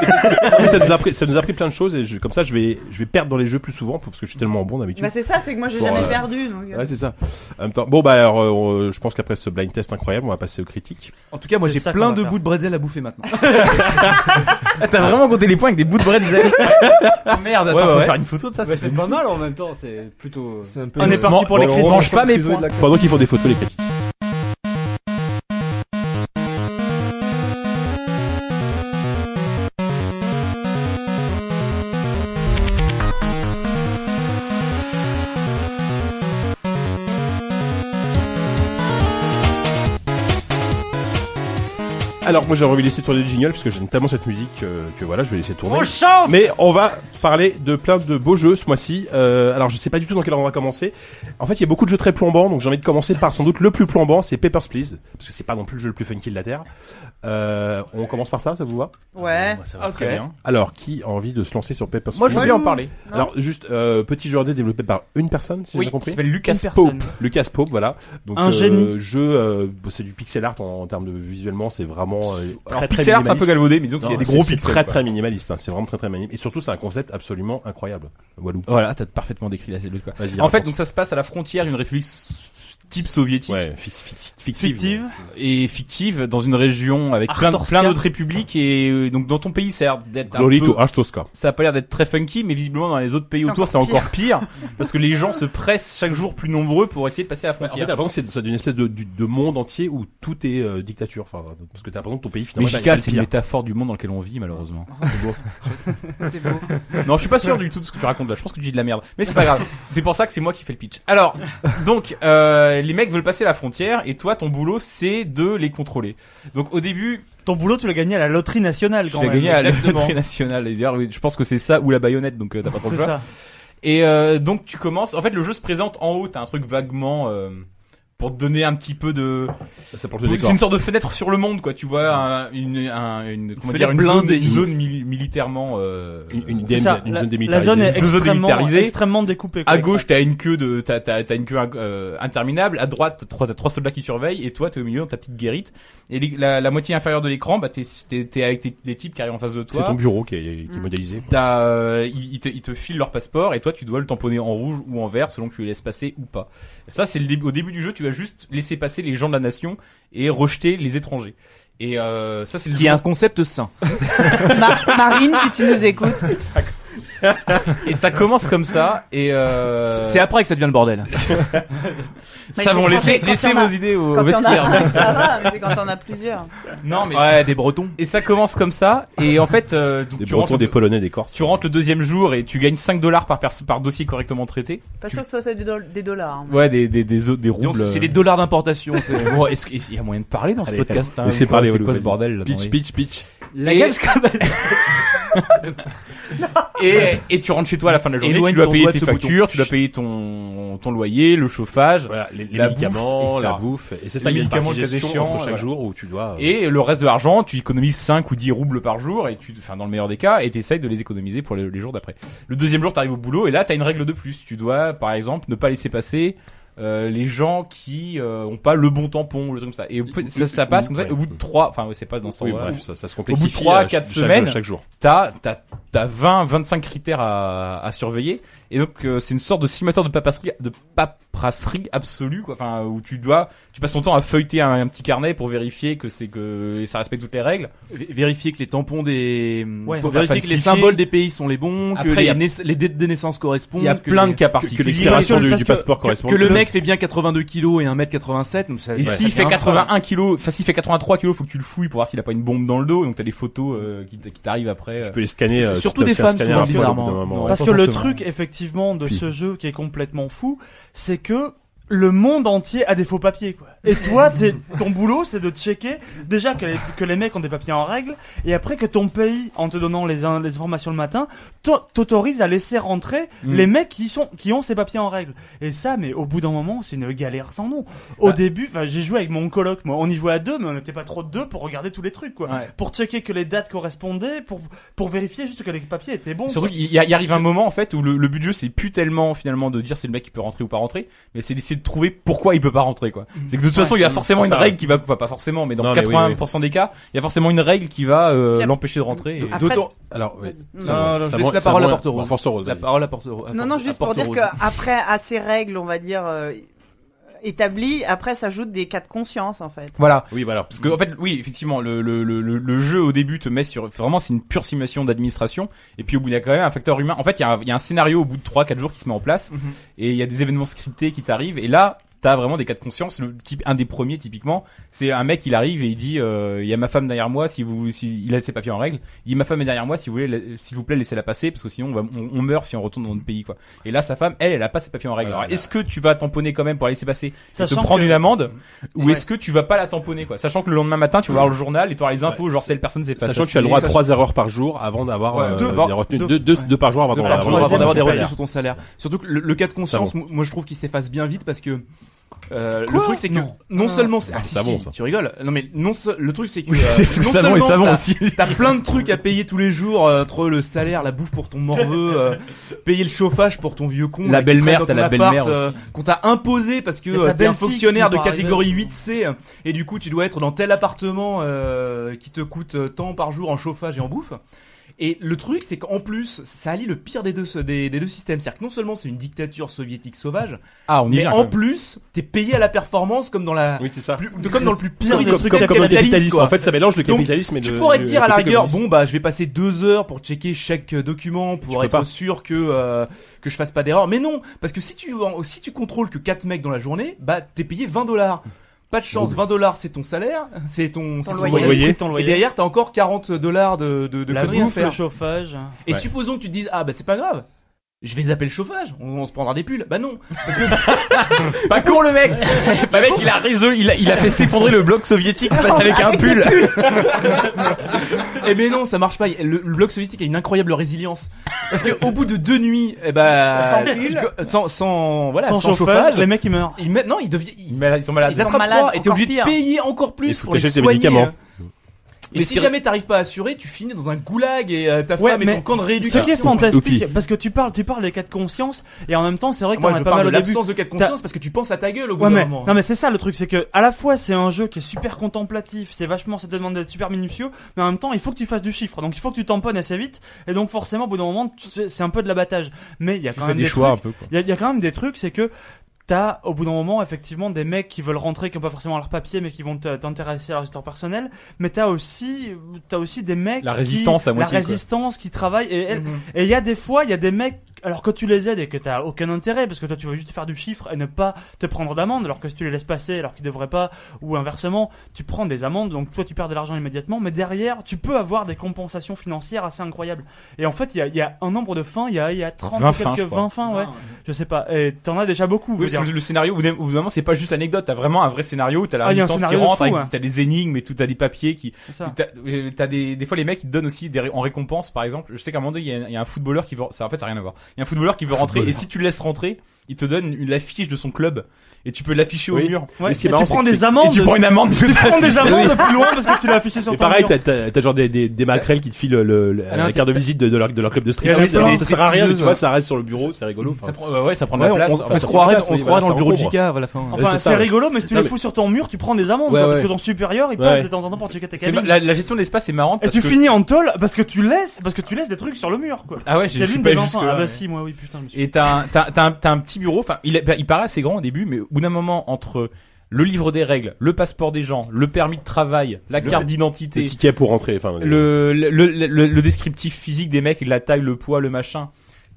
[SPEAKER 1] ça nous a pris, ça nous a pris plein de choses et je, comme ça, je vais, je vais perdre dans les jeux plus souvent parce que je suis tellement bon d'habitude.
[SPEAKER 8] Bah c'est ça, c'est que moi j'ai
[SPEAKER 1] Bon,
[SPEAKER 8] jamais
[SPEAKER 1] euh,
[SPEAKER 8] perdu donc. euh.
[SPEAKER 1] Ouais, c'est ça. En même temps, bon bah alors, euh, on- je pense qu'après ce blind test incroyable, on va passer aux critiques.
[SPEAKER 6] En tout cas, moi
[SPEAKER 5] C'est
[SPEAKER 6] j'ai
[SPEAKER 5] ça
[SPEAKER 6] plein
[SPEAKER 5] qu'on va
[SPEAKER 6] de
[SPEAKER 5] faire.
[SPEAKER 6] bouts de bretzel à bouffer maintenant.
[SPEAKER 2] T'as vraiment compté les points avec des bouts
[SPEAKER 6] <laughs>
[SPEAKER 2] de bretzel.
[SPEAKER 6] Merde,
[SPEAKER 2] Ah, attends, faut faire
[SPEAKER 6] une photo de ça.
[SPEAKER 4] Bah, C'est pas mal en même temps, c'est plutôt.
[SPEAKER 11] C'est un peu-
[SPEAKER 5] On est parti pour les
[SPEAKER 1] bon,
[SPEAKER 5] critiques.
[SPEAKER 2] mange pas mes points.
[SPEAKER 1] Pendant qu'ils font des photos, les critiques. Alors moi j'ai envie de laisser tourner le jingle parce que j'aime tellement cette musique euh, que voilà je vais laisser tourner. <laughs> Mais on va parler de plein de beaux jeux ce mois-ci. Euh, alors je sais pas du tout dans quel ordre on va commencer. En fait il y a beaucoup de jeux très plombants donc j'ai envie de commencer par sans doute le plus plombant c'est Papers Please parce que c'est pas non plus le jeu le plus funky de la terre. Euh, on commence par ça ça vous va
[SPEAKER 8] Ouais.
[SPEAKER 2] Moi, ça va
[SPEAKER 6] Ok.
[SPEAKER 2] très bien.
[SPEAKER 1] Alors qui a envie de se lancer sur Papers
[SPEAKER 6] Moi je
[SPEAKER 1] Please
[SPEAKER 6] voulais en parler.
[SPEAKER 8] Non.
[SPEAKER 1] Alors juste euh, petit jeu indé développé par une personne si j'ai
[SPEAKER 6] Oui,
[SPEAKER 1] bien
[SPEAKER 6] il
[SPEAKER 1] compris.
[SPEAKER 6] s'appelle Lucas
[SPEAKER 5] Une
[SPEAKER 6] Pope.
[SPEAKER 5] personne.
[SPEAKER 1] Lucas Pope voilà. Donc,
[SPEAKER 5] Un génie.
[SPEAKER 1] Jeu euh, c'est du pixel art en, en termes de visuellement c'est vraiment euh,
[SPEAKER 6] Alors
[SPEAKER 1] très, très
[SPEAKER 6] pixel art, c'est un peu
[SPEAKER 1] minimaliste.
[SPEAKER 6] galvaudé, mais disons que
[SPEAKER 1] Non,
[SPEAKER 6] c'est des
[SPEAKER 1] c'est-
[SPEAKER 6] gros
[SPEAKER 1] c'est
[SPEAKER 6] pixels.
[SPEAKER 1] Très
[SPEAKER 6] quoi.
[SPEAKER 1] très minimaliste, hein. c'est vraiment très très minimaliste. Et surtout, c'est un concept absolument incroyable. Walou.
[SPEAKER 2] Voilà, t'as parfaitement décrit la cellule quoi.
[SPEAKER 1] Vas-y.
[SPEAKER 6] En fait,
[SPEAKER 1] raconte.
[SPEAKER 6] donc ça se passe à la frontière d'une république s- type soviétique
[SPEAKER 1] ouais, fic- fic- fictive.
[SPEAKER 5] Fictive.
[SPEAKER 6] et fictive dans une région avec plein,
[SPEAKER 5] Artorska.
[SPEAKER 6] plein d'autres républiques et euh, donc dans ton pays ça a l'air d'être un
[SPEAKER 1] Glory
[SPEAKER 6] peu-
[SPEAKER 1] to Arstoska.
[SPEAKER 6] ça a pas l'air d'être très funky mais visiblement dans les autres pays
[SPEAKER 8] C'est
[SPEAKER 6] autour c'est
[SPEAKER 8] encore
[SPEAKER 6] encore pire
[SPEAKER 8] <laughs>
[SPEAKER 6] parce que les gens se pressent chaque jour plus nombreux pour essayer de passer à la
[SPEAKER 1] Bah, En fait,
[SPEAKER 6] frontière.
[SPEAKER 1] t'as l'impression que c'est- c'est une espèce de, du- de monde entier où tout est euh, dictature. Enfin, parce que t'as l'impression que ton pays
[SPEAKER 2] Mais
[SPEAKER 1] finalement. il y a le
[SPEAKER 2] JK, c'est une
[SPEAKER 1] pire.
[SPEAKER 2] métaphore du monde dans lequel on vit
[SPEAKER 8] <laughs>
[SPEAKER 2] malheureusement.
[SPEAKER 8] C'est beau.
[SPEAKER 6] Non, je suis pas sûr du tout de ce que tu racontes là. Je pense que tu dis de la merde. Mais c'est pas grave. C'est pour ça que c'est moi qui fais le pitch. Alors, donc, euh, euh, les mecs veulent passer la frontière et toi, ton boulot, c'est de les contrôler. Donc au début,
[SPEAKER 5] ton boulot, tu l'as gagné à la loterie nationale,
[SPEAKER 6] je
[SPEAKER 5] quand
[SPEAKER 6] l'ai
[SPEAKER 5] même.
[SPEAKER 6] gagné à la
[SPEAKER 5] Exactement.
[SPEAKER 6] loterie nationale. Et d'ailleurs, oui, je pense que c'est ça ou la baïonnette, donc euh, t'as pas trop le
[SPEAKER 5] C'est
[SPEAKER 6] choix.
[SPEAKER 5] ça.
[SPEAKER 6] Et euh, donc tu commences. En fait, le jeu se présente en haut. T'as un truc vaguement euh, pour te donner un petit peu de.
[SPEAKER 1] le décor.
[SPEAKER 6] c'est une sorte de fenêtre sur le monde, quoi. Tu vois un- une, un- une comment
[SPEAKER 1] Fenêtre
[SPEAKER 6] dire une zone,
[SPEAKER 1] blindée.
[SPEAKER 6] une zone mili- militairement. euh,
[SPEAKER 1] une
[SPEAKER 6] c'est
[SPEAKER 1] DM,
[SPEAKER 6] ça,
[SPEAKER 1] une
[SPEAKER 6] la-
[SPEAKER 1] zone
[SPEAKER 6] la
[SPEAKER 1] démilitarisée.
[SPEAKER 6] zone est
[SPEAKER 1] Deux zones
[SPEAKER 6] extrêmement,
[SPEAKER 1] démilitarisées.
[SPEAKER 5] extrêmement découpée.
[SPEAKER 6] À gauche, t'as une queue de, t'as, t'as, t'as une queue euh, interminable. À droite, t'as trois, t'as trois soldats qui surveillent, et toi, t'es au milieu dans ta petite guérite. Et les- la, la moitié inférieure de l'écran, bah, t'es, t'es, t'es avec tes- les types qui arrivent en face de toi.
[SPEAKER 1] C'est ton bureau qui est,
[SPEAKER 6] Hmm.
[SPEAKER 1] qui est modélisé.
[SPEAKER 6] T'as, euh, ils, ils te, ils te filent leur passeport et toi tu dois le tamponner en rouge ou en vert selon que tu les laisses passer ou pas. Ça c'est le début, au début du jeu tu vas juste laisser passer les gens de la nation et rejeter les étrangers. Et euh, ça c'est le
[SPEAKER 2] Qui est un
[SPEAKER 6] concept <laughs> sain.
[SPEAKER 8] Marine, si tu nous écoutes.
[SPEAKER 6] et ça commence comme ça et euh...
[SPEAKER 2] C'est après que ça devient le bordel.
[SPEAKER 8] Mais
[SPEAKER 6] ça
[SPEAKER 8] c'est
[SPEAKER 6] vont
[SPEAKER 8] quand-
[SPEAKER 6] laisser
[SPEAKER 8] quand
[SPEAKER 6] laisser
[SPEAKER 8] il y en a-
[SPEAKER 6] vos idées au,
[SPEAKER 8] quand
[SPEAKER 6] au
[SPEAKER 8] il y en a-
[SPEAKER 6] vestiaire.
[SPEAKER 8] Ça va, mais c'est quand on a plusieurs.
[SPEAKER 6] Non mais ouais des Bretons. Et ça commence comme ça et en fait euh, donc
[SPEAKER 1] Des
[SPEAKER 6] tu
[SPEAKER 1] Bretons,
[SPEAKER 6] rentres
[SPEAKER 1] des Polonais, des Corses.
[SPEAKER 6] Tu rentres le deuxième jour et tu gagnes 5 dollars par perso- par dossier correctement traité.
[SPEAKER 8] Pas sûr que ce soit des, do- des dollars. hein.
[SPEAKER 6] Ouais, des, des, des, des roubles.
[SPEAKER 2] c'est les
[SPEAKER 6] dollars d'importation. <laughs> Bon, est-ce qu'il y a moyen de parler dans ce
[SPEAKER 2] euh. Allez,
[SPEAKER 6] podcast
[SPEAKER 2] allez,
[SPEAKER 6] hein,
[SPEAKER 2] laissez
[SPEAKER 6] ou quoi
[SPEAKER 2] parler,
[SPEAKER 6] C'est
[SPEAKER 2] Walou,
[SPEAKER 6] quoi ce
[SPEAKER 2] vas-y.
[SPEAKER 6] bordel là,
[SPEAKER 2] Pitch,
[SPEAKER 6] attendez.
[SPEAKER 2] pitch, pitch.
[SPEAKER 6] Et- et, et tu rentres chez toi à la fin de la journée,
[SPEAKER 2] Éloigne
[SPEAKER 6] tu dois
[SPEAKER 2] ton
[SPEAKER 6] payer
[SPEAKER 2] doigt de
[SPEAKER 6] tes
[SPEAKER 2] ce bouton.
[SPEAKER 6] factures, tu dois payer ton, ton loyer, le chauffage,
[SPEAKER 1] les
[SPEAKER 6] la
[SPEAKER 1] médicaments,
[SPEAKER 6] bouffe, etc.
[SPEAKER 1] la bouffe. Et c'est ça,
[SPEAKER 6] Les
[SPEAKER 1] il y a une
[SPEAKER 6] médicaments,
[SPEAKER 1] partie
[SPEAKER 6] le cas
[SPEAKER 1] gestion
[SPEAKER 6] échéant,
[SPEAKER 1] entre chaque
[SPEAKER 6] voilà.
[SPEAKER 1] jour où tu dois, euh,
[SPEAKER 6] Et le reste de l'argent, tu économises 5 ou 10 roubles par jour, et tu, enfin, dans le meilleur des cas, et tu essayes de les économiser pour les, les jours d'après. Le deuxième jour, tu arrives au boulot, et là, tu as une règle de plus. Tu dois, par exemple, ne pas laisser passer euh, les gens qui euh, ont pas le bon tampon, ou le truc comme ça. Et au- ça, ça passe comme ça, et au bout de 3, enfin, ouais, c'est pas dans ce
[SPEAKER 1] Oui,
[SPEAKER 6] ordre-là.
[SPEAKER 1] bref, ça- ça se
[SPEAKER 6] Au bout de
[SPEAKER 1] complexifie,
[SPEAKER 6] 3,
[SPEAKER 1] euh,
[SPEAKER 6] 4
[SPEAKER 1] chaque-
[SPEAKER 6] semaines,
[SPEAKER 1] chaque jour.
[SPEAKER 6] t'as t'as t'as 20 25 critères à, à surveiller et donc euh, c'est une sorte de simulateur de paperasserie de paperasserie absolue quoi enfin où tu dois tu passes ton temps à feuilleter un, un petit carnet pour vérifier que c'est que ça respecte toutes les règles vérifier que les tampons des
[SPEAKER 2] Ouais, faut vérifier que les symboles des pays sont les bons, que les naiss- les dates de naissance correspondent.
[SPEAKER 6] Il y a
[SPEAKER 2] que
[SPEAKER 6] plein
[SPEAKER 2] les-
[SPEAKER 6] de cas particuliers.
[SPEAKER 2] que
[SPEAKER 6] l'expiration
[SPEAKER 2] les-
[SPEAKER 6] du-
[SPEAKER 2] parce
[SPEAKER 6] du
[SPEAKER 2] que-
[SPEAKER 6] passeport
[SPEAKER 2] que-
[SPEAKER 6] correspond.
[SPEAKER 2] Que le mec fait bien 82 kilos et 1m87. donc ça-
[SPEAKER 6] et
[SPEAKER 2] ça
[SPEAKER 6] s'il
[SPEAKER 2] devient
[SPEAKER 6] fait
[SPEAKER 2] un
[SPEAKER 6] 81 kilos, enfin s'il fait 83 kilos, faut que tu le fouilles pour voir s'il a pas une bombe dans le dos. Donc t'as des photos euh, qui t- qui t'arrivent après. Tu
[SPEAKER 1] peux les scanner. euh,
[SPEAKER 2] surtout des femmes souvent bizarrement.
[SPEAKER 5] Parce que le truc effectivement de ce jeu qui est complètement fou, c'est que le monde entier a des faux papiers quoi. Et toi, t'es- ton boulot, c'est de checker déjà que les, que les mecs ont des papiers en règle, et après que ton pays, en te donnant les, in- les informations le matin, t'au- t'autorise à laisser rentrer
[SPEAKER 2] Mm.
[SPEAKER 5] les mecs qui sont qui ont ces papiers en règle. Et ça, mais au bout d'un moment, c'est une galère sans nom. Au début, enfin, j'ai joué avec mon coloc, moi, on y jouait à deux, mais on n'était pas trop de deux pour regarder tous les trucs quoi, pour checker que les dates correspondaient, pour pour vérifier juste que les papiers étaient bons.
[SPEAKER 6] Surtout
[SPEAKER 5] quoi.
[SPEAKER 6] qu'il y, a- il arrive un moment en fait où le, le but du jeu c'est plus tellement finalement de dire si le mec il peut rentrer ou pas rentrer, mais c'est d'essayer de trouver pourquoi il peut pas rentrer quoi. C'est que de toute façon
[SPEAKER 2] Ouais.
[SPEAKER 6] il y a forcément
[SPEAKER 2] Ça,
[SPEAKER 6] une
[SPEAKER 2] ça,
[SPEAKER 6] règle
[SPEAKER 2] ouais.
[SPEAKER 6] qui va, enfin, pas forcément, mais dans
[SPEAKER 2] Non, mais oui,
[SPEAKER 6] 80% des cas, il y a forcément une règle qui va euh,
[SPEAKER 2] Puis après-
[SPEAKER 6] l'empêcher de rentrer. Et-
[SPEAKER 2] Après- D'autant-
[SPEAKER 1] Alors, oui.
[SPEAKER 2] Non,
[SPEAKER 1] Ça va,
[SPEAKER 2] non, je
[SPEAKER 1] ça
[SPEAKER 2] laisse
[SPEAKER 1] va,
[SPEAKER 2] la
[SPEAKER 1] ça
[SPEAKER 2] parole
[SPEAKER 1] va,
[SPEAKER 2] à Porte Rose.
[SPEAKER 1] bon, Force Rose,
[SPEAKER 2] La
[SPEAKER 1] vas-y.
[SPEAKER 2] parole à Porte Rose.
[SPEAKER 8] Non, non, juste pour dire qu'après, à ces règles, on va dire, euh, établies, après s'ajoutent des cas de conscience, en fait.
[SPEAKER 6] Voilà. Oui, voilà. Parce que en fait, oui, effectivement, le, le, le, le- le jeu au début te met sur vraiment c'est une pure simulation d'administration. Et puis au bout il y a quand même un facteur humain. En fait, il y, a un- il y a un scénario au bout de 3-4 jours qui se met en place. Et il y a des événements scriptés qui t'arrivent. Et là, t'as vraiment des cas de conscience. Le type, un des premiers typiquement, c'est un mec il arrive et il dit euh, il y a ma femme derrière moi. Si vous, si il a ses papiers en règle, il dit ma femme est derrière moi. Si vous voulez, la- s'il vous plaît, laissez-la passer parce que sinon on, va, on, on meurt si on retourne dans notre pays quoi. Et là, sa femme, elle, elle a pas ses papiers en règle. Alors, est-ce que tu vas tamponner quand même pour la laisser passer et te
[SPEAKER 2] Sachant
[SPEAKER 6] prendre
[SPEAKER 2] que-
[SPEAKER 6] une amende ou est-ce que tu vas pas la tamponner quoi sachant que le lendemain matin tu vas voir le journal et tu auras les infos genre telle personne s'est passée
[SPEAKER 1] Sachant que tu as le droit à 3 erreurs par jour avant d'avoir
[SPEAKER 6] Ouais.
[SPEAKER 1] euh,
[SPEAKER 6] Deux.
[SPEAKER 1] des retenues. Deux deux- deux par
[SPEAKER 6] hein.
[SPEAKER 1] jour avant
[SPEAKER 2] Deux
[SPEAKER 1] d'avoir
[SPEAKER 2] par
[SPEAKER 1] avant
[SPEAKER 2] jour avant
[SPEAKER 1] d'avoir
[SPEAKER 2] d'avoir des
[SPEAKER 1] ton salaire.
[SPEAKER 2] revenus sur ton salaire. Surtout que le, le cas de conscience, m- moi je trouve qu'il s'efface bien vite parce que euh, le
[SPEAKER 6] Quoi
[SPEAKER 2] truc c'est que
[SPEAKER 6] Non.
[SPEAKER 2] non,
[SPEAKER 6] Ah.
[SPEAKER 2] seulement c'est
[SPEAKER 6] Ah,
[SPEAKER 2] ah,
[SPEAKER 6] c'est
[SPEAKER 2] si,
[SPEAKER 6] savon,
[SPEAKER 2] si,
[SPEAKER 6] ça.
[SPEAKER 2] tu rigoles non mais non se- le truc c'est que euh,
[SPEAKER 6] Oui, <laughs> c'est parce que savon et
[SPEAKER 2] seulement
[SPEAKER 6] savon
[SPEAKER 2] t'as-
[SPEAKER 6] aussi.
[SPEAKER 2] t'as plein de trucs à payer tous les jours euh, entre le salaire la bouffe pour ton morveux euh, payer le chauffage pour ton vieux con
[SPEAKER 6] La
[SPEAKER 2] là, qui
[SPEAKER 6] belle-mère,
[SPEAKER 2] traîne dans
[SPEAKER 6] t'as la
[SPEAKER 2] ton appart,
[SPEAKER 6] belle-mère
[SPEAKER 2] euh,
[SPEAKER 6] aussi.
[SPEAKER 2] qu'on t'a imposé parce que
[SPEAKER 6] Et ta
[SPEAKER 2] euh, t'es un
[SPEAKER 6] belle-fille qui
[SPEAKER 2] fonctionnaire de
[SPEAKER 6] doit arriver.
[SPEAKER 2] catégorie 8C euh, et du coup tu dois être dans tel appartement euh, qui te coûte euh, tant par jour en chauffage et en bouffe. Et le truc, c'est qu'en plus, ça allie le pire des deux, des, des deux systèmes. C'est-à-dire que non seulement c'est une dictature soviétique sauvage,
[SPEAKER 6] Ah, on y
[SPEAKER 2] mais
[SPEAKER 6] vient, quand
[SPEAKER 2] en
[SPEAKER 6] même.
[SPEAKER 2] plus, t'es payé à la performance comme dans la, plus- de- comme dans le plus pire
[SPEAKER 1] Comme-
[SPEAKER 2] des
[SPEAKER 1] comme-
[SPEAKER 2] trucs
[SPEAKER 1] comme- comme le
[SPEAKER 2] capitalistes,
[SPEAKER 1] capitalisme.
[SPEAKER 2] quoi.
[SPEAKER 1] En fait, ça mélange le
[SPEAKER 2] Donc,
[SPEAKER 1] capitalisme et
[SPEAKER 2] Tu
[SPEAKER 1] le-
[SPEAKER 2] pourrais
[SPEAKER 1] le
[SPEAKER 2] te dire à la
[SPEAKER 1] côté
[SPEAKER 2] rigueur,
[SPEAKER 1] communiste.
[SPEAKER 2] bon bah, je vais passer deux heures pour checker chaque euh, document pour être
[SPEAKER 1] pas.
[SPEAKER 2] sûr que euh, que je fasse pas d'erreur. Mais non, parce que si tu en- si tu contrôles que quatre mecs dans la journée, bah t'es payé 20 dollars. Pas de chance, 20 dollars c'est ton salaire, c'est ton, c'est
[SPEAKER 5] loyer. Loyer. Ton loyer.
[SPEAKER 2] Et derrière t'as encore 40 dollars de, hein. de, de
[SPEAKER 5] la
[SPEAKER 2] conneries à
[SPEAKER 5] bouffe,
[SPEAKER 2] faire.
[SPEAKER 5] le chauffage.
[SPEAKER 2] Et supposons que tu te dises ah bah c'est pas grave. je vais zapper le chauffage, on, on se prendra des pulls. Bah non. Parce que
[SPEAKER 6] <laughs> Pas con le mec Pas mec, il a résolu, il a, il a fait s'effondrer le bloc soviétique avec un pull
[SPEAKER 2] Eh mais non, ça marche pas. Le, le bloc soviétique a une incroyable résilience. Parce que au bout de deux nuits, eh ben,
[SPEAKER 5] Sans huile.
[SPEAKER 2] que- sans, sans- voilà, sans,
[SPEAKER 5] Sans chauffage, les mecs, ils meurent.
[SPEAKER 2] Ils mettent- non, ils deviennent, ils, ils sont malades. Ils,
[SPEAKER 5] Ils sont
[SPEAKER 2] attrapent
[SPEAKER 5] malades,
[SPEAKER 2] froid et t'es
[SPEAKER 5] encore
[SPEAKER 2] obligé
[SPEAKER 5] pire.
[SPEAKER 2] de payer encore plus
[SPEAKER 1] Il faut
[SPEAKER 2] pour les
[SPEAKER 1] t'achètes des
[SPEAKER 2] soigner.
[SPEAKER 1] médicaments.
[SPEAKER 5] hein.
[SPEAKER 2] Mais si jamais t'arrives pas à assurer, tu finis dans un goulag et euh, ta
[SPEAKER 5] Ouais,
[SPEAKER 2] femme et
[SPEAKER 5] mais
[SPEAKER 7] <laughs>
[SPEAKER 2] ton camp de
[SPEAKER 5] ce
[SPEAKER 2] rééducation.
[SPEAKER 5] qui est fantastique, parce que tu parles, tu parles des cas de conscience, et en même temps, c'est vrai que
[SPEAKER 2] Moi,
[SPEAKER 5] t'en
[SPEAKER 2] je
[SPEAKER 5] as pas
[SPEAKER 2] parle
[SPEAKER 5] mal
[SPEAKER 2] de
[SPEAKER 5] au début.
[SPEAKER 2] l'absence de cas de
[SPEAKER 5] T'as-
[SPEAKER 2] conscience parce que tu penses à ta gueule au bout
[SPEAKER 5] Ouais,
[SPEAKER 2] d'un
[SPEAKER 5] mais,
[SPEAKER 2] moment.
[SPEAKER 5] non mais c'est ça le truc, c'est que à la fois c'est un jeu qui est super contemplatif, c'est vachement, ça te demande d'être super minutieux, mais en même temps il faut que tu fasses du chiffre, donc il faut que tu tamponnes assez vite, et donc forcément au bout d'un moment tu- c'est c'est un peu de l'abattage. Mais il y a quand
[SPEAKER 6] fais
[SPEAKER 5] même
[SPEAKER 6] des
[SPEAKER 5] des,
[SPEAKER 6] choix
[SPEAKER 5] trucs,
[SPEAKER 6] un peu, quoi.
[SPEAKER 5] Il y a- il y, a quand même des trucs, c'est que t'as au bout d'un moment effectivement des mecs qui veulent rentrer, qui ont pas forcément leur papier, mais qui vont te- t'intéresser à leur histoire personnelle, mais t'as aussi, t'as aussi des mecs
[SPEAKER 6] La
[SPEAKER 5] qui-
[SPEAKER 6] résistance à moitié,
[SPEAKER 5] la
[SPEAKER 6] quoi.
[SPEAKER 5] résistance qui travaille, et elle-
[SPEAKER 6] Mhm.
[SPEAKER 5] et il y a des fois, il y a des mecs, alors que tu les aides et que t'as aucun intérêt, parce que toi tu veux juste faire du chiffre et ne pas te prendre d'amende, alors que si tu les laisses passer, alors qu'ils devraient pas, ou inversement, tu prends des amendes, donc toi tu perds de l'argent immédiatement, mais derrière, tu peux avoir des compensations financières assez incroyables. Et en fait, il y a, il y a un nombre de fins, il y a, il y a 30
[SPEAKER 6] 20
[SPEAKER 5] ou
[SPEAKER 6] fins, je
[SPEAKER 5] quelques
[SPEAKER 6] crois.
[SPEAKER 5] 20 fins, ouais. Je sais pas, et t'en as déjà beaucoup. je veux
[SPEAKER 6] Oui, parce
[SPEAKER 5] dire.
[SPEAKER 6] que le scénario, au bout d'un- au bout d'un moment, c'est pas juste l'anecdote, t'as vraiment un vrai scénario où t'as la
[SPEAKER 5] Ah, il y a un
[SPEAKER 6] résistance qui
[SPEAKER 5] scénario de
[SPEAKER 6] rentre,
[SPEAKER 5] fou,
[SPEAKER 6] avec-
[SPEAKER 5] ouais.
[SPEAKER 6] t'as des énigmes et tout, t'as des papiers qui,
[SPEAKER 5] ça.
[SPEAKER 6] t'as euh, t'as des, des fois les mecs ils te donnent aussi des, ré- en récompense, par exemple, je sais qu'à un moment donné, il y a un- il y, a un footballeur qui veut, ça en fait ça a rien à voir, il y a un footballeur qui veut rentrer et si tu le laisses rentrer, il te donne une l'affiche de son club et tu peux l'afficher
[SPEAKER 1] Oui.
[SPEAKER 6] au mur.
[SPEAKER 1] Ouais.
[SPEAKER 6] Et ce qui est
[SPEAKER 1] Et tu
[SPEAKER 6] marrant, c'est
[SPEAKER 1] prends
[SPEAKER 6] que
[SPEAKER 1] des
[SPEAKER 6] c'est-
[SPEAKER 1] amendes.
[SPEAKER 6] Et tu prends une amende.
[SPEAKER 1] Tu
[SPEAKER 6] <laughs>
[SPEAKER 1] prends des amendes plus
[SPEAKER 5] loin parce que tu l'as affiché sur
[SPEAKER 1] Et pareil, t'as, t'as, t'as genre des, des, des maquerelles qui te filent le, le- la carte de visite de, de leur, de leur club de street.
[SPEAKER 6] Il y a
[SPEAKER 1] Oui,
[SPEAKER 6] des
[SPEAKER 1] ça,
[SPEAKER 6] plans
[SPEAKER 1] ça sert à rien, mais tu
[SPEAKER 6] stripteaseuses.
[SPEAKER 1] vois, ça reste sur le bureau, c'est rigolo. enfin.
[SPEAKER 6] Ça prend- euh, ouais, ouais, ça prend de la place.
[SPEAKER 1] enfin,
[SPEAKER 6] on
[SPEAKER 1] ça
[SPEAKER 6] se
[SPEAKER 1] prend
[SPEAKER 6] croirait
[SPEAKER 1] de la place,
[SPEAKER 6] on se
[SPEAKER 1] oui,
[SPEAKER 6] croirait
[SPEAKER 1] voilà,
[SPEAKER 6] dans le
[SPEAKER 1] ça
[SPEAKER 6] bureau de
[SPEAKER 1] encombre.
[SPEAKER 6] JK à la fin. Ouais,
[SPEAKER 5] Enfin,
[SPEAKER 6] c'est
[SPEAKER 5] c'est
[SPEAKER 6] ça, ouais.
[SPEAKER 5] rigolo, mais si tu
[SPEAKER 6] Non,
[SPEAKER 5] le
[SPEAKER 6] mais-
[SPEAKER 5] fous sur ton mur, tu prends des amendes,
[SPEAKER 6] Ouais,
[SPEAKER 5] quoi, parce
[SPEAKER 6] ouais.
[SPEAKER 5] que ton supérieur, il
[SPEAKER 6] Ouais.
[SPEAKER 5] passe de temps en temps pour checker ta
[SPEAKER 6] C'est
[SPEAKER 5] cabine.
[SPEAKER 6] ma- la, la gestion de l'espace est marrante
[SPEAKER 5] Et
[SPEAKER 6] parce
[SPEAKER 5] tu
[SPEAKER 6] que
[SPEAKER 5] finis en tôle parce que tu laisses, parce que tu laisses des trucs sur le mur, quoi.
[SPEAKER 6] Ah ouais, j'ai- je
[SPEAKER 5] j'ai
[SPEAKER 6] suis
[SPEAKER 5] l'une
[SPEAKER 6] pas
[SPEAKER 5] des
[SPEAKER 6] allé
[SPEAKER 5] enfants.
[SPEAKER 6] jusque-là,
[SPEAKER 5] Ah bah
[SPEAKER 6] mais-
[SPEAKER 5] si, moi oui, putain. je me suis-
[SPEAKER 6] Et t'as un, t'as, t'as un, t'as un petit bureau, enfin, il, est- bah, il paraît assez grand au début, mais au bout d'un moment, entre le livre des règles, le passeport des gens, le permis de travail, la
[SPEAKER 1] Le-
[SPEAKER 6] carte d'identité,
[SPEAKER 1] Le ticket pour rentrer, enfin.
[SPEAKER 6] le, le, le, le- le descriptif physique des mecs, la taille, le poids, le machin,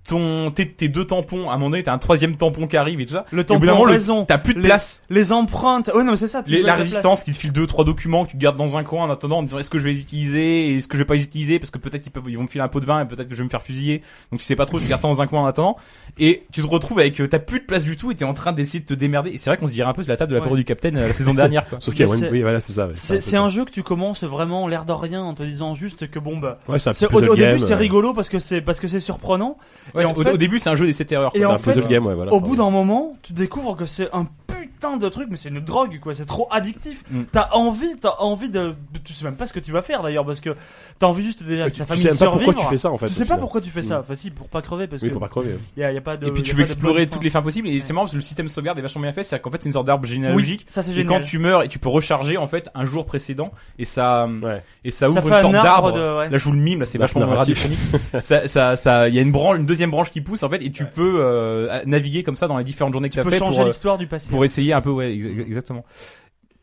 [SPEAKER 6] ton, tes, tes deux tampons, à un moment donné, t'as un troisième tampon qui arrive et tout ça. Et au
[SPEAKER 5] Le
[SPEAKER 6] bout
[SPEAKER 5] tampon
[SPEAKER 6] d'un moment, le-
[SPEAKER 5] raison.
[SPEAKER 6] T'as plus de
[SPEAKER 5] Les-
[SPEAKER 6] place.
[SPEAKER 5] Les empreintes. Ouais, non, mais c'est ça. tu
[SPEAKER 6] Les-
[SPEAKER 5] veux
[SPEAKER 6] la
[SPEAKER 5] de
[SPEAKER 6] résistance qui te file deux trois documents que tu gardes dans un coin en attendant en disant est-ce que je vais les utiliser est-ce que je vais pas les utiliser parce que peut-être qu'ils peuvent ils vont me filer un pot de vin et peut-être que je vais me faire fusiller donc tu sais pas trop tu gardes ça dans un coin en attendant et tu te retrouves avec euh, t'as plus de place du tout et t'es en train d'essayer de te démerder et c'est vrai qu'on se dirait un peu sur la table de la
[SPEAKER 5] Ouais.
[SPEAKER 6] parole du capitaine euh, la saison dernière quoi
[SPEAKER 1] Sauf qu'il y a
[SPEAKER 5] Mais
[SPEAKER 1] One-
[SPEAKER 5] c'est-
[SPEAKER 1] oui, voilà, c'est ça. ouais,
[SPEAKER 5] C'est
[SPEAKER 1] peu
[SPEAKER 5] c'est
[SPEAKER 1] ça.
[SPEAKER 5] un jeu que tu commences vraiment l'air de rien en te disant juste que bon bah.
[SPEAKER 1] Ouais, c'est un petit
[SPEAKER 5] c'est- au,
[SPEAKER 1] puzzle
[SPEAKER 5] au début
[SPEAKER 1] game,
[SPEAKER 5] c'est
[SPEAKER 1] euh.
[SPEAKER 5] rigolo parce que c'est parce que c'est surprenant.
[SPEAKER 6] Ouais,
[SPEAKER 5] Et en
[SPEAKER 6] au,
[SPEAKER 5] fait-
[SPEAKER 6] au début c'est un jeu des 7 erreurs quoi.
[SPEAKER 5] Et
[SPEAKER 1] C'est
[SPEAKER 5] en
[SPEAKER 1] un
[SPEAKER 5] fait,
[SPEAKER 1] puzzle game, ouais, voilà.
[SPEAKER 5] au bout d'un moment, tu découvres que c'est un putain de truc, mais c'est une drogue, quoi. C'est trop addictif.
[SPEAKER 6] Mm.
[SPEAKER 5] T'as envie, t'as envie de. Tu sais même pas ce que tu vas faire d'ailleurs, parce que t'as envie juste déjà
[SPEAKER 1] Ouais,
[SPEAKER 5] que
[SPEAKER 1] tu-
[SPEAKER 5] ta
[SPEAKER 1] tu
[SPEAKER 5] famille
[SPEAKER 1] sais même pas
[SPEAKER 5] survive.
[SPEAKER 1] pourquoi tu fais ça, en fait,
[SPEAKER 5] Tu
[SPEAKER 1] au
[SPEAKER 5] sais pas
[SPEAKER 1] final.
[SPEAKER 5] pourquoi tu fais ça.
[SPEAKER 1] Mm.
[SPEAKER 5] Enfin, si, pour pas crever, parce
[SPEAKER 1] Oui,
[SPEAKER 5] que.
[SPEAKER 1] pour pas crever.
[SPEAKER 5] Y a, y a pas de.
[SPEAKER 6] et puis
[SPEAKER 5] y
[SPEAKER 6] tu
[SPEAKER 5] a
[SPEAKER 6] veux
[SPEAKER 5] pas de bonne
[SPEAKER 6] explorer
[SPEAKER 5] fin.
[SPEAKER 6] toutes les fins possibles et c'est marrant parce que le système de sauvegarde est vachement bien fait c'est à dire qu'en fait c'est une sorte d'arbre généalogique
[SPEAKER 5] Oui, ça, c'est
[SPEAKER 6] et
[SPEAKER 5] génial.
[SPEAKER 6] quand tu meurs et tu peux recharger en fait un jour précédent et ça euh,
[SPEAKER 1] Ouais.
[SPEAKER 6] et ça ouvre
[SPEAKER 5] fait
[SPEAKER 6] une
[SPEAKER 5] un
[SPEAKER 6] sorte
[SPEAKER 5] arbre
[SPEAKER 6] d'arbre
[SPEAKER 5] de- ouais.
[SPEAKER 6] là je vous le mime là c'est
[SPEAKER 1] D'arbre
[SPEAKER 6] vachement
[SPEAKER 1] narratif.
[SPEAKER 6] radiophonique <laughs> ça ça ça il y a une branche une deuxième branche qui pousse en fait et tu peux euh, naviguer comme ça dans les différentes journées que
[SPEAKER 5] Tu
[SPEAKER 6] t'as
[SPEAKER 5] peux
[SPEAKER 6] fait
[SPEAKER 5] changer
[SPEAKER 6] pour, euh,
[SPEAKER 5] l'histoire du passé.
[SPEAKER 6] pour essayer un peu ouais ex- exactement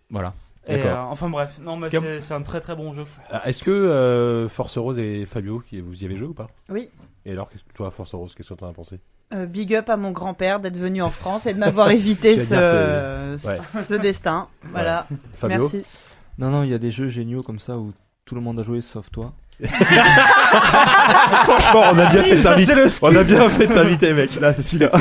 [SPEAKER 6] voilà
[SPEAKER 5] Et,
[SPEAKER 1] D'accord.
[SPEAKER 5] euh, enfin bref, non mais
[SPEAKER 1] Cam-
[SPEAKER 5] c'est c'est un très très bon jeu.
[SPEAKER 1] Ah, Est-ce que euh, Force Rose et Fabio, qui- vous y avez joué ou pas
[SPEAKER 8] Oui.
[SPEAKER 1] Et alors, qu'est-ce que- toi, Force Rose, qu'est-ce que t'en as pensé
[SPEAKER 8] Euh, big up à mon grand-père d'être venu en France et de m'avoir
[SPEAKER 6] <laughs>
[SPEAKER 8] évité
[SPEAKER 1] Tu vas
[SPEAKER 8] ce,
[SPEAKER 1] dire
[SPEAKER 6] euh,
[SPEAKER 1] que- ouais.
[SPEAKER 8] ce destin. Voilà.
[SPEAKER 1] Fabio
[SPEAKER 8] Merci.
[SPEAKER 11] Non, non, il y a des jeux géniaux comme ça où tout le monde a joué sauf toi.
[SPEAKER 1] Franchement, on a
[SPEAKER 6] Ah
[SPEAKER 1] bien fait de
[SPEAKER 5] Ça,
[SPEAKER 1] t'inviter.
[SPEAKER 5] c'est le skill.
[SPEAKER 1] On a bien fait de t'inviter, mec. Là, c'est <laughs> celui-là.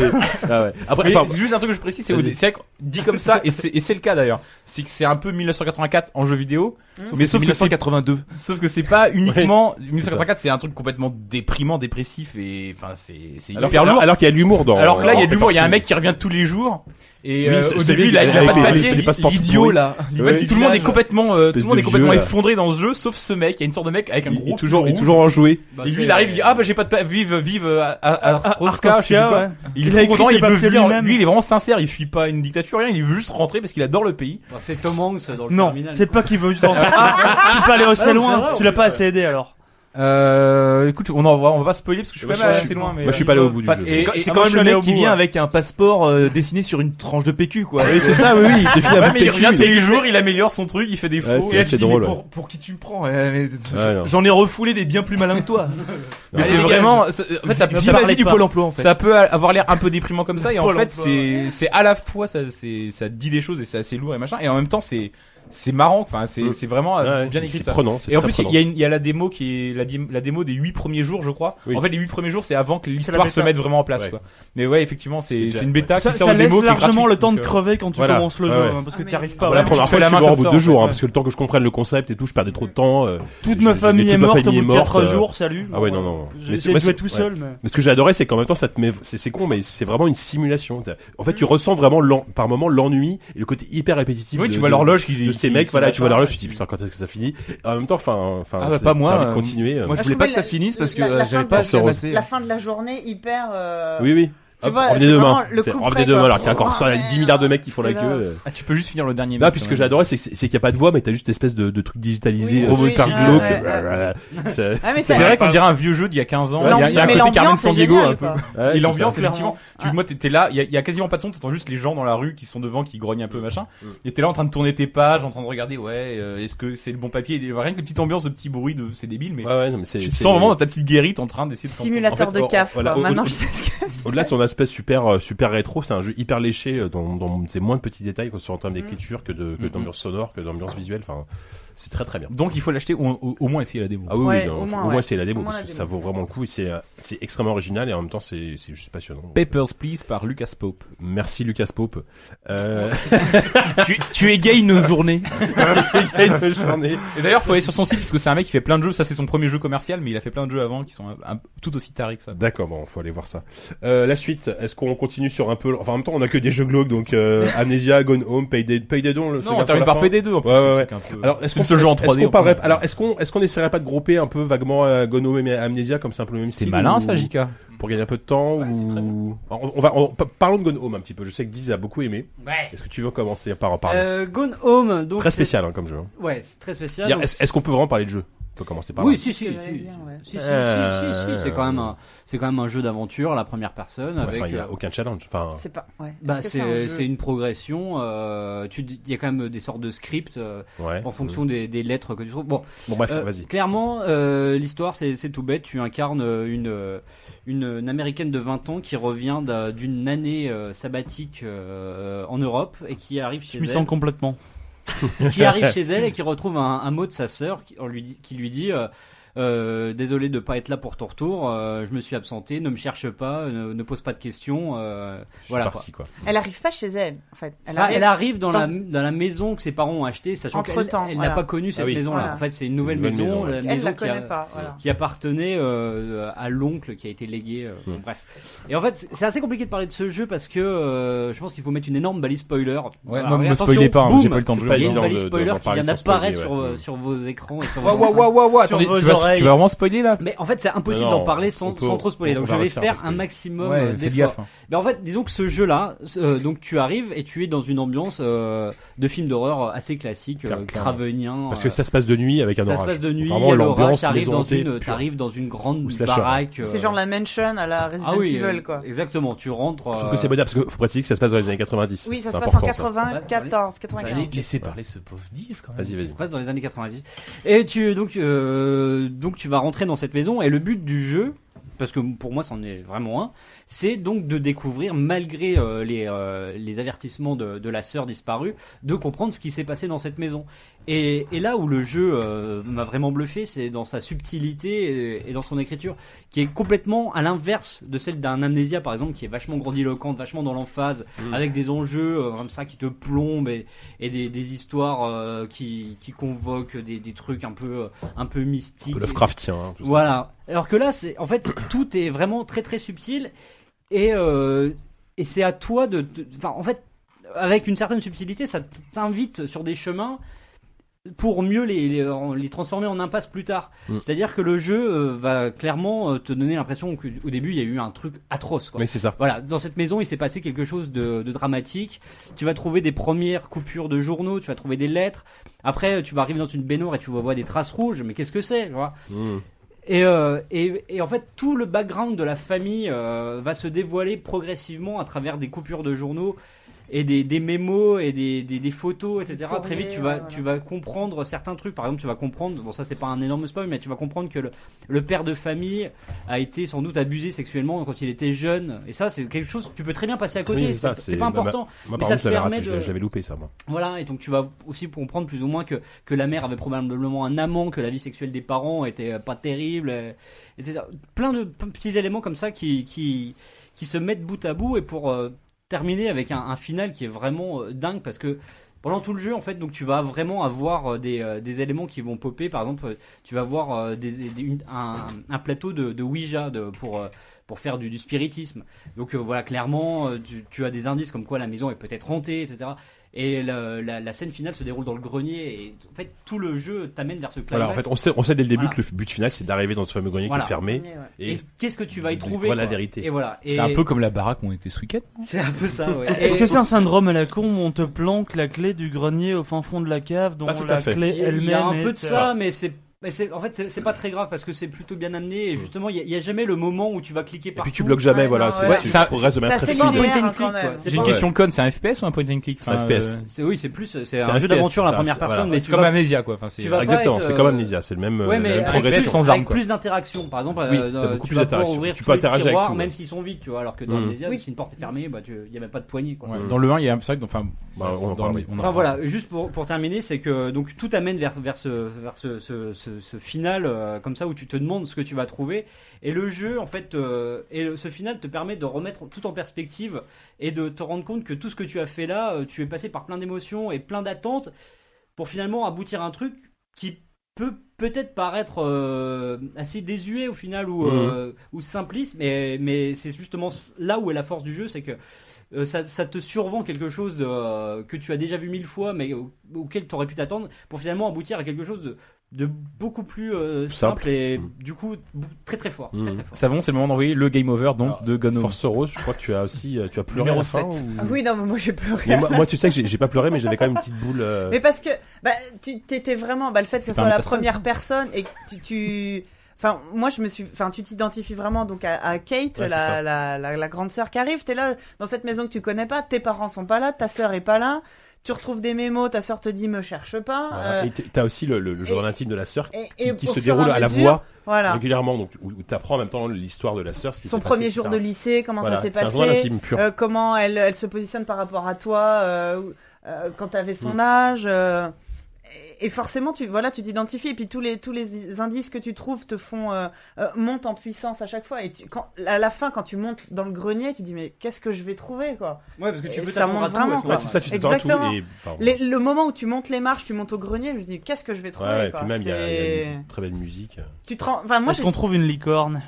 [SPEAKER 1] Ah ouais. Après,
[SPEAKER 6] Mais
[SPEAKER 1] enfin,
[SPEAKER 6] c'est juste un truc que je précise, c'est au-
[SPEAKER 1] Vas-y.
[SPEAKER 6] c'est vrai que dit comme ça, et c'est et c'est le cas d'ailleurs, c'est que c'est un peu 1984 en jeu vidéo, mais sauf que, c'est-
[SPEAKER 2] 1982.
[SPEAKER 6] sauf que c'est pas uniquement 1984, c'est un truc complètement déprimant, dépressif et enfin c'est c'est
[SPEAKER 1] alors,
[SPEAKER 6] hyper lourd.
[SPEAKER 1] alors qu'il y a de l'humour dans.
[SPEAKER 6] Alors que là, il y a
[SPEAKER 1] dans
[SPEAKER 6] de l'humour, il y a un
[SPEAKER 1] Papers,
[SPEAKER 6] mec qui revient tous les jours. Et
[SPEAKER 1] Oui,
[SPEAKER 6] euh,
[SPEAKER 1] ce-
[SPEAKER 6] au
[SPEAKER 1] ce
[SPEAKER 6] début,
[SPEAKER 1] mec
[SPEAKER 6] il a, il a
[SPEAKER 1] avec
[SPEAKER 6] pas de
[SPEAKER 1] les-
[SPEAKER 6] papier,
[SPEAKER 1] les passeports tout
[SPEAKER 6] l'idiot
[SPEAKER 1] pourris.
[SPEAKER 6] là.
[SPEAKER 1] Ouais.
[SPEAKER 6] Tout le monde est complètement, euh, tout
[SPEAKER 1] Espèce
[SPEAKER 6] le monde est
[SPEAKER 1] de
[SPEAKER 6] complètement
[SPEAKER 1] vieux, là.
[SPEAKER 6] effondré dans ce jeu, sauf ce mec. Il y a une sorte de mec avec un
[SPEAKER 1] Il
[SPEAKER 6] gros.
[SPEAKER 1] est toujours, il est
[SPEAKER 6] pull
[SPEAKER 1] toujours enjoué.
[SPEAKER 6] rouge. Et lui, il arrive, il dit ah bah j'ai pas de pa- vive vive euh, à- à- Artrovska, je sais plus
[SPEAKER 5] Artrovska,
[SPEAKER 6] quoi.
[SPEAKER 5] ouais.
[SPEAKER 6] Il
[SPEAKER 5] Il
[SPEAKER 6] est
[SPEAKER 5] a
[SPEAKER 6] trop
[SPEAKER 5] écrit
[SPEAKER 6] content, il
[SPEAKER 5] ses
[SPEAKER 6] veut
[SPEAKER 5] papiers
[SPEAKER 6] venir.
[SPEAKER 5] lui-même.
[SPEAKER 6] Lui, il est vraiment sincère, il fuit pas une dictature, rien. Il veut juste rentrer parce qu'il adore le pays.
[SPEAKER 4] Bah, C'est Tom Hanks dans le
[SPEAKER 5] Non,
[SPEAKER 4] terminal.
[SPEAKER 5] c'est
[SPEAKER 4] quoi.
[SPEAKER 5] pas qu'il veut juste rentrer. Ah, tu peux aller aussi
[SPEAKER 4] Ah, non, c'est
[SPEAKER 5] loin,
[SPEAKER 4] vrai,
[SPEAKER 5] tu l'as
[SPEAKER 4] on
[SPEAKER 5] pas
[SPEAKER 4] sait,
[SPEAKER 5] assez aidé alors.
[SPEAKER 6] Euh, écoute, on en va, on va pas spoiler parce que je suis
[SPEAKER 1] Moi,
[SPEAKER 6] quand
[SPEAKER 1] je
[SPEAKER 6] même
[SPEAKER 1] suis-
[SPEAKER 6] assez loin. Mais euh.
[SPEAKER 1] Moi, je suis pas allé au bout du
[SPEAKER 6] Enfin,
[SPEAKER 1] jeu.
[SPEAKER 6] et-
[SPEAKER 2] C'est
[SPEAKER 5] Ah,
[SPEAKER 2] quand
[SPEAKER 5] moi,
[SPEAKER 2] même
[SPEAKER 5] je suis
[SPEAKER 2] le
[SPEAKER 5] allé
[SPEAKER 2] mec
[SPEAKER 5] au
[SPEAKER 2] qui
[SPEAKER 5] bout,
[SPEAKER 2] vient
[SPEAKER 5] ouais.
[SPEAKER 2] avec un passeport euh, dessiné sur une tranche de PQ quoi.
[SPEAKER 1] Oui, <laughs> c'est ça, oui, oui. Il te file
[SPEAKER 6] Ouais,
[SPEAKER 1] un bout
[SPEAKER 6] mais
[SPEAKER 1] de
[SPEAKER 6] il
[SPEAKER 1] PQ,
[SPEAKER 6] revient tous
[SPEAKER 1] il-
[SPEAKER 6] les jours, il améliore son truc, il fait des faux.
[SPEAKER 1] Ouais,
[SPEAKER 2] Et
[SPEAKER 1] c'est
[SPEAKER 2] là,
[SPEAKER 1] assez
[SPEAKER 2] tu dis,
[SPEAKER 1] drôle,
[SPEAKER 2] mais
[SPEAKER 1] ouais.
[SPEAKER 2] pour, pour qui tu me prends Euh, mais-
[SPEAKER 1] Ouais, non.
[SPEAKER 2] J'en ai refoulé des bien plus malins
[SPEAKER 1] <laughs>
[SPEAKER 2] que toi.
[SPEAKER 1] Ah,
[SPEAKER 2] Ah,
[SPEAKER 6] Mais c'est
[SPEAKER 2] Allez,
[SPEAKER 6] vraiment, ça- en fait, ça,
[SPEAKER 2] Vive
[SPEAKER 6] ça
[SPEAKER 2] la
[SPEAKER 6] parlait
[SPEAKER 2] vie du
[SPEAKER 6] pas.
[SPEAKER 2] Pôle emploi en fait.
[SPEAKER 6] Ça peut avoir l'air un peu déprimant comme ça, et en
[SPEAKER 5] Pôle
[SPEAKER 6] fait,
[SPEAKER 5] emploi,
[SPEAKER 6] c'est, c'est à la fois, ça, c'est, ça dit des choses et c'est assez lourd et machin, et en même temps, c'est, c'est marrant, enfin c'est
[SPEAKER 1] Mm.
[SPEAKER 6] c'est vraiment euh,
[SPEAKER 1] Ouais,
[SPEAKER 6] bien écrit.
[SPEAKER 1] c'est
[SPEAKER 6] ça.
[SPEAKER 1] prenant, c'est
[SPEAKER 6] Et en
[SPEAKER 1] très
[SPEAKER 6] plus, il y,
[SPEAKER 1] prenant.
[SPEAKER 6] a une- il y a la démo qui est la, dim- la démo des 8 premiers jours, je crois. En fait, les 8 premiers jours, c'est avant que l'histoire se
[SPEAKER 5] bêta.
[SPEAKER 6] mette vraiment en place.
[SPEAKER 5] Ouais.
[SPEAKER 6] Quoi. Mais ouais, effectivement, c'est c'est une bêta qui
[SPEAKER 5] Ça,
[SPEAKER 6] sort
[SPEAKER 5] ça
[SPEAKER 6] une
[SPEAKER 5] laisse
[SPEAKER 6] démo qui est
[SPEAKER 5] largement
[SPEAKER 6] gratuite,
[SPEAKER 5] le temps de
[SPEAKER 6] donc, euh,
[SPEAKER 5] crever quand tu
[SPEAKER 1] Voilà.
[SPEAKER 5] commences le
[SPEAKER 1] Ouais,
[SPEAKER 5] jeu,
[SPEAKER 1] ouais.
[SPEAKER 5] hein, parce que tu arrives pas.
[SPEAKER 1] Voilà, la
[SPEAKER 5] vraiment.
[SPEAKER 1] première
[SPEAKER 5] Tu fais
[SPEAKER 1] fois, je
[SPEAKER 5] la
[SPEAKER 1] suis
[SPEAKER 5] main
[SPEAKER 1] mort au
[SPEAKER 5] comme
[SPEAKER 1] bout de
[SPEAKER 5] ça,
[SPEAKER 1] deux
[SPEAKER 5] en
[SPEAKER 1] jours,
[SPEAKER 5] fait,
[SPEAKER 1] hein,
[SPEAKER 5] ouais.
[SPEAKER 1] parce que le temps que je comprenne le concept et tout, je perdais trop de temps. euh,
[SPEAKER 5] Toute
[SPEAKER 1] j'ai-
[SPEAKER 5] ma
[SPEAKER 1] j'ai-
[SPEAKER 5] famille
[SPEAKER 1] toute
[SPEAKER 5] est
[SPEAKER 1] ma
[SPEAKER 5] morte au
[SPEAKER 1] famille
[SPEAKER 5] bout de
[SPEAKER 1] est
[SPEAKER 5] quatre
[SPEAKER 1] morte, euh,
[SPEAKER 5] jours, salut.
[SPEAKER 1] Ah ouais,
[SPEAKER 5] Bon,
[SPEAKER 1] non, non.
[SPEAKER 5] j'ai
[SPEAKER 1] Mais
[SPEAKER 5] essayé
[SPEAKER 1] moi,
[SPEAKER 5] de jouer
[SPEAKER 1] c'est-
[SPEAKER 5] tout seul,
[SPEAKER 1] ouais.
[SPEAKER 5] mais-
[SPEAKER 1] ce que j'ai adoré, c'est qu'en même temps, ça te met, c'est c'est con, mais c'est vraiment une simulation. T'as- En fait, tu ressens vraiment l'en- par moment l'ennui et le côté hyper répétitif.
[SPEAKER 6] Oui,
[SPEAKER 1] de-
[SPEAKER 6] tu vois
[SPEAKER 1] de-
[SPEAKER 6] l'horloge qui-
[SPEAKER 1] de ces
[SPEAKER 6] qui-
[SPEAKER 1] mecs,
[SPEAKER 6] qui
[SPEAKER 1] voilà,
[SPEAKER 6] va
[SPEAKER 1] tu vois
[SPEAKER 6] pas,
[SPEAKER 1] l'horloge,
[SPEAKER 6] et
[SPEAKER 1] tu te dis putain, quand est-ce que ça finit En même temps, enfin, enfin,
[SPEAKER 6] Ah bah,
[SPEAKER 1] c'est-
[SPEAKER 6] pas
[SPEAKER 1] t'as
[SPEAKER 6] moi,
[SPEAKER 1] envie de
[SPEAKER 6] euh,
[SPEAKER 1] continuer. euh.
[SPEAKER 6] moi, je voulais pas que ça finisse parce que, euh,
[SPEAKER 8] Ah, la
[SPEAKER 6] j'avais
[SPEAKER 8] fin
[SPEAKER 6] pas
[SPEAKER 8] de-
[SPEAKER 6] assez
[SPEAKER 8] la-
[SPEAKER 6] amassé.
[SPEAKER 8] La fin de la journée hyper. euh,
[SPEAKER 1] Oui, oui.
[SPEAKER 8] Tu
[SPEAKER 1] Hop,
[SPEAKER 8] vois,
[SPEAKER 1] revenez
[SPEAKER 8] c'est
[SPEAKER 1] demain.
[SPEAKER 8] vraiment le
[SPEAKER 1] C'est-
[SPEAKER 8] coup
[SPEAKER 1] revenez
[SPEAKER 8] près,
[SPEAKER 1] demain,
[SPEAKER 8] quoi.
[SPEAKER 1] alors qu'il y a encore
[SPEAKER 8] Oh,
[SPEAKER 1] ça,
[SPEAKER 8] merde.
[SPEAKER 1] 10 milliards de mecs qui font la
[SPEAKER 8] C'est
[SPEAKER 1] queue.
[SPEAKER 8] là.
[SPEAKER 1] euh.
[SPEAKER 6] Ah, tu peux juste finir le dernier.
[SPEAKER 1] Non,
[SPEAKER 6] mec,
[SPEAKER 1] puisque
[SPEAKER 6] quand
[SPEAKER 1] j'ai
[SPEAKER 6] même.
[SPEAKER 1] adoré, c'est que c'est- c'est qu'il n'y a pas de voix, mais t'as juste l'espèce de, de truc
[SPEAKER 6] Oui,
[SPEAKER 1] digitalisé, euh,
[SPEAKER 6] oui,
[SPEAKER 1] super
[SPEAKER 6] oui,
[SPEAKER 1] glauque.
[SPEAKER 6] ouais, <laughs>
[SPEAKER 1] euh, c'est-
[SPEAKER 8] Ah, mais
[SPEAKER 6] C'est
[SPEAKER 8] ça-
[SPEAKER 6] vrai qu'on dirait un vieux jeu d'il y a 15 ans.
[SPEAKER 1] Ouais,
[SPEAKER 6] Il y a- il y a un
[SPEAKER 1] mais
[SPEAKER 6] côté Carmen
[SPEAKER 8] l'ambiance est
[SPEAKER 6] Sandiego
[SPEAKER 8] géniale,
[SPEAKER 6] un peu.
[SPEAKER 8] quoi.
[SPEAKER 1] Ouais,
[SPEAKER 6] Et
[SPEAKER 1] c'est
[SPEAKER 6] l'ambiance,
[SPEAKER 1] ça.
[SPEAKER 6] <laughs>
[SPEAKER 1] Ah.
[SPEAKER 6] effectivement. Tu, moi, t'es t'es là, il y, a- il y a quasiment pas de son, t'entends juste les gens dans la rue qui sont devant, qui grognent un peu, machin.
[SPEAKER 1] Mm.
[SPEAKER 6] Et t'es là en train de tourner tes pages, en train de regarder, ouais, euh, est-ce que c'est le bon papier Et Rien que les petites ambiances, le petit bruit, de, c'est débile, mais
[SPEAKER 1] Ouais, ouais, non, mais c'est-
[SPEAKER 6] tu te
[SPEAKER 1] c'est-
[SPEAKER 6] sens vraiment dans ta petite guérite en train d'essayer de t'entendre.
[SPEAKER 8] Simulateur
[SPEAKER 1] En fait,
[SPEAKER 8] de
[SPEAKER 1] oh,
[SPEAKER 8] CAF.
[SPEAKER 1] voilà,
[SPEAKER 8] quoi.
[SPEAKER 1] au-
[SPEAKER 8] Maintenant,
[SPEAKER 1] au-
[SPEAKER 8] je sais
[SPEAKER 6] oh,
[SPEAKER 8] ce que c'est.
[SPEAKER 1] Au-delà de son aspect super euh, super rétro, c'est un jeu hyper léché euh, dans, dans ses moins de petits détails, que ce soit en termes
[SPEAKER 8] Mm.
[SPEAKER 1] d'écriture, que de que
[SPEAKER 6] Mm-hmm.
[SPEAKER 1] d'ambiance sonore, que d'ambiance visuelle. Enfin, c'est très très bien.
[SPEAKER 6] Donc il faut l'acheter ou au, au moins essayer la démo.
[SPEAKER 1] Ah oui,
[SPEAKER 8] Ouais,
[SPEAKER 1] oui, non,
[SPEAKER 8] au
[SPEAKER 1] au
[SPEAKER 8] moins,
[SPEAKER 1] moins,
[SPEAKER 8] ouais.
[SPEAKER 1] c'est la démo
[SPEAKER 8] Au moins
[SPEAKER 1] parce que
[SPEAKER 8] la démo.
[SPEAKER 1] ça vaut vraiment le coup. et C'est euh, c'est extrêmement original et en même temps c'est c'est juste passionnant.
[SPEAKER 6] Papers, please, par Lucas Pope.
[SPEAKER 1] Merci Lucas Pope. Euh...
[SPEAKER 6] tu, tu égayes une journée.
[SPEAKER 1] <laughs> il y a
[SPEAKER 8] <laughs>
[SPEAKER 1] une journée.
[SPEAKER 6] Et d'ailleurs, faut aller sur son site parce que c'est un mec qui fait plein de jeux. Ça, c'est son premier jeu commercial, mais il a fait plein de jeux avant qui sont un- un- tout aussi tarés que ça.
[SPEAKER 1] D'accord, bon, faut aller voir ça. Euh, la suite, est-ce qu'on continue sur un peu, enfin, en même temps, on a que des jeux glauques, donc euh, Amnesia, Gone Home, Payday, Payday Don, le. se
[SPEAKER 6] Non, on
[SPEAKER 1] garde
[SPEAKER 6] termine
[SPEAKER 1] pour la
[SPEAKER 6] par
[SPEAKER 1] fin.
[SPEAKER 6] PD2. En plus,
[SPEAKER 1] Ouais, ouais, ouais.
[SPEAKER 6] c'est un truc un peu-
[SPEAKER 1] Alors, est-ce
[SPEAKER 6] c'est
[SPEAKER 1] qu'on
[SPEAKER 6] le seul jeu en 3D.
[SPEAKER 1] Est-ce
[SPEAKER 6] en
[SPEAKER 1] qu'on parlerait-
[SPEAKER 6] plus.
[SPEAKER 1] alors, est-ce qu'on est-ce qu'on essaierait pas de grouper un peu vaguement euh, Gono et Amnesia comme c'est un peu le même
[SPEAKER 6] C'est
[SPEAKER 1] style
[SPEAKER 6] malin,
[SPEAKER 1] ou-
[SPEAKER 6] ça, JK.
[SPEAKER 1] Pour gagner un peu de temps ou on, on va on- pa- parlons de Gone Home un petit peu. Je sais que Diz a beaucoup aimé.
[SPEAKER 4] Ouais.
[SPEAKER 1] Est-ce que tu veux commencer par en parler
[SPEAKER 4] Euh, Gone Home, donc.
[SPEAKER 1] Très
[SPEAKER 4] c'est-
[SPEAKER 1] spécial hein, comme jeu. hein.
[SPEAKER 4] Ouais, c'est très spécial.
[SPEAKER 1] Dire,
[SPEAKER 4] donc
[SPEAKER 1] Est-ce est-ce qu'on peut vraiment parler de jeu On peut commencer par
[SPEAKER 4] Oui,
[SPEAKER 1] là.
[SPEAKER 4] si, si, si,
[SPEAKER 6] oh,
[SPEAKER 8] Ouais,
[SPEAKER 4] si,
[SPEAKER 8] bien, ouais.
[SPEAKER 4] si, si,
[SPEAKER 1] Euh,
[SPEAKER 4] si, si, si, c'est quand même un, c'est quand même un jeu d'aventure, la première personne.
[SPEAKER 1] Ouais,
[SPEAKER 4] avec,
[SPEAKER 1] enfin, il n'y
[SPEAKER 4] euh,
[SPEAKER 1] a aucun challenge.
[SPEAKER 6] oh.
[SPEAKER 1] Enfin,
[SPEAKER 8] C'est pas. Ouais. Est-ce
[SPEAKER 4] bah,
[SPEAKER 8] que un
[SPEAKER 4] c'est
[SPEAKER 8] jeu
[SPEAKER 4] c'est une progression. euh, tu dis- Il y a quand même des sortes de scripts euh,
[SPEAKER 1] ouais.
[SPEAKER 4] en fonction des, des lettres que tu trouves. Bon,
[SPEAKER 1] Bon bref,
[SPEAKER 4] euh,
[SPEAKER 1] vas-y.
[SPEAKER 4] clairement, euh, l'histoire c'est c'est tout bête. Tu incarnes euh, une, euh, une, une américaine de 20 ans qui revient d'un- d'une année euh, sabbatique euh, en Europe et qui arrive chez
[SPEAKER 5] Je m'y
[SPEAKER 4] elle
[SPEAKER 5] sens complètement.
[SPEAKER 4] qui arrive
[SPEAKER 1] <laughs>
[SPEAKER 4] chez elle et qui retrouve un, un mot de sa sœur qui, on lui dit, qui lui dit euh, euh, désolé de pas être là pour ton retour, euh, je me suis absenté, ne me cherche pas, ne, ne pose pas de questions. euh,
[SPEAKER 1] Je suis
[SPEAKER 4] voilà. quoi.
[SPEAKER 1] parti quoi.
[SPEAKER 8] Elle arrive pas chez elle, en fait. Elle
[SPEAKER 4] Ah,
[SPEAKER 8] arrive.
[SPEAKER 4] elle arrive dans,
[SPEAKER 8] dans-
[SPEAKER 4] la, dans la maison que ses parents ont achetée, sachant qu'elle
[SPEAKER 8] Entre-temps,
[SPEAKER 4] elle
[SPEAKER 8] voilà.
[SPEAKER 4] n'a pas connu cette
[SPEAKER 1] Ah oui.
[SPEAKER 4] maison-là.
[SPEAKER 8] Voilà.
[SPEAKER 4] En fait, c'est une nouvelle,
[SPEAKER 1] Une nouvelle maison,
[SPEAKER 4] maison, la
[SPEAKER 1] ouais.
[SPEAKER 8] Elle
[SPEAKER 4] maison
[SPEAKER 8] la
[SPEAKER 4] qui a-
[SPEAKER 8] connaît pas. Voilà.
[SPEAKER 4] qui appartenait euh, à l'oncle qui a été légué. euh,
[SPEAKER 1] Mm.
[SPEAKER 4] Bref. Et en fait, c'est- c'est assez compliqué de parler de ce jeu parce que euh, je pense qu'il faut mettre une énorme balise spoiler.
[SPEAKER 6] Ouais,
[SPEAKER 4] Alors,
[SPEAKER 6] moi, me
[SPEAKER 4] attention,
[SPEAKER 6] spoilez pas, hein,
[SPEAKER 4] boum,
[SPEAKER 6] j'ai pas eu le temps de
[SPEAKER 1] c'est
[SPEAKER 6] jouer.
[SPEAKER 1] pas
[SPEAKER 4] il y a une
[SPEAKER 1] évident
[SPEAKER 4] balise
[SPEAKER 1] de- de-
[SPEAKER 4] spoiler
[SPEAKER 1] d'en
[SPEAKER 4] qui
[SPEAKER 1] parler
[SPEAKER 4] vient
[SPEAKER 1] sans
[SPEAKER 4] d'apparaître
[SPEAKER 1] spoiler,
[SPEAKER 4] sur,
[SPEAKER 1] ouais. Hmm.
[SPEAKER 4] euh, sur vos écrans et sur
[SPEAKER 6] Waouh,
[SPEAKER 4] vos
[SPEAKER 6] waouh,
[SPEAKER 4] enceintes.
[SPEAKER 6] waouh, waouh,
[SPEAKER 5] Sur
[SPEAKER 6] attendez,
[SPEAKER 5] vos
[SPEAKER 6] tu vas,
[SPEAKER 5] oreilles.
[SPEAKER 6] tu vas vraiment spoiler là
[SPEAKER 4] Mais en fait, c'est impossible
[SPEAKER 1] Non,
[SPEAKER 4] d'en
[SPEAKER 1] non,
[SPEAKER 4] parler sans,
[SPEAKER 1] on peut-
[SPEAKER 4] sans trop spoiler.
[SPEAKER 1] on- on
[SPEAKER 4] Donc,
[SPEAKER 1] va
[SPEAKER 4] je vais
[SPEAKER 1] réussir à
[SPEAKER 4] faire
[SPEAKER 1] pas
[SPEAKER 4] un
[SPEAKER 1] spoiler.
[SPEAKER 4] maximum
[SPEAKER 6] Ouais,
[SPEAKER 4] euh,
[SPEAKER 6] fais
[SPEAKER 4] d'efforts.
[SPEAKER 6] gaffe. hein.
[SPEAKER 4] Mais en fait, disons que ce jeu-là, euh, donc tu arrives et tu es dans une ambiance euh, de film d'horreur assez classique, euh,
[SPEAKER 1] Clairement.
[SPEAKER 4] cravenien.
[SPEAKER 1] Parce
[SPEAKER 4] euh,
[SPEAKER 1] que ça se passe de nuit avec un
[SPEAKER 4] ça
[SPEAKER 1] orage.
[SPEAKER 4] se passe de nuit, il
[SPEAKER 1] Vraiment,
[SPEAKER 4] y a l'orage,
[SPEAKER 1] l'ambiance
[SPEAKER 4] t'arrives
[SPEAKER 1] maison
[SPEAKER 4] dans,
[SPEAKER 1] hantée
[SPEAKER 4] une-
[SPEAKER 1] pure.
[SPEAKER 4] t'arrives dans une grande
[SPEAKER 1] Ou slasher.
[SPEAKER 4] baraque. euh,
[SPEAKER 8] C'est genre la mansion à la Resident
[SPEAKER 4] ah oui,
[SPEAKER 8] Evil,
[SPEAKER 4] euh,
[SPEAKER 8] quoi.
[SPEAKER 4] Exactement, tu rentres.
[SPEAKER 1] Sauf
[SPEAKER 4] euh,
[SPEAKER 1] que c'est moderne parce que faut préciser que ça se passe dans les années 90.
[SPEAKER 8] Oui, ça
[SPEAKER 1] C'est
[SPEAKER 8] se passe en
[SPEAKER 1] important, ça.
[SPEAKER 8] 94,
[SPEAKER 2] Allez,
[SPEAKER 8] 95.
[SPEAKER 2] laissez
[SPEAKER 1] Ouais.
[SPEAKER 2] parler ce pauvre 10 quand même.
[SPEAKER 1] Vas-y,
[SPEAKER 4] Ça se
[SPEAKER 1] vas-y.
[SPEAKER 4] passe dans les années 90. Et tu donc euh, donc tu vas rentrer dans cette maison et le but du jeu, parce que pour moi c'en est vraiment un, c'est donc de découvrir malgré euh, les euh, les avertissements de, de la sœur disparue, de comprendre ce qui s'est passé dans cette maison. Et, et là où le jeu euh, m'a vraiment bluffé, c'est dans sa subtilité et, et dans son écriture, qui est complètement à l'inverse de celle d'un Amnésia par exemple, qui est vachement grandiloquente, vachement dans l'emphase, avec des enjeux euh, comme ça qui te plombent et, et des, des histoires euh, qui, qui convoquent des, des trucs un peu, euh, un peu
[SPEAKER 1] Un
[SPEAKER 4] mystiques.
[SPEAKER 1] peu Lovecraftien. hein, tout ça.
[SPEAKER 4] Voilà. Alors que là, c'est en fait <coughs> tout est vraiment très très subtil et euh, et c'est à toi de, de- enfin en fait avec une certaine subtilité, ça t'invite sur des chemins pour mieux les, les, en- les transformer en impasse plus tard.
[SPEAKER 1] Mm.
[SPEAKER 4] C'est-à-dire que le jeu euh, va clairement euh, te donner l'impression qu'au début il y a eu un truc atroce. Quoi.
[SPEAKER 1] Oui, c'est ça.
[SPEAKER 4] Voilà, dans cette maison, il s'est passé quelque chose de, de dramatique. Tu vas trouver des premières coupures de journaux, tu vas trouver des lettres. Après, tu vas arriver dans une baignoire et tu vas voir des traces rouges. Mais qu'est-ce que c'est tu vois
[SPEAKER 1] Mm.
[SPEAKER 4] et, euh, et, et en fait, tout le background de la famille euh, va se dévoiler progressivement à travers des coupures de journaux et des, des mémos et des, des, des photos, etc.
[SPEAKER 12] Des
[SPEAKER 4] Très vite,
[SPEAKER 12] tournées,
[SPEAKER 4] tu vas,
[SPEAKER 12] ouais, voilà.
[SPEAKER 4] tu vas comprendre certains trucs. Par exemple, tu vas comprendre, bon, ça c'est pas un énorme spoil, mais tu vas comprendre que le, le père de famille a été sans doute abusé sexuellement quand il était jeune. Et ça, c'est quelque chose que tu peux très bien passer à côté.
[SPEAKER 1] Oui, ça,
[SPEAKER 4] c'est- c'est pas
[SPEAKER 1] bah, bah,
[SPEAKER 4] important.
[SPEAKER 1] Moi,
[SPEAKER 4] mais
[SPEAKER 1] par
[SPEAKER 4] ça
[SPEAKER 1] contre, je
[SPEAKER 4] te
[SPEAKER 1] l'avais
[SPEAKER 4] permet
[SPEAKER 1] raté, je
[SPEAKER 4] de-
[SPEAKER 1] l'avais- je l'avais loupé ça, moi.
[SPEAKER 4] voilà, et donc tu vas aussi comprendre plus ou moins que, que la mère avait probablement un amant, que la vie sexuelle des parents était euh, pas terrible, euh, etc. Plein de p- petits éléments comme ça qui, qui, qui se mettent bout à bout et pour euh, terminer avec un, un final qui est vraiment euh, dingue parce que pendant tout le jeu en fait, donc tu vas vraiment avoir euh, des, euh, des éléments qui vont popper. Par exemple, euh, tu vas voir euh, des, des- une- un, un plateau de, de Ouija de- pour, euh, pour faire du, du spiritisme. Donc euh, voilà, clairement, euh, tu, tu as des indices comme quoi la maison est peut-être hantée, etc. Et la, la- la scène finale se déroule dans le grenier. Et en fait, tout le jeu t'amène vers ce climax.
[SPEAKER 1] Voilà, en fait, on sait, on sait dès le début
[SPEAKER 4] Voilà.
[SPEAKER 1] que le but final, c'est d'arriver dans ce fameux grenier
[SPEAKER 4] Voilà.
[SPEAKER 1] qui est fermé.
[SPEAKER 4] Et,
[SPEAKER 1] Et,
[SPEAKER 4] qu'est-ce que tu vas y
[SPEAKER 1] de-
[SPEAKER 4] trouver
[SPEAKER 1] voilà la
[SPEAKER 4] quoi.
[SPEAKER 1] vérité.
[SPEAKER 4] Et voilà.
[SPEAKER 1] C'est
[SPEAKER 4] Et- <laughs>
[SPEAKER 1] un peu
[SPEAKER 6] comme la baraque où on était ce week-end.
[SPEAKER 4] C'est un peu ça, ouais.
[SPEAKER 5] Est-ce
[SPEAKER 4] Et-
[SPEAKER 5] que c'est un syndrome à la con où on te planque la clé du grenier au fin fond de la cave dont
[SPEAKER 1] Pas tout à
[SPEAKER 5] la
[SPEAKER 1] fait.
[SPEAKER 5] clé
[SPEAKER 4] Il y a-
[SPEAKER 5] elle-même
[SPEAKER 4] Il y a un
[SPEAKER 5] est-
[SPEAKER 4] peu de ça, mais c'est. mais c'est- en fait, c'est c'est pas très grave parce que c'est plutôt bien amené et justement, il y a- il y, a jamais le moment où tu vas cliquer partout.
[SPEAKER 1] Hmm. puis tu bloques jamais, voilà, c'est- tu progresses de manière
[SPEAKER 4] C'est
[SPEAKER 1] très
[SPEAKER 4] pas un
[SPEAKER 1] fluide.
[SPEAKER 4] point and
[SPEAKER 6] hein,
[SPEAKER 4] click,
[SPEAKER 6] quand même.
[SPEAKER 4] quoi. C'est
[SPEAKER 6] J'ai
[SPEAKER 4] pas-
[SPEAKER 6] une question conne, c'est un FPS ou un point and click
[SPEAKER 1] C'est un
[SPEAKER 6] Enfin,
[SPEAKER 1] FPS.
[SPEAKER 6] euh,
[SPEAKER 4] C'est oui, c'est plus, c'est
[SPEAKER 1] C'est
[SPEAKER 4] un,
[SPEAKER 1] un FPS,
[SPEAKER 4] jeu d'aventure à la
[SPEAKER 1] voilà,
[SPEAKER 4] première
[SPEAKER 1] c'est-
[SPEAKER 4] personne,
[SPEAKER 1] voilà.
[SPEAKER 4] mais
[SPEAKER 1] C'est
[SPEAKER 4] tu
[SPEAKER 6] comme
[SPEAKER 4] vas-
[SPEAKER 6] Amnesia, quoi. Enfin, c'est-
[SPEAKER 4] tu vas pas
[SPEAKER 1] Exactement,
[SPEAKER 4] être,
[SPEAKER 1] c'est
[SPEAKER 4] euh,
[SPEAKER 1] comme Amnesia, c'est le même,
[SPEAKER 4] Ouais,
[SPEAKER 1] euh,
[SPEAKER 4] mais
[SPEAKER 1] la même
[SPEAKER 4] avec
[SPEAKER 1] progression.
[SPEAKER 4] plus-
[SPEAKER 6] sans armes,
[SPEAKER 4] Avec
[SPEAKER 6] quoi.
[SPEAKER 4] plus d'interactions, par exemple,
[SPEAKER 1] Oui,
[SPEAKER 4] euh,
[SPEAKER 1] t'as
[SPEAKER 4] euh,
[SPEAKER 1] beaucoup plus
[SPEAKER 4] tu vas pouvoir
[SPEAKER 1] d'interactions.
[SPEAKER 4] ouvrir
[SPEAKER 1] Tu
[SPEAKER 4] tous
[SPEAKER 1] peux
[SPEAKER 4] les
[SPEAKER 1] interagir avec
[SPEAKER 4] tiroirs,
[SPEAKER 1] tout, ouais.
[SPEAKER 4] même s'ils sont vides, tu vois. Alors que dans
[SPEAKER 1] Mm.
[SPEAKER 4] Amnesia, si une porte est fermée, bah tu, il y a même pas de poignée, quoi.
[SPEAKER 6] ouais, Dans le 1, il y a un. C'est vrai que. Enfin,
[SPEAKER 1] Bah, on en
[SPEAKER 6] dans le-
[SPEAKER 1] parle, oui.
[SPEAKER 6] on en
[SPEAKER 4] Enfin
[SPEAKER 6] parle.
[SPEAKER 4] voilà, juste pour, pour terminer, c'est que donc tout amène vers, vers, ce, vers ce, ce, ce- ce final euh, comme ça où tu te demandes ce que tu vas trouver et le jeu en fait euh, et le- ce final te permet de remettre tout en perspective et de te rendre compte que tout ce que tu as fait là, euh, tu es passé par plein d'émotions et plein d'attentes pour finalement aboutir à un truc qui peut peut-être paraître euh, assez désuet au final ou,
[SPEAKER 6] Mm-hmm.
[SPEAKER 4] euh, ou simpliste, mais, mais c'est justement là où est la force du jeu, c'est que euh, ça, ça te survend quelque chose de, euh, que tu as déjà vu mille fois, mais au- auquel tu aurais pu t'attendre, pour finalement aboutir à quelque chose de, de beaucoup plus euh, simple,
[SPEAKER 1] Simple.
[SPEAKER 4] et
[SPEAKER 1] Mm.
[SPEAKER 4] du coup bou- très très fort. Très,
[SPEAKER 1] Mm.
[SPEAKER 4] très fort.
[SPEAKER 6] Savon, c'est le moment d'envoyer le game over donc
[SPEAKER 1] Ah.
[SPEAKER 6] de Gun Home.
[SPEAKER 1] Force Rose, je crois que tu as aussi, euh, tu as pleuré à
[SPEAKER 6] Numéro
[SPEAKER 1] la fin.
[SPEAKER 6] sept.
[SPEAKER 1] ou-
[SPEAKER 8] Ah oui, non, mais moi j'ai pleuré.
[SPEAKER 1] Mais moi, moi, tu sais que j'ai- j'ai pas pleuré, mais j'avais quand même une petite boule. euh,
[SPEAKER 8] Mais parce que bah, tu t'étais vraiment bah, le fait que ce
[SPEAKER 1] C'est
[SPEAKER 8] soit
[SPEAKER 1] pas un
[SPEAKER 8] la
[SPEAKER 1] métastase,
[SPEAKER 8] première personne et que tu, tu- enfin moi je me suis enfin tu t'identifies vraiment donc à, à Kate
[SPEAKER 16] Ouais, c'est
[SPEAKER 8] la,
[SPEAKER 16] ça.
[SPEAKER 8] la, la, la grande sœur qui arrive t'es là dans cette maison que tu connais pas tes parents sont pas là ta sœur est pas là tu retrouves des mémos ta sœur te dit me cherche pas
[SPEAKER 1] Voilà.
[SPEAKER 8] euh,
[SPEAKER 1] Et t- t'as aussi le, le, le journal intime de la sœur
[SPEAKER 8] et-
[SPEAKER 1] qui,
[SPEAKER 8] et
[SPEAKER 1] qui se
[SPEAKER 8] au fur et
[SPEAKER 1] déroule
[SPEAKER 8] à
[SPEAKER 1] à, la
[SPEAKER 8] mesure,
[SPEAKER 1] voix
[SPEAKER 8] voilà.
[SPEAKER 1] régulièrement, donc où, où t'apprends en même temps l'histoire de la sœur. ce qui
[SPEAKER 8] son
[SPEAKER 1] s'est
[SPEAKER 8] premier
[SPEAKER 1] passé,
[SPEAKER 8] jour de
[SPEAKER 1] etc.
[SPEAKER 8] lycée, comment
[SPEAKER 1] Voilà,
[SPEAKER 8] ça s'est
[SPEAKER 1] c'est un
[SPEAKER 8] passé,
[SPEAKER 1] journal intime pur.
[SPEAKER 8] euh, comment elle, elle se positionne par rapport à toi euh, euh, quand t'avais son
[SPEAKER 1] Hmm.
[SPEAKER 8] âge. euh, et, et forcément, tu voilà, tu t'identifies. Et puis tous les tous les indices que tu trouves te font euh, euh, montent en puissance à chaque fois. Et tu, quand, à la fin, quand tu montes dans le grenier, tu dis mais qu'est-ce que je vais trouver quoi
[SPEAKER 4] Ouais, parce que tu
[SPEAKER 8] Et
[SPEAKER 4] peux
[SPEAKER 8] ça
[SPEAKER 4] t'attendre
[SPEAKER 8] monte
[SPEAKER 4] à tout, à
[SPEAKER 8] vraiment.
[SPEAKER 4] ce moment-là.
[SPEAKER 8] quoi.
[SPEAKER 4] Ouais, c'est ça, tu t'attends à tout,
[SPEAKER 8] Exactement.
[SPEAKER 1] et- enfin,
[SPEAKER 8] Les- le moment où tu montes les marches, tu montes au grenier, je dis qu'est-ce que je vais
[SPEAKER 1] Ouais,
[SPEAKER 8] trouver
[SPEAKER 1] ouais, et
[SPEAKER 8] quoi.
[SPEAKER 1] puis même, il y, a- il y a
[SPEAKER 8] C'est-
[SPEAKER 1] une très belle musique.
[SPEAKER 8] Tu te rends- enfin, moi,
[SPEAKER 5] Est-ce
[SPEAKER 8] j'ai-
[SPEAKER 5] qu'on trouve une licorne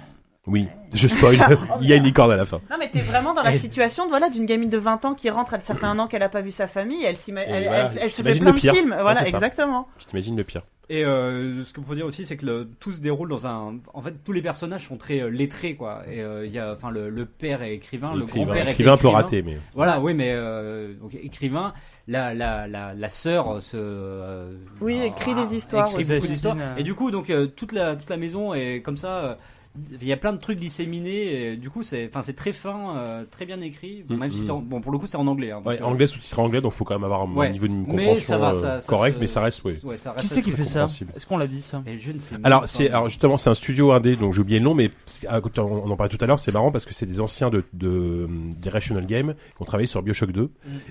[SPEAKER 1] Oui, je
[SPEAKER 8] <laughs>
[SPEAKER 1] spoil, <laughs> il y a une licorne à la fin.
[SPEAKER 8] Non mais t'es vraiment dans la situation de, voilà d'une gamine de 20 ans qui rentre, elle ça fait un an qu'elle a pas vu sa famille, elle s'ima- elle,
[SPEAKER 1] voilà,
[SPEAKER 8] elle- elle se fait
[SPEAKER 1] t'imagines
[SPEAKER 8] plein
[SPEAKER 1] le
[SPEAKER 8] de
[SPEAKER 1] pire.
[SPEAKER 8] films,
[SPEAKER 1] Ouais,
[SPEAKER 8] voilà
[SPEAKER 1] c'est ça.
[SPEAKER 8] exactement.
[SPEAKER 1] Tu t'imagines le pire.
[SPEAKER 4] Et euh, ce qu'on peut dire aussi, c'est que le- tout se déroule dans un. En fait, tous les personnages sont très euh, lettrés, quoi. Et euh, il y a, enfin, le, le père est écrivain, le
[SPEAKER 1] Écrivain.
[SPEAKER 4] grand-père est
[SPEAKER 1] Écrivain un peu raté, mais-
[SPEAKER 4] Voilà, oui, mais euh, donc, écrivain. La la la la sœur euh, se. euh,
[SPEAKER 8] Oui,
[SPEAKER 4] ah,
[SPEAKER 8] écrit des histoires
[SPEAKER 4] écrit
[SPEAKER 8] aussi.
[SPEAKER 4] beaucoup
[SPEAKER 8] Dessine,
[SPEAKER 4] d'histoires.
[SPEAKER 8] euh.
[SPEAKER 4] Et du coup, donc euh, toute la toute la maison est comme ça. euh, il y a plein de trucs disséminés, et du coup c'est, enfin c'est très fin, euh, très bien écrit. Même
[SPEAKER 1] Mm,
[SPEAKER 4] si
[SPEAKER 1] mm.
[SPEAKER 4] c'est en- bon pour le coup c'est en anglais. hein,
[SPEAKER 1] Ouais,
[SPEAKER 4] donc, euh,
[SPEAKER 1] anglais sous-titré anglais, donc faut quand même avoir un
[SPEAKER 4] Ouais.
[SPEAKER 1] niveau de
[SPEAKER 4] Mais ça
[SPEAKER 1] compréhension
[SPEAKER 4] va,
[SPEAKER 1] euh,
[SPEAKER 4] ça- ça
[SPEAKER 1] correct,
[SPEAKER 4] se-
[SPEAKER 1] mais ça reste, oui.
[SPEAKER 4] ouais, ça reste
[SPEAKER 5] Qui c'est qui
[SPEAKER 4] assez
[SPEAKER 5] fait ça
[SPEAKER 1] compréhensible.
[SPEAKER 5] Est-ce qu'on l'a dit ça
[SPEAKER 4] Et je ne sais même
[SPEAKER 1] Alors
[SPEAKER 4] pas.
[SPEAKER 1] c'est alors justement c'est un studio indé donc j'ai oublié le nom mais c'est- ah, écoute, on on en parlait tout à l'heure c'est marrant parce que c'est des anciens de de d'Irrational Game qui ont travaillé sur BioShock 2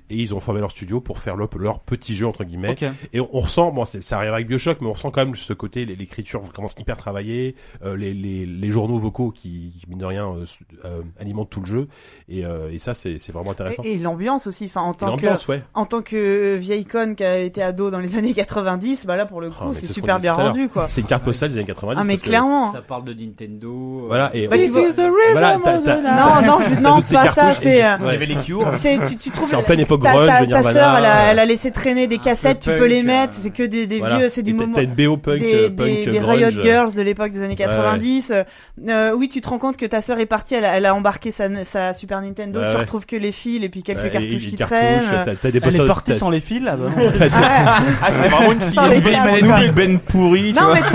[SPEAKER 1] et ils ont formé leur studio pour faire leur, leur petit jeu entre guillemets
[SPEAKER 5] Ok.
[SPEAKER 1] et on, on ressent bon c'est- ça arrive avec BioShock mais on ressent quand même ce côté les- l'écriture vraiment hyper travaillée euh, les, les les journaux vocaux qui, qui, mine de rien euh, s- euh, alimentent tout le jeu et euh, et ça c'est c'est vraiment intéressant.
[SPEAKER 8] Et, et l'ambiance aussi, enfin en tant
[SPEAKER 1] l'ambiance,
[SPEAKER 8] que
[SPEAKER 1] ouais.
[SPEAKER 8] en tant que vieille conne qui a été ado dans les années 90, bah là pour le coup
[SPEAKER 1] Ah, mais
[SPEAKER 8] c'est
[SPEAKER 1] ce qu'on
[SPEAKER 8] super
[SPEAKER 1] disait
[SPEAKER 8] bien
[SPEAKER 1] tout à l'heure.
[SPEAKER 8] rendu quoi.
[SPEAKER 1] C'est une carte postale des années 90.
[SPEAKER 8] Ah, mais
[SPEAKER 1] parce que-
[SPEAKER 8] clairement.
[SPEAKER 4] Ça parle de Nintendo. euh,
[SPEAKER 1] Voilà, et
[SPEAKER 8] Bah, tu vois-
[SPEAKER 1] voilà, t'as- t'as-
[SPEAKER 8] Non, non, je-
[SPEAKER 1] t'as
[SPEAKER 8] non,
[SPEAKER 1] toutes ces
[SPEAKER 8] pas ça,
[SPEAKER 1] cartouches qui
[SPEAKER 8] c'est. euh,
[SPEAKER 1] existent, ouais.
[SPEAKER 8] C'est, tu, tu trouves.
[SPEAKER 1] hein. C'est en pleine époque
[SPEAKER 8] ta,
[SPEAKER 1] grunge,
[SPEAKER 8] ta, ta
[SPEAKER 1] Nirvana,
[SPEAKER 8] sœur, elle a,
[SPEAKER 1] euh,
[SPEAKER 8] elle a laissé traîner des cassettes, tu peux
[SPEAKER 1] punk, euh,
[SPEAKER 8] les mettre, c'est que des, des
[SPEAKER 1] voilà.
[SPEAKER 8] vieux, c'est du
[SPEAKER 1] Et t'as-
[SPEAKER 8] moment.
[SPEAKER 1] t'as une BO punk,
[SPEAKER 8] des,
[SPEAKER 1] euh, punk,
[SPEAKER 8] des, des
[SPEAKER 1] grunge.
[SPEAKER 8] Riot Girls de l'époque des années
[SPEAKER 1] Ouais, ouais.
[SPEAKER 8] 90. euh, euh, oui, tu te rends compte que ta sœur est partie, elle a, elle a embarqué sa, sa Super Nintendo,
[SPEAKER 1] Bah
[SPEAKER 8] tu
[SPEAKER 1] ouais.
[SPEAKER 8] retrouves que les fils et puis quelques
[SPEAKER 1] Ouais, et-
[SPEAKER 8] cartouches
[SPEAKER 1] et
[SPEAKER 8] qui
[SPEAKER 1] cartouches,
[SPEAKER 8] traînent.
[SPEAKER 1] t'as- t'as des Elle posters- est partie t'as- sans
[SPEAKER 5] les fils, là.
[SPEAKER 8] Ah,
[SPEAKER 6] Ah, c'était vraiment une fille.
[SPEAKER 8] Sans les
[SPEAKER 6] Une belle
[SPEAKER 8] câbles,
[SPEAKER 6] manette
[SPEAKER 8] quoi.
[SPEAKER 6] Big Ben pourrie.
[SPEAKER 8] Non, mais tu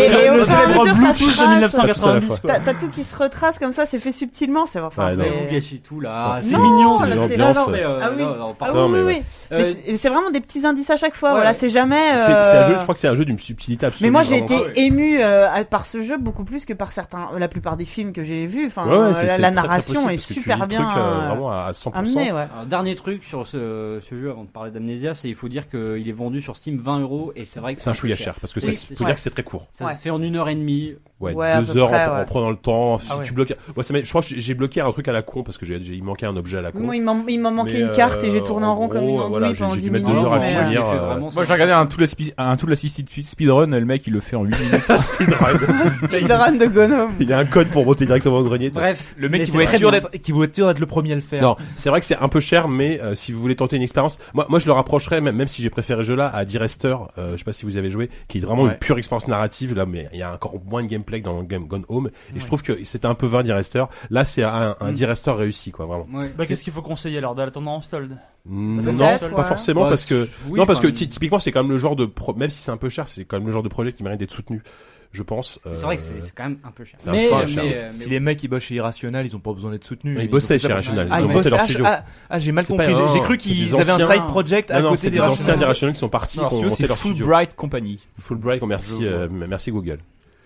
[SPEAKER 1] <laughs>
[SPEAKER 8] et, et au
[SPEAKER 6] Le
[SPEAKER 8] fur et à
[SPEAKER 6] célèbre
[SPEAKER 8] mesure, ça se
[SPEAKER 6] Bluetooth de
[SPEAKER 8] trace.
[SPEAKER 6] 1990, quoi.
[SPEAKER 8] T'as t'as tout qui se retrace comme ça, c'est fait subtilement, c'est enfin,
[SPEAKER 1] Ouais, Ah, non.
[SPEAKER 8] c'est-
[SPEAKER 1] Vous
[SPEAKER 4] gâchez tout, là.
[SPEAKER 1] C'est
[SPEAKER 8] Non,
[SPEAKER 1] mignon, c'est
[SPEAKER 8] là,
[SPEAKER 1] une
[SPEAKER 8] c'est-
[SPEAKER 1] ambiance.
[SPEAKER 8] non, non, mais, euh,
[SPEAKER 1] Ah
[SPEAKER 4] oui.
[SPEAKER 8] non, non, pardon.
[SPEAKER 1] Non, mais
[SPEAKER 8] Ah oui, oui,
[SPEAKER 1] ouais.
[SPEAKER 8] oui.
[SPEAKER 4] Euh,
[SPEAKER 8] Mais c'est- C'est vraiment des petits indices à chaque fois. voilà, c'est jamais.
[SPEAKER 1] C'est c'est un
[SPEAKER 8] euh,
[SPEAKER 1] jeu, je crois que c'est un jeu d'une subtilité absolue.
[SPEAKER 8] Mais moi j'ai été
[SPEAKER 1] vraiment.
[SPEAKER 8] ému euh, à- par ce jeu beaucoup plus que par certains, la plupart des films que j'ai vus. Enfin,
[SPEAKER 1] Ouais, ouais,
[SPEAKER 8] euh,
[SPEAKER 1] c'est-
[SPEAKER 8] la,
[SPEAKER 1] c'est très,
[SPEAKER 8] la
[SPEAKER 1] très
[SPEAKER 8] narration
[SPEAKER 1] possible
[SPEAKER 8] est
[SPEAKER 1] parce que tu
[SPEAKER 8] super
[SPEAKER 1] lis le
[SPEAKER 8] bien
[SPEAKER 1] truc, euh,
[SPEAKER 8] euh,
[SPEAKER 1] vraiment à 100%.
[SPEAKER 8] amenée, ouais.
[SPEAKER 4] Alors, dernier truc sur ce, ce jeu avant de parler d'Amnesia, c'est il faut dire qu'il est vendu sur Steam 20 euros et c'est vrai que
[SPEAKER 1] C'est un chouïa cher, parce que ça
[SPEAKER 4] Oui,
[SPEAKER 1] se-
[SPEAKER 4] c'est-
[SPEAKER 1] faut dire que c'est très court.
[SPEAKER 4] Ça se fait en une heure et demie.
[SPEAKER 1] Ouais, deux heures en, en prenant le temps. Si
[SPEAKER 4] Ah ouais.
[SPEAKER 1] tu bloques, moi, ça m'est- je crois que j'ai- j'ai bloqué un truc à la con parce que j'ai, j'ai- il manquait un objet à la con.
[SPEAKER 8] Moi, il m'en- il m'en manquait
[SPEAKER 1] Mais,
[SPEAKER 8] une carte et j'ai
[SPEAKER 1] euh,
[SPEAKER 8] tourné en rond comme une
[SPEAKER 1] gros, voilà,
[SPEAKER 8] andouille
[SPEAKER 1] j'ai-
[SPEAKER 8] pendant
[SPEAKER 1] j'ai dû
[SPEAKER 8] 10
[SPEAKER 1] mettre
[SPEAKER 8] minutes.
[SPEAKER 1] deux heures à
[SPEAKER 8] mais,
[SPEAKER 1] le
[SPEAKER 8] euh,
[SPEAKER 1] finir.
[SPEAKER 4] fait
[SPEAKER 1] euh,
[SPEAKER 4] vraiment
[SPEAKER 6] Moi j'ai regardé un tout l'assisted speedrun, le mec il le fait en 8 minutes.
[SPEAKER 8] speedrun de Gonom.
[SPEAKER 1] Il a un code pour monter directement au grenier. toi.
[SPEAKER 4] Bref,
[SPEAKER 6] Le mec
[SPEAKER 4] mais
[SPEAKER 6] il
[SPEAKER 4] c'est
[SPEAKER 6] voulait
[SPEAKER 4] très
[SPEAKER 6] être sûr
[SPEAKER 4] bien.
[SPEAKER 6] d'être qui voulait être sûr d'être le premier à le faire.
[SPEAKER 1] Non, c'est vrai que c'est un peu cher, mais euh, si vous voulez tenter une expérience, moi, moi je le rapprocherais, même, même si j'ai préféré ce jeu-là, à Direster, euh, je sais pas si vous y avez joué, qui est vraiment
[SPEAKER 6] Ouais.
[SPEAKER 1] une pure expérience narrative, là, mais il y a encore moins de gameplay que dans Game Gone Home, et je trouve que c'était un peu vain Direster. Là, c'est un, un
[SPEAKER 5] Mm.
[SPEAKER 1] Direster réussi, quoi, vraiment.
[SPEAKER 5] Bah, qu'est-ce qu'il faut conseiller alors D'attendre en Unstalled
[SPEAKER 1] Non,
[SPEAKER 5] Peut-être,
[SPEAKER 1] pas
[SPEAKER 5] ouais.
[SPEAKER 1] forcément
[SPEAKER 5] Bah,
[SPEAKER 1] parce que
[SPEAKER 5] oui,
[SPEAKER 1] non parce que
[SPEAKER 5] enfin,
[SPEAKER 1] ty- typiquement c'est quand même le genre de pro... même si c'est un peu cher c'est quand même le genre de projet qui mérite d'être soutenu je pense. euh,
[SPEAKER 4] C'est vrai que c'est c'est quand même un peu cher.
[SPEAKER 1] C'est un peu
[SPEAKER 4] Mais-
[SPEAKER 1] cher.
[SPEAKER 4] mais-
[SPEAKER 1] euh,
[SPEAKER 2] si
[SPEAKER 4] mais-
[SPEAKER 2] les mecs ils bossent chez Irrational, ils ont pas besoin d'être soutenus.
[SPEAKER 1] Ils bossaient
[SPEAKER 2] ont fait ça
[SPEAKER 1] chez
[SPEAKER 2] pour-
[SPEAKER 1] Irrational, ils
[SPEAKER 2] Ah,
[SPEAKER 1] ont monté
[SPEAKER 2] bossaient-
[SPEAKER 1] leur
[SPEAKER 2] ah,
[SPEAKER 1] studio.
[SPEAKER 2] Ah, ah, j'ai mal
[SPEAKER 1] C'est pas
[SPEAKER 2] compris. J'ai-
[SPEAKER 1] un-
[SPEAKER 2] J'ai cru
[SPEAKER 1] c'est des
[SPEAKER 2] qu'ils avaient un
[SPEAKER 1] anciens-
[SPEAKER 2] side project
[SPEAKER 1] Non,
[SPEAKER 2] à
[SPEAKER 1] non,
[SPEAKER 2] côté
[SPEAKER 1] c'est des
[SPEAKER 2] d'Irrational.
[SPEAKER 1] anciens d'Irrational qui sont partis,
[SPEAKER 2] Non,
[SPEAKER 1] qui ont
[SPEAKER 2] studio,
[SPEAKER 1] monté
[SPEAKER 2] c'est
[SPEAKER 1] leur studio.
[SPEAKER 2] Fulbright Company.
[SPEAKER 1] Fulbright, oh, merci euh, merci Google.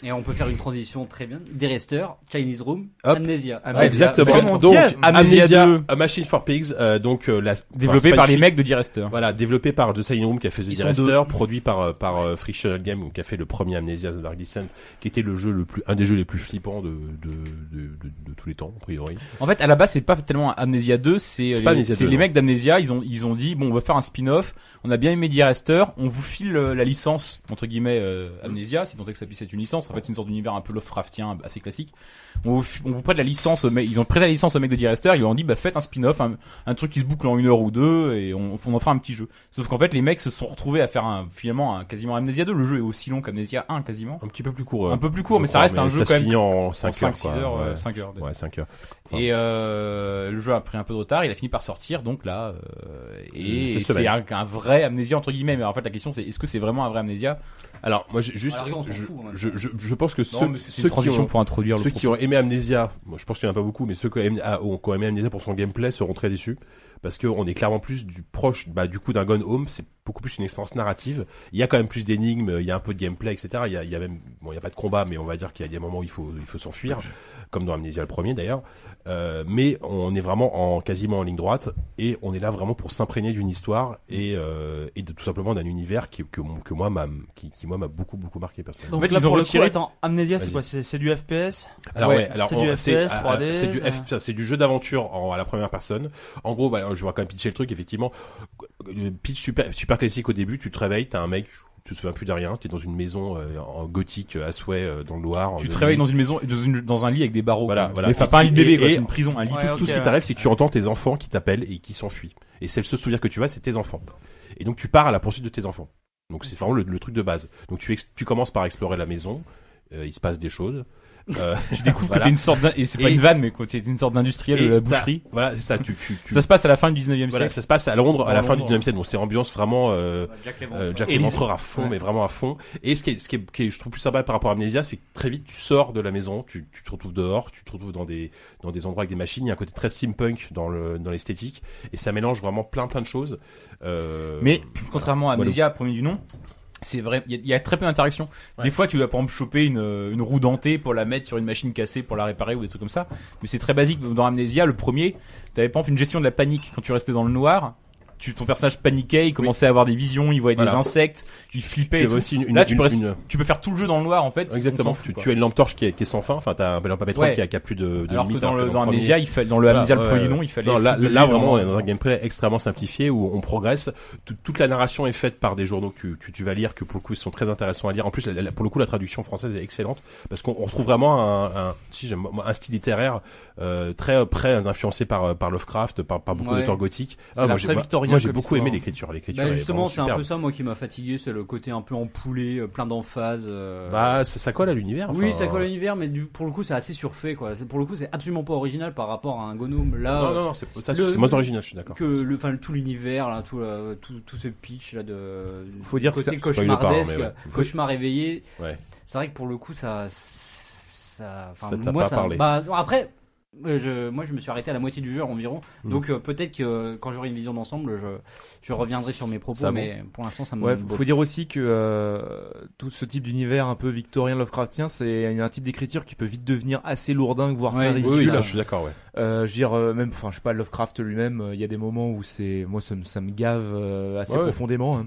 [SPEAKER 4] Et on peut faire une transition très bien. Des resteurs, Chinese Room,
[SPEAKER 1] Hop.
[SPEAKER 4] Amnesia.
[SPEAKER 1] Ah, Exactement. Donc,
[SPEAKER 6] Amnesia
[SPEAKER 1] Amnesia,
[SPEAKER 6] 2.
[SPEAKER 1] A Machine for Pigs, euh, donc euh, la,
[SPEAKER 6] Développé
[SPEAKER 1] c'est pas
[SPEAKER 6] par
[SPEAKER 1] une
[SPEAKER 6] les
[SPEAKER 1] suite.
[SPEAKER 6] mecs de Direster.
[SPEAKER 1] Voilà, développé par The Silent Room qui a fait The
[SPEAKER 6] Ils sont
[SPEAKER 1] Direster, produit par euh, par euh, Free Channel Game donc, qui a fait le premier Amnesia The Dark Descent, qui était le jeu le plus un des jeux les plus flippants de de de, de- de tous les temps a priori.
[SPEAKER 6] En fait, à la base, c'est pas tellement Amnesia 2, c'est
[SPEAKER 1] pas
[SPEAKER 6] les,
[SPEAKER 1] Amnesia
[SPEAKER 6] c'est
[SPEAKER 1] 2,
[SPEAKER 6] les
[SPEAKER 1] non.
[SPEAKER 6] mecs d'Amnesia, ils ont, ils ont dit, bon, on va faire un spin-off, on a bien aimé Direster, on vous file euh, la licence, entre guillemets, euh, Amnesia, si tant est que ça puisse être une licence, en fait, c'est une sorte d'univers un peu Lovecraftien, assez classique. On vous, fi- on vous prête la licence, aux mecs- ils ont prêté la licence au mec de Direster, ils lui ont dit, bah, faites un spin-off, un, un truc qui se boucle en une heure ou deux, et on, on en fera un petit jeu. Sauf qu'en fait, les mecs se sont retrouvés à faire un, finalement, un, quasiment Amnesia 2, le jeu est aussi long qu'Amnesia 1, quasiment.
[SPEAKER 1] Un petit peu plus court. euh,
[SPEAKER 6] Un peu plus court,
[SPEAKER 1] je
[SPEAKER 6] mais ça
[SPEAKER 1] crois,
[SPEAKER 6] reste un jeu
[SPEAKER 1] ça
[SPEAKER 6] quand
[SPEAKER 1] se
[SPEAKER 6] même
[SPEAKER 1] finit en
[SPEAKER 6] en
[SPEAKER 1] 5
[SPEAKER 6] cinq,
[SPEAKER 1] heures
[SPEAKER 6] six
[SPEAKER 1] quoi.
[SPEAKER 6] heures, euh,
[SPEAKER 1] Ouais.
[SPEAKER 6] cinq heures,
[SPEAKER 1] Ouais, 5 heures. Enfin,
[SPEAKER 6] et euh, le jeu a pris un peu de retard, il a fini par sortir, donc là, euh, et
[SPEAKER 1] Cette
[SPEAKER 6] et
[SPEAKER 1] semaine.
[SPEAKER 6] c'est un, un vrai amnésia entre guillemets. Mais en fait, la question c'est est-ce que c'est vraiment un vrai amnésia
[SPEAKER 1] Alors moi j'ai juste,
[SPEAKER 6] Alors, Ah, on s'en
[SPEAKER 1] je,
[SPEAKER 6] fout, en même
[SPEAKER 1] je,
[SPEAKER 6] temps.
[SPEAKER 1] je, je pense que
[SPEAKER 6] Non,
[SPEAKER 1] ceux,
[SPEAKER 6] mais c'est une
[SPEAKER 1] ceux qui
[SPEAKER 6] transition
[SPEAKER 1] ont,
[SPEAKER 6] pour introduire le
[SPEAKER 1] ceux qui
[SPEAKER 6] propos.
[SPEAKER 1] ont aimé Amnesia, moi, je pense qu'il y en a pas beaucoup, mais ceux qui ont aimé, ah, ont- qui ont aimé Amnesia pour son gameplay seront très déçus parce qu'on est clairement plus du proche, bah, du coup d'un Gone Home, c'est beaucoup plus une expérience narrative. Il y a quand même plus d'énigmes, il y a un peu de gameplay, etc. Il y a, il y a même, bon, il y a pas de combat, mais on va dire qu'il y a des moments où il faut, il faut s'enfuir, comme dans Amnesia le premier d'ailleurs. Euh, mais on est vraiment en quasiment en ligne droite et on est là vraiment pour s'imprégner d'une histoire et, euh, et de, tout simplement d'un univers qui, que, que moi m'a, qui, qui moi m'a beaucoup beaucoup marqué personnellement.
[SPEAKER 5] Donc là, pour le coup,
[SPEAKER 6] retiré-
[SPEAKER 5] attends, Amnesia, c'est
[SPEAKER 1] Vas-y.
[SPEAKER 5] quoi C'est c'est du FPS
[SPEAKER 1] Alors ouais, alors
[SPEAKER 5] c'est
[SPEAKER 1] on-
[SPEAKER 5] du
[SPEAKER 1] c'est
[SPEAKER 5] FPS,
[SPEAKER 1] ah,
[SPEAKER 5] 3D.
[SPEAKER 1] c'est du,
[SPEAKER 5] ça-
[SPEAKER 1] F- ça, c'est du jeu d'aventure en- à la première personne. En gros, bah, je vois quand même pitcher le truc. Effectivement, Le pitch super, super classique au début. Tu te réveilles, t'as un mec, tu te souviens plus de rien. T'es dans une maison euh, en gothique euh, à souhait euh, dans le Loir.
[SPEAKER 6] Tu
[SPEAKER 1] de
[SPEAKER 6] te réveilles
[SPEAKER 1] nuit.
[SPEAKER 6] dans une maison, dans, une- dans un lit avec des barreaux.
[SPEAKER 1] Voilà,
[SPEAKER 6] quoi.
[SPEAKER 1] voilà.
[SPEAKER 6] Mais enfin, pas un lit de
[SPEAKER 1] Et-
[SPEAKER 6] bébé, quoi,
[SPEAKER 1] et-
[SPEAKER 6] c'est une prison, un lit.
[SPEAKER 5] Ouais,
[SPEAKER 1] tout,
[SPEAKER 5] ok,
[SPEAKER 1] tout ce qui
[SPEAKER 5] ouais.
[SPEAKER 1] t'arrive, c'est que tu entends tes enfants qui t'appellent et qui s'enfuient. Et c'est le seul souvenir que tu as, c'est tes enfants. Et donc tu pars à la poursuite de tes enfants. Donc c'est vraiment le, le truc de base. Donc tu, ex- tu commences par explorer la maison. Euh, il se passe des choses. Euh,
[SPEAKER 6] <laughs> Tu découvres que t'es une sorte d'in- et c'est pas
[SPEAKER 1] Et-
[SPEAKER 6] une vanne, mais quoi, t'es une sorte d'industriel de la
[SPEAKER 1] et
[SPEAKER 6] boucherie.
[SPEAKER 1] t'as- Voilà, c'est ça. Tu, tu, tu-
[SPEAKER 6] Ça se passe à la fin du 19e
[SPEAKER 1] Voilà,
[SPEAKER 6] siècle.
[SPEAKER 1] ça se passe à Londres, à la
[SPEAKER 6] Dans
[SPEAKER 1] fin du
[SPEAKER 6] Londres.
[SPEAKER 1] 19e siècle. Donc c'est ambiance vraiment euh,
[SPEAKER 4] Jack
[SPEAKER 1] euh,
[SPEAKER 4] Lemmon.
[SPEAKER 1] Jack
[SPEAKER 6] Et
[SPEAKER 1] Lemmon
[SPEAKER 6] les-
[SPEAKER 1] empereur à fond,
[SPEAKER 6] Ouais.
[SPEAKER 1] mais vraiment à fond. Et ce qui est, ce qui est, qui est, je trouve plus sympa par rapport à Amnesia, c'est que très vite tu sors de la maison, tu, tu te retrouves dehors, tu te retrouves dans des dans des endroits avec des machines. Il y a un côté très steampunk dans le dans l'esthétique et ça mélange vraiment plein plein de choses. Euh,
[SPEAKER 6] Mais contrairement à
[SPEAKER 1] Walou.
[SPEAKER 6] Amnesia, premier du nom, c'est vrai, il y, a- il y a très peu d'interactions.
[SPEAKER 1] Ouais.
[SPEAKER 6] Des fois, tu dois par exemple choper une, euh, une roue dentée pour la mettre sur une machine cassée pour la réparer ou des trucs comme ça. Mais c'est très basique. Dans Amnesia, le premier, t'avais par exemple une gestion de la panique quand tu restais dans le noir. Tu, ton personnage paniquait, il commençait à avoir des visions, il voyait des
[SPEAKER 1] Voilà.
[SPEAKER 6] insectes, il flippait.
[SPEAKER 1] Tu
[SPEAKER 6] et
[SPEAKER 1] avais
[SPEAKER 6] tout.
[SPEAKER 1] aussi une- une-
[SPEAKER 6] Là, tu,
[SPEAKER 1] une-
[SPEAKER 6] peux, rester-
[SPEAKER 1] une-
[SPEAKER 6] tu peux faire tout le jeu dans le noir en fait. on
[SPEAKER 1] Exactement.
[SPEAKER 6] s'en fout,
[SPEAKER 1] Tu,
[SPEAKER 6] quoi.
[SPEAKER 1] tu as une lampe torche qui est, qui est sans fin. Enfin, t'as un lampe à pétrole
[SPEAKER 6] Ouais.
[SPEAKER 1] qui, a, qui a plus de, de
[SPEAKER 6] Alors que
[SPEAKER 1] limite,
[SPEAKER 6] dans
[SPEAKER 1] alors
[SPEAKER 6] le,
[SPEAKER 1] que
[SPEAKER 6] dans
[SPEAKER 1] premier-
[SPEAKER 6] Amnesia, il fa- dans le
[SPEAKER 1] Voilà,
[SPEAKER 6] Amnesia le
[SPEAKER 1] ouais,
[SPEAKER 6] premier
[SPEAKER 1] ouais.
[SPEAKER 6] nom, il fallait.
[SPEAKER 1] Non, là,
[SPEAKER 6] foutre de hein.
[SPEAKER 1] là,
[SPEAKER 6] l'huile
[SPEAKER 1] vraiment,
[SPEAKER 6] dans-
[SPEAKER 1] on est dans un gameplay extrêmement simplifié où on progresse. Tout- toute la narration est faite par des journaux que tu, que tu vas lire, que pour le coup ils sont très intéressants à lire. En plus, la- la- pour le coup, la traduction française est excellente parce qu'on on retrouve vraiment un, un- si j'aime, moi, un style littéraire euh, très euh, près influencé par euh, par Lovecraft, par, par beaucoup
[SPEAKER 4] Ouais.
[SPEAKER 1] d'auteurs gothiques. Ah,
[SPEAKER 2] C'est la très
[SPEAKER 1] moi, moi j'ai beaucoup aimé l'écriture. L'écriture,
[SPEAKER 4] Bah,
[SPEAKER 1] elle est
[SPEAKER 4] justement,
[SPEAKER 1] vraiment
[SPEAKER 4] c'est un
[SPEAKER 1] superbe.
[SPEAKER 4] peu ça, moi, qui m'a fatigué. C'est le côté un peu empoulé, euh, plein d'emphase. euh,
[SPEAKER 1] Bah, ça, ça colle à l'univers. enfin,
[SPEAKER 4] oui,
[SPEAKER 1] euh,
[SPEAKER 4] ça colle à l'univers, mais du- pour le coup, c'est assez surfait, quoi. C'est- Pour le coup, c'est absolument pas original par rapport à un gnome. Là,
[SPEAKER 1] Non,
[SPEAKER 4] euh,
[SPEAKER 1] non, non, c'est- ça,
[SPEAKER 4] le-
[SPEAKER 1] c'est moins original, je suis d'accord.
[SPEAKER 4] Que le, enfin, tout l'univers, là, tout, la- tout, tout ce pitch là de.
[SPEAKER 1] Faut dire que
[SPEAKER 4] côté
[SPEAKER 1] ça- c'est pas une part, hein,
[SPEAKER 4] cauchemardesque,
[SPEAKER 1] mais ouais. Faut-
[SPEAKER 4] cauchemar réveillé.
[SPEAKER 1] Ouais.
[SPEAKER 4] C'est vrai que pour le coup, ça, ça, enfin,
[SPEAKER 1] Ça t'a
[SPEAKER 4] moi,
[SPEAKER 1] pas
[SPEAKER 4] ça-
[SPEAKER 1] parlé.
[SPEAKER 4] bah, non, après. euh, je- moi, je me suis arrêté à la moitié du jeu environ, donc euh, peut-être que euh, quand j'aurai une vision d'ensemble, je, je reviendrai sur mes propos,
[SPEAKER 2] Ça, bon.
[SPEAKER 4] mais pour l'instant, ça me.
[SPEAKER 6] Mm,
[SPEAKER 2] Ouais,
[SPEAKER 4] bof.
[SPEAKER 2] faut dire aussi que euh, tout ce type d'univers un peu victorien Lovecraftien, c'est un type d'écriture qui peut vite devenir assez lourdingue, voire
[SPEAKER 1] Ouais.
[SPEAKER 2] très
[SPEAKER 1] Oui,
[SPEAKER 2] ridicule.
[SPEAKER 1] oui, là, je suis d'accord, ouais.
[SPEAKER 2] Euh, je veux dire, euh, même, enfin, je sais pas, Lovecraft lui-même, euh, il y a des moments où c'est, moi, ça, me- ça me gave euh, assez
[SPEAKER 1] Ouais, ouais.
[SPEAKER 2] profondément. hein.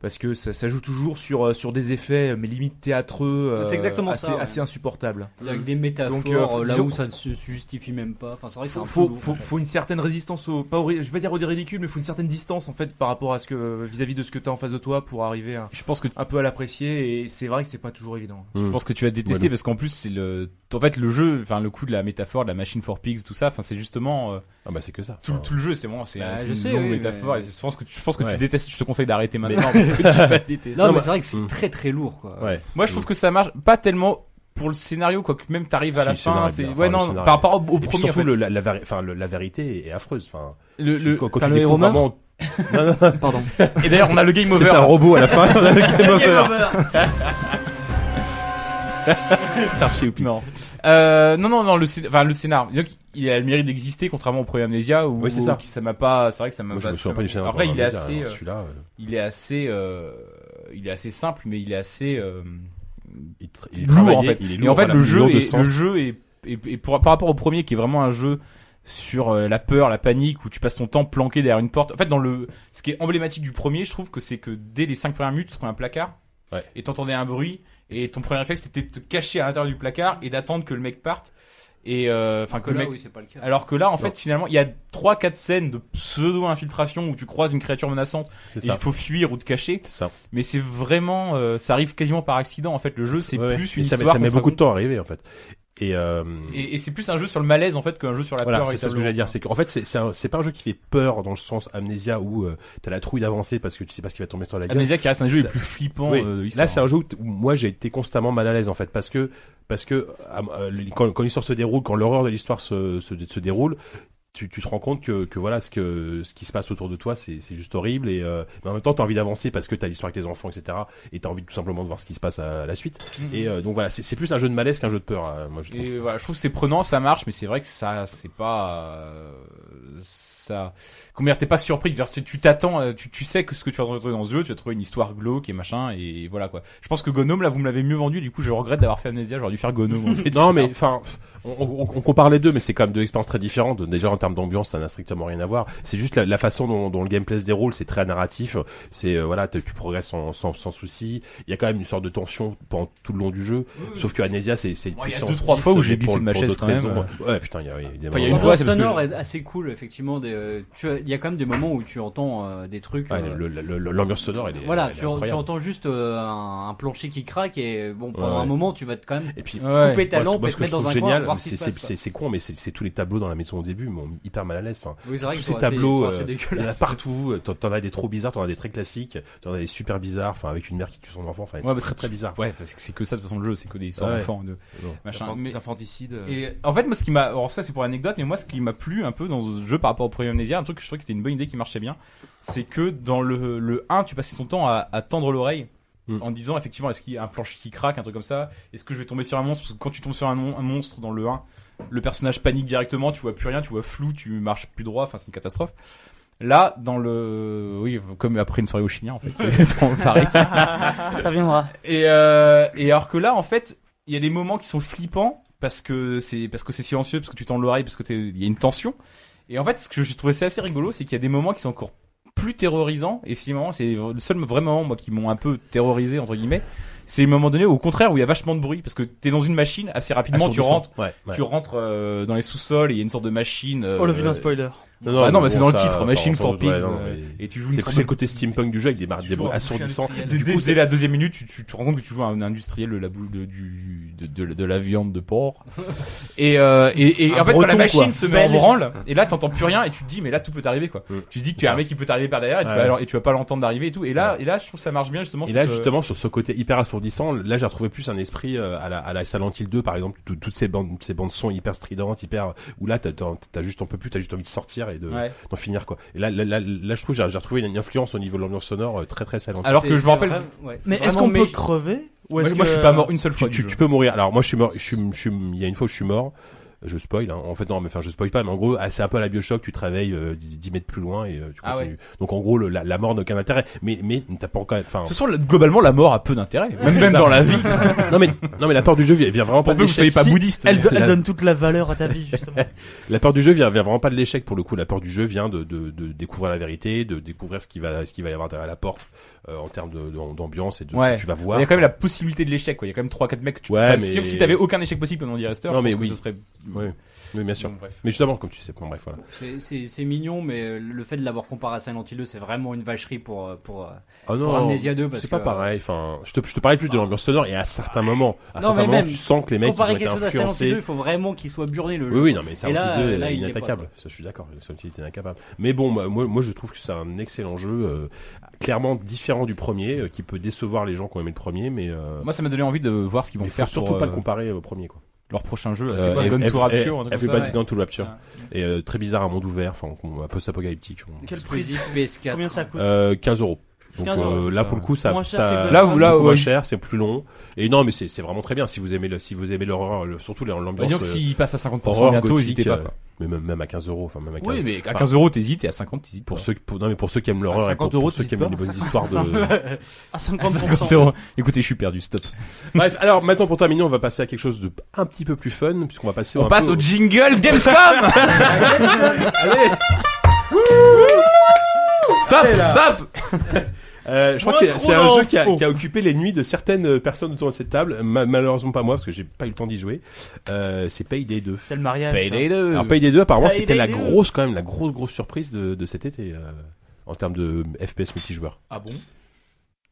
[SPEAKER 2] Parce que ça, ça joue toujours sur, euh, sur des effets, euh, mais limite théâtreux, euh,
[SPEAKER 4] C'est exactement
[SPEAKER 2] assez,
[SPEAKER 4] ça, ouais.
[SPEAKER 2] assez insupportable.
[SPEAKER 4] Avec des métaphores
[SPEAKER 2] Donc, euh, faut-
[SPEAKER 4] euh, là
[SPEAKER 2] disons-
[SPEAKER 4] où ça ne se justifie même pas. Enfin, c'est vrai que c'est
[SPEAKER 2] faut,
[SPEAKER 4] un
[SPEAKER 2] faut,
[SPEAKER 4] peu lourd,
[SPEAKER 2] faut-
[SPEAKER 4] en fait.
[SPEAKER 2] faut une certaine résistance au pas au ri- je vais pas dire au ridicule mais faut une certaine distance en fait par rapport à ce que vis-à-vis de ce que t'as en face de toi pour arriver à,
[SPEAKER 6] je pense que
[SPEAKER 2] un peu à l'apprécier et c'est vrai que c'est pas toujours évident
[SPEAKER 6] Je pense que tu vas détester
[SPEAKER 2] Voilà.
[SPEAKER 6] parce qu'en plus c'est le en fait le jeu enfin le coup de la métaphore de la machine for pigs tout ça enfin c'est justement euh,
[SPEAKER 1] ah bah c'est que ça
[SPEAKER 6] tout, le- tout le jeu c'est vraiment c'est
[SPEAKER 4] Bah,
[SPEAKER 6] c'est
[SPEAKER 4] je
[SPEAKER 6] une
[SPEAKER 4] sais,
[SPEAKER 6] longue
[SPEAKER 4] oui,
[SPEAKER 6] métaphore
[SPEAKER 4] mais-
[SPEAKER 6] et je pense que tu- je pense que
[SPEAKER 1] Ouais.
[SPEAKER 6] tu détestes je te conseille d'arrêter
[SPEAKER 1] Mais-
[SPEAKER 6] maintenant parce que tu vas détester
[SPEAKER 4] Non,
[SPEAKER 6] ça.
[SPEAKER 4] mais c'est vrai que c'est très très lourd quoi.
[SPEAKER 1] Ouais.
[SPEAKER 6] moi je trouve que ça marche pas tellement pour le scénario quoi que même t'arrives à
[SPEAKER 1] Si,
[SPEAKER 6] la
[SPEAKER 1] le scénario
[SPEAKER 6] fin
[SPEAKER 1] est
[SPEAKER 6] c'est
[SPEAKER 1] bien.
[SPEAKER 6] ouais
[SPEAKER 1] Enfin, le
[SPEAKER 6] non
[SPEAKER 1] scénario
[SPEAKER 6] par
[SPEAKER 1] est-
[SPEAKER 6] rapport au, au
[SPEAKER 1] Et puis
[SPEAKER 6] premier en
[SPEAKER 1] surtout,
[SPEAKER 6] fait.
[SPEAKER 1] le- la, la, vari- enfin, le- la vérité est affreuse. Enfin,
[SPEAKER 6] Le- le-
[SPEAKER 1] quand,
[SPEAKER 6] quand
[SPEAKER 1] tu
[SPEAKER 6] le
[SPEAKER 1] découvres
[SPEAKER 6] héros meurt
[SPEAKER 1] vraiment- Non, non, non.
[SPEAKER 6] Pardon. Et d'ailleurs, on a le
[SPEAKER 1] <laughs>
[SPEAKER 6] game
[SPEAKER 1] C'était
[SPEAKER 6] over.
[SPEAKER 1] un robot à
[SPEAKER 6] <laughs>
[SPEAKER 1] la fin. On a le
[SPEAKER 6] Game
[SPEAKER 1] game over. Merci, Oupi.
[SPEAKER 6] Non. Euh, non, non, non, le, scén- enfin, le scénar. Disons qu'il a le mérite d'exister, contrairement au premier Amnesia, où,
[SPEAKER 1] Oui, c'est ça.
[SPEAKER 6] où ça m'a pas, c'est vrai que ça m'a
[SPEAKER 1] Moi, je
[SPEAKER 6] pas.
[SPEAKER 1] me souviens pas du scénar
[SPEAKER 6] Alors
[SPEAKER 1] du
[SPEAKER 6] là,
[SPEAKER 1] premier
[SPEAKER 6] il est
[SPEAKER 1] Amnesia,
[SPEAKER 6] assez,
[SPEAKER 1] alors
[SPEAKER 6] euh,
[SPEAKER 1] celui-là, euh.
[SPEAKER 6] il est assez, euh, il est assez simple, mais il est assez, euh,
[SPEAKER 1] il est
[SPEAKER 6] lourd, en
[SPEAKER 1] travaillé,
[SPEAKER 6] fait.
[SPEAKER 1] il est
[SPEAKER 6] Et en
[SPEAKER 1] lourd,
[SPEAKER 6] fait,
[SPEAKER 1] voilà,
[SPEAKER 6] le
[SPEAKER 1] il est lourd
[SPEAKER 6] jeu
[SPEAKER 1] de
[SPEAKER 6] est,
[SPEAKER 1] sens.
[SPEAKER 6] le jeu est, et, et pour- par rapport au premier qui est vraiment un jeu sur euh, la peur, la panique, où tu passes ton temps planqué derrière une porte. En fait, dans le, ce qui est emblématique du premier, je trouve que c'est que dès les 5 premières minutes, tu trouves un placard,
[SPEAKER 1] Ouais.
[SPEAKER 6] et t'entendais un bruit, et ton premier réflexe c'était de te cacher à l'intérieur du placard et d'attendre que le mec parte. Et euh, enfin
[SPEAKER 4] Alors
[SPEAKER 6] que
[SPEAKER 4] que
[SPEAKER 6] le
[SPEAKER 4] là,
[SPEAKER 6] mec.
[SPEAKER 4] oui, c'est pas le cas.
[SPEAKER 6] Alors que là, en fait,
[SPEAKER 4] Non.
[SPEAKER 6] finalement, il y a trois, quatre scènes de pseudo infiltration où tu croises une créature menaçante.
[SPEAKER 1] C'est
[SPEAKER 6] et
[SPEAKER 1] ça.
[SPEAKER 6] Il faut fuir ou te cacher.
[SPEAKER 1] ça.
[SPEAKER 6] Mais c'est vraiment, euh, ça arrive quasiment par accident. En fait, le jeu, c'est
[SPEAKER 1] Ouais,
[SPEAKER 6] plus
[SPEAKER 1] mais
[SPEAKER 6] une
[SPEAKER 1] ça, met-
[SPEAKER 6] histoire.
[SPEAKER 1] ça met
[SPEAKER 6] qu'on te
[SPEAKER 1] beaucoup de temps à arriver en fait. Et, euh,
[SPEAKER 6] et, et c'est plus un jeu sur le malaise en fait qu'un jeu sur la
[SPEAKER 1] voilà,
[SPEAKER 6] peur.
[SPEAKER 1] c'est ça ce que j'allais dire. C'est qu'en fait, c'est- c'est un- c'est pas un jeu qui fait peur dans le sens amnésia où euh, t'as la trouille d'avancer parce que tu sais pas ce qui va tomber sur la gueule.
[SPEAKER 6] Amnésia qui reste un des jeux les
[SPEAKER 1] Ça-
[SPEAKER 6] plus flippants,
[SPEAKER 1] Oui.
[SPEAKER 6] euh, de l'histoire.
[SPEAKER 1] Là, c'est un jeu où, t- où moi j'ai été constamment mal à l'aise en fait parce que parce que euh, euh, quand, quand l'histoire se déroule, quand l'horreur de l'histoire se, se, se déroule. Tu, tu te rends compte que, que voilà ce que ce qui se passe autour de toi c'est c'est juste horrible et euh, mais en même temps t'as envie d'avancer parce que t'as l'histoire avec tes enfants etc et t'as envie tout simplement de voir ce qui se passe à, la suite
[SPEAKER 6] Mhm.
[SPEAKER 1] et euh, donc voilà c'est c'est plus un jeu de malaise qu'un jeu de peur euh, moi je trouve.
[SPEAKER 6] Et voilà, je trouve que c'est prenant, ça marche, mais c'est vrai que ça, c'est pas euh, ça. Combien t'es pas surpris C'est-à-dire, c'est- Tu t'attends, euh, tu, tu sais que ce que tu vas retrouver dans ce jeu, tu vas trouver une histoire glauque et machin, et voilà quoi. Je pense que Gnome, là, vous me l'avez mieux vendu, du coup, je regrette d'avoir fait Amnesia. J'aurais dû faire
[SPEAKER 1] <laughs>
[SPEAKER 6] Gnome. En fait.
[SPEAKER 1] non, mais enfin, on, on- on compare les deux, mais c'est quand même deux expériences très différentes. Déjà en termes d'ambiance, ça n'a strictement rien à voir. C'est juste la, la façon dont, dont le gameplay se déroule, c'est très narratif. C'est euh, voilà, t- tu progresses sans, sans, sans souci. Il y a quand même une sorte de tension pendant tout le long du jeu. Sauf que Amnesia, c'est c'est
[SPEAKER 6] Bon, il y a
[SPEAKER 1] puissance
[SPEAKER 6] deux, trois fois où
[SPEAKER 1] 10,
[SPEAKER 6] j'ai
[SPEAKER 1] mais pour-
[SPEAKER 6] glissé de ma
[SPEAKER 1] pour
[SPEAKER 6] chaise
[SPEAKER 1] d'autres
[SPEAKER 6] quand même, euh.
[SPEAKER 1] raisons. Ouais, putain, il y a, il y a
[SPEAKER 6] Enfin, il y a
[SPEAKER 1] moments-
[SPEAKER 6] une
[SPEAKER 4] L'ambiance
[SPEAKER 6] c'est parce que
[SPEAKER 4] sonore
[SPEAKER 6] je-
[SPEAKER 4] est assez cool, effectivement. des, euh, tu as- Il y a quand même des moments où tu entends euh, des trucs.
[SPEAKER 1] Ouais,
[SPEAKER 4] euh,
[SPEAKER 1] le- le- le- L'ambiance sonore, elle est
[SPEAKER 4] voilà,
[SPEAKER 1] elle est
[SPEAKER 4] tu, en- tu
[SPEAKER 1] incroyable.
[SPEAKER 4] entends juste euh, un, un plancher qui craque et bon, pendant
[SPEAKER 1] Ouais,
[SPEAKER 4] un
[SPEAKER 1] ouais.
[SPEAKER 4] moment, tu vas te quand même
[SPEAKER 1] Et puis,
[SPEAKER 4] couper ta
[SPEAKER 1] moi, ce-
[SPEAKER 4] lampe
[SPEAKER 1] moi,
[SPEAKER 4] et
[SPEAKER 1] ce
[SPEAKER 4] te
[SPEAKER 1] que je
[SPEAKER 4] mettre dans
[SPEAKER 1] trouve
[SPEAKER 4] un
[SPEAKER 1] génial,
[SPEAKER 4] coin, voir ce
[SPEAKER 1] c'est-
[SPEAKER 4] qui se
[SPEAKER 1] c'est
[SPEAKER 4] passe. quoi.
[SPEAKER 1] c'est- c'est con, mais c'est c'est tous les tableaux dans la maison au début m'ont mis hyper mal à l'aise. Enfin,
[SPEAKER 4] Oui, c'est vrai
[SPEAKER 1] tous
[SPEAKER 4] qu'ils
[SPEAKER 1] ces
[SPEAKER 4] sont assez- ils
[SPEAKER 1] tableaux,
[SPEAKER 4] sont assez
[SPEAKER 1] euh, il y en a
[SPEAKER 4] dégueulasses.
[SPEAKER 1] partout. euh, T'en t'en as des trop bizarres, t'en as des très classiques, t'en as des super bizarres. Enfin, avec une mère qui tue son enfant, enfin,
[SPEAKER 6] Ouais,
[SPEAKER 1] bah, c'est
[SPEAKER 6] parce
[SPEAKER 1] très
[SPEAKER 6] que
[SPEAKER 1] très
[SPEAKER 6] tu-
[SPEAKER 1] bizarre.
[SPEAKER 6] Ouais, parce que c'est que ça de toute façon le jeu, c'est que des histoires
[SPEAKER 1] Ouais.
[SPEAKER 6] d'enfants, de
[SPEAKER 1] Non.
[SPEAKER 6] machin.
[SPEAKER 2] D'infant-
[SPEAKER 6] Mais-
[SPEAKER 2] d'infanticide euh.
[SPEAKER 6] Et en fait, moi, ce qui m'a, alors ça, c'est pour anecdote, mais moi, ce qui m'a plu un peu dans ce jeu par rapport au premier Amnesia, un truc que je trouvais que c'était une bonne idée qui marchait bien, c'est que dans le, le 1, tu passais ton temps à, à tendre l'oreille.
[SPEAKER 1] Mm.
[SPEAKER 6] En disant effectivement est-ce qu'il y a un plancher qui craque un truc comme ça est-ce que je vais tomber sur un monstre parce que quand tu tombes sur un, mon- un monstre dans le 1 le personnage panique directement tu vois plus rien tu vois flou tu marches plus droit enfin c'est une catastrophe là dans le oui comme après une soirée au chien en fait c'est <laughs> exactement pareil
[SPEAKER 5] Ah, Ça viendra.
[SPEAKER 6] et, euh, et alors que là, en fait, il y a des moments qui sont flippants parce que c'est parce que c'est silencieux, parce que tu tends l'oreille, parce que t'es- il y a une tension. Et en fait, ce que j'ai trouvé c'est assez rigolo, c'est qu'il y a des moments qui sont encore plus terrorisants. Et ces moments, c'est le seul vrai moment moi qui m'ont un peu terrorisé entre guillemets. C'est les moments donnés au contraire où il y a vachement de bruit parce que t'es dans une
[SPEAKER 1] Ah,
[SPEAKER 6] machine assez rapidement, tu
[SPEAKER 1] Assourdissant.
[SPEAKER 6] rentres,
[SPEAKER 1] Ouais, ouais.
[SPEAKER 6] tu rentres euh, dans les sous-sols et il y a une sorte de machine. euh,
[SPEAKER 5] Oh le vilain spoiler.
[SPEAKER 1] Non,
[SPEAKER 6] Bah non,
[SPEAKER 1] mais
[SPEAKER 6] mais c'est
[SPEAKER 1] bon,
[SPEAKER 6] dans le
[SPEAKER 1] ça,
[SPEAKER 6] titre,
[SPEAKER 1] enfin,
[SPEAKER 6] Machine
[SPEAKER 1] enfin,
[SPEAKER 6] for
[SPEAKER 1] ouais,
[SPEAKER 6] Pigs.
[SPEAKER 1] non,
[SPEAKER 6] euh,
[SPEAKER 1] mais
[SPEAKER 6] Et tu joues une
[SPEAKER 1] c'est-
[SPEAKER 6] sorte
[SPEAKER 1] c'est
[SPEAKER 6] de-
[SPEAKER 1] le côté steampunk du jeu avec des, mar- des
[SPEAKER 6] joues
[SPEAKER 1] mots
[SPEAKER 6] un
[SPEAKER 1] assourdissants.
[SPEAKER 6] industriel.
[SPEAKER 1] Du
[SPEAKER 6] Dès,
[SPEAKER 1] coup,
[SPEAKER 6] dès la deuxième minute, tu, tu te rends compte que tu joues à un industriel de la boule de, du, de, de- de la viande de
[SPEAKER 1] <laughs>
[SPEAKER 6] porc. Et, euh, et, et
[SPEAKER 2] Un
[SPEAKER 6] en fait, quand la
[SPEAKER 2] breton,
[SPEAKER 6] machine
[SPEAKER 2] quoi.
[SPEAKER 6] se met en
[SPEAKER 2] Belge.
[SPEAKER 6] branle, et là, t'entends plus rien, et tu te dis, mais là, tout peut t'arriver, quoi. Tu te dis que tu as un mec qui peut t'arriver par derrière, et tu,
[SPEAKER 1] Mm. Ouais.
[SPEAKER 6] vas, alors- et tu vas pas l'entendre d'arriver et tout. Et là, et là, je trouve que ça marche bien, justement.
[SPEAKER 1] Et là,
[SPEAKER 6] cette, euh,
[SPEAKER 1] justement, sur ce côté hyper assourdissant, là, j'ai retrouvé plus un esprit euh, à la, à la Silent Hill 2, par exemple, tout- toutes ces bandes, ces bandes son hyper stridentes, hyper, où là, t'as, t'as, t'as juste un peu plus, t'as juste envie de sortir et de,
[SPEAKER 6] Ouais.
[SPEAKER 1] d'en finir, quoi. Et là, là, là, là, je trouve, j'ai, j'ai retrouvé une, une influence au niveau de l'ambiance sonore euh, très, très Silent Hill.
[SPEAKER 6] Alors que je me rappelle.
[SPEAKER 5] Mais est-ce qu'on peut crever ou est-ce
[SPEAKER 6] euh, Moi, je
[SPEAKER 5] que-
[SPEAKER 6] suis pas mort une seule fois.
[SPEAKER 1] tu,
[SPEAKER 6] du
[SPEAKER 1] tu-
[SPEAKER 6] jeu.
[SPEAKER 1] tu peux mourir. Alors moi je suis mort, je suis, je suis- il y a une fois où je suis mort. Je spoil, hein. en fait non, mais enfin je spoil pas, mais en gros ah, c'est un peu à la Bioshock, tu te réveilles euh, 10 10 mètres plus loin et euh, tu
[SPEAKER 6] Ah
[SPEAKER 1] continues. Donc en gros le- la, la mort n'a aucun intérêt, mais mais t'as pas encore, enfin
[SPEAKER 6] De toute façon, la- globalement, la mort a peu d'intérêt. Même,
[SPEAKER 1] C'est
[SPEAKER 6] même
[SPEAKER 1] ça.
[SPEAKER 6] dans la
[SPEAKER 1] <laughs>
[SPEAKER 6] vie.
[SPEAKER 1] non mais non mais la peur du jeu vient vient vraiment pas
[SPEAKER 6] Pour peu
[SPEAKER 1] de
[SPEAKER 6] que vous soyez
[SPEAKER 1] l'échec.
[SPEAKER 6] pas bouddhiste.
[SPEAKER 5] Elle, do- elle
[SPEAKER 1] La-
[SPEAKER 5] donne toute la valeur à
[SPEAKER 6] <laughs>
[SPEAKER 5] ta vie, justement.
[SPEAKER 1] la peur du jeu vient, vient vraiment pas de l'échec pour le coup. La peur du jeu vient de, de, de découvrir la vérité, de découvrir ce qui va ce qui va y avoir derrière la porte euh, en termes de- de- d'ambiance et de ce
[SPEAKER 6] Ouais.
[SPEAKER 1] que tu vas voir.
[SPEAKER 6] Il y a quand même la possibilité de l'échec, quoi. Il y a quand même 3-4 mecs que tu
[SPEAKER 1] Ouais,
[SPEAKER 6] enfin,
[SPEAKER 1] mais-
[SPEAKER 6] si, si t'avais aucun échec possible pendant Direster,
[SPEAKER 1] Non,
[SPEAKER 6] je
[SPEAKER 1] mais
[SPEAKER 6] pense
[SPEAKER 1] oui.
[SPEAKER 6] que ce serait.
[SPEAKER 1] Oui, oui, bien sûr.
[SPEAKER 6] Bon, bref.
[SPEAKER 1] mais justement comme tu sais, bon, bref voilà.
[SPEAKER 4] C'est- C'est c'est mignon, mais euh, le fait de l'avoir comparé à Silent Hill 2, c'est vraiment une vacherie pour, euh, pour, euh,
[SPEAKER 1] Oh non,
[SPEAKER 4] pour Amnesia 2. Parce
[SPEAKER 1] c'est pas
[SPEAKER 4] que-
[SPEAKER 1] pareil. Enfin, je te, je te parlais plus de l'ambiance sonore et à certains moments, à
[SPEAKER 4] Non,
[SPEAKER 1] certains
[SPEAKER 4] mais
[SPEAKER 1] moments,
[SPEAKER 4] même,
[SPEAKER 1] tu sens que les mecs ils
[SPEAKER 4] comparer
[SPEAKER 1] ont été
[SPEAKER 4] quelque chose à Silent Hill 2,
[SPEAKER 1] influencés.
[SPEAKER 4] il faut vraiment qu'il soit burné le
[SPEAKER 1] Oui,
[SPEAKER 4] jeu.
[SPEAKER 1] oui, non, mais Silent
[SPEAKER 4] Et
[SPEAKER 1] Hill 2
[SPEAKER 4] là, euh,
[SPEAKER 1] euh,
[SPEAKER 4] là, il y est pas,
[SPEAKER 1] inattaquable.
[SPEAKER 4] quoi.
[SPEAKER 1] Ça, je suis d'accord. Silent Hill est inaccapable. Mais bon, moi, moi, moi, je trouve que c'est un excellent jeu, euh, clairement différent du premier, euh, qui peut décevoir les gens qui ont aimé le premier, mais euh,
[SPEAKER 6] Moi, ça m'a donné envie de voir ce qu'ils vont
[SPEAKER 1] mais faut
[SPEAKER 6] faire
[SPEAKER 1] surtout
[SPEAKER 6] pour
[SPEAKER 1] pas
[SPEAKER 6] euh,
[SPEAKER 1] le comparer au premier, quoi.
[SPEAKER 6] leur prochain jeu.
[SPEAKER 1] Euh,
[SPEAKER 6] Bah, C'est quoi, Gone
[SPEAKER 1] Ev-
[SPEAKER 6] to
[SPEAKER 1] Ev-
[SPEAKER 6] Rapture, un truc comme ça.
[SPEAKER 1] Everybody's Gone to Rapture.
[SPEAKER 6] Ah.
[SPEAKER 1] Et euh, très bizarre, un monde ouvert, enfin, qu'on- un post-apocalyptique. on-
[SPEAKER 5] Quel prix
[SPEAKER 4] Exclusif PS4.
[SPEAKER 5] Combien ça coûte
[SPEAKER 1] Euh, 15 euros. Donc
[SPEAKER 5] 15 euros,
[SPEAKER 1] euh,
[SPEAKER 5] c'est
[SPEAKER 1] là
[SPEAKER 5] ça,
[SPEAKER 1] pour le coup ça,
[SPEAKER 5] Moins cher que
[SPEAKER 1] ça
[SPEAKER 5] Golden Là, vous-
[SPEAKER 6] là,
[SPEAKER 1] beaucoup moins
[SPEAKER 6] ouais.
[SPEAKER 1] cher, c'est plus long. Et non mais c'est c'est vraiment très bien si vous aimez le, si vous aimez l'horreur, le- surtout
[SPEAKER 6] Bah,
[SPEAKER 1] l'ambiance.
[SPEAKER 6] disons que
[SPEAKER 1] euh,
[SPEAKER 6] s'il passe à 50%
[SPEAKER 1] horreur
[SPEAKER 6] bientôt,
[SPEAKER 1] gothique,
[SPEAKER 6] n'hésitez pas,
[SPEAKER 1] euh,
[SPEAKER 6] quoi.
[SPEAKER 1] Mais même, même à 15 euros, enfin même à 15
[SPEAKER 6] Oui, mais Ah, à
[SPEAKER 1] enfin,
[SPEAKER 6] 15 euros, t'hésites, et à 50, t'hésites.
[SPEAKER 1] pour
[SPEAKER 6] pas.
[SPEAKER 1] ceux qui- pour- non mais pour ceux qui aiment l'horreur et pour,
[SPEAKER 2] 50
[SPEAKER 1] pour
[SPEAKER 2] euros,
[SPEAKER 1] ceux qui aiment
[SPEAKER 2] t'hésites
[SPEAKER 1] les
[SPEAKER 2] pas.
[SPEAKER 6] <laughs>
[SPEAKER 1] bonnes histoires de
[SPEAKER 5] À
[SPEAKER 6] 50
[SPEAKER 5] 50%.
[SPEAKER 6] euros. Écoutez, je suis perdu, stop.
[SPEAKER 1] <laughs> Bref, alors maintenant pour terminer, on va passer à quelque chose de un petit peu plus fun puisqu'on va passer
[SPEAKER 6] <laughs> On
[SPEAKER 1] un
[SPEAKER 6] passe
[SPEAKER 1] peu
[SPEAKER 6] au jingle <laughs> Gamescom!
[SPEAKER 1] Allez
[SPEAKER 6] Stop! Stop!
[SPEAKER 1] Euh, je crois que
[SPEAKER 5] Moi,
[SPEAKER 1] c'est
[SPEAKER 5] gros
[SPEAKER 1] c'est un jeu qui a,
[SPEAKER 5] info.
[SPEAKER 1] qui a occupé les nuits de certaines euh, personnes autour de cette table, Ma- malheureusement pas moi parce que j'ai pas eu le temps d'y jouer. Euh, c'est Payday 2.
[SPEAKER 5] C'est le mariage.
[SPEAKER 6] Payday 2.
[SPEAKER 1] Alors Payday 2 apparemment
[SPEAKER 5] Payday
[SPEAKER 1] c'était la
[SPEAKER 5] 2.
[SPEAKER 1] grosse quand même la grosse grosse surprise de, de cet été euh, en termes de FPS multijoueur.
[SPEAKER 6] Ah bon?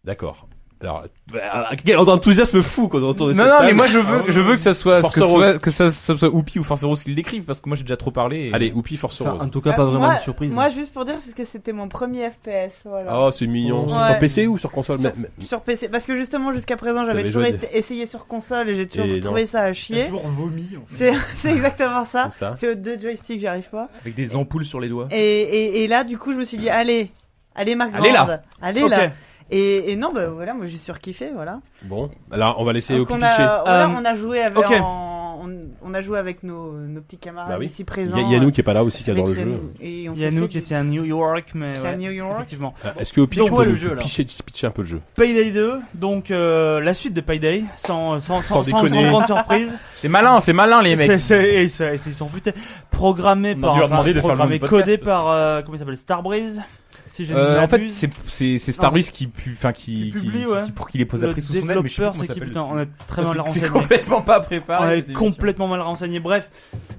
[SPEAKER 1] D'accord. Alors bah, quel enthousiasme fou quand on entend
[SPEAKER 6] Non, non, mais moi je veux, je veux que ça soit,
[SPEAKER 1] Force
[SPEAKER 6] que, ce
[SPEAKER 1] Rose.
[SPEAKER 6] soit que ça, ça soit Oupi ou Force Rose qui le décrivent parce que moi j'ai déjà trop parlé. et-
[SPEAKER 1] Allez, Oupi Force
[SPEAKER 11] Enfin,
[SPEAKER 1] Rose.
[SPEAKER 11] en tout cas,
[SPEAKER 8] Euh,
[SPEAKER 11] pas vraiment
[SPEAKER 2] Bah,
[SPEAKER 8] moi-
[SPEAKER 11] de surprise.
[SPEAKER 8] Moi, juste pour dire, parce que c'était mon premier FPS. Voilà.
[SPEAKER 1] Oh, c'est mignon. C'est
[SPEAKER 8] Ouais.
[SPEAKER 1] Sur PC ou sur console
[SPEAKER 8] Sur-
[SPEAKER 1] mais- mais-
[SPEAKER 8] Sur PC, parce que justement jusqu'à présent j'avais
[SPEAKER 1] T'avais
[SPEAKER 8] toujours
[SPEAKER 1] joué
[SPEAKER 8] été- essayé sur console et j'ai toujours
[SPEAKER 1] Et
[SPEAKER 8] trouvé ça à chier.
[SPEAKER 12] toujours vomi. En fait.
[SPEAKER 8] C'est <laughs> c'est exactement ça.
[SPEAKER 1] C'est ça.
[SPEAKER 8] Sur deux joysticks j'y arrive pas.
[SPEAKER 2] Avec des ampoules sur les doigts.
[SPEAKER 8] Et, et, et là du coup je me suis dit allez, allez Marc
[SPEAKER 6] Allez là.
[SPEAKER 8] Grande, allez
[SPEAKER 5] Ok.
[SPEAKER 8] là. Et, et non bah voilà moi j'ai surkiffé voilà.
[SPEAKER 1] Bon, alors on va laisser
[SPEAKER 8] Donc,
[SPEAKER 1] Oupi
[SPEAKER 8] on
[SPEAKER 1] pitcher.
[SPEAKER 8] a voilà,
[SPEAKER 5] Euh,
[SPEAKER 8] on a joué avec
[SPEAKER 5] ok.
[SPEAKER 8] en- on, on a joué avec nos, nos petits camarades
[SPEAKER 1] Bah oui.
[SPEAKER 8] ici
[SPEAKER 1] Il y
[SPEAKER 8] présents.
[SPEAKER 1] a Yannou qui est pas là aussi qui adore le
[SPEAKER 8] euh, avec
[SPEAKER 1] jeu.
[SPEAKER 8] Yannou. Et on
[SPEAKER 5] Il
[SPEAKER 8] s'est
[SPEAKER 5] y a nous
[SPEAKER 8] fait
[SPEAKER 5] qui
[SPEAKER 8] du-
[SPEAKER 5] était à New York, mais.
[SPEAKER 8] qui
[SPEAKER 5] ouais,
[SPEAKER 8] à New York.
[SPEAKER 5] Effectivement.
[SPEAKER 1] Ah, Est-ce que Oupi
[SPEAKER 5] Donc,
[SPEAKER 1] tu
[SPEAKER 5] ouais,
[SPEAKER 1] peux
[SPEAKER 5] le
[SPEAKER 1] nous
[SPEAKER 5] jeu, alors.
[SPEAKER 1] pitcher, pitcher un peu le jeu
[SPEAKER 5] Payday 2, donc euh, la suite de Payday, sans, euh, sans,
[SPEAKER 1] Sans
[SPEAKER 5] sans, sans,
[SPEAKER 1] déconner.
[SPEAKER 5] sans
[SPEAKER 6] <laughs>
[SPEAKER 5] grande surprise.
[SPEAKER 6] C'est malin, c'est malin les mecs.
[SPEAKER 5] C'est- c'est- et c'est- et c'est- ils sont putés. Programmé
[SPEAKER 6] On a
[SPEAKER 5] par.
[SPEAKER 6] dû leur demander de faire le
[SPEAKER 5] programmé,
[SPEAKER 6] podcast,
[SPEAKER 5] codé
[SPEAKER 6] ça.
[SPEAKER 5] par. euh, comment il s'appelle Starbreeze Si j'ai
[SPEAKER 6] Euh,
[SPEAKER 5] ne
[SPEAKER 6] en fait,
[SPEAKER 5] m'abuse.
[SPEAKER 6] c'est c'est c'est Starbreeze qui pu- enfin qui,
[SPEAKER 5] Ah, Qui publie,
[SPEAKER 6] qui-
[SPEAKER 5] ouais.
[SPEAKER 6] qui- pour qu'il les pose
[SPEAKER 5] le
[SPEAKER 6] après sous son aile, mais je sais pas
[SPEAKER 5] développeur,
[SPEAKER 6] comment
[SPEAKER 5] c'est
[SPEAKER 6] ça
[SPEAKER 5] qui
[SPEAKER 6] s'appelle.
[SPEAKER 5] putain On est très mal
[SPEAKER 6] C'est- C'est
[SPEAKER 5] renseigné.
[SPEAKER 6] complètement pas
[SPEAKER 5] On
[SPEAKER 6] préparé.
[SPEAKER 5] est
[SPEAKER 6] cette émission.
[SPEAKER 5] complètement mal renseigné. Bref,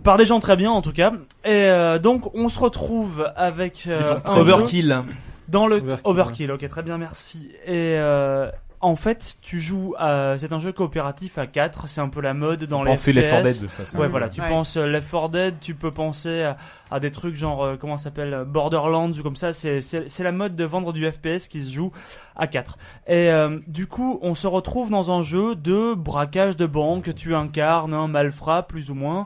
[SPEAKER 5] par des gens très bien en tout cas. Et euh, donc on se retrouve avec euh, un jeu
[SPEAKER 6] Overkill.
[SPEAKER 5] dans le
[SPEAKER 6] Overkill,
[SPEAKER 5] Overkill. Ok, très bien, merci. Et euh, en fait, tu joues. à- C'est un jeu coopératif à 4 C'est un peu la mode dans les.
[SPEAKER 6] Pensez les
[SPEAKER 5] FPS.
[SPEAKER 6] 4 Dead. de toute façon.
[SPEAKER 5] Ouais, voilà, tu
[SPEAKER 8] Ouais.
[SPEAKER 5] penses euh, Left 4 Dead, tu peux penser à, à des trucs genre, euh, comment ça s'appelle, euh, Borderlands ou comme ça, c'est- c'est c'est la mode de vendre du FPS qui se joue à 4. Et euh, du coup, on se retrouve dans un jeu de braquage de banque, tu incarnes un malfrat plus ou moins,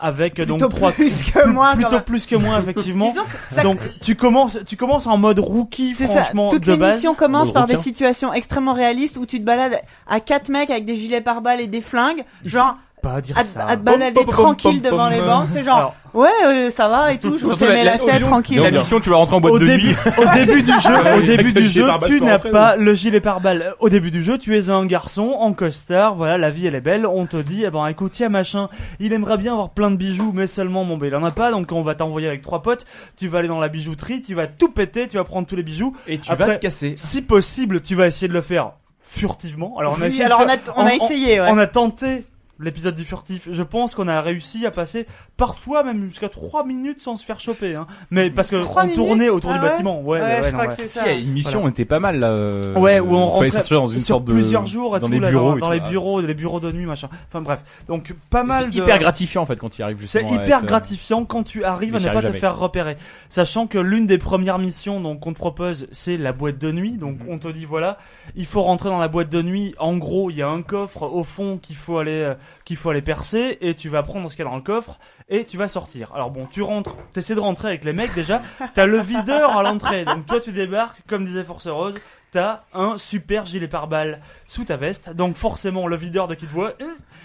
[SPEAKER 5] avec euh, donc
[SPEAKER 8] Plutôt
[SPEAKER 5] trois...
[SPEAKER 8] plus que moi. quand
[SPEAKER 5] Plutôt
[SPEAKER 8] même.
[SPEAKER 5] plus que moi, effectivement.
[SPEAKER 8] Disons que ça-
[SPEAKER 5] donc tu commences, tu commences en mode rookie,
[SPEAKER 8] C'est ça,
[SPEAKER 5] franchement,
[SPEAKER 8] toutes
[SPEAKER 5] de
[SPEAKER 8] les
[SPEAKER 5] base.
[SPEAKER 8] missions
[SPEAKER 1] Bon,
[SPEAKER 8] commencent
[SPEAKER 1] je
[SPEAKER 8] par des
[SPEAKER 1] retiens.
[SPEAKER 8] situations extrêmement réalistes où tu te balades à quatre mecs avec des gilets pare-balles et des flingues, genre
[SPEAKER 5] Pas à dire
[SPEAKER 8] à,
[SPEAKER 5] ça.
[SPEAKER 8] à te balader
[SPEAKER 5] Pom, pom, pom,
[SPEAKER 8] tranquille
[SPEAKER 5] pom,
[SPEAKER 8] devant
[SPEAKER 5] pom.
[SPEAKER 8] les banques, c'est genre
[SPEAKER 5] Alors,
[SPEAKER 8] ouais euh, ça va et tout, je me
[SPEAKER 6] Surtout
[SPEAKER 8] fais mes
[SPEAKER 6] la- la-
[SPEAKER 8] lacets
[SPEAKER 6] au-
[SPEAKER 8] tranquille.
[SPEAKER 6] La
[SPEAKER 1] Bien.
[SPEAKER 6] mission, tu vas rentrer en boîte
[SPEAKER 5] au
[SPEAKER 6] de nuit.
[SPEAKER 5] <laughs> début, au
[SPEAKER 6] <laughs>
[SPEAKER 5] début du jeu, au
[SPEAKER 1] Ouais,
[SPEAKER 5] début
[SPEAKER 1] t'as le
[SPEAKER 5] du
[SPEAKER 1] gilet
[SPEAKER 5] jeu,
[SPEAKER 1] pare-balles
[SPEAKER 5] tu
[SPEAKER 1] pour
[SPEAKER 5] n'as
[SPEAKER 1] rentrer,
[SPEAKER 5] pas le gilet pare-balles. Au début du jeu, tu es un garçon en costard, voilà, la vie elle est belle, on te dit, eh ben écoute, tiens machin, il aimerait bien avoir plein de bijoux, mais seulement, bon ben il en a pas, donc on va t'envoyer avec trois potes, tu vas aller dans la bijouterie, tu vas tout péter, tu vas prendre tous les bijoux,
[SPEAKER 6] Et tu
[SPEAKER 5] Après-
[SPEAKER 6] vas te casser.
[SPEAKER 5] si possible, tu vas essayer de le faire furtivement. Alors on a
[SPEAKER 8] Oui,
[SPEAKER 5] essayé de
[SPEAKER 8] alors on
[SPEAKER 5] faire-
[SPEAKER 8] a, on a essayé, ouais.
[SPEAKER 5] on a tenté l'épisode du furtif. Je pense qu'on a réussi à passer parfois même jusqu'à 3 minutes sans se faire choper. Hein. Mais parce que
[SPEAKER 8] Trois
[SPEAKER 5] on tournait
[SPEAKER 8] minutes
[SPEAKER 5] autour
[SPEAKER 8] Ah
[SPEAKER 5] du
[SPEAKER 8] ouais
[SPEAKER 5] bâtiment. Ouais,
[SPEAKER 8] Ouais,
[SPEAKER 5] ouais,
[SPEAKER 8] je
[SPEAKER 5] non,
[SPEAKER 8] crois
[SPEAKER 5] ouais.
[SPEAKER 8] que c'est ça.
[SPEAKER 6] Si, une mission était pas mal là. euh,
[SPEAKER 5] Ouais, où on
[SPEAKER 6] fallait
[SPEAKER 5] rentrait
[SPEAKER 6] s'inscrire dans une
[SPEAKER 5] sur
[SPEAKER 6] sorte de
[SPEAKER 5] plusieurs jours à
[SPEAKER 6] dans
[SPEAKER 5] tout,
[SPEAKER 6] les
[SPEAKER 5] là,
[SPEAKER 6] bureaux,
[SPEAKER 5] dans,
[SPEAKER 6] et
[SPEAKER 5] dans
[SPEAKER 6] tout.
[SPEAKER 5] les
[SPEAKER 6] Ah,
[SPEAKER 5] bureaux, les bureaux de nuit, machin. Enfin bref, donc pas mal.
[SPEAKER 6] C'est
[SPEAKER 5] de-
[SPEAKER 6] hyper gratifiant en fait quand tu y arrives
[SPEAKER 5] C'est
[SPEAKER 6] justement. à
[SPEAKER 5] hyper
[SPEAKER 6] être, euh,
[SPEAKER 5] gratifiant quand tu arrives
[SPEAKER 6] mais
[SPEAKER 5] à
[SPEAKER 6] j'y
[SPEAKER 5] ne pas
[SPEAKER 6] arrive
[SPEAKER 5] te
[SPEAKER 6] jamais.
[SPEAKER 5] faire repérer. Sachant que l'une des premières missions donc, qu'on te propose, c'est la boîte de nuit. Donc
[SPEAKER 6] Mhm.
[SPEAKER 5] on te dit voilà, il faut rentrer dans la boîte de nuit. En gros, il y a un coffre au fond qu'il faut aller euh, qu'il faut aller percer et tu vas prendre ce qu'il y a dans le coffre et tu vas sortir. Alors bon, tu rentres, t'essaies de rentrer avec les mecs déjà. T'as le videur à l'entrée. Donc toi tu débarques comme disait Force Rose. T'as un super gilet pare-balles sous ta veste, donc forcément le videur de qui te voit,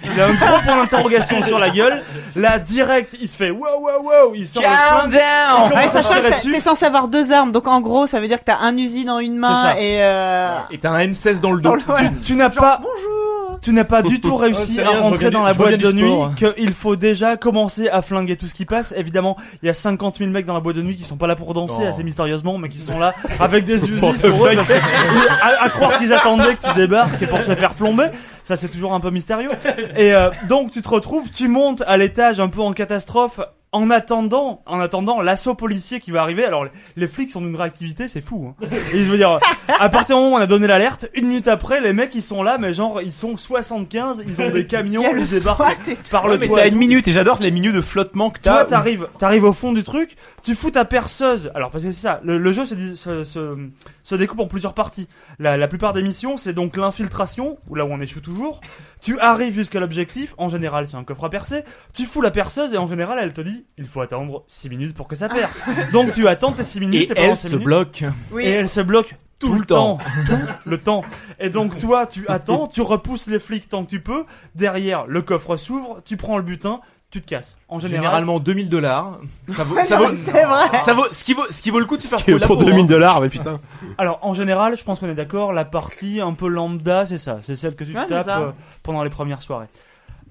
[SPEAKER 5] il a un gros point d'interrogation sur la gueule. Là, direct, il se fait wow wow wow, il sort
[SPEAKER 8] Calm
[SPEAKER 5] le poing, il
[SPEAKER 8] down Ouais,
[SPEAKER 5] commence à
[SPEAKER 8] Sachant
[SPEAKER 5] tirer
[SPEAKER 8] que t'as-
[SPEAKER 5] dessus.
[SPEAKER 8] t'es censé avoir deux armes, donc en gros, ça veut dire que t'as un usine en une
[SPEAKER 5] C'est
[SPEAKER 8] main
[SPEAKER 5] ça.
[SPEAKER 8] et. euh,
[SPEAKER 6] Et t'as un M16 dans le dos.
[SPEAKER 8] <laughs>
[SPEAKER 5] Tu, tu n'as pas, tu n'as pas
[SPEAKER 6] <laughs>
[SPEAKER 5] du tout
[SPEAKER 6] Oh,
[SPEAKER 5] réussi
[SPEAKER 6] c'est
[SPEAKER 5] à
[SPEAKER 6] rien, je
[SPEAKER 5] rentrer
[SPEAKER 6] reviens
[SPEAKER 5] dans
[SPEAKER 6] du-
[SPEAKER 5] la
[SPEAKER 6] je
[SPEAKER 5] boîte de
[SPEAKER 6] reviens du
[SPEAKER 5] nuit.
[SPEAKER 6] sport.
[SPEAKER 5] Qu'il faut déjà commencer à flinguer tout ce qui passe. Évidemment, il y a 50 000 mecs dans la boîte de nuit qui sont pas là pour danser
[SPEAKER 6] Non.
[SPEAKER 5] assez mystérieusement, mais qui sont là avec des
[SPEAKER 6] <laughs>
[SPEAKER 5] usines
[SPEAKER 6] Pour
[SPEAKER 5] pour
[SPEAKER 6] te
[SPEAKER 5] eux, parce que- euh,
[SPEAKER 6] flinguer.
[SPEAKER 5] à, à croire qu'ils attendaient que tu débarques pour se faire plomber. Ça, c'est toujours un peu mystérieux. Et euh, donc, tu te retrouves, tu montes à l'étage un peu en catastrophe. En attendant, en attendant l'assaut policier qui va arriver, alors les- les flics sont d'une réactivité, c'est fou.
[SPEAKER 6] <laughs>
[SPEAKER 5] Hein. Et je veux dire, à partir du moment où on a donné l'alerte, une minute après, les mecs ils sont là, mais genre ils sont 75, ils ont des
[SPEAKER 6] <laughs>
[SPEAKER 5] camions, ils débarquent par le
[SPEAKER 6] Ouais, mais
[SPEAKER 5] toit
[SPEAKER 6] t'as
[SPEAKER 5] et
[SPEAKER 6] une
[SPEAKER 5] tout.
[SPEAKER 6] minute et j'adore les minutes de flottement que
[SPEAKER 5] Toi,
[SPEAKER 6] t'as.
[SPEAKER 5] t'arrives, t'arrives au fond du truc, tu fous ta perceuse. Alors parce que c'est ça, le, le jeu se, dis- se, se- se découpe en plusieurs parties. La, la plupart des missions, c'est donc l'infiltration, ou là où on échoue toujours. Tu arrives jusqu'à l'objectif. En général, c'est un coffre à percer. Tu fous la perceuse et en général, elle te dit, il faut attendre 6 minutes pour que
[SPEAKER 6] <laughs>
[SPEAKER 5] ça perce. donc tu attends tes 6 minutes.
[SPEAKER 6] Et
[SPEAKER 5] pendant
[SPEAKER 6] elle
[SPEAKER 5] ces
[SPEAKER 6] se
[SPEAKER 5] minutes-
[SPEAKER 6] bloque.
[SPEAKER 8] Oui.
[SPEAKER 5] Et elle se bloque tout, le temps, tout le temps. Et donc
[SPEAKER 6] <laughs>
[SPEAKER 5] toi, tu attends, tu repousses les flics tant que tu peux. Derrière, le coffre s'ouvre, tu prends le butin, tu te casses. En général,
[SPEAKER 2] Généralement 2000 dollars. Ça vaut,
[SPEAKER 8] <laughs>
[SPEAKER 2] ça
[SPEAKER 5] Non,
[SPEAKER 2] vaut,
[SPEAKER 5] c'est vrai.
[SPEAKER 2] ça vaut, ce qui vaut, ce qui vaut le coup de se faire
[SPEAKER 1] Qui est
[SPEAKER 2] foutre la
[SPEAKER 1] pour
[SPEAKER 2] peau,
[SPEAKER 1] 2000
[SPEAKER 2] hein.
[SPEAKER 1] dollars, mais putain.
[SPEAKER 5] Alors en général, je pense qu'on est d'accord, la partie un peu lambda, c'est ça, c'est celle que tu
[SPEAKER 8] Ouais, c'est
[SPEAKER 5] tapes
[SPEAKER 8] ça.
[SPEAKER 5] euh, pendant les premières soirées.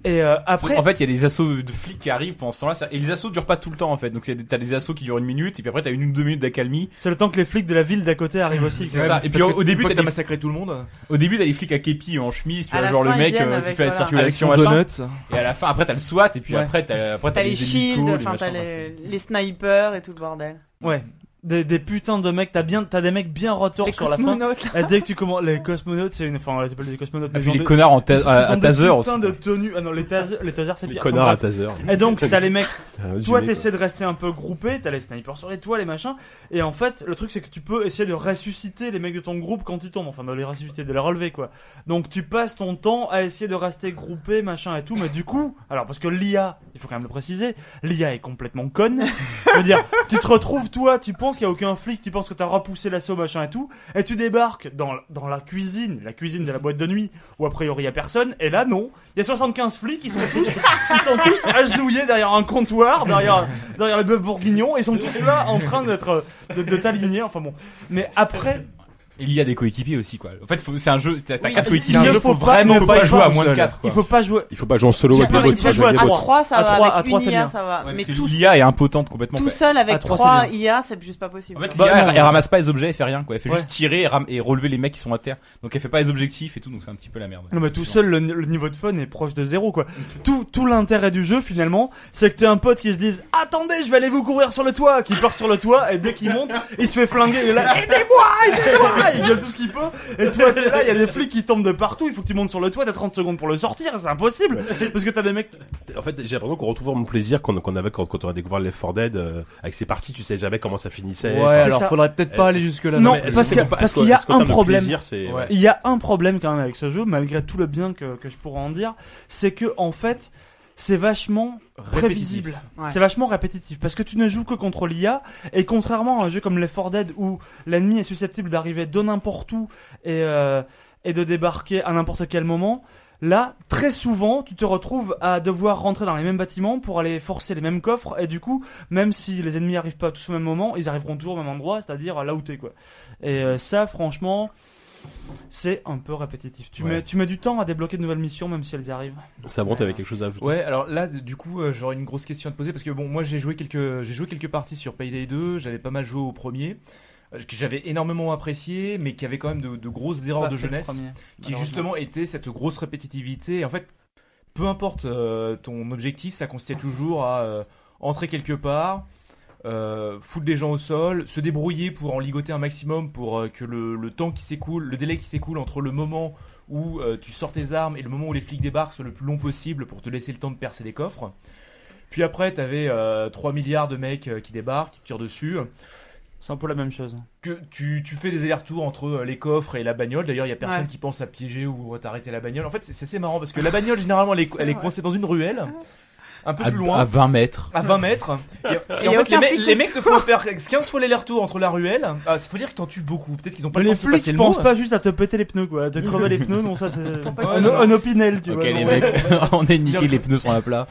[SPEAKER 5] Et euh, après,
[SPEAKER 6] En fait, il y a des assauts de flics qui arrivent pendant ce temps-là, ça- et les assauts durent pas tout le temps en fait. Donc il y a des- t'as des assauts qui durent une minute, et puis après t'as une ou deux minutes d'accalmie.
[SPEAKER 5] c'est le temps que les flics de la ville d'à côté arrivent aussi.
[SPEAKER 6] C'est
[SPEAKER 5] quand
[SPEAKER 6] ça.
[SPEAKER 5] même.
[SPEAKER 6] Et puis au, au début,
[SPEAKER 2] Une fois
[SPEAKER 6] t'as
[SPEAKER 2] que t'as
[SPEAKER 6] des-
[SPEAKER 2] massacré tout le monde.
[SPEAKER 6] au début, t'as les flics à képi en chemise, tu
[SPEAKER 8] À
[SPEAKER 6] vois,
[SPEAKER 8] la
[SPEAKER 6] genre
[SPEAKER 8] fin,
[SPEAKER 6] le
[SPEAKER 8] ils
[SPEAKER 6] mec euh,
[SPEAKER 8] viennent
[SPEAKER 6] qui
[SPEAKER 8] avec,
[SPEAKER 6] fait la
[SPEAKER 8] voilà.
[SPEAKER 11] Avec
[SPEAKER 6] circulation,
[SPEAKER 11] son
[SPEAKER 6] machin.
[SPEAKER 11] donut.
[SPEAKER 6] Et à la fin, après t'as le SWAT, et puis
[SPEAKER 5] Ouais.
[SPEAKER 6] après t'as après
[SPEAKER 8] T'as les shields,
[SPEAKER 6] hélicos, les
[SPEAKER 8] enfin t'as
[SPEAKER 6] machins,
[SPEAKER 8] les, les snipers et tout le bordel.
[SPEAKER 5] Ouais, des, des putains de mecs, t'as bien, t'as des mecs bien retors
[SPEAKER 8] Les
[SPEAKER 5] sur la fin.
[SPEAKER 8] cosmonautes. là.
[SPEAKER 5] Et dès que tu commences, les cosmonautes, c'est une, enfin, on les appelle des cosmonautes.
[SPEAKER 6] Et
[SPEAKER 5] mais
[SPEAKER 6] Ah, puis
[SPEAKER 5] ils ont
[SPEAKER 6] les
[SPEAKER 5] des-
[SPEAKER 6] connards en ta-
[SPEAKER 5] ils ont-
[SPEAKER 6] à,
[SPEAKER 5] ils
[SPEAKER 6] à
[SPEAKER 5] ont des
[SPEAKER 6] taser aussi.
[SPEAKER 5] putains de tenues. Ah non, les tasers, les tasers, c'est
[SPEAKER 1] Les
[SPEAKER 5] pire.
[SPEAKER 1] connards à
[SPEAKER 5] Enfin,
[SPEAKER 1] taser.
[SPEAKER 5] bref. Et donc t'as les mecs
[SPEAKER 1] Ah, résumé,
[SPEAKER 5] Toi,
[SPEAKER 1] quoi.
[SPEAKER 5] t'essaies de rester un peu groupé, t'as les snipers sur les toits, les machins, et en fait, le truc c'est que tu peux essayer de ressusciter les mecs de ton groupe quand ils tombent, enfin de les ressusciter, de les relever quoi. Donc tu passes ton temps à essayer de rester groupé, machin et tout, mais du coup, alors parce que l'IA, il faut quand même le préciser, l'IA est complètement conne. Je veux dire, tu te retrouves toi, tu penses qu'il y a aucun flic, tu penses que t'as repoussé l'assaut, machin et tout, et tu débarques dans, dans la cuisine, la cuisine de la boîte de nuit, où a priori y a personne, et là non, il y a 75 flics, ils sont tous, ils sont tous agenouillés derrière un comptoir, derrière, derrière le bœuf bourguignon, et ils sont tous là en train d'être, de, de t'aligner, enfin bon. Mais après,
[SPEAKER 6] Et Il y a des coéquipiers aussi, quoi. En fait, Ah, faut- c'est un jeu, t'as t'as
[SPEAKER 8] Oui,
[SPEAKER 6] quatre
[SPEAKER 8] il
[SPEAKER 5] il
[SPEAKER 6] coéquipiers.
[SPEAKER 5] ne
[SPEAKER 6] Il
[SPEAKER 5] faut pas, il
[SPEAKER 6] vraiment
[SPEAKER 5] ne faut
[SPEAKER 6] pas
[SPEAKER 5] pas
[SPEAKER 6] jouer à
[SPEAKER 5] jouer
[SPEAKER 6] moins de
[SPEAKER 5] seul.
[SPEAKER 6] 4,
[SPEAKER 5] il
[SPEAKER 6] quoi.
[SPEAKER 5] faut pas jouer.
[SPEAKER 1] Il faut pas jouer en solo
[SPEAKER 5] J'ai
[SPEAKER 1] avec des
[SPEAKER 5] pas
[SPEAKER 1] bots.
[SPEAKER 5] envie de
[SPEAKER 1] faut jouer
[SPEAKER 5] jouer
[SPEAKER 1] avec
[SPEAKER 5] à
[SPEAKER 1] des
[SPEAKER 8] À
[SPEAKER 1] bots.
[SPEAKER 5] trois.
[SPEAKER 8] 3 ça
[SPEAKER 5] À
[SPEAKER 8] va,
[SPEAKER 5] trois-
[SPEAKER 8] avec
[SPEAKER 5] à trois,
[SPEAKER 8] une
[SPEAKER 5] c'est
[SPEAKER 8] IA
[SPEAKER 5] bien.
[SPEAKER 8] ça va,
[SPEAKER 6] Ouais,
[SPEAKER 8] mais
[SPEAKER 6] parce que
[SPEAKER 8] tout,
[SPEAKER 6] L'IA est impotente complètement.
[SPEAKER 8] tout
[SPEAKER 6] quoi.
[SPEAKER 8] seul avec
[SPEAKER 5] À trois,
[SPEAKER 8] 3,
[SPEAKER 5] c'est
[SPEAKER 8] IA c'est juste pas possible.
[SPEAKER 6] En fait,
[SPEAKER 5] Bah,
[SPEAKER 6] l'IA,
[SPEAKER 5] non.
[SPEAKER 6] elle, elle ramasse pas les objets, elle fait rien, quoi. Elle fait
[SPEAKER 5] Ouais.
[SPEAKER 6] juste tirer et, ram- et relever les mecs qui sont à terre. Donc elle fait pas les objectifs et tout, donc c'est un petit peu la merde.
[SPEAKER 5] Non mais tout seul le, le niveau de fun est proche de zéro quoi. Tout, tout l'intérêt du jeu finalement c'est que t'es un pote qui se dise attendez je vais aller vous courir sur le toit qui part sur le toit et dès qu'il monte il se fait flinguer il est là aidez-moi aidez-moi il gueule tout ce qu'il peut et toi t'es là il y a des flics qui tombent de partout il faut que tu montes sur le toit t'as 30 secondes pour le sortir c'est impossible parce que t'as des mecs
[SPEAKER 1] En fait, j'ai l'impression qu'on retrouve mon plaisir qu'on qu'on avait quand, quand on a découvert Left 4 Dead euh, avec ses parties, tu sais jamais comment ça finissait.
[SPEAKER 2] Ouais,
[SPEAKER 1] Enfin,
[SPEAKER 2] alors
[SPEAKER 5] ça.
[SPEAKER 2] faudrait peut-être pas aller jusque là.
[SPEAKER 5] Non,
[SPEAKER 1] mais est-ce
[SPEAKER 5] parce
[SPEAKER 1] qu'on
[SPEAKER 5] que-
[SPEAKER 1] peut pas-
[SPEAKER 5] parce
[SPEAKER 1] est-ce qu'au-
[SPEAKER 5] qu'il y a
[SPEAKER 1] est-ce qu'en
[SPEAKER 5] un
[SPEAKER 1] termes de
[SPEAKER 5] problème.
[SPEAKER 1] plaisir, c'est- ouais.
[SPEAKER 5] Il y a un problème quand même avec ce jeu, malgré tout le bien que, que je pourrais en dire, c'est que en fait, c'est vachement prévisible.
[SPEAKER 8] Ouais.
[SPEAKER 5] C'est vachement répétitif parce que tu ne joues que contre l'IA et contrairement à un jeu comme Left 4 Dead où l'ennemi est susceptible d'arriver de n'importe où et, euh, et de débarquer à n'importe quel moment. Là, très souvent, tu te retrouves à devoir rentrer dans les mêmes bâtiments pour aller forcer les mêmes coffres, et du coup, même si les ennemis arrivent pas tous au même moment, ils arriveront toujours au même endroit, c'est-à-dire là où t'es, quoi. Et euh, ça, franchement, c'est un peu répétitif. Tu,
[SPEAKER 1] Ouais.
[SPEAKER 5] mets, tu mets du temps à débloquer de nouvelles missions, même si elles arrivent.
[SPEAKER 1] Ça bon, t'avais quelque chose à ajouter.
[SPEAKER 2] Ouais, alors là, du coup, euh, j'aurais une grosse question à te poser parce que bon, moi j'ai joué quelques, j'ai joué quelques parties sur Payday 2, j'avais pas mal joué au premier, euh, que j'avais énormément apprécié, mais qui avait quand même de, de grosses erreurs
[SPEAKER 5] Pas
[SPEAKER 2] de
[SPEAKER 5] fait le
[SPEAKER 2] jeunesse,
[SPEAKER 5] premier,
[SPEAKER 2] qui
[SPEAKER 5] malheureusement.
[SPEAKER 2] justement était cette grosse répétitivité. Et en fait,
[SPEAKER 7] peu importe euh, ton objectif, ça consistait toujours à euh, entrer quelque part, euh, foutre des gens au sol, se débrouiller pour en ligoter un maximum pour euh, que le, le temps qui s'écoule, le délai qui s'écoule entre le moment où euh, tu sors tes armes et le moment où les flics débarquent soit le plus long possible pour te laisser le temps de percer les coffres. Puis après, t'avais euh, 3 milliards de mecs euh, qui débarquent, qui te tirent dessus.
[SPEAKER 5] C'est un peu la même chose.
[SPEAKER 7] Que tu, tu fais des allers-retours entre euh, les coffres et la bagnole. D'ailleurs, il y a personne
[SPEAKER 5] Ouais.
[SPEAKER 7] qui pense à piéger ou à t'arrêter la bagnole. En fait, c'est c'est assez marrant parce que la bagnole, généralement, elle est, elle est coincée dans une ruelle. Un peu
[SPEAKER 6] À-
[SPEAKER 7] plus loin.
[SPEAKER 6] à 20 mètres.
[SPEAKER 7] À 20 mètres. Et, et
[SPEAKER 5] Et
[SPEAKER 7] en
[SPEAKER 5] y a
[SPEAKER 7] fait, les,
[SPEAKER 5] aucun
[SPEAKER 7] mecs-
[SPEAKER 5] flic
[SPEAKER 7] les
[SPEAKER 5] qui
[SPEAKER 7] mecs te font faire 15 fois l'aller-retour entre la ruelle. Ah, ça faut dire que t'en tues beaucoup. Peut-être qu'ils ont pas
[SPEAKER 5] Mais
[SPEAKER 7] le temps
[SPEAKER 5] les
[SPEAKER 7] de se passer
[SPEAKER 5] flics
[SPEAKER 7] le
[SPEAKER 5] pensent
[SPEAKER 7] mot. hein.
[SPEAKER 2] hein.
[SPEAKER 5] pas juste à te péter les pneus, quoi,
[SPEAKER 2] <laughs>
[SPEAKER 5] à te crever les pneus, non, ça c'est.
[SPEAKER 7] pas
[SPEAKER 5] un,
[SPEAKER 7] que-
[SPEAKER 5] un opinel, tu
[SPEAKER 6] Ok
[SPEAKER 5] vois.
[SPEAKER 6] les
[SPEAKER 5] non.
[SPEAKER 6] mecs, <laughs> on a niqué les pneus sont à plat.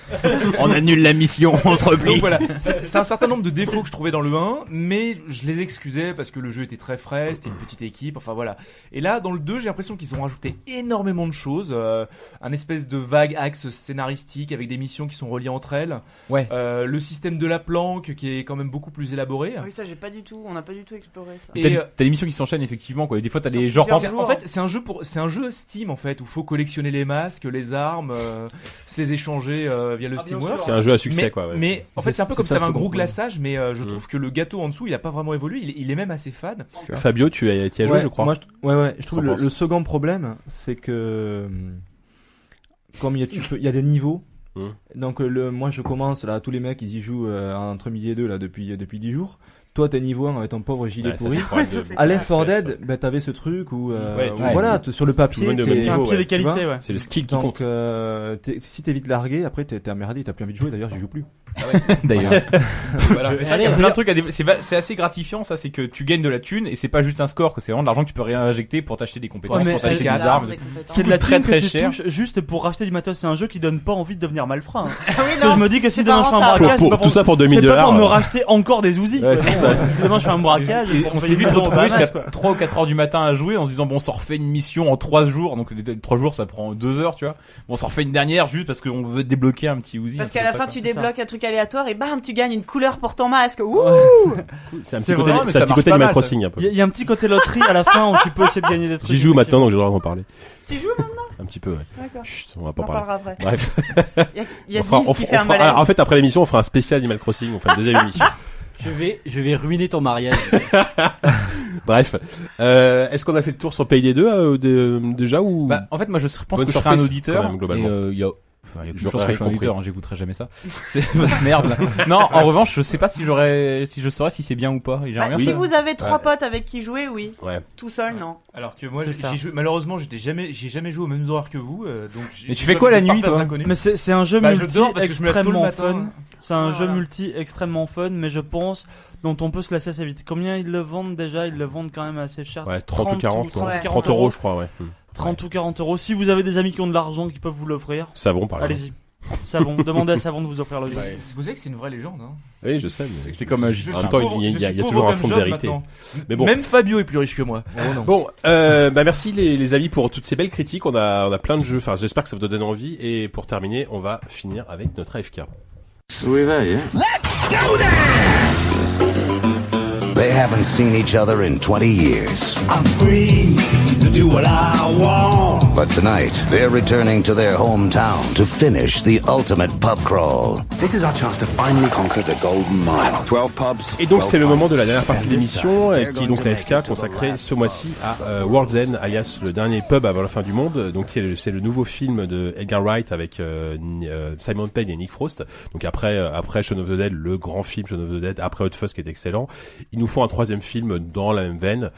[SPEAKER 6] On annule la mission, on se replie.
[SPEAKER 7] Donc
[SPEAKER 1] <laughs>
[SPEAKER 7] voilà, c'est c'est un certain nombre de défauts que je trouvais dans le 1, mais je les excusais parce que le jeu était très frais, c'était une petite équipe, enfin voilà. Et là, dans le 2, j'ai l'impression qu'ils ont rajouté énormément de choses, euh, un espèce de vague axe scénaristique avec des missions qui sont reliées entre elles.
[SPEAKER 6] Ouais.
[SPEAKER 7] Euh, le système de la planque qui est quand même beaucoup plus élaboré.
[SPEAKER 8] Oui, ça, j'ai pas du tout. On n'a pas du tout exploré ça.
[SPEAKER 7] Et,
[SPEAKER 6] T'as des-
[SPEAKER 7] euh,
[SPEAKER 6] t'as des missions qui s'enchaînent effectivement quoi. Et des fois t'as des genres
[SPEAKER 7] C'est- en fait, c'est un jeu pour, c'est un jeu Steam en fait où faut collectionner les masques, les armes, euh, se les échanger euh, via
[SPEAKER 1] Ah,
[SPEAKER 7] le
[SPEAKER 1] bien
[SPEAKER 7] Steamworks.
[SPEAKER 1] sûr. C'est un jeu à succès,
[SPEAKER 7] mais,
[SPEAKER 1] quoi, ouais.
[SPEAKER 7] Mais en fait,
[SPEAKER 1] C'est-
[SPEAKER 7] c'est un peu
[SPEAKER 1] c'est
[SPEAKER 7] comme si
[SPEAKER 1] ça, Mm.
[SPEAKER 7] t'avais
[SPEAKER 1] ce
[SPEAKER 7] un gros
[SPEAKER 1] bon point.
[SPEAKER 7] glaçage, mais euh, je trouve que le gâteau en dessous, il a pas vraiment évolué. Il, il est même assez fade.
[SPEAKER 1] Fabio, tu as, tu y as joué,
[SPEAKER 17] Ouais,
[SPEAKER 1] je crois.
[SPEAKER 17] moi, je- ouais, ouais. Je trouve
[SPEAKER 1] T'en
[SPEAKER 17] le,
[SPEAKER 1] penses
[SPEAKER 17] le second problème, c'est que hum, comme il y, a- tu peux- il y a des niveaux.
[SPEAKER 1] Hmm.
[SPEAKER 17] Donc euh, le, moi je commence là, tous les mecs ils y jouent euh, entre midi et deux là depuis euh, depuis 10 jours. Toi t'es niveau 1 avec ton pauvre gilet
[SPEAKER 1] Ouais, ça,
[SPEAKER 17] pourri.
[SPEAKER 1] c'est le problème de-
[SPEAKER 17] À Left 4
[SPEAKER 1] FPS,
[SPEAKER 17] Dead, bah, t'avais ce truc où, euh,
[SPEAKER 1] Ouais,
[SPEAKER 17] où
[SPEAKER 1] tout le
[SPEAKER 17] voilà,
[SPEAKER 1] monde-
[SPEAKER 17] t- sur le
[SPEAKER 1] tout
[SPEAKER 17] papier,
[SPEAKER 1] le monde au même
[SPEAKER 17] t'es-
[SPEAKER 1] niveau,
[SPEAKER 17] tu
[SPEAKER 1] ouais.
[SPEAKER 17] vois.
[SPEAKER 5] qualité, ouais.
[SPEAKER 1] C'est le skill qui
[SPEAKER 17] Donc,
[SPEAKER 1] compte.
[SPEAKER 17] euh, t'es- si t'es vite largué, après t'es t'es emmerdé, t'as plus envie de jouer. D'ailleurs j'y joue plus.
[SPEAKER 6] d'ailleurs.
[SPEAKER 1] Voilà.
[SPEAKER 6] Mais c'est vrai qu'il y a plein de trucs à dé- c'est va- c'est assez gratifiant ça, c'est que tu gagnes de la thune et c'est pas juste un score, que c'est vraiment de l'argent que tu peux réinjecter pour t'acheter des compétences,
[SPEAKER 5] Ouais, mais
[SPEAKER 6] pour t'acheter des
[SPEAKER 5] c'est-
[SPEAKER 6] armes.
[SPEAKER 8] Des compétences.
[SPEAKER 5] C'est de la
[SPEAKER 6] Très, très
[SPEAKER 5] très très que tu
[SPEAKER 6] cher.
[SPEAKER 5] touches juste pour racheter du matos. C'est un jeu qui donne pas envie de devenir malfrat. hein.
[SPEAKER 8] Ah oui,
[SPEAKER 5] Parce que
[SPEAKER 8] non.
[SPEAKER 5] je me dis que si
[SPEAKER 8] c'est pas
[SPEAKER 5] demain je fais un
[SPEAKER 8] rentable.
[SPEAKER 5] braquage,
[SPEAKER 1] Pour- pour-
[SPEAKER 5] c'est pas
[SPEAKER 1] tout ça pour 2000
[SPEAKER 5] c'est pas
[SPEAKER 1] dollars,
[SPEAKER 5] pour me
[SPEAKER 1] ouais.
[SPEAKER 5] racheter encore des ouzis.
[SPEAKER 1] Ouais,
[SPEAKER 5] quoi.
[SPEAKER 1] c'est
[SPEAKER 5] Non,
[SPEAKER 1] ça.
[SPEAKER 5] euh, Si demain je fais un braquage,
[SPEAKER 6] Et
[SPEAKER 5] je
[SPEAKER 6] on
[SPEAKER 5] paye
[SPEAKER 6] s'est vite
[SPEAKER 5] 1000 euros au
[SPEAKER 6] retrouvé
[SPEAKER 5] Bahamas,
[SPEAKER 6] jusqu'à
[SPEAKER 5] quoi.
[SPEAKER 6] 3 ou 4 heures du matin à jouer en se disant bon on s'en refait une mission en 3 jours donc les 3 jours ça prend 2 heures tu vois bon, on s'en refait une dernière juste parce qu'on veut débloquer un petit Uzi
[SPEAKER 8] Parce
[SPEAKER 6] un
[SPEAKER 8] qu'à
[SPEAKER 6] truc
[SPEAKER 8] la
[SPEAKER 6] comme
[SPEAKER 8] fin,
[SPEAKER 6] ça,
[SPEAKER 8] tu
[SPEAKER 6] quoi.
[SPEAKER 8] débloques un truc aléatoire et bam, tu gagnes une couleur pour ton masque. Ouh
[SPEAKER 1] C'est un
[SPEAKER 5] c'est
[SPEAKER 1] petit côté,
[SPEAKER 5] vrai,
[SPEAKER 6] mais
[SPEAKER 1] c'est un
[SPEAKER 6] ça marche
[SPEAKER 1] petit côté
[SPEAKER 6] pas
[SPEAKER 1] Animal
[SPEAKER 6] mal,
[SPEAKER 1] Crossing un peu.
[SPEAKER 5] Il y a- il y, a un petit côté loterie à la fin où tu peux essayer de gagner des trucs.
[SPEAKER 1] J'y joue maintenant, donc je dois en parler.
[SPEAKER 8] Tu joues maintenant
[SPEAKER 1] Un petit peu, ouais.
[SPEAKER 8] D'accord.
[SPEAKER 1] Chut, on va
[SPEAKER 8] On
[SPEAKER 1] pas
[SPEAKER 8] en
[SPEAKER 1] parler.
[SPEAKER 8] parlera après.
[SPEAKER 1] Bref,
[SPEAKER 8] Il y a, il y a
[SPEAKER 1] on fera-
[SPEAKER 8] 10
[SPEAKER 1] on
[SPEAKER 8] qui
[SPEAKER 1] fera-
[SPEAKER 8] fait
[SPEAKER 1] on
[SPEAKER 8] un
[SPEAKER 1] fera-
[SPEAKER 8] malaise.
[SPEAKER 1] alors, en fait, après l'émission, on fera un spécial Animal Crossing, on fera une deuxième émission.
[SPEAKER 4] Je vais, je vais ruiner ton mariage.
[SPEAKER 1] Bref, Euh, est-ce qu'on a fait le tour sur Payday 2 euh, de- déjà ou
[SPEAKER 6] Bah, en fait, moi, je serais- pense
[SPEAKER 1] Bonne
[SPEAKER 6] que je serais un
[SPEAKER 1] surprise,
[SPEAKER 6] auditeur.
[SPEAKER 1] quand même, globalement.
[SPEAKER 6] Et, euh, il y a... Enfin, il y a aucune
[SPEAKER 1] J'aurais
[SPEAKER 6] chance que je sois un
[SPEAKER 1] compris.
[SPEAKER 6] auditeur, hein, j'écouterai jamais <laughs> ça. C'est votre merde. là. Non, en revanche, je sais pas si j'aurais, si je saurais si c'est bien ou pas. Et
[SPEAKER 8] Bah,
[SPEAKER 6] j'aimerais
[SPEAKER 7] Ah,
[SPEAKER 6] bien
[SPEAKER 8] si
[SPEAKER 6] ça.
[SPEAKER 8] vous avez trois
[SPEAKER 1] Ouais.
[SPEAKER 8] potes avec qui jouer, oui.
[SPEAKER 1] Ouais.
[SPEAKER 8] Tout seul, non.
[SPEAKER 7] Alors que moi,
[SPEAKER 5] C'est
[SPEAKER 7] j'ai-
[SPEAKER 5] ça.
[SPEAKER 7] j'ai joué- malheureusement, j'étais jamais, j'ai jamais joué aux mêmes horaires que vous. euh, donc j'ai-
[SPEAKER 6] Mais tu
[SPEAKER 7] j'ai
[SPEAKER 6] fais
[SPEAKER 7] pas
[SPEAKER 6] quoi
[SPEAKER 7] fait
[SPEAKER 6] la
[SPEAKER 7] de
[SPEAKER 6] nuit,
[SPEAKER 7] partage
[SPEAKER 6] toi
[SPEAKER 7] inconnu.
[SPEAKER 5] Mais c'est c'est un jeu
[SPEAKER 7] Bah, je
[SPEAKER 5] multi
[SPEAKER 7] dors parce que je me lève tôt le
[SPEAKER 5] extrêmement
[SPEAKER 7] matin. Ah.
[SPEAKER 5] fun. C'est un
[SPEAKER 8] Voilà.
[SPEAKER 5] jeu multi extrêmement fun, mais je pense dont on peut se lasser assez vite. Combien ils le vendent déjà Ils le vendent quand même assez cher.
[SPEAKER 1] Ouais, 30 ou 40,
[SPEAKER 5] 30,
[SPEAKER 8] ouais.
[SPEAKER 1] 30 euros, je crois, ouais. Hmm.
[SPEAKER 5] 30 ou 40 euros. Si vous avez des amis qui ont de l'argent qui peuvent vous l'offrir,
[SPEAKER 1] Savon, par exemple.
[SPEAKER 5] allez-y. Savon, demandez à Savon de vous offrir le jeu.
[SPEAKER 7] C'est- Vous savez que c'est une vraie légende. Hein.
[SPEAKER 1] Oui, je sais, mais
[SPEAKER 6] C'est comme un
[SPEAKER 7] Je
[SPEAKER 1] En
[SPEAKER 7] suis
[SPEAKER 1] même temps,
[SPEAKER 7] pauvre-
[SPEAKER 1] il y a-
[SPEAKER 7] je
[SPEAKER 1] il y a-
[SPEAKER 7] suis
[SPEAKER 1] il y a
[SPEAKER 7] pauvre
[SPEAKER 1] toujours un
[SPEAKER 7] comme
[SPEAKER 1] fond de
[SPEAKER 7] Job
[SPEAKER 1] vérité.
[SPEAKER 7] maintenant.
[SPEAKER 1] Mais bon.
[SPEAKER 7] Même Fabio est plus riche que moi.
[SPEAKER 17] Oh
[SPEAKER 1] Bon, euh, bah merci les, les amis pour toutes ces belles critiques. On a, on a plein de jeux. Enfin, j'espère que ça vous donne envie. Et pour terminer, on va finir avec notre AFK.
[SPEAKER 2] They haven't seen each other in 20 years. I'm free to do what I want. But tonight, they're returning to their hometown to finish the ultimate pub crawl. This is our chance to finally conquer the Golden Mile. 12 pubs.
[SPEAKER 1] Et donc c'est le moment de la dernière partie de l'émission, euh, qui est donc la FK consacrée ce mois-ci à euh, World's End, alias le dernier pub avant la fin du monde. Donc qui est le- c'est le nouveau film de Edgar Wright avec euh, Ni- euh, Simon Pegg et Nick Frost. Donc après euh, après Shaun of the Dead, le grand film Shaun of the Dead, après Hot Fuzz qui est excellent, ils nous font un troisième film dans la même veine.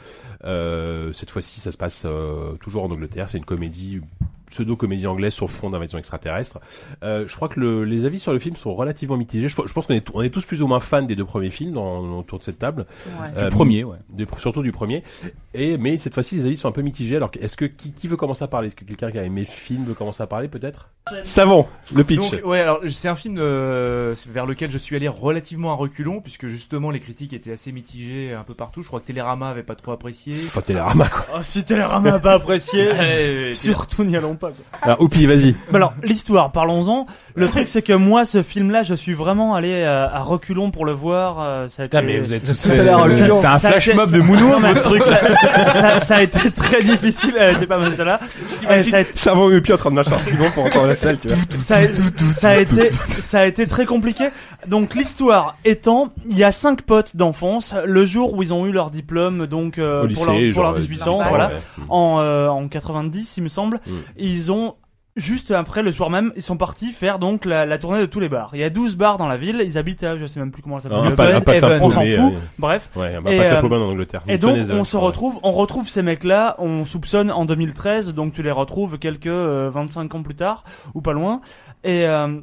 [SPEAKER 1] Euh, cette fois-ci, ça se passe euh, toujours en Angleterre. C'est une comédie pseudo-comédie anglaise sur fond d'invasion extraterrestre. Euh, je crois que le- les avis sur le film sont relativement mitigés. Je, je pense qu'on est, on est tous plus ou moins fans des deux premiers films dans, autour de cette table.
[SPEAKER 8] Ouais.
[SPEAKER 6] Du
[SPEAKER 1] Euh,
[SPEAKER 6] premier, ouais.
[SPEAKER 1] de- surtout du premier. Et mais cette fois-ci, les avis sont un peu mitigés. Alors, que- est-ce que qui, qui veut commencer à parler Est-ce que quelqu'un qui a aimé le film veut commencer à parler peut-être Savon, le pitch.
[SPEAKER 7] Donc, ouais, alors c'est un film euh, vers lequel je suis allé relativement à reculons, puisque justement les critiques étaient assez mitigées un peu partout. Je crois que Télérama avait pas trop apprécié.
[SPEAKER 1] Enfin, Télérama, quoi.
[SPEAKER 7] <laughs>
[SPEAKER 5] Oh, si Télérama n'a pas apprécié,
[SPEAKER 7] Euh,
[SPEAKER 5] surtout n'y allons pas. quoi.
[SPEAKER 1] Alors, Oupi, vas-y.
[SPEAKER 5] Bah alors, l'histoire, parlons-en. Le truc, c'est que moi, ce film-là, je suis vraiment allé euh, à reculons pour le voir. euh, ça a
[SPEAKER 6] Putain,
[SPEAKER 5] été-
[SPEAKER 6] mais vous êtes tous Tous allés à reculons. C'est un
[SPEAKER 5] Ça a été-
[SPEAKER 6] flash mob de Mounou,
[SPEAKER 5] <laughs> Non, mais
[SPEAKER 6] votre truc, là.
[SPEAKER 5] ça, ça- ça a été très difficile. Elle était pas mal, celle-là. Euh, ça a été-
[SPEAKER 1] Ça va Oupi en train de marcher en reculant pour entendre la salle, tu vois.
[SPEAKER 5] ça, a- ça a été, ça a été très compliqué. Donc l'histoire étant, il y a cinq potes d'enfance. Le jour où ils ont eu leur diplôme, donc euh,
[SPEAKER 1] Au
[SPEAKER 5] pour,
[SPEAKER 1] lycée,
[SPEAKER 5] leur, pour
[SPEAKER 1] genre,
[SPEAKER 5] leur
[SPEAKER 1] euh,
[SPEAKER 5] 18 ans,
[SPEAKER 1] 18 ans,
[SPEAKER 5] voilà,
[SPEAKER 1] ouais.
[SPEAKER 5] en, euh, en 90, il me semble,
[SPEAKER 1] Mm.
[SPEAKER 5] ils ont Juste après le soir même, ils sont partis faire donc la, la tournée de tous les bars. Il y a 12 bars dans la ville, ils habitent à je sais même plus comment ça s'appelle.
[SPEAKER 1] Un
[SPEAKER 5] le
[SPEAKER 1] pa-
[SPEAKER 5] Bed
[SPEAKER 1] un patelin
[SPEAKER 5] Heaven, on s'en
[SPEAKER 1] paumé,
[SPEAKER 5] fout.
[SPEAKER 1] euh,
[SPEAKER 5] Bref.
[SPEAKER 1] ouais, un patelin paumé en Angleterre,
[SPEAKER 5] Et donc
[SPEAKER 1] Miltonaise,
[SPEAKER 5] on se
[SPEAKER 1] ouais.
[SPEAKER 5] retrouve, on retrouve ces mecs-là, on soupçonne en 2013, donc tu les retrouves quelques euh, 25 ans plus tard ou pas loin. Et euh,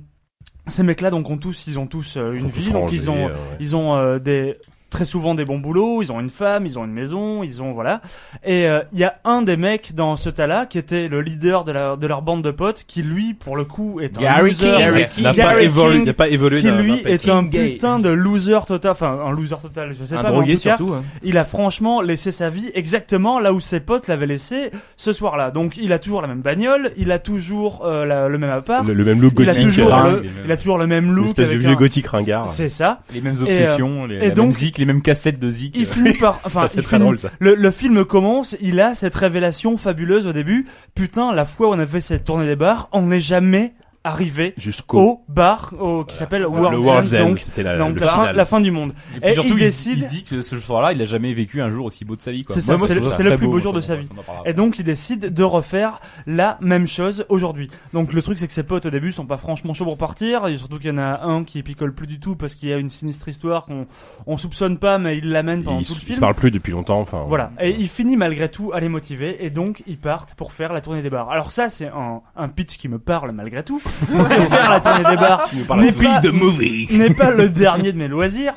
[SPEAKER 5] ces mecs-là donc ont tous, ils ont tous euh, une
[SPEAKER 1] tous
[SPEAKER 5] vie, donc
[SPEAKER 1] rangés,
[SPEAKER 5] ils ont,
[SPEAKER 1] euh, ouais.
[SPEAKER 5] ils ont euh, des très souvent des bons boulots, ils ont une femme, ils ont une maison, ils ont voilà. Et euh, il y a un des mecs dans ce tas-là qui était le leader de, la- de leur bande de potes, qui lui pour le coup est un
[SPEAKER 1] Gary
[SPEAKER 5] loser,
[SPEAKER 1] King. Gary King. N'a pas évolué- n'a pas évolué
[SPEAKER 5] qui
[SPEAKER 1] d'un-
[SPEAKER 5] lui
[SPEAKER 1] d'un pays.
[SPEAKER 5] est un
[SPEAKER 1] King gay.
[SPEAKER 5] putain de loser total, enfin un loser total, je sais
[SPEAKER 6] Un
[SPEAKER 5] pas. mais en
[SPEAKER 6] drogué
[SPEAKER 5] tout cas,
[SPEAKER 6] surtout, hein.
[SPEAKER 5] il a franchement laissé sa vie exactement là où ses potes l'avaient laissé ce soir-là. Donc il a toujours la même bagnole, il a toujours euh, la- le même appart,
[SPEAKER 1] Le- le même look
[SPEAKER 5] il a
[SPEAKER 1] gothique,
[SPEAKER 5] toujours
[SPEAKER 1] euh,
[SPEAKER 5] le-
[SPEAKER 1] les mêmes-
[SPEAKER 5] il a toujours le même look,
[SPEAKER 1] L'espèce de
[SPEAKER 5] avec
[SPEAKER 1] vieux
[SPEAKER 5] un-
[SPEAKER 1] gothique ringard.
[SPEAKER 5] C'est ça.
[SPEAKER 6] Les mêmes
[SPEAKER 5] Et, euh,
[SPEAKER 6] obsessions, les,
[SPEAKER 5] et
[SPEAKER 6] la
[SPEAKER 5] donc,
[SPEAKER 6] même zik, les mêmes cassettes de euh, zik.
[SPEAKER 5] il
[SPEAKER 1] <laughs>
[SPEAKER 5] finit par, enfin,
[SPEAKER 6] Ça, c'est
[SPEAKER 5] il
[SPEAKER 6] très
[SPEAKER 5] finit-
[SPEAKER 6] drôle, ça.
[SPEAKER 5] le, le film commence, il a cette révélation fabuleuse au début. Putain, la fois où on a fait cette tournée des bars, on n'est jamais arrivé
[SPEAKER 1] Jusqu'au-
[SPEAKER 5] au bar au- qui s'appelle Oh, World's
[SPEAKER 1] Euh, World's
[SPEAKER 5] End,
[SPEAKER 1] End,
[SPEAKER 5] donc,
[SPEAKER 1] c'était la-
[SPEAKER 5] donc
[SPEAKER 1] le
[SPEAKER 5] la, fin,
[SPEAKER 1] final.
[SPEAKER 5] la fin du monde.
[SPEAKER 6] Et, puis
[SPEAKER 5] Et,
[SPEAKER 6] surtout,
[SPEAKER 5] il
[SPEAKER 6] il,
[SPEAKER 5] décide,
[SPEAKER 6] il se dit que ce soir-là, il a jamais vécu un jour aussi beau de sa vie. quoi.
[SPEAKER 5] c'est ça,
[SPEAKER 6] Moi, moi, je
[SPEAKER 5] c'était
[SPEAKER 6] trouve ça
[SPEAKER 5] c'était
[SPEAKER 6] très
[SPEAKER 5] le plus beau jour
[SPEAKER 6] enfin,
[SPEAKER 5] de sa
[SPEAKER 6] bon,
[SPEAKER 5] vie.
[SPEAKER 6] on en
[SPEAKER 1] Ah.
[SPEAKER 6] parlera.
[SPEAKER 5] Et donc, il décide de refaire la même chose aujourd'hui. Donc, le truc, c'est que ses potes, au début, sont pas franchement chauds pour partir. Et surtout qu'il y en a un qui picole plus du tout parce qu'il y a une sinistre histoire qu'on on soupçonne pas, mais il l'amène pendant
[SPEAKER 1] Ils
[SPEAKER 5] tout le
[SPEAKER 1] se- ils
[SPEAKER 5] film.
[SPEAKER 1] se parlent plus depuis longtemps, enfin.
[SPEAKER 5] Voilà. Et il finit malgré tout à les motiver et donc ils partent pour faire la tournée des bars. Alors ça, c'est un, un pitch qui me parle malgré tout. <laughs> Parce que faire la tournée des bars <laughs>
[SPEAKER 6] Qui me parle
[SPEAKER 5] n'est
[SPEAKER 6] plus.
[SPEAKER 5] pas,
[SPEAKER 6] Be the movie.
[SPEAKER 5] n'est pas le dernier de mes loisirs.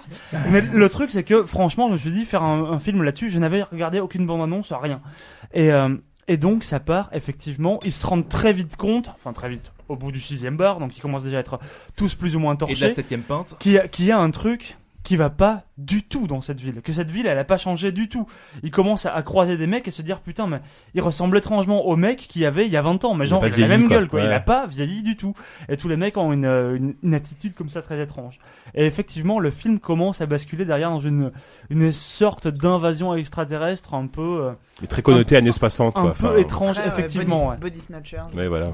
[SPEAKER 5] Mais le truc, c'est que franchement, je me suis dit faire un, un film là-dessus, je n'avais regardé aucune bande-annonce, rien. Et, euh, et donc ça part effectivement. Ils se rendent très vite compte, enfin très vite, au bout du sixième bar, donc ils commencent déjà à être tous plus ou moins torchés.
[SPEAKER 6] Et de la septième peinte.
[SPEAKER 5] Qui a, qui a un truc qui va pas du tout dans cette ville. Que cette ville, elle a pas changé du tout. Ils commencent à, à croiser des mecs et se dire putain, mais il ressemble étrangement au mec qu'il y avait il y a 20 ans. Mais
[SPEAKER 6] Il a
[SPEAKER 5] genre,
[SPEAKER 6] pas
[SPEAKER 5] il a la
[SPEAKER 6] vieilli,
[SPEAKER 5] même
[SPEAKER 6] quoi.
[SPEAKER 5] gueule, quoi. Il
[SPEAKER 6] Ouais.
[SPEAKER 5] a pas vieilli du tout. Et tous les mecs ont une, euh, une, une attitude comme ça très étrange. Et effectivement, le film commence à basculer derrière dans une, une sorte d'invasion extraterrestre un peu. euh,
[SPEAKER 1] Mais très connoté années 60,
[SPEAKER 5] un
[SPEAKER 1] quoi.
[SPEAKER 5] peu
[SPEAKER 1] enfin.
[SPEAKER 5] étrange,
[SPEAKER 8] Très, ouais,
[SPEAKER 5] effectivement.
[SPEAKER 8] body-
[SPEAKER 5] ouais.
[SPEAKER 8] body snatchers.
[SPEAKER 1] Ouais, voilà.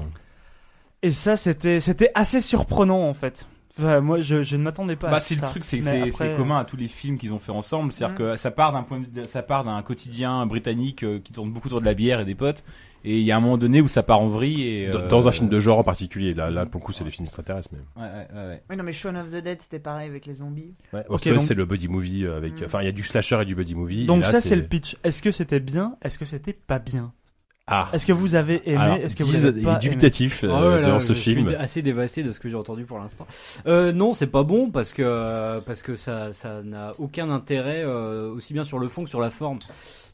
[SPEAKER 5] Et ça, c'était c'était assez surprenant en fait. Enfin, moi, je, je ne m'attendais pas
[SPEAKER 6] Bah,
[SPEAKER 5] à
[SPEAKER 6] c'est
[SPEAKER 5] ça.
[SPEAKER 6] le truc, c'est
[SPEAKER 5] Mais
[SPEAKER 6] c'est-
[SPEAKER 5] après,
[SPEAKER 6] c'est
[SPEAKER 5] euh,
[SPEAKER 6] commun à tous les films qu'ils ont fait ensemble. C'est-à-dire que ça part d'un point, de vue- ça part d'un quotidien britannique euh, qui tourne beaucoup autour de la bière et des potes. Et il y a un moment donné où ça part en vrille. Et,
[SPEAKER 1] Dans-
[SPEAKER 6] euh,
[SPEAKER 1] Dans un film de genre en particulier. Là, là, pour le coup, c'est des films extraterrestres, mais.
[SPEAKER 6] Ouais, ouais, ouais, ouais.
[SPEAKER 8] Oui, non, mais Shaun of the Dead, c'était pareil avec les zombies.
[SPEAKER 1] Ouais,
[SPEAKER 5] Ok,
[SPEAKER 1] Octopus,
[SPEAKER 5] donc- Hmm.
[SPEAKER 1] c'est le buddy movie euh, avec. Enfin, il y a du slasher et du buddy movie. et
[SPEAKER 5] Donc
[SPEAKER 1] là,
[SPEAKER 5] ça, c'est le pitch. Est-ce que c'était bien Est-ce que c'était pas bien
[SPEAKER 1] Ah.
[SPEAKER 5] Est-ce que vous avez aimé
[SPEAKER 1] Alors,
[SPEAKER 5] Est-ce que
[SPEAKER 1] disent-
[SPEAKER 5] vous avez
[SPEAKER 1] il est
[SPEAKER 5] pas
[SPEAKER 1] dubitatif,
[SPEAKER 5] aimé
[SPEAKER 1] euh,
[SPEAKER 4] Ah ouais, là,
[SPEAKER 1] devant ce
[SPEAKER 4] je suis
[SPEAKER 1] film.
[SPEAKER 4] dé- assez dévasté de ce que j'ai entendu pour l'instant. Euh, non, c'est pas bon parce que euh, parce que ça ça n'a aucun intérêt euh, aussi bien sur le fond que sur la forme.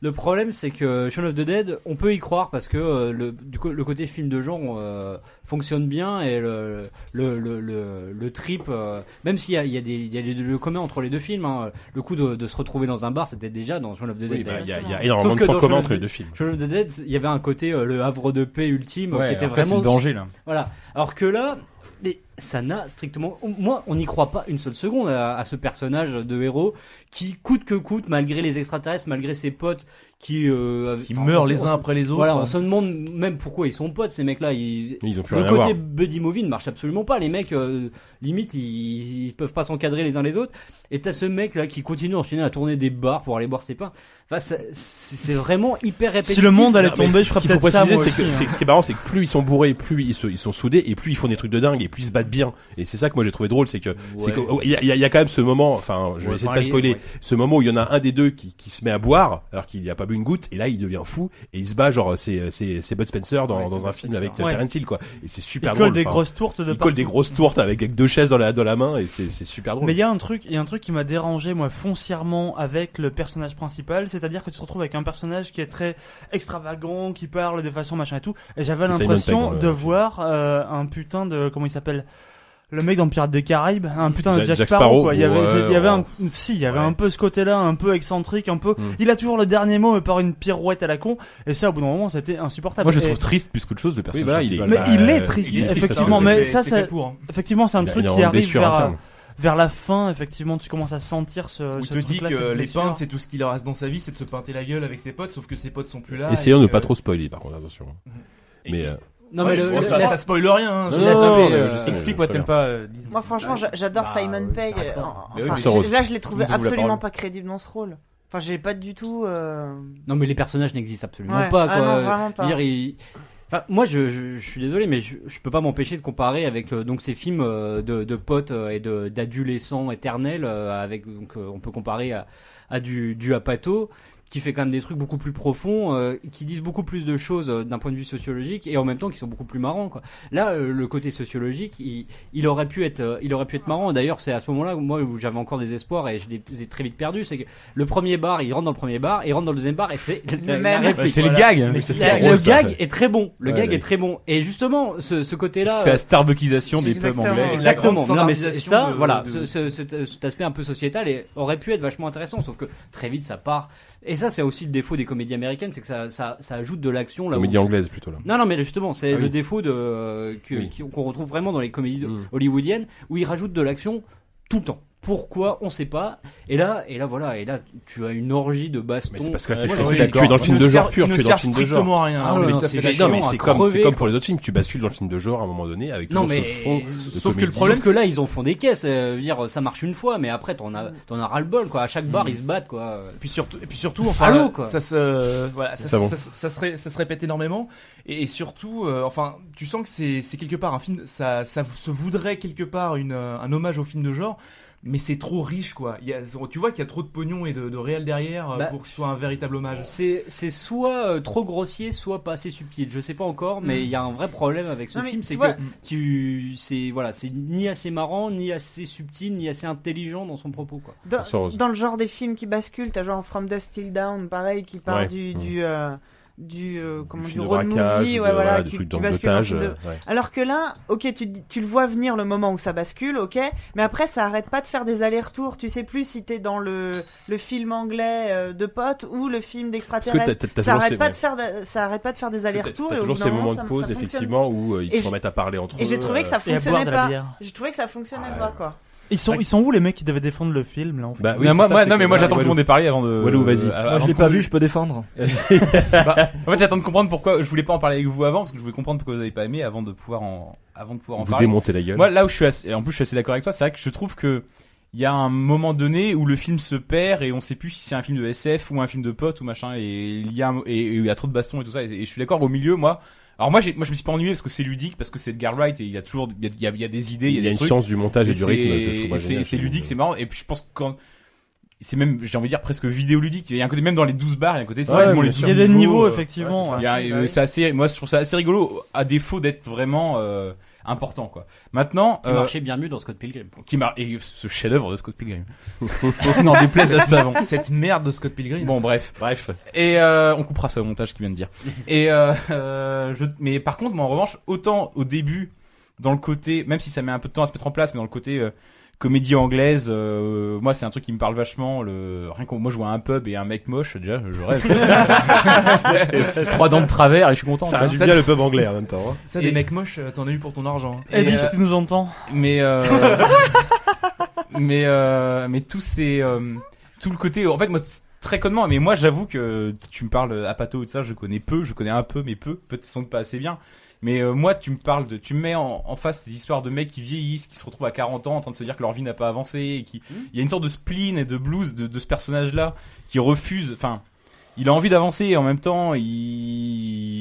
[SPEAKER 4] Le problème c'est que Shaun of the Dead, on peut y croire parce que euh, le du co- le côté film de genre euh, fonctionne bien et le le le le, le trip euh, même s'il y a il y a des il y a les- le commun entre les deux films hein, le coup de, de se retrouver dans un bar, c'était déjà dans Shaun of the Dead.
[SPEAKER 1] Oui, bah, il y a- il y a
[SPEAKER 4] Sauf
[SPEAKER 1] énormément de
[SPEAKER 4] que
[SPEAKER 1] points
[SPEAKER 4] dans
[SPEAKER 1] communs
[SPEAKER 4] Shaun of
[SPEAKER 1] entre les
[SPEAKER 4] the-
[SPEAKER 1] deux films.
[SPEAKER 4] Shaun of the Dead, il y avait un côté euh, le havre de paix ultime euh,
[SPEAKER 6] Ouais,
[SPEAKER 4] qui était
[SPEAKER 6] après, c'est
[SPEAKER 4] vraiment
[SPEAKER 6] le danger, là.
[SPEAKER 4] Voilà. Alors que là, mais ça n'a strictement. Moi, on n'y croit pas une seule seconde à, à ce personnage de héros qui coûte que coûte, malgré les extraterrestres, malgré ses potes qui euh,
[SPEAKER 6] Qui
[SPEAKER 4] enfin,
[SPEAKER 6] meurent
[SPEAKER 4] on se-
[SPEAKER 6] les
[SPEAKER 4] on
[SPEAKER 6] uns
[SPEAKER 4] se-
[SPEAKER 6] après les autres. hein.
[SPEAKER 4] Voilà, on se demande même pourquoi ils sont potes ces mecs-là. Ils,
[SPEAKER 1] Ils ont plus
[SPEAKER 4] le
[SPEAKER 1] rien à
[SPEAKER 4] côté
[SPEAKER 1] voir.
[SPEAKER 4] buddy movie ne marche absolument pas. Les mecs, euh, limite, ils, ils peuvent pas s'encadrer les uns les autres. Et t'as ce mec-là qui continue enchaîner à tourner des bars pour aller boire ses pains. Enfin, ça- c'est c'est vraiment hyper répétitif.
[SPEAKER 5] Si le monde allait
[SPEAKER 1] Non, Ah, mais
[SPEAKER 5] tomber,
[SPEAKER 1] ce
[SPEAKER 5] je ferais
[SPEAKER 1] qu'il faut
[SPEAKER 5] peut-être ça,
[SPEAKER 1] préciser,
[SPEAKER 5] moi
[SPEAKER 1] c'est que-
[SPEAKER 5] aussi,
[SPEAKER 1] c'est
[SPEAKER 5] hein.
[SPEAKER 1] que ce qui est marrant, c'est que plus ils sont bourrés, plus ils, se- ils sont soudés, et plus ils font des trucs de dingue, et plus ils se battent bien. Et c'est ça que moi j'ai trouvé drôle, c'est que c'est que- il y, a- il y a- il y a quand même ce moment, enfin, je vais
[SPEAKER 6] Ouais,
[SPEAKER 1] essayer de
[SPEAKER 6] enfin,
[SPEAKER 1] pas
[SPEAKER 6] il-
[SPEAKER 1] spoiler,
[SPEAKER 6] ouais.
[SPEAKER 1] ce moment où il y en a un des deux qui, qui se met à boire, alors qu'il n'y a pas bu une goutte, et là il devient fou, et il se bat genre c'est c'est c'est Bud Spencer dans, dans un film avec
[SPEAKER 5] Ouais.
[SPEAKER 1] Terence Hill quoi. Et c'est super
[SPEAKER 5] Il colle
[SPEAKER 1] drôle.
[SPEAKER 5] des
[SPEAKER 1] enfin.
[SPEAKER 5] grosses tourtes de
[SPEAKER 1] Il colle des
[SPEAKER 5] partout.
[SPEAKER 1] grosses tourtes avec, avec deux chaises dans la dans la main, et c'est c'est super drôle.
[SPEAKER 5] Mais il y a un truc, il y a un truc qui m'a dérangé moi foncièrement avec le personnage principal, c'est-à-dire que tu te retrouves avec un personnage qui est très extravagant, qui parle de façon machin et tout, et j'avais
[SPEAKER 1] C'est Simon Pegg euh,
[SPEAKER 5] l'impression
[SPEAKER 1] dans le
[SPEAKER 5] de
[SPEAKER 1] film.
[SPEAKER 5] voir euh, un putain de comment il s'appelle le mec dans Pirates des Caraïbes, un putain de
[SPEAKER 1] Jack-
[SPEAKER 5] Jack,
[SPEAKER 1] Jack
[SPEAKER 5] Sparrow,
[SPEAKER 1] Sparrow,
[SPEAKER 5] quoi. Il y avait,
[SPEAKER 1] ouais,
[SPEAKER 5] il y avait un,
[SPEAKER 1] oh. Hmm.
[SPEAKER 5] si, il y avait un peu ce côté-là, un peu excentrique, un peu. Il a toujours le dernier mot, mais par une pirouette à la con. Et ça, au bout d'un moment, c'était insupportable.
[SPEAKER 6] Moi, je le
[SPEAKER 5] Et-
[SPEAKER 6] trouve triste plus qu'autre chose, le personnage.
[SPEAKER 1] voilà, il est-
[SPEAKER 6] principal.
[SPEAKER 5] mais
[SPEAKER 1] Bah,
[SPEAKER 5] il est
[SPEAKER 1] euh,
[SPEAKER 5] triste,
[SPEAKER 1] il est triste,
[SPEAKER 5] effectivement.
[SPEAKER 1] parce que
[SPEAKER 5] mais
[SPEAKER 1] c'est-
[SPEAKER 5] ça,
[SPEAKER 1] c'est
[SPEAKER 5] ça
[SPEAKER 1] fait pour, hein.
[SPEAKER 5] effectivement, c'est un
[SPEAKER 1] Il a
[SPEAKER 5] truc
[SPEAKER 1] énormément
[SPEAKER 5] qui
[SPEAKER 1] de
[SPEAKER 5] arrive
[SPEAKER 1] blessures
[SPEAKER 5] vers, euh,
[SPEAKER 1] internes.
[SPEAKER 5] vers la fin. Effectivement, tu commences à sentir ce.
[SPEAKER 2] Où il
[SPEAKER 5] ce
[SPEAKER 2] te dit
[SPEAKER 5] truc-là, cette
[SPEAKER 2] que les
[SPEAKER 5] blessure.
[SPEAKER 2] peintes, c'est tout ce qu'il reste dans sa vie, c'est de se peinter la gueule avec ses potes, sauf que ses potes sont plus là.
[SPEAKER 1] Essayons de
[SPEAKER 2] et
[SPEAKER 1] ne
[SPEAKER 2] que-
[SPEAKER 1] pas trop spoiler, par contre, attention. Mais. euh,
[SPEAKER 2] Non, mais le- ça- ça spoil rien, hein.
[SPEAKER 1] Non,
[SPEAKER 2] Je
[SPEAKER 1] non,
[SPEAKER 2] l'ai
[SPEAKER 1] non,
[SPEAKER 2] sauvé,
[SPEAKER 1] mais
[SPEAKER 2] euh,
[SPEAKER 1] je sais,
[SPEAKER 2] explique
[SPEAKER 1] je
[SPEAKER 2] moi,
[SPEAKER 1] sais
[SPEAKER 2] t'aimes
[SPEAKER 1] bien.
[SPEAKER 2] pas, euh, dis-
[SPEAKER 8] Moi, franchement, j'a- j'adore Simon Pegg.
[SPEAKER 2] arrête pas.
[SPEAKER 8] En-
[SPEAKER 2] Mais Bah, oui,
[SPEAKER 8] enfin,
[SPEAKER 2] mais
[SPEAKER 8] j'ai-
[SPEAKER 2] Soros.
[SPEAKER 8] là, je l'ai trouvé
[SPEAKER 2] Donne-nous la
[SPEAKER 8] absolument
[SPEAKER 2] parole.
[SPEAKER 8] pas crédible dans ce rôle. Enfin, j'ai pas du tout. euh,
[SPEAKER 4] Non, mais les personnages n'existent absolument
[SPEAKER 8] Ouais.
[SPEAKER 4] pas.
[SPEAKER 8] Ah
[SPEAKER 4] Quoi.
[SPEAKER 8] non, vraiment pas.
[SPEAKER 4] Je veux dire, ils- Enfin, moi, je, je- je suis désolé, mais je, je peux pas m'empêcher de comparer avec euh, donc ces films euh, de, de potes euh, et de- d'adolescents éternels. euh, avec donc, euh, on peut comparer à, à du, du Apato, qui fait quand même des trucs beaucoup plus profonds, euh, qui disent beaucoup plus de choses euh, d'un point de vue sociologique et en même temps qui sont beaucoup plus marrants. Quoi. Là, euh, le côté sociologique, il, il aurait pu être, euh, il aurait pu être marrant. D'ailleurs, c'est à ce moment-là, moi, où j'avais encore des espoirs et je les les ai très vite perdus. C'est que le premier bar, il rentre dans le premier bar, et il rentre dans le deuxième bar, et c'est la- la
[SPEAKER 6] même.
[SPEAKER 4] réplique.
[SPEAKER 6] Ouais, c'est les gags, hein.
[SPEAKER 4] Mais
[SPEAKER 6] Mais
[SPEAKER 4] c'est-
[SPEAKER 6] ça, c'est
[SPEAKER 4] le
[SPEAKER 6] drôle, ça.
[SPEAKER 4] gag est très bon. Le
[SPEAKER 6] Ouais,
[SPEAKER 4] gag
[SPEAKER 6] ouais.
[SPEAKER 4] est très bon. Et justement, ce, ce côté-là.
[SPEAKER 6] C'est la
[SPEAKER 4] euh,
[SPEAKER 6] starbukisation des pubs anglais.
[SPEAKER 4] Exactement. Non, mais c'est- ça,
[SPEAKER 2] de-
[SPEAKER 4] voilà,
[SPEAKER 2] de-
[SPEAKER 4] ce- ce- cet- cet aspect un peu sociétal et aurait pu être vachement intéressant, sauf que très vite ça part. Et ça, c'est aussi le défaut des comédies américaines, c'est que ça, ça, ça ajoute de l'action là. où-
[SPEAKER 1] Comédie anglaise, plutôt, là.
[SPEAKER 4] Non, non, mais justement, c'est
[SPEAKER 1] Ah oui.
[SPEAKER 4] le défaut de euh, que-
[SPEAKER 1] Oui. Hmm.
[SPEAKER 4] qui- qu'on retrouve vraiment dans les comédies hollywoodiennes où ils rajoutent de l'action tout le temps. Pourquoi on sait pas et là et là voilà et là tu as une orgie de baston.
[SPEAKER 1] Mais c'est parce que là, tu,
[SPEAKER 4] Moi,
[SPEAKER 1] tu-
[SPEAKER 4] je suis
[SPEAKER 1] tu es dans
[SPEAKER 4] d'accord.
[SPEAKER 1] le film
[SPEAKER 4] Qui
[SPEAKER 1] de
[SPEAKER 4] ne
[SPEAKER 1] genre
[SPEAKER 4] sert-
[SPEAKER 1] pur,
[SPEAKER 4] qui
[SPEAKER 1] tu
[SPEAKER 4] ne
[SPEAKER 1] es dans le
[SPEAKER 4] sert
[SPEAKER 1] film de genre.
[SPEAKER 4] strictement à rien. Ah ouais,
[SPEAKER 1] mais
[SPEAKER 4] non,
[SPEAKER 1] tout à
[SPEAKER 4] c'est
[SPEAKER 1] fait d'accord.
[SPEAKER 4] chiant
[SPEAKER 1] Non, mais
[SPEAKER 4] à
[SPEAKER 1] c'est comme, c'est
[SPEAKER 4] crever,
[SPEAKER 1] comme pour les autres films, tu bascules dans le film de genre à un moment donné avec
[SPEAKER 4] Non
[SPEAKER 1] toujours
[SPEAKER 4] mais
[SPEAKER 1] ce fond. de
[SPEAKER 4] sauf que le
[SPEAKER 1] comédie.
[SPEAKER 4] problème c'est que là ils en font des caisses, euh, je veux dire ça marche une fois mais après t'en as t'en as ras le bol quoi. À chaque bar ils se battent quoi.
[SPEAKER 2] Puis surtout, et puis surtout, enfin,
[SPEAKER 4] Allô, quoi.
[SPEAKER 2] ça se, voilà, ça,
[SPEAKER 4] Ça
[SPEAKER 2] se-
[SPEAKER 4] va.
[SPEAKER 2] ça se- ça se ré- ça se répète énormément, et, et surtout, euh, enfin, tu sens que c'est, c'est quelque part un film, ça, ça se voudrait quelque part une, euh, un hommage au film de genre, mais c'est trop riche, quoi. Il y a- tu vois qu'il y a trop de pognon et de, de réel derrière euh,
[SPEAKER 4] Bah,
[SPEAKER 2] pour que ce soit un véritable hommage.
[SPEAKER 4] C'est c'est soit euh, trop grossier soit pas assez subtil. Je sais pas encore mais il y a un vrai problème avec ce
[SPEAKER 8] Non, mais
[SPEAKER 4] film
[SPEAKER 8] tu
[SPEAKER 4] c'est
[SPEAKER 8] vois-
[SPEAKER 4] que tu c'est voilà, c'est ni assez marrant, ni assez subtil, ni assez intelligent dans son propos quoi.
[SPEAKER 8] Dans,
[SPEAKER 4] Ça rose.
[SPEAKER 8] dans le genre des films qui basculent, t'as genre From Dusk Till Down, pareil, qui part
[SPEAKER 1] Ouais.
[SPEAKER 8] du
[SPEAKER 1] Mm.
[SPEAKER 8] du euh, du euh, comment
[SPEAKER 1] film
[SPEAKER 8] du
[SPEAKER 1] de
[SPEAKER 8] road
[SPEAKER 1] braquage,
[SPEAKER 8] movie,
[SPEAKER 1] ou
[SPEAKER 8] ouais,
[SPEAKER 1] de-
[SPEAKER 8] voilà,
[SPEAKER 1] voilà, du
[SPEAKER 8] qui,
[SPEAKER 1] truc
[SPEAKER 8] qui
[SPEAKER 1] d'en-
[SPEAKER 8] bascule en
[SPEAKER 1] d'otage,
[SPEAKER 8] film de-
[SPEAKER 1] euh, ouais.
[SPEAKER 8] Alors que là, ok, tu, te- tu le vois venir le moment où ça bascule, ok, mais après ça arrête pas de faire des allers-retours. Tu sais plus si t'es dans le le film anglais euh, de potes ou le film
[SPEAKER 1] Parce
[SPEAKER 8] d'extraterrestre.
[SPEAKER 1] que t'as- t'as- t'as
[SPEAKER 8] Ça
[SPEAKER 1] toujours
[SPEAKER 8] arrête
[SPEAKER 1] ces-
[SPEAKER 8] pas
[SPEAKER 1] ouais.
[SPEAKER 8] de faire de- ça arrête pas de faire des allers-retours.
[SPEAKER 1] T'as
[SPEAKER 8] et au
[SPEAKER 1] toujours
[SPEAKER 8] bout
[SPEAKER 1] ces
[SPEAKER 8] d'un moment,
[SPEAKER 1] moments de
[SPEAKER 8] ça-
[SPEAKER 1] pause,
[SPEAKER 8] ça fonctionne.
[SPEAKER 1] effectivement, où euh, ils
[SPEAKER 8] Et
[SPEAKER 1] se
[SPEAKER 8] je-
[SPEAKER 1] remettent à parler entre eux.
[SPEAKER 8] Et j'ai trouvé que
[SPEAKER 1] euh,
[SPEAKER 8] ça
[SPEAKER 5] Et à boire
[SPEAKER 8] fonctionnait
[SPEAKER 5] de la
[SPEAKER 8] pas.
[SPEAKER 5] bière.
[SPEAKER 8] J'ai trouvé que ça fonctionnait pas quoi.
[SPEAKER 5] Ils
[SPEAKER 2] Bah,
[SPEAKER 5] sont, ils sont où les mecs qui devaient défendre le film là en fait
[SPEAKER 1] Bah oui,
[SPEAKER 6] Mais
[SPEAKER 1] c'est
[SPEAKER 6] moi,
[SPEAKER 1] ça,
[SPEAKER 6] moi-
[SPEAKER 1] c'est
[SPEAKER 6] non, mais
[SPEAKER 1] que-
[SPEAKER 6] moi j'attends que tout
[SPEAKER 1] Walou.
[SPEAKER 6] le monde ait parlé avant de.
[SPEAKER 1] Walou, vas-y.
[SPEAKER 6] euh,
[SPEAKER 1] Moi,
[SPEAKER 6] avant
[SPEAKER 1] je l'ai
[SPEAKER 6] de
[SPEAKER 1] pas
[SPEAKER 6] qu'on-
[SPEAKER 1] vu, je peux défendre.
[SPEAKER 6] Bah, en fait, j'attends de comprendre pourquoi je voulais pas en parler avec vous avant parce que je voulais comprendre pourquoi vous avez pas aimé avant de pouvoir en avant de pouvoir en
[SPEAKER 1] Vous
[SPEAKER 6] parler.
[SPEAKER 1] démontez la gueule.
[SPEAKER 6] Moi, là où je suis assez, et en plus je suis assez d'accord avec toi, c'est vrai que je trouve que il y a un moment donné où le film se perd et on sait plus si c'est un film de SF ou un film de potes ou machin et il y a un- et, et il y a trop de bastons et tout ça et, et je suis d'accord au milieu moi. Alors moi, j'ai- moi je me suis pas ennuyé parce que c'est ludique parce que c'est Edgar Wright et il y a toujours il y a- il y a, il y a des idées, il y a,
[SPEAKER 1] Il y
[SPEAKER 6] des
[SPEAKER 1] a une
[SPEAKER 6] trucs.
[SPEAKER 1] science du montage et du
[SPEAKER 6] c'est-
[SPEAKER 1] rythme que je trouve
[SPEAKER 6] et c'est
[SPEAKER 1] génial,
[SPEAKER 6] c'est
[SPEAKER 1] ce
[SPEAKER 6] ludique,
[SPEAKER 1] film.
[SPEAKER 6] c'est marrant et puis je pense que quand c'est même j'ai envie de dire presque vidéoludique, il y a un côté même dans les 12 bars, il y a un côté c'est
[SPEAKER 5] Ouais,
[SPEAKER 6] vachement
[SPEAKER 5] bien
[SPEAKER 6] les
[SPEAKER 5] sûr.
[SPEAKER 6] 12
[SPEAKER 5] Il y a des niveaux,
[SPEAKER 6] euh,
[SPEAKER 5] effectivement,
[SPEAKER 6] ouais, c'est ça.
[SPEAKER 5] ouais.
[SPEAKER 6] Il y a- euh,
[SPEAKER 5] Ouais.
[SPEAKER 6] c'est assez moi je trouve ça assez rigolo à défaut d'être vraiment euh, important quoi. Maintenant
[SPEAKER 4] Qui
[SPEAKER 6] euh,
[SPEAKER 4] marchait bien mieux dans Scott Pilgrim.
[SPEAKER 6] qui m'a et ce chef-d'œuvre de Scott Pilgrim. <laughs> N'en déplaise à
[SPEAKER 5] <laughs>
[SPEAKER 6] Savant.
[SPEAKER 2] Cette merde de Scott Pilgrim.
[SPEAKER 6] Bon bref.
[SPEAKER 1] Bref.
[SPEAKER 6] Et euh, on coupera ça au montage ce qu'il vient de
[SPEAKER 1] <laughs>
[SPEAKER 6] dire. Et euh, euh, je, mais par contre, moi en revanche, autant au début, dans le côté, même si ça met un peu de temps à se mettre en place, mais dans le côté euh, comédie anglaise, euh, moi c'est un truc qui me parle vachement. Le rien qu'on, moi je vois un pub et un mec moche déjà, je
[SPEAKER 1] <laughs>
[SPEAKER 6] rêve. <laughs> Trois dents de travers et je suis content. hein.
[SPEAKER 1] Ça résume bien le pub anglais en même temps. hein.
[SPEAKER 2] Ça, des mecs moches, euh, t'en as eu pour ton argent.
[SPEAKER 5] Eddie,
[SPEAKER 6] Et,
[SPEAKER 5] si
[SPEAKER 6] euh,
[SPEAKER 5] tu nous entends.
[SPEAKER 6] mais euh, mais euh, mais tous ces euh, tout le côté en fait moi t- très connement mais moi j'avoue que t- tu me parles à Pato et tout ça je connais peu je connais un peu mais peu peut-être sans doute pas assez bien mais euh, moi tu me parles de tu me mets en, en face des histoires de mecs qui vieillissent qui se retrouvent à 40 ans en train de se dire que leur vie n'a pas avancé et qui il y a une sorte de spleen et de blues de, de ce personnage là qui refuse enfin il a envie d'avancer et en même temps il...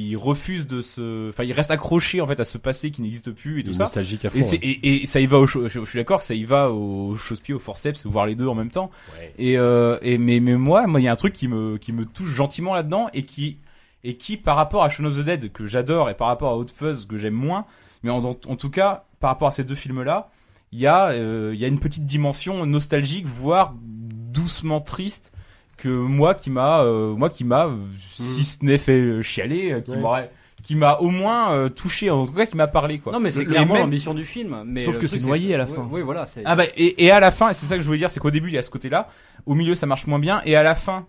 [SPEAKER 6] il refuse de se enfin il reste accroché en fait à ce passé qui n'existe plus et tout
[SPEAKER 1] Il est
[SPEAKER 6] ça
[SPEAKER 1] nostalgique à fond,
[SPEAKER 6] et, c'est-
[SPEAKER 1] hein.
[SPEAKER 6] et, et ça y va au cho- je, je suis d'accord que ça y va au chausse-pied au forceps voir les deux en même temps et, euh, et mais mais moi moi il y a un truc qui me qui me touche gentiment là-dedans et qui et qui par rapport à Shaun of the Dead que j'adore et par rapport à Hot Fuzz que j'aime moins mais en, en tout cas par rapport à ces deux films là il y a euh, il y a une petite dimension nostalgique voire doucement triste que moi qui m'a euh, moi qui m'a euh, si ce n'est fait euh, chialer euh, qui
[SPEAKER 1] Ouais.
[SPEAKER 6] m'aurait qui m'a au moins euh, touché, en tout cas qui m'a parlé quoi.
[SPEAKER 4] Non, mais c'est
[SPEAKER 6] Le- les
[SPEAKER 4] clairement
[SPEAKER 6] mêmes-
[SPEAKER 4] l'ambition du film. Mais
[SPEAKER 6] Sauf
[SPEAKER 4] le
[SPEAKER 6] que
[SPEAKER 4] truc,
[SPEAKER 6] c'est noyé à la
[SPEAKER 4] oui,
[SPEAKER 6] fin.
[SPEAKER 4] Oui, voilà. c'est-
[SPEAKER 6] Ah bah et, et à la fin, et c'est ça que je voulais dire, c'est qu'au début il y a ce côté-là, au milieu ça marche moins bien, et à la fin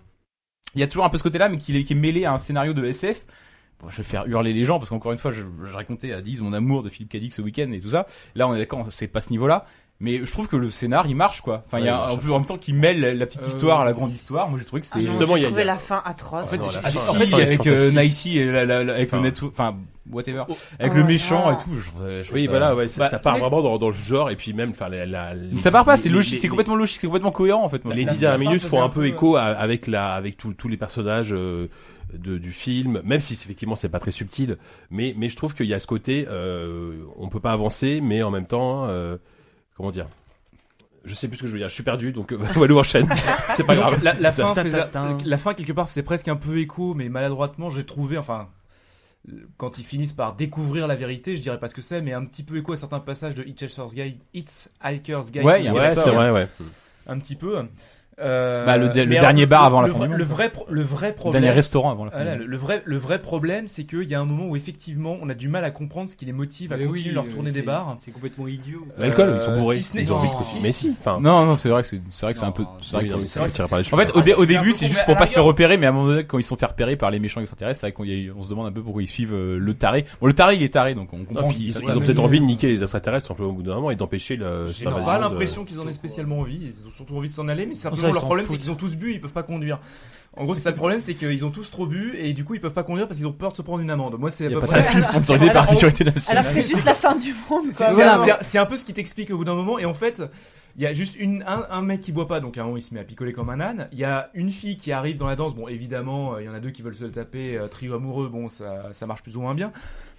[SPEAKER 6] il y a toujours un peu ce côté-là, mais qui est, qui est mêlé à un scénario de SF. Bon, je vais faire hurler les gens parce qu'encore une fois, je, je racontais à Diz mon amour de Philippe Cadix ce week-end et tout ça. Là, on est d'accord, c'est pas ce niveau-là. Mais je trouve que le scénar il marche quoi. Enfin, il y
[SPEAKER 1] Ouais, il
[SPEAKER 6] a
[SPEAKER 1] marche.
[SPEAKER 6] en plus en même temps qui mêle la petite
[SPEAKER 1] Euh, Ah,
[SPEAKER 6] histoire à la grande histoire. Moi, j'ai trouvé que c'était
[SPEAKER 8] Justement, il la fin atroce.
[SPEAKER 6] en fait,
[SPEAKER 1] voilà.
[SPEAKER 6] ah,
[SPEAKER 1] Ah,
[SPEAKER 6] si,
[SPEAKER 1] en fait,
[SPEAKER 6] si,
[SPEAKER 1] c'est
[SPEAKER 6] avec euh,
[SPEAKER 1] fantastique.
[SPEAKER 6] Nighty et la, la- la- avec
[SPEAKER 1] Enfin.
[SPEAKER 6] le net, enfin whatever, avec
[SPEAKER 8] Oh
[SPEAKER 6] le
[SPEAKER 8] là
[SPEAKER 6] méchant
[SPEAKER 8] là.
[SPEAKER 6] et tout. je- je trouve
[SPEAKER 1] Oui,
[SPEAKER 6] ça-
[SPEAKER 1] voilà, ouais, ça,
[SPEAKER 6] Bah,
[SPEAKER 1] ça part
[SPEAKER 6] mais-
[SPEAKER 1] vraiment dans, dans le genre et puis même, enfin, la, la-
[SPEAKER 6] mais ça part pas, c'est
[SPEAKER 1] les-
[SPEAKER 6] logique,
[SPEAKER 1] les-
[SPEAKER 6] c'est complètement logique, c'est complètement cohérent en fait. moi, je
[SPEAKER 1] Les
[SPEAKER 6] trouve.
[SPEAKER 1] dix dernières
[SPEAKER 18] la fin
[SPEAKER 1] minutes
[SPEAKER 18] faisait
[SPEAKER 1] font
[SPEAKER 18] un
[SPEAKER 1] un peu euh,
[SPEAKER 18] peu,
[SPEAKER 1] écho à- avec la, avec tout- tous les personnages euh, de, du film, même si c'est- effectivement c'est pas très subtil, mais mais je trouve qu'il y a ce côté, euh, on peut pas avancer, mais en même temps, euh, comment dire, je sais plus ce que je veux dire, je suis perdu, donc euh, <laughs> Walou enchaîne, c'est pas
[SPEAKER 6] Donc,
[SPEAKER 1] grave.
[SPEAKER 6] La, hein. la fin,
[SPEAKER 7] Tintin,
[SPEAKER 6] faisait-
[SPEAKER 7] tintin.
[SPEAKER 6] la fin, quelque part, c'est presque un peu écho, mais maladroitement, j'ai trouvé, enfin, euh, quand ils finissent par découvrir la vérité, je dirais pas ce que c'est, mais un petit peu écho à certains passages de Hitchhiker's Guide, It's Hiker's Guide.
[SPEAKER 1] Ouais,
[SPEAKER 6] qui est
[SPEAKER 1] ouais,
[SPEAKER 6] ça,
[SPEAKER 1] c'est vrai, ouais.
[SPEAKER 7] un petit peu. Euh,
[SPEAKER 6] Bah, le- le
[SPEAKER 7] mais
[SPEAKER 6] dernier
[SPEAKER 7] alors,
[SPEAKER 6] bar avant la
[SPEAKER 7] le
[SPEAKER 6] fin
[SPEAKER 7] vrai-
[SPEAKER 6] du monde,
[SPEAKER 7] Le
[SPEAKER 6] quoi.
[SPEAKER 7] vrai, pro- le vrai problème.
[SPEAKER 6] Dernier restaurant avant la fin
[SPEAKER 7] Voilà,
[SPEAKER 6] du
[SPEAKER 7] le,
[SPEAKER 6] monde.
[SPEAKER 7] le vrai, le vrai problème, c'est qu'il y a un moment où effectivement, on a du mal à comprendre ce qui les motive à
[SPEAKER 4] Mais
[SPEAKER 7] continuer
[SPEAKER 4] oui,
[SPEAKER 7] leur tournée
[SPEAKER 4] c'est-
[SPEAKER 7] des bars.
[SPEAKER 4] C'est complètement idiot.
[SPEAKER 1] L'alcool, ils sont
[SPEAKER 7] Euh,
[SPEAKER 1] bourrés.
[SPEAKER 7] si ce n'est-
[SPEAKER 1] Ils ont-
[SPEAKER 7] si-
[SPEAKER 1] mais si, enfin.
[SPEAKER 6] Non, non, c'est vrai que c'est c'est vrai que c'est un peu. c'est vrai
[SPEAKER 1] oui,
[SPEAKER 6] que
[SPEAKER 1] non, mais
[SPEAKER 6] c'est-
[SPEAKER 1] c'est vrai que ça tire par les
[SPEAKER 6] En
[SPEAKER 1] cheveux.
[SPEAKER 6] fait, au, dé- au
[SPEAKER 7] C'est un
[SPEAKER 6] début,
[SPEAKER 7] peu
[SPEAKER 6] c'est
[SPEAKER 7] con,
[SPEAKER 6] juste
[SPEAKER 7] mais
[SPEAKER 6] pour
[SPEAKER 7] à
[SPEAKER 6] pas
[SPEAKER 7] la
[SPEAKER 6] se faire
[SPEAKER 7] rigueur-
[SPEAKER 6] repérer, mais à un moment donné, quand ils sont fait repérer par les méchants extraterrestres, c'est vrai qu'on y a- on se demande un peu pourquoi ils suivent euh, le taré. Bon, le taré, il est taré, donc on
[SPEAKER 1] Non,
[SPEAKER 6] comprend
[SPEAKER 1] puis
[SPEAKER 6] qu'il
[SPEAKER 1] ils,
[SPEAKER 6] ça-
[SPEAKER 1] ils
[SPEAKER 6] ça-
[SPEAKER 1] ont peut-être envie de niquer les extraterrestres simplement, au bout d'un moment et d'empêcher le.
[SPEAKER 7] J'ai
[SPEAKER 1] cette invasion
[SPEAKER 7] pas
[SPEAKER 1] de-
[SPEAKER 7] l'impression qu'ils en aient spécialement envie. Ils ont surtout envie de s'en aller, mais c'est
[SPEAKER 5] Ça,
[SPEAKER 7] simplement
[SPEAKER 5] ils
[SPEAKER 7] leur
[SPEAKER 5] s'en
[SPEAKER 7] problème, c'est
[SPEAKER 5] foutent.
[SPEAKER 7] qu'ils ont tous bu, ils peuvent pas conduire. En gros, c'est ça le problème, c'est qu'ils ont tous trop bu et du coup, ils peuvent pas conduire parce qu'ils ont peur de se prendre une amende. Moi, c'est à peu
[SPEAKER 6] pas
[SPEAKER 7] près-
[SPEAKER 6] de film sponsorisé par la Sécurité
[SPEAKER 8] Alors
[SPEAKER 6] nationale.
[SPEAKER 8] que c'est juste la fin du monde.
[SPEAKER 7] C'est-
[SPEAKER 8] quoi.
[SPEAKER 7] c'est-
[SPEAKER 8] Voilà.
[SPEAKER 7] c'est- C'est un peu ce qui t'explique au bout d'un moment. Et en fait, il y a juste une, un, un mec qui boit pas, donc à un moment il se met à picoler comme un âne. Il y a une fille qui arrive dans la danse. Bon, évidemment, euh, il y en a deux qui veulent se le taper. euh, trio amoureux, bon, ça, ça marche plus ou moins bien.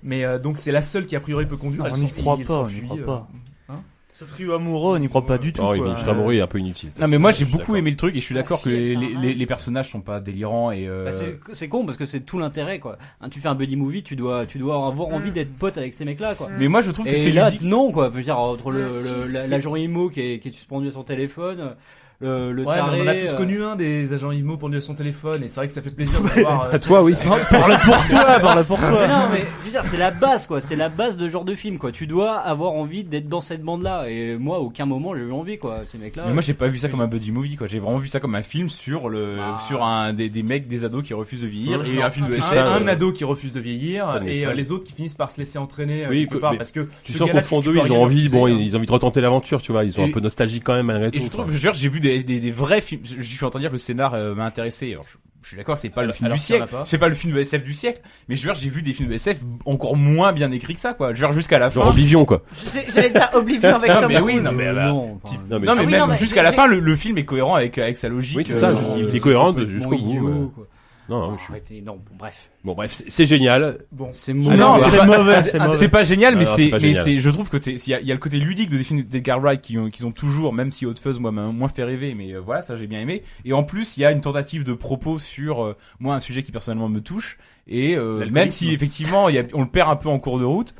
[SPEAKER 7] Mais euh, donc c'est la seule qui a priori peut conduire.
[SPEAKER 5] Non,
[SPEAKER 7] Elle
[SPEAKER 5] on n'y
[SPEAKER 7] s'enfuit,
[SPEAKER 5] croit
[SPEAKER 7] elle
[SPEAKER 5] pas, on n'y
[SPEAKER 7] s'enfuit,
[SPEAKER 5] croit
[SPEAKER 7] euh,
[SPEAKER 5] pas.
[SPEAKER 7] hein
[SPEAKER 5] Ce trio amoureux, on n'y croit pas du tout.
[SPEAKER 1] Non, il
[SPEAKER 5] quoi.
[SPEAKER 1] est amoureux, il est un peu inutile. ça,
[SPEAKER 6] Non mais
[SPEAKER 1] c'est-
[SPEAKER 6] moi
[SPEAKER 1] je
[SPEAKER 6] j'ai
[SPEAKER 1] suis
[SPEAKER 6] beaucoup
[SPEAKER 1] d'accord.
[SPEAKER 6] aimé le truc et je suis d'accord que les,
[SPEAKER 8] elle sert à
[SPEAKER 6] les, les personnages sont pas délirants et euh,
[SPEAKER 4] Bah, c'est- c'est con parce que c'est tout l'intérêt quoi. Hein, tu fais un buddy movie, tu dois, tu dois avoir envie d'être pote avec ces mecs-là quoi.
[SPEAKER 6] mais moi je trouve que
[SPEAKER 4] Et
[SPEAKER 6] c'est
[SPEAKER 4] là,
[SPEAKER 6] ludique.
[SPEAKER 4] non quoi. Je veux dire, entre le,
[SPEAKER 8] Si,
[SPEAKER 4] le-
[SPEAKER 8] si,
[SPEAKER 4] la,
[SPEAKER 8] si,
[SPEAKER 4] la
[SPEAKER 8] si.
[SPEAKER 4] genre IMO qui est, qui est suspendue à son téléphone, le, le
[SPEAKER 7] Ouais,
[SPEAKER 4] taré,
[SPEAKER 7] mais on en a tous
[SPEAKER 4] euh,
[SPEAKER 7] connu un des agents IMO pour lui son téléphone. Et c'est vrai que ça fait plaisir de voir. euh,
[SPEAKER 1] À toi, oui.
[SPEAKER 5] Parle pour toi, parle pour
[SPEAKER 4] Mais
[SPEAKER 5] toi. hein.
[SPEAKER 4] non, mais je veux dire, c'est la base, quoi. C'est la base de ce genre de film, quoi. Tu dois avoir envie d'être dans cette bande-là. Et moi, à aucun moment, j'ai eu envie, quoi. Ces mecs-là.
[SPEAKER 6] Mais moi j'ai pas vu ça comme un buddy movie quoi, j'ai vraiment vu ça comme un film sur le
[SPEAKER 4] Ah.
[SPEAKER 6] sur un des, des mecs des ados qui refusent de vieillir et
[SPEAKER 7] Non,
[SPEAKER 6] un film de
[SPEAKER 7] un-
[SPEAKER 6] SF.
[SPEAKER 7] un
[SPEAKER 1] euh,
[SPEAKER 7] ado qui refuse de vieillir
[SPEAKER 1] ça, mais
[SPEAKER 7] et
[SPEAKER 1] ça,
[SPEAKER 7] euh,
[SPEAKER 1] je-
[SPEAKER 7] les autres qui finissent par se laisser entraîner euh,
[SPEAKER 1] Oui,
[SPEAKER 7] quelque
[SPEAKER 1] que-
[SPEAKER 7] part
[SPEAKER 1] mais
[SPEAKER 7] parce que
[SPEAKER 1] Tu
[SPEAKER 7] ce
[SPEAKER 1] sens
[SPEAKER 7] gars-là,
[SPEAKER 1] qu'au fond
[SPEAKER 7] tu peux
[SPEAKER 1] d'eux, ils
[SPEAKER 7] rien
[SPEAKER 1] ont envie,
[SPEAKER 7] refuser,
[SPEAKER 1] bon,
[SPEAKER 7] hein.
[SPEAKER 1] ils ont envie de retenter l'aventure, tu vois. Ils sont
[SPEAKER 6] Et-
[SPEAKER 1] un peu nostalgiques quand même malgré tout.
[SPEAKER 6] Et je trouve,
[SPEAKER 1] quoi.
[SPEAKER 6] je veux dire, j'ai vu des, des, des vrais films. Je, je suis en train de dire que le scénar euh, m'a intéressé. Alors, je, je suis d'accord, c'est pas le
[SPEAKER 7] Alors-
[SPEAKER 6] film
[SPEAKER 7] alors
[SPEAKER 6] du
[SPEAKER 7] qu'il y en a
[SPEAKER 6] siècle.
[SPEAKER 7] pas.
[SPEAKER 6] C'est pas le film de SF du siècle. Mais je veux dire, j'ai vu des films de SF encore moins bien écrits que ça, quoi. Genre jusqu'à la
[SPEAKER 1] Genre
[SPEAKER 6] fin.
[SPEAKER 1] Oblivion, quoi.
[SPEAKER 8] J'ai- J'allais dire Oblivion avec
[SPEAKER 6] Non,
[SPEAKER 8] Tom
[SPEAKER 6] mais oui,
[SPEAKER 8] Cruise.
[SPEAKER 6] non, mais, bah,
[SPEAKER 4] euh, non, enfin, euh,
[SPEAKER 1] Non, mais,
[SPEAKER 6] Non mais
[SPEAKER 8] Ah oui,
[SPEAKER 6] même
[SPEAKER 8] non, mais
[SPEAKER 6] jusqu'à
[SPEAKER 8] j'ai-
[SPEAKER 6] la fin, le, le film est cohérent avec avec sa logique.
[SPEAKER 1] Oui, c'est ça,
[SPEAKER 6] euh,
[SPEAKER 1] juste-
[SPEAKER 6] euh,
[SPEAKER 1] il est cohérent de-
[SPEAKER 4] complètement
[SPEAKER 1] jusqu'au bout.
[SPEAKER 4] idiot,
[SPEAKER 1] mais-
[SPEAKER 4] quoi.
[SPEAKER 1] Non, non, je suis-
[SPEAKER 4] Arrêtez, non, bon, bref.
[SPEAKER 1] Bon, bref, c'est- c'est génial.
[SPEAKER 7] Bon,
[SPEAKER 4] C'est
[SPEAKER 6] Ah
[SPEAKER 4] mauvais.
[SPEAKER 6] non,
[SPEAKER 5] c'est
[SPEAKER 6] pas- <laughs>
[SPEAKER 5] mauvais, c'est
[SPEAKER 6] ah,
[SPEAKER 5] mauvais.
[SPEAKER 6] C'est pas génial,
[SPEAKER 1] Non,
[SPEAKER 6] mais
[SPEAKER 1] non,
[SPEAKER 6] c'est,
[SPEAKER 1] c'est pas
[SPEAKER 6] mais
[SPEAKER 1] génial.
[SPEAKER 6] c'est, je trouve que c'est, il y a, il y a le côté ludique de définir Edgar Wright qui ont, qui ont toujours, même si Hot Fuzz, moi, m'a moins fait rêver, mais euh, voilà, ça j'ai bien aimé. Et en plus, il y a une tentative de propos sur, euh, moi, un sujet qui personnellement me touche. Et euh,
[SPEAKER 7] L'alcoolisme.
[SPEAKER 6] même si effectivement, il y a, on le perd un peu en cours de route,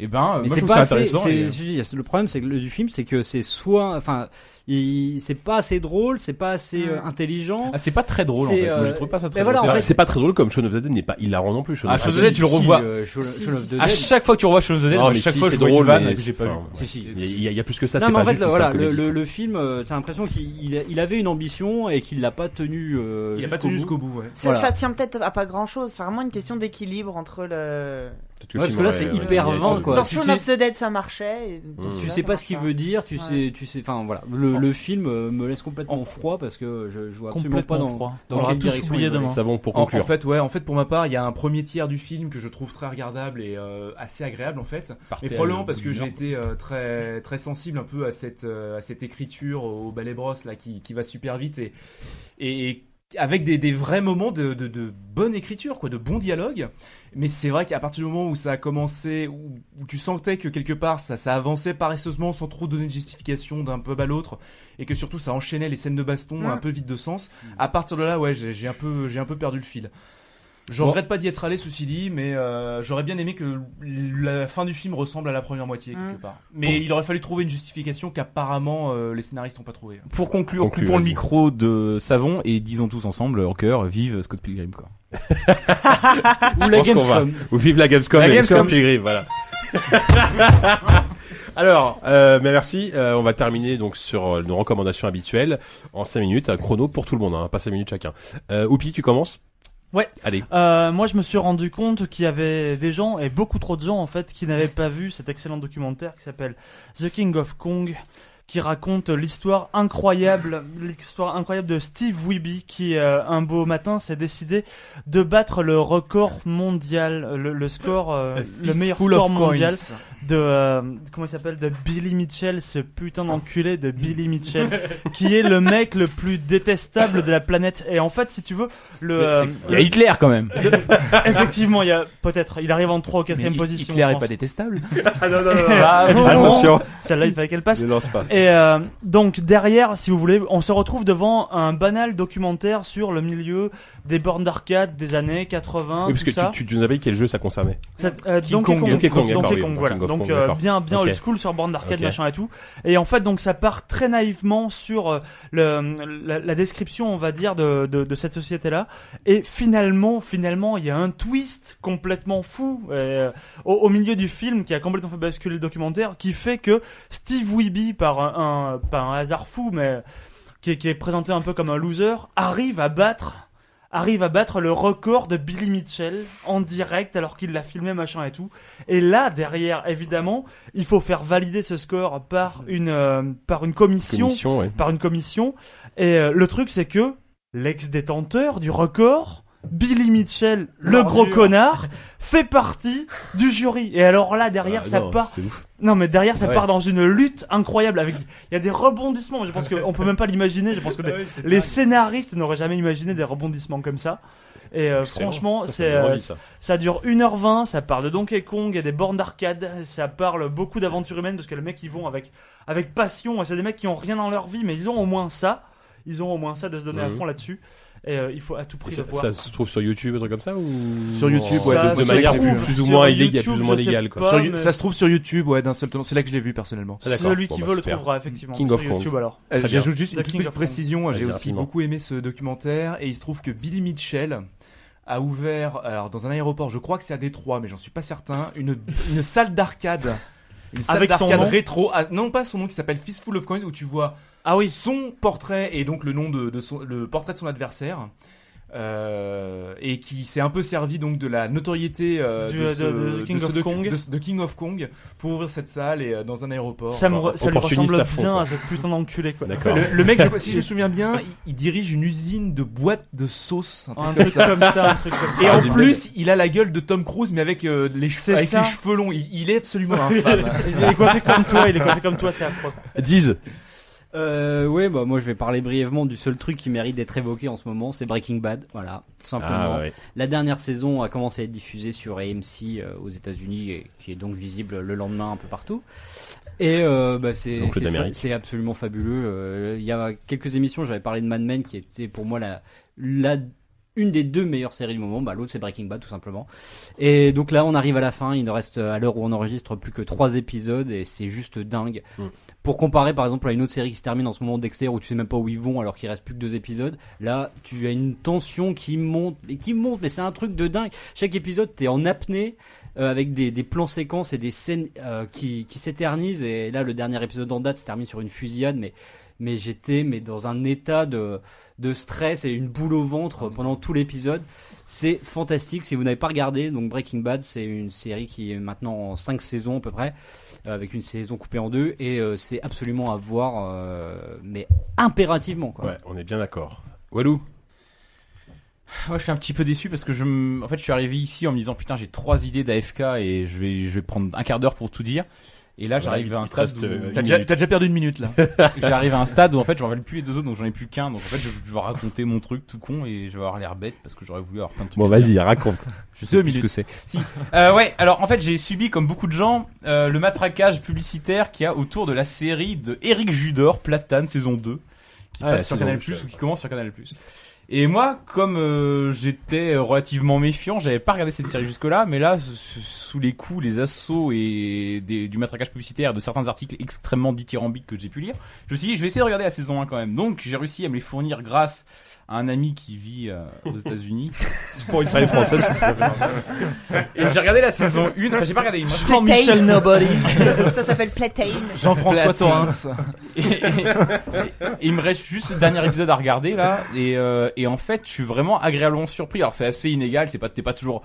[SPEAKER 6] et ben, euh, moi,
[SPEAKER 4] Mais c'est
[SPEAKER 6] je trouve
[SPEAKER 4] pas
[SPEAKER 6] ça
[SPEAKER 4] assez-
[SPEAKER 6] intéressant.
[SPEAKER 4] c'est-
[SPEAKER 6] et, euh,
[SPEAKER 4] je veux dire, le problème c'est que le, du film, c'est que c'est soit, enfin, il- c'est pas assez drôle, c'est pas assez euh, intelligent.
[SPEAKER 6] Ah, c'est pas très drôle en
[SPEAKER 4] c'est,
[SPEAKER 6] fait. Moi, je
[SPEAKER 4] euh,
[SPEAKER 6] trouve pas ça très
[SPEAKER 4] mais
[SPEAKER 6] drôle.
[SPEAKER 4] voilà, en
[SPEAKER 1] C'est vrai,
[SPEAKER 4] fait-
[SPEAKER 1] C'est pas très drôle comme Shaun of the Dead n'est pas hilarant non plus. Shaun
[SPEAKER 6] Ah,
[SPEAKER 1] of
[SPEAKER 6] Shaun
[SPEAKER 1] the
[SPEAKER 6] of the
[SPEAKER 1] Dead.
[SPEAKER 6] Dead, tu le revois.
[SPEAKER 4] Si, euh, Shaun- Shaun of the
[SPEAKER 6] À
[SPEAKER 4] Dead.
[SPEAKER 6] chaque fois que tu revois Shaun of the Dead,
[SPEAKER 1] Non,
[SPEAKER 6] moi,
[SPEAKER 1] mais
[SPEAKER 6] chaque
[SPEAKER 1] si,
[SPEAKER 6] fois je
[SPEAKER 1] c'est
[SPEAKER 6] vois une
[SPEAKER 1] drôle,
[SPEAKER 6] vanne
[SPEAKER 1] mais
[SPEAKER 6] que j'ai
[SPEAKER 1] c'est-
[SPEAKER 6] pas vu.
[SPEAKER 1] enfin,
[SPEAKER 4] Si, si.
[SPEAKER 1] Il y a- il y, a- il y a plus que ça,
[SPEAKER 4] non,
[SPEAKER 1] c'est
[SPEAKER 4] mais en
[SPEAKER 1] pas
[SPEAKER 4] fait,
[SPEAKER 1] juste pour
[SPEAKER 4] voilà,
[SPEAKER 1] ça, la
[SPEAKER 4] le,
[SPEAKER 1] comédie.
[SPEAKER 4] le- le film, euh, t'as l'impression qu'il il- il avait une ambition et qu'il l'a pas tenu. euh,
[SPEAKER 7] il a pas
[SPEAKER 4] jusqu'au
[SPEAKER 7] tenu
[SPEAKER 4] bout.
[SPEAKER 7] jusqu'au bout. ouais.
[SPEAKER 8] Ça,
[SPEAKER 4] Voilà.
[SPEAKER 8] ça tient peut-être à pas grand chose. C'est vraiment une question d'équilibre entre le.
[SPEAKER 1] Peut-être le
[SPEAKER 4] Ouais, parce
[SPEAKER 1] film
[SPEAKER 4] que là, c'est
[SPEAKER 1] aurait- aurait
[SPEAKER 4] hyper
[SPEAKER 1] mérité de-
[SPEAKER 4] vain, quoi.
[SPEAKER 8] Dans
[SPEAKER 4] tu
[SPEAKER 8] Shaun
[SPEAKER 4] sais-
[SPEAKER 8] of the Dead, ça marchait. et-
[SPEAKER 1] Mm.
[SPEAKER 4] Tu
[SPEAKER 8] Là,
[SPEAKER 4] sais
[SPEAKER 8] ça
[SPEAKER 4] pas ce qu'il
[SPEAKER 8] marche
[SPEAKER 4] veut dire, tu
[SPEAKER 8] Ouais.
[SPEAKER 4] sais, tu sais. Enfin voilà, le, le film euh, me laisse complètement froid parce que je, je vois absolument pas dans,
[SPEAKER 5] froid.
[SPEAKER 4] dans
[SPEAKER 5] On l'aura
[SPEAKER 4] quelle
[SPEAKER 5] tous
[SPEAKER 4] direction
[SPEAKER 5] oublié
[SPEAKER 4] il veut
[SPEAKER 5] demain.
[SPEAKER 1] Ça bon pour
[SPEAKER 7] En, en
[SPEAKER 1] conclure.
[SPEAKER 7] fait, ouais, en fait, pour ma part, il y a un premier tiers du film que je trouve très regardable et euh, assez agréable en fait. Mais probablement parce que j'ai été euh, très très sensible un peu à cette euh, à cette écriture au ballet brosse là qui, qui va super vite et et, et avec des, des vrais moments de, de, de bonne écriture quoi, de bons dialogues. Mais c'est vrai qu'à partir du moment où ça a commencé, où, où tu sentais que quelque part ça ça avançait paresseusement sans trop donner de justification d'un pub à l'autre et que surtout ça enchaînait les scènes de baston
[SPEAKER 8] Mm.
[SPEAKER 7] un peu vite de sens. À partir de là, ouais, j'ai j'ai un peu j'ai un peu perdu le fil.
[SPEAKER 2] Je regrette pas d'y être allé, ceci dit, mais euh, j'aurais bien aimé que la fin du film ressemble à la première moitié
[SPEAKER 8] Mm.
[SPEAKER 2] quelque part. Mais il aurait fallu trouver une justification qu'apparemment euh, les scénaristes n'ont pas trouvé.
[SPEAKER 6] Pour conclure,
[SPEAKER 2] Conclue,
[SPEAKER 6] coupons le
[SPEAKER 2] vas-y.
[SPEAKER 6] micro de Savon et disons tous ensemble en cœur, vive Scott Pilgrim quoi.
[SPEAKER 1] Je pense qu'on va- Ou vive la Gamescom
[SPEAKER 6] La
[SPEAKER 1] et
[SPEAKER 6] Gamescom.
[SPEAKER 1] Scott Pilgrim, <laughs> voilà. Alors, euh, mais merci. Euh, on va terminer donc sur euh, nos recommandations habituelles en 5 minutes, un chrono pour tout le monde, hein, pas 5 minutes chacun. Euh, Oupi, tu commences
[SPEAKER 5] Ouais.
[SPEAKER 1] Allez.
[SPEAKER 5] Euh, moi, je me suis rendu compte qu'il y avait des gens, et beaucoup trop de gens en fait, qui n'avaient pas vu cet excellent documentaire qui s'appelle The King of Kong, qui raconte l'histoire incroyable, l'histoire incroyable de Steve Wiebe, qui euh, un beau matin s'est décidé de battre le record mondial, le, le score, euh, le meilleur
[SPEAKER 2] fistful of
[SPEAKER 5] score mondial
[SPEAKER 2] coins.
[SPEAKER 5] de euh, comment il s'appelle de Billy Mitchell, ce putain d'enculé de Billy
[SPEAKER 1] <laughs>
[SPEAKER 5] Mitchell, qui est le mec le plus détestable de la planète. Et en fait, si tu veux, le euh,
[SPEAKER 6] Il y a Hitler quand même.
[SPEAKER 1] <laughs>
[SPEAKER 5] le- Effectivement, il y a peut-être. Il arrive en 3 ou 4
[SPEAKER 6] Mais
[SPEAKER 5] position.
[SPEAKER 6] Hitler
[SPEAKER 5] je
[SPEAKER 6] est
[SPEAKER 5] pense.
[SPEAKER 6] pas détestable.
[SPEAKER 1] Ah, non, non, non, non.
[SPEAKER 5] <laughs> Ça,
[SPEAKER 1] <laughs> Ah, Attention.
[SPEAKER 5] vraiment, Celle-là, il fallait qu'elle passe.
[SPEAKER 1] Ne lance pas.
[SPEAKER 5] Et euh, donc derrière, si vous voulez, on se retrouve devant un banal documentaire sur le milieu des bornes d'arcade des années 80.
[SPEAKER 1] oui, parce
[SPEAKER 5] tout
[SPEAKER 1] que
[SPEAKER 5] ça.
[SPEAKER 1] tu, tu, tu nous avais dit quel jeu ça concernait.
[SPEAKER 5] C'est, euh,
[SPEAKER 1] King
[SPEAKER 5] Donkey
[SPEAKER 1] Kong.
[SPEAKER 5] Kong,
[SPEAKER 1] Donkey Kong,
[SPEAKER 5] Donkey
[SPEAKER 1] d'accord, oui,
[SPEAKER 5] Kong,
[SPEAKER 1] Donkey
[SPEAKER 5] voilà.
[SPEAKER 1] Kong,
[SPEAKER 5] Donc euh,
[SPEAKER 1] d'accord.
[SPEAKER 5] bien, bien
[SPEAKER 1] Ok.
[SPEAKER 5] old school sur bande d'arcade,
[SPEAKER 1] Ok.
[SPEAKER 5] machin et tout. Et en fait, donc ça part très naïvement sur euh, le- la, la description, on va dire, de, de, de cette société-là. Et finalement, finalement, il y a un twist complètement fou euh, au, au milieu du film qui a complètement fait basculer le documentaire, qui fait que Steve Wiebe, par un, un- par un hasard fou, mais qui est, qui est présenté un peu comme un loser, arrive à battre arrive à battre le record de Billy Mitchell en direct alors qu'il l'a filmé machin et tout. Et là derrière évidemment, il faut faire valider ce score par une euh, par une commission,
[SPEAKER 1] Mmh. Commission, ouais.
[SPEAKER 5] par une commission et euh, le truc c'est que l'ex-détenteur du record Billy Mitchell, le gros connard, <laughs> fait partie du jury. Et alors là, derrière,
[SPEAKER 1] Ah,
[SPEAKER 5] ça
[SPEAKER 1] non,
[SPEAKER 5] part.
[SPEAKER 1] c'est ouf.
[SPEAKER 5] Non, mais derrière, ça
[SPEAKER 1] Ouais.
[SPEAKER 5] part dans une lutte incroyable. Avec, il y a des
[SPEAKER 1] <laughs>
[SPEAKER 5] rebondissements. Je pense qu'on peut même pas l'imaginer. Je pense
[SPEAKER 1] Ah
[SPEAKER 5] que des- les scénaristes n'auraient jamais imaginé des rebondissements comme ça. Et euh,
[SPEAKER 1] C'est bon.
[SPEAKER 5] franchement,
[SPEAKER 1] Ça, c'est
[SPEAKER 5] c'est
[SPEAKER 1] une vraie
[SPEAKER 5] euh,
[SPEAKER 1] vie, ça.
[SPEAKER 5] ça dure 1h20, ça parle de Donkey Kong et des bornes d'arcade, ça parle beaucoup d'aventures humaines parce que les mecs ils vont avec, avec passion, et c'est des mecs qui ont rien dans leur vie, mais ils ont au moins ça, ils ont au moins ça de se donner à
[SPEAKER 1] Mhm.
[SPEAKER 5] fond là-dessus, et euh, il faut à tout prix
[SPEAKER 1] Ça,
[SPEAKER 5] le voir.
[SPEAKER 1] ça se trouve sur YouTube, un truc comme ça ou
[SPEAKER 2] Sur YouTube, ouais,
[SPEAKER 1] de, de
[SPEAKER 2] ça
[SPEAKER 1] manière
[SPEAKER 2] se
[SPEAKER 1] plus,
[SPEAKER 2] trouve
[SPEAKER 1] plus ou
[SPEAKER 5] sur
[SPEAKER 1] moins
[SPEAKER 5] YouTube,
[SPEAKER 1] illégale, plus ou moins
[SPEAKER 5] je sais
[SPEAKER 1] légale. Quoi.
[SPEAKER 5] pas,
[SPEAKER 2] Sur you-
[SPEAKER 5] Ah, mais-
[SPEAKER 2] Ça se trouve sur YouTube, ouais, d'un seul temps. C'est là que je l'ai vu personnellement.
[SPEAKER 1] Ah, d'accord.
[SPEAKER 5] Celui
[SPEAKER 1] Bon,
[SPEAKER 5] qui
[SPEAKER 1] bah,
[SPEAKER 5] veut le
[SPEAKER 1] super.
[SPEAKER 5] trouvera effectivement
[SPEAKER 1] King
[SPEAKER 5] sur
[SPEAKER 1] of Kong.
[SPEAKER 5] YouTube alors.
[SPEAKER 1] Très
[SPEAKER 2] Euh,
[SPEAKER 1] bien.
[SPEAKER 2] J'ajoute juste
[SPEAKER 5] The
[SPEAKER 2] une
[SPEAKER 5] King
[SPEAKER 2] petite
[SPEAKER 5] of
[SPEAKER 2] précision.
[SPEAKER 1] Vas-y,
[SPEAKER 2] J'ai aussi
[SPEAKER 1] rapidement.
[SPEAKER 2] beaucoup aimé ce documentaire et il se trouve que Billy Mitchell a ouvert, alors dans un aéroport, je crois que c'est à Détroit, mais j'en suis pas certain, une, une salle d'arcade. Une salle
[SPEAKER 5] Avec son
[SPEAKER 2] d'arcade
[SPEAKER 5] nom
[SPEAKER 2] rétro, ah, non pas son nom qui s'appelle Fistful of Coins où tu vois
[SPEAKER 5] Ah oui.
[SPEAKER 2] son portrait et donc le nom de, de son, le portrait de son adversaire euh, et qui s'est un peu servi donc de la notoriété euh,
[SPEAKER 5] Du-
[SPEAKER 2] de,
[SPEAKER 5] de-
[SPEAKER 2] ce,
[SPEAKER 5] de- de King
[SPEAKER 2] ce
[SPEAKER 5] of
[SPEAKER 2] docu-
[SPEAKER 5] Kong.
[SPEAKER 2] de ce- de King of Kong pour ouvrir cette salle et euh, dans un aéroport.
[SPEAKER 5] Ça, me
[SPEAKER 2] Enfin,
[SPEAKER 5] re- ça lui
[SPEAKER 1] opportuniste
[SPEAKER 5] ressemble
[SPEAKER 1] à fond,
[SPEAKER 5] bien
[SPEAKER 1] quoi.
[SPEAKER 5] à ce putain d'enculé quoi.
[SPEAKER 1] D'accord.
[SPEAKER 2] le, le mec, je- si je me souviens bien, il, il dirige une usine de boîtes de sauce. un truc
[SPEAKER 5] <laughs> Un
[SPEAKER 2] comme
[SPEAKER 5] truc
[SPEAKER 2] ça.
[SPEAKER 5] comme ça, un truc comme ça.
[SPEAKER 2] Et en
[SPEAKER 1] résume
[SPEAKER 2] plus, il a la gueule de Tom Cruise, mais avec, euh, les, cheveux,
[SPEAKER 5] C'est
[SPEAKER 2] avec
[SPEAKER 5] ça.
[SPEAKER 2] les cheveux longs. Il, il est
[SPEAKER 1] <laughs>
[SPEAKER 2] absolument infâme.
[SPEAKER 5] Il est coiffé comme toi, il est coiffé comme toi, c'est affreux.
[SPEAKER 1] Dise.
[SPEAKER 4] Euh, ouais, bah moi je vais parler brièvement du seul truc qui mérite d'être évoqué en ce moment, c'est Breaking Bad. Voilà, tout simplement.
[SPEAKER 1] Ah, ouais.
[SPEAKER 4] La dernière saison a commencé à être diffusée sur AMC euh, aux États-Unis, et qui est donc visible le lendemain un peu partout. Et euh, bah, c'est
[SPEAKER 1] L'oncle
[SPEAKER 4] c'est fa-
[SPEAKER 1] d'Amérique.
[SPEAKER 4] c'est absolument fabuleux. Euh, Il y a quelques émissions, j'avais parlé de Mad Men, qui était pour moi la, la une des deux meilleures séries du moment. Bah, L'autre c'est Breaking Bad tout simplement. Et donc là, on arrive à la fin. Il ne reste à l'heure où on enregistre plus que trois épisodes, et c'est juste dingue.
[SPEAKER 1] Mm.
[SPEAKER 4] Pour comparer par exemple à une autre série qui se termine en ce moment Dexter où tu sais même pas où ils vont alors qu'il reste plus que deux épisodes, là tu as une tension qui monte et qui monte mais c'est un truc de dingue. Chaque épisode t'es en apnée euh, avec des, des plans séquences et des scènes euh, qui, qui s'éternisent et là le dernier épisode en date se termine sur une fusillade mais mais j'étais mais dans un état de de stress et une boule au ventre pendant tout l'épisode. C'est fantastique. Si vous n'avez pas regardé, donc Breaking Bad, c'est une série qui est maintenant en 5 saisons à peu près, euh, avec une saison coupée en deux, et euh, c'est absolument à voir, euh, mais impérativement. Quoi.
[SPEAKER 1] Ouais, on est bien d'accord. Walou.
[SPEAKER 6] Moi, je suis un petit peu déçu parce que je, m- en fait, je suis arrivé ici en me disant putain, j'ai trois idées d'AFK et je vais, je vais prendre un quart d'heure pour tout dire. Et là, j'arrive
[SPEAKER 1] il-
[SPEAKER 6] à un
[SPEAKER 1] il te
[SPEAKER 6] stade
[SPEAKER 1] reste,
[SPEAKER 6] où-
[SPEAKER 1] euh,
[SPEAKER 2] T'as déjà, t'as déjà perdu une minute là.
[SPEAKER 6] <laughs> j'arrive à un stade où en fait, j'en valais plus les deux autres, donc j'en ai plus qu'un. Donc en fait, je je vais raconter mon truc tout con et je vais avoir l'air bête parce que j'aurais voulu avoir plein de trucs. à dire.
[SPEAKER 1] raconte.
[SPEAKER 6] Je sais plus ce que c'est. Si. Euh, ouais. Alors en fait, j'ai subi comme beaucoup de gens euh, le matraquage publicitaire qu'il y a autour de la série de Eric Judor, Platane saison 2, qui
[SPEAKER 1] Ah, la
[SPEAKER 6] passe sur
[SPEAKER 1] saison
[SPEAKER 6] Canal
[SPEAKER 1] deux, je
[SPEAKER 6] ou qui commence sur Canal Et moi, comme euh, j'étais relativement méfiant, j'avais pas regardé cette série jusque-là, mais là, s- sous les coups, les assauts et des- du matraquage publicitaire de certains articles extrêmement dithyrambiques que j'ai pu lire, je me suis dit, je vais essayer de regarder la saison 1 quand même. Donc, j'ai réussi à me les fournir grâce à un ami qui vit euh, aux États-Unis. C'est pour une série française. que je préfère. et j'ai regardé la saison 1, enfin, j'ai pas regardé une.
[SPEAKER 8] Platane. <laughs> ça s'appelle Platane.
[SPEAKER 6] Jean-François Torrens. <laughs> et, et- et il me reste juste le dernier épisode à regarder là. Et, euh, et en fait, je suis vraiment agréablement surpris. Alors c'est assez inégal, c'est pas t'es pas toujours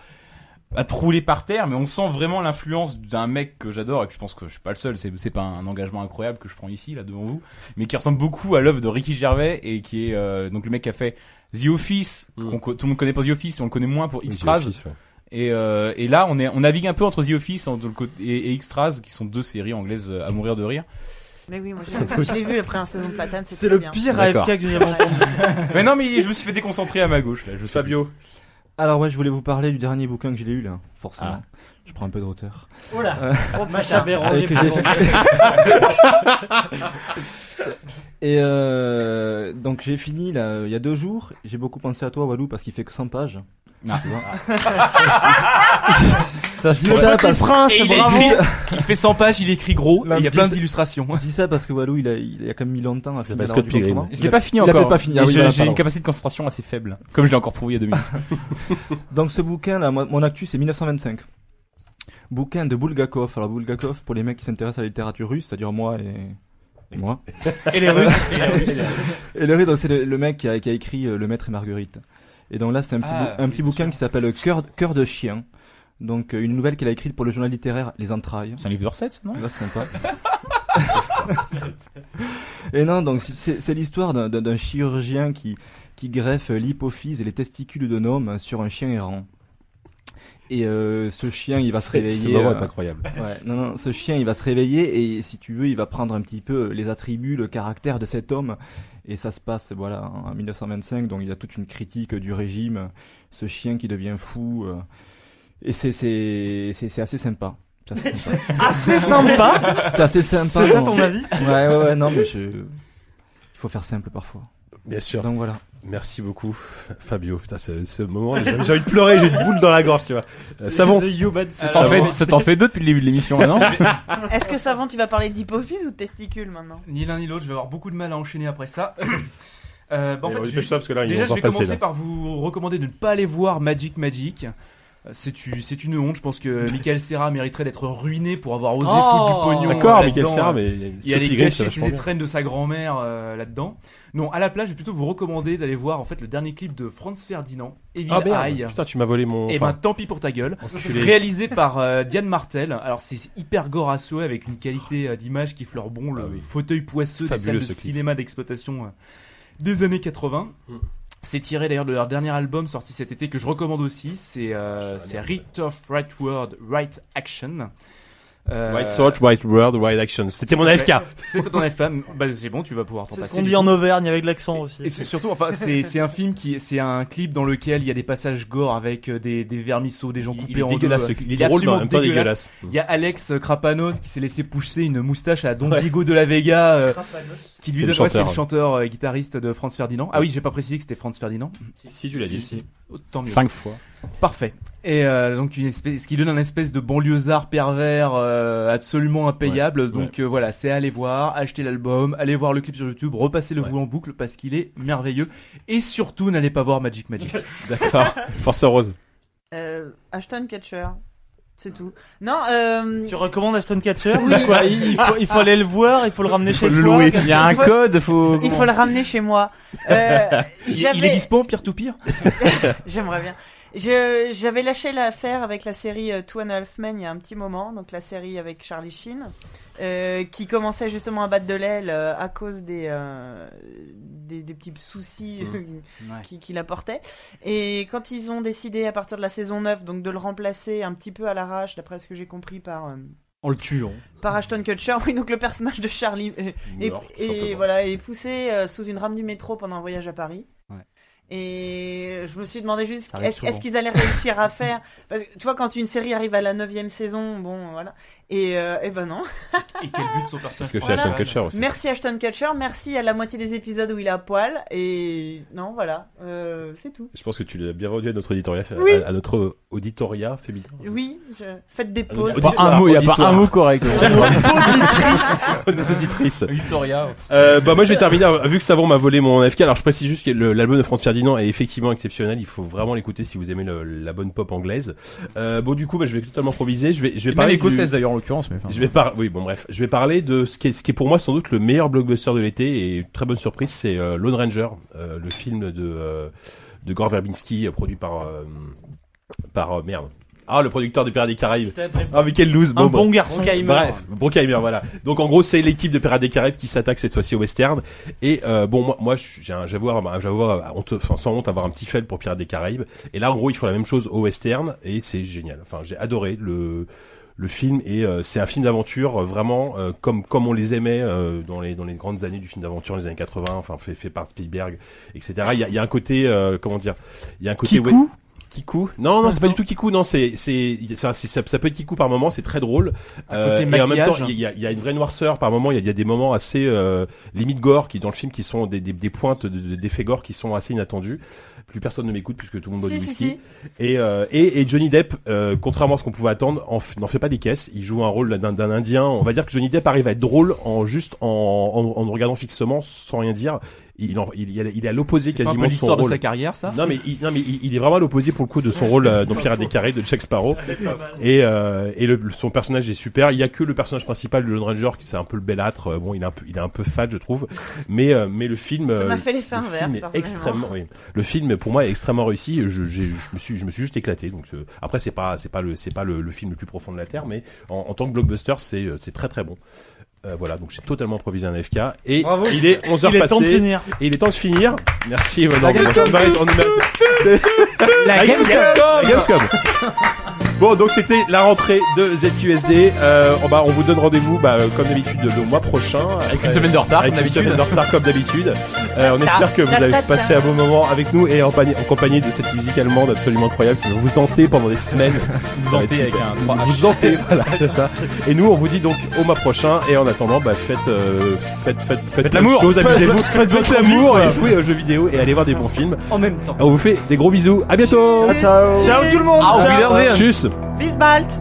[SPEAKER 6] à trouler par terre, mais on sent vraiment l'influence d'un mec que j'adore et que je pense que je suis pas le seul. C'est c'est pas un engagement incroyable que je prends ici là devant vous, mais qui ressemble beaucoup à l'œuvre de Ricky Gervais et qui est euh, donc le mec qui a fait The Office. qu'on co- tout le monde connaît pour The Office, mais on le connaît moins pour
[SPEAKER 1] Mm. The
[SPEAKER 6] Extras.
[SPEAKER 1] Office, ouais.
[SPEAKER 6] Et, euh, et là, on, est, on navigue un peu entre The Office en- de le côté- et, et Extras, qui sont deux séries anglaises euh, à mourir de rire.
[SPEAKER 8] Mais oui, moi
[SPEAKER 5] <laughs>
[SPEAKER 8] je, je l'ai vu la première saison de Platane.
[SPEAKER 5] C'est
[SPEAKER 8] très
[SPEAKER 5] le
[SPEAKER 8] bien.
[SPEAKER 5] pire
[SPEAKER 6] D'accord.
[SPEAKER 5] AFK que j'ai jamais <laughs> entendu.
[SPEAKER 6] mais non, mais je me suis fait déconcentrer à ma gauche. Là, je sais
[SPEAKER 1] Fabio.
[SPEAKER 7] Alors ouais, je voulais vous parler du dernier bouquin que j'ai lu là, forcément.
[SPEAKER 2] Ah.
[SPEAKER 7] Je prends un peu de hauteur.
[SPEAKER 19] Oh là,
[SPEAKER 7] Euh,
[SPEAKER 19] oh,
[SPEAKER 5] Ah,
[SPEAKER 19] Macha Véron,
[SPEAKER 7] et que
[SPEAKER 19] les
[SPEAKER 7] j'ai
[SPEAKER 19] présents.
[SPEAKER 7] Et euh, donc j'ai fini là, il y a deux jours. J'ai beaucoup pensé à toi, Walou, parce qu'il fait que 100 pages.
[SPEAKER 6] Ah,
[SPEAKER 7] Tu vois. Ça, Ah, je dis
[SPEAKER 6] Pour
[SPEAKER 7] ça
[SPEAKER 6] le petit
[SPEAKER 7] parce-
[SPEAKER 6] prince, Et il a bravo. écrit-
[SPEAKER 7] il fait 100 pages, il écrit gros,
[SPEAKER 6] et il y a plein
[SPEAKER 7] d'illustrations. Je dis ça parce que Walou, il a, il a quand même mis longtemps à finir.
[SPEAKER 6] Parce
[SPEAKER 7] la hein.
[SPEAKER 6] que
[SPEAKER 7] Revue
[SPEAKER 6] Pilgrim.
[SPEAKER 7] Autrement.
[SPEAKER 6] Je
[SPEAKER 7] Il
[SPEAKER 6] l'ai
[SPEAKER 7] a-
[SPEAKER 6] pas fini
[SPEAKER 7] il a
[SPEAKER 6] encore.
[SPEAKER 7] pas fini. Ah
[SPEAKER 6] Et
[SPEAKER 7] oui,
[SPEAKER 6] je-
[SPEAKER 7] voilà,
[SPEAKER 6] J'ai une
[SPEAKER 7] pardon.
[SPEAKER 6] capacité de concentration assez faible, comme je l'ai encore prouvé il y a deux minutes.
[SPEAKER 7] Donc ce bouquin là, moi- mon actu c'est 1925. Bouquin de Bulgakov. Alors Bulgakov pour les mecs qui s'intéressent à la littérature russe, c'est-à-dire moi et, et moi.
[SPEAKER 5] Et les Russes. Et les Russes.
[SPEAKER 7] <laughs> Et les Russes, donc, c'est le, le mec qui a, qui a écrit euh, Le Maître et Marguerite. Et donc là c'est un petit,
[SPEAKER 5] Ah,
[SPEAKER 7] bou- un petit bouquin qui s'appelle euh, Cœur, Cœur de chien. Donc euh, une nouvelle qu'elle a écrite pour le journal littéraire Les Entrailles.
[SPEAKER 6] C'est un livre de recettes, non
[SPEAKER 7] Là c'est sympa. <laughs> Et non, donc c'est c'est l'histoire d'un- d'un d'un chirurgien qui, qui greffe l'hypophyse et les testicules d'un homme sur un chien errant. Et euh, ce chien, il va se
[SPEAKER 1] C'est- ce
[SPEAKER 7] réveiller. euh,
[SPEAKER 1] moment est incroyable.
[SPEAKER 7] ouais, non, non, ce chien, il va se réveiller et si tu veux, il va prendre un petit peu les attributs, le caractère de cet homme. Et ça se passe, voilà, en 1925. Donc il y a toute une critique du régime. Ce chien qui devient fou. euh, et c'est c'est c'est c'est assez sympa. C'est assez sympa.
[SPEAKER 5] Assez <laughs> sympa
[SPEAKER 7] C'est assez sympa.
[SPEAKER 5] C'est ça
[SPEAKER 7] bon.
[SPEAKER 5] ton avis
[SPEAKER 7] Ouais, ouais, ouais, non, mais je... il faut faire simple parfois.
[SPEAKER 1] Bien sûr.
[SPEAKER 7] Donc voilà.
[SPEAKER 1] Merci beaucoup, Fabio. Putain, ce, ce moment, j'ai j'ai envie de pleurer, j'ai une boule dans la gorge, tu vois. Euh, savon.
[SPEAKER 5] The Human Savon.
[SPEAKER 6] T'en fais- Ça t'en fait deux depuis le début de l'émission, maintenant
[SPEAKER 8] Est-ce que Savon, tu vas parler d'hypophyse ou de testicule maintenant
[SPEAKER 5] Ni l'un ni l'autre, je vais avoir beaucoup de mal à enchaîner après ça. <clears throat> Euh, bah, en
[SPEAKER 1] Et
[SPEAKER 5] fait,
[SPEAKER 1] on
[SPEAKER 5] je-
[SPEAKER 1] fait ça parce que là, ils
[SPEAKER 5] déjà,
[SPEAKER 1] vont
[SPEAKER 5] je vais
[SPEAKER 1] encore passer,
[SPEAKER 5] commencer
[SPEAKER 1] là.
[SPEAKER 5] par vous recommander de ne pas aller voir Magic Magic. Euh, C'est une, c'est une honte. Je
[SPEAKER 1] <laughs>
[SPEAKER 5] pense que Michael Serra mériterait d'être ruiné pour avoir osé
[SPEAKER 1] Oh
[SPEAKER 5] foutre du pognon.
[SPEAKER 1] D'accord,
[SPEAKER 5] euh,
[SPEAKER 1] Michael
[SPEAKER 5] là-dedans,
[SPEAKER 1] Serra,
[SPEAKER 5] euh,
[SPEAKER 1] mais il y a-
[SPEAKER 5] il y a les
[SPEAKER 1] Pilgrim, ça
[SPEAKER 5] cachets,
[SPEAKER 1] marche
[SPEAKER 5] ses
[SPEAKER 1] bien.
[SPEAKER 5] étrennes de sa grand-mère euh, là-dedans. Non, à la place, je vais plutôt vous recommander d'aller voir en fait le dernier clip de Franz Ferdinand, Evil
[SPEAKER 1] Ah merde,
[SPEAKER 5] Eye.
[SPEAKER 1] putain, tu m'as volé mon.
[SPEAKER 5] Et
[SPEAKER 1] enfin,
[SPEAKER 5] ben tant pis pour ta gueule.
[SPEAKER 1] Enculé.
[SPEAKER 5] Réalisé par euh, Diane Martel. Alors c'est hyper gore à souhait avec une qualité euh, d'image qui fleure bon le fauteuil poisseux des
[SPEAKER 1] Ah Fabuleux,
[SPEAKER 5] salles
[SPEAKER 1] ce
[SPEAKER 5] de
[SPEAKER 1] clip. Mm.
[SPEAKER 5] cinéma d'exploitation euh, des années 80. C'est tiré d'ailleurs de leur dernier album sorti cet été que je recommande aussi. C'est euh, c'est Right of Right Word, Right Action. Euh,
[SPEAKER 1] White Sword, White World, White Action. C'était mon AFK.
[SPEAKER 5] C'était ton AFK. Bah, c'est bon, tu vas pouvoir t'en
[SPEAKER 1] C'est ce
[SPEAKER 5] passer.
[SPEAKER 1] qu'on
[SPEAKER 5] du
[SPEAKER 1] dit
[SPEAKER 5] coup.
[SPEAKER 1] en
[SPEAKER 5] Auvergne avec l'accent aussi. Et c'est surtout, enfin, c'est c'est un film qui, c'est un clip dans lequel il y a des passages gore avec euh, des, des vermisseaux, des gens coupés
[SPEAKER 1] est
[SPEAKER 5] en
[SPEAKER 1] dégueulasse,
[SPEAKER 5] deux.
[SPEAKER 1] le clip. Il est drôle, mais en
[SPEAKER 5] absolument
[SPEAKER 1] même temps dégueulasse.
[SPEAKER 5] Il y a Alex Krapanos qui s'est laissé pousser une moustache à Don Diego de la Vega, euh, qui
[SPEAKER 1] C'est
[SPEAKER 5] lui
[SPEAKER 1] le
[SPEAKER 5] donne, ouais, c'est le
[SPEAKER 1] chanteur.
[SPEAKER 5] chanteur et guitariste de Franz Ferdinand. Ah oui, j'ai pas précisé que c'était Franz Ferdinand.
[SPEAKER 1] Si, tu l'as dit.
[SPEAKER 5] Oh, Tant mieux.
[SPEAKER 6] Cinq fois.
[SPEAKER 5] Parfait. Et euh, donc une espèce, ce qui donne un espèce de banlieusard pervers euh, absolument impayable.
[SPEAKER 1] Ouais,
[SPEAKER 5] donc euh, voilà, c'est à aller voir, acheter l'album, aller voir le clip sur YouTube, repasser le vous en boucle parce qu'il est merveilleux. Et surtout, n'allez pas voir Magic Magic.
[SPEAKER 1] D'accord. Force Rose.
[SPEAKER 8] Euh, Ashton Catcher. C'est tout. Non, euh...
[SPEAKER 5] Tu recommandes Ashton Catcher
[SPEAKER 8] Oui.
[SPEAKER 5] Quoi, il- il faut- il faut aller le voir, il faut le ramener chez soi, qu'est-ce
[SPEAKER 6] Il y a
[SPEAKER 5] qu'on
[SPEAKER 6] un
[SPEAKER 5] fait
[SPEAKER 6] code, faut.
[SPEAKER 8] Il faut le ramener
[SPEAKER 5] <laughs>
[SPEAKER 8] chez moi. Euh,
[SPEAKER 5] Il- il
[SPEAKER 8] j'avais-
[SPEAKER 5] est dispo en peer-to-peer
[SPEAKER 8] J'aimerais bien. Je- J'avais lâché l'affaire avec la série euh, Two and a Half Men il y a un petit moment, donc la série avec Charlie Sheen, euh, qui commençait justement à battre de l'aile euh, à cause des, euh, des, des petits soucis <laughs>
[SPEAKER 5] Mm. Ouais.
[SPEAKER 8] qui- qu'il apportait. Et quand ils ont décidé à partir de la saison 9, donc de le remplacer un petit peu à l'arrache, d'après ce que j'ai compris, par... euh,
[SPEAKER 5] En le tuant.
[SPEAKER 8] par Ashton Kutcher. <laughs> Oui, donc le personnage de Charlie euh, est,
[SPEAKER 5] Meurt, tout
[SPEAKER 8] est-
[SPEAKER 5] simplement.
[SPEAKER 8] voilà, est poussé euh, sous une rame du métro pendant un voyage à Paris. Et je me suis demandé juste,
[SPEAKER 5] Ça arrive
[SPEAKER 8] est-ce est-ce
[SPEAKER 5] souvent.
[SPEAKER 8] qu'ils allaient réussir à faire Parce que tu vois, quand une série arrive à la neuvième saison, bon, voilà. Et, euh, eh ben non.
[SPEAKER 2] Et quel but son personnage
[SPEAKER 1] Parce que c'est
[SPEAKER 2] principal
[SPEAKER 1] Ashton Kutcher aussi.
[SPEAKER 8] Merci Ashton Kutcher, merci à la moitié des épisodes où il est à poil. Et non, voilà, Euh, c'est tout.
[SPEAKER 1] Je pense que tu l'as bien rendu à notre auditoria, à-
[SPEAKER 8] Oui.
[SPEAKER 1] à, notre auditoria féminin.
[SPEAKER 8] Oui, je- faites des
[SPEAKER 1] Il y
[SPEAKER 8] pauses.
[SPEAKER 1] a pas un mot, il y a pas un mot correct. Nos auditrices.
[SPEAKER 6] Victoria.
[SPEAKER 1] Euh, bah moi je vais terminer vu que Savon m'a volé mon AFK alors je précise juste que le- l'album de Franz Ferdinand est effectivement exceptionnel il faut vraiment l'écouter si vous aimez le- la bonne pop anglaise euh, bon du coup bah, je vais totalement improviser je vais je
[SPEAKER 6] Et
[SPEAKER 1] vais
[SPEAKER 6] même
[SPEAKER 1] parler du-
[SPEAKER 6] écossaise d'ailleurs en l'occurrence, mais enfin.
[SPEAKER 1] je vais par... oui bon bref je vais parler de ce qui est, ce qui est pour moi sans doute le meilleur blockbuster de l'été et une très bonne surprise c'est euh, Lone Ranger euh, le film de euh, de Gore Verbinski euh, produit par euh, par euh, merde ah le producteur du Pirates des Caraïbes ah mais quel loose
[SPEAKER 5] Un
[SPEAKER 1] bah.
[SPEAKER 5] bon garçon. Bruckheimer.
[SPEAKER 1] Bref, Bruckheimer, voilà. Donc en gros, c'est l'équipe de Pirates des Caraïbes qui s'attaque cette fois-ci au western. Et euh, bon, moi, moi, je- j'ai un- j'avoue, avoir- bah, j'avoue, avoir- honte- enfin, sans honte, avoir un petit faible pour Pirates des Caraïbes. Et là, en gros, ils font la même chose au western, et c'est génial. Enfin, j'ai adoré le le film et euh, c'est un film d'aventure euh, vraiment euh, comme comme on les aimait euh, dans les dans les grandes années du film d'aventure les années 80 enfin fait fait par Spielberg etc il y a, il y a un côté euh, comment dire il y a un côté
[SPEAKER 5] Kikou
[SPEAKER 1] ouais- Kikou non
[SPEAKER 2] Ah,
[SPEAKER 1] non c'est pas du tout Kikou non c'est c'est ça, c'est- ça, ça peut être Kikou par moment c'est très drôle Euh,
[SPEAKER 2] côté
[SPEAKER 1] et en même temps
[SPEAKER 2] maquillage.
[SPEAKER 1] il y, a- il y a une vraie noirceur par moment il y a, il y a des moments assez euh, limite gore qui dans le film qui sont des, des, des pointes de- de- d'effets gore qui sont assez inattendues plus personne ne m'écoute puisque tout le monde boit
[SPEAKER 8] Si,
[SPEAKER 1] du
[SPEAKER 8] si,
[SPEAKER 1] whisky
[SPEAKER 8] si.
[SPEAKER 1] et, euh, et, et Johnny Depp, euh, contrairement à ce qu'on pouvait attendre, en f- n'en fait pas des caisses. Il joue un rôle d'un d'un Indien. On va dire que Johnny Depp arrive à être drôle en juste en, en, en nous regardant fixement, sans rien dire. Il, en- il, il est à- il est à l'opposé
[SPEAKER 2] C'est pas un peu
[SPEAKER 1] quasiment de son
[SPEAKER 2] l'histoire de
[SPEAKER 1] rôle.
[SPEAKER 2] sa carrière, ça
[SPEAKER 1] Non mais, il, non mais il, il est vraiment à l'opposé pour le coup de son rôle euh, dans Pirates des Caraïbes de Jack Sparrow. Et, euh, et le, le- son personnage est super. Il y a que le personnage principal, le Lone Ranger, qui c'est un peu le belâtre. Euh, Bon, il est un peu, il est un peu fade, je trouve. Mais euh, mais le film,
[SPEAKER 8] Ça m'a
[SPEAKER 1] euh,
[SPEAKER 8] fait l'effet
[SPEAKER 1] le
[SPEAKER 8] inverse,
[SPEAKER 1] film est
[SPEAKER 8] personnellement.
[SPEAKER 1] extrêmement, oui. le film pour moi est extrêmement réussi. Je, j'ai- je me suis, je me suis juste éclaté. Donc euh, après, c'est pas, c'est pas le, c'est pas le, le film le plus profond de la terre, mais en, en tant que blockbuster, c'est, euh, c'est très très bon. Euh, voilà, donc j'ai totalement improvisé un FK et
[SPEAKER 5] Bravo.
[SPEAKER 1] il est 11h
[SPEAKER 5] Il est
[SPEAKER 1] passé.
[SPEAKER 5] temps de finir.
[SPEAKER 1] Et il est temps de finir. Merci. Manon.
[SPEAKER 5] La Gamescom.
[SPEAKER 1] On mérite- on mérite-
[SPEAKER 5] La Gamescom.
[SPEAKER 1] la Gamescom. Bon, donc c'était la rentrée de ZQSD. Euh, on- bah, on vous donne rendez-vous, bah, euh, comme d'habitude, le mois prochain. Avec
[SPEAKER 6] une semaine de retard,
[SPEAKER 1] avec
[SPEAKER 6] comme
[SPEAKER 1] une
[SPEAKER 6] d'habitude.
[SPEAKER 1] semaine de retard, comme d'habitude. Euh, on espère que vous avez passé un bon moment avec nous et en, pani- en compagnie de cette musique allemande absolument incroyable qui va vous hanter pendant
[SPEAKER 6] <laughs>
[SPEAKER 1] des semaines. Ça va être
[SPEAKER 6] hanter avec
[SPEAKER 1] super.
[SPEAKER 6] un 3H.
[SPEAKER 1] Vous hanter,
[SPEAKER 6] <laughs>
[SPEAKER 1] voilà, c'est ça. Et nous, on vous dit donc au mois prochain. Et en attendant, bah, faites, euh, faites, faites, faites, plein de
[SPEAKER 6] l'amour.
[SPEAKER 1] choses, amusez-vous,
[SPEAKER 6] Faites votre
[SPEAKER 1] faites l'amour,
[SPEAKER 6] vie,
[SPEAKER 1] et jouez aux jeux vidéo et allez voir des bons films.
[SPEAKER 5] En même temps. Ah,
[SPEAKER 1] On vous fait des gros bisous. À bientôt.
[SPEAKER 5] Ciao tout le monde.
[SPEAKER 6] Au Wiedersehen.
[SPEAKER 1] Tchuss.
[SPEAKER 8] Bis bald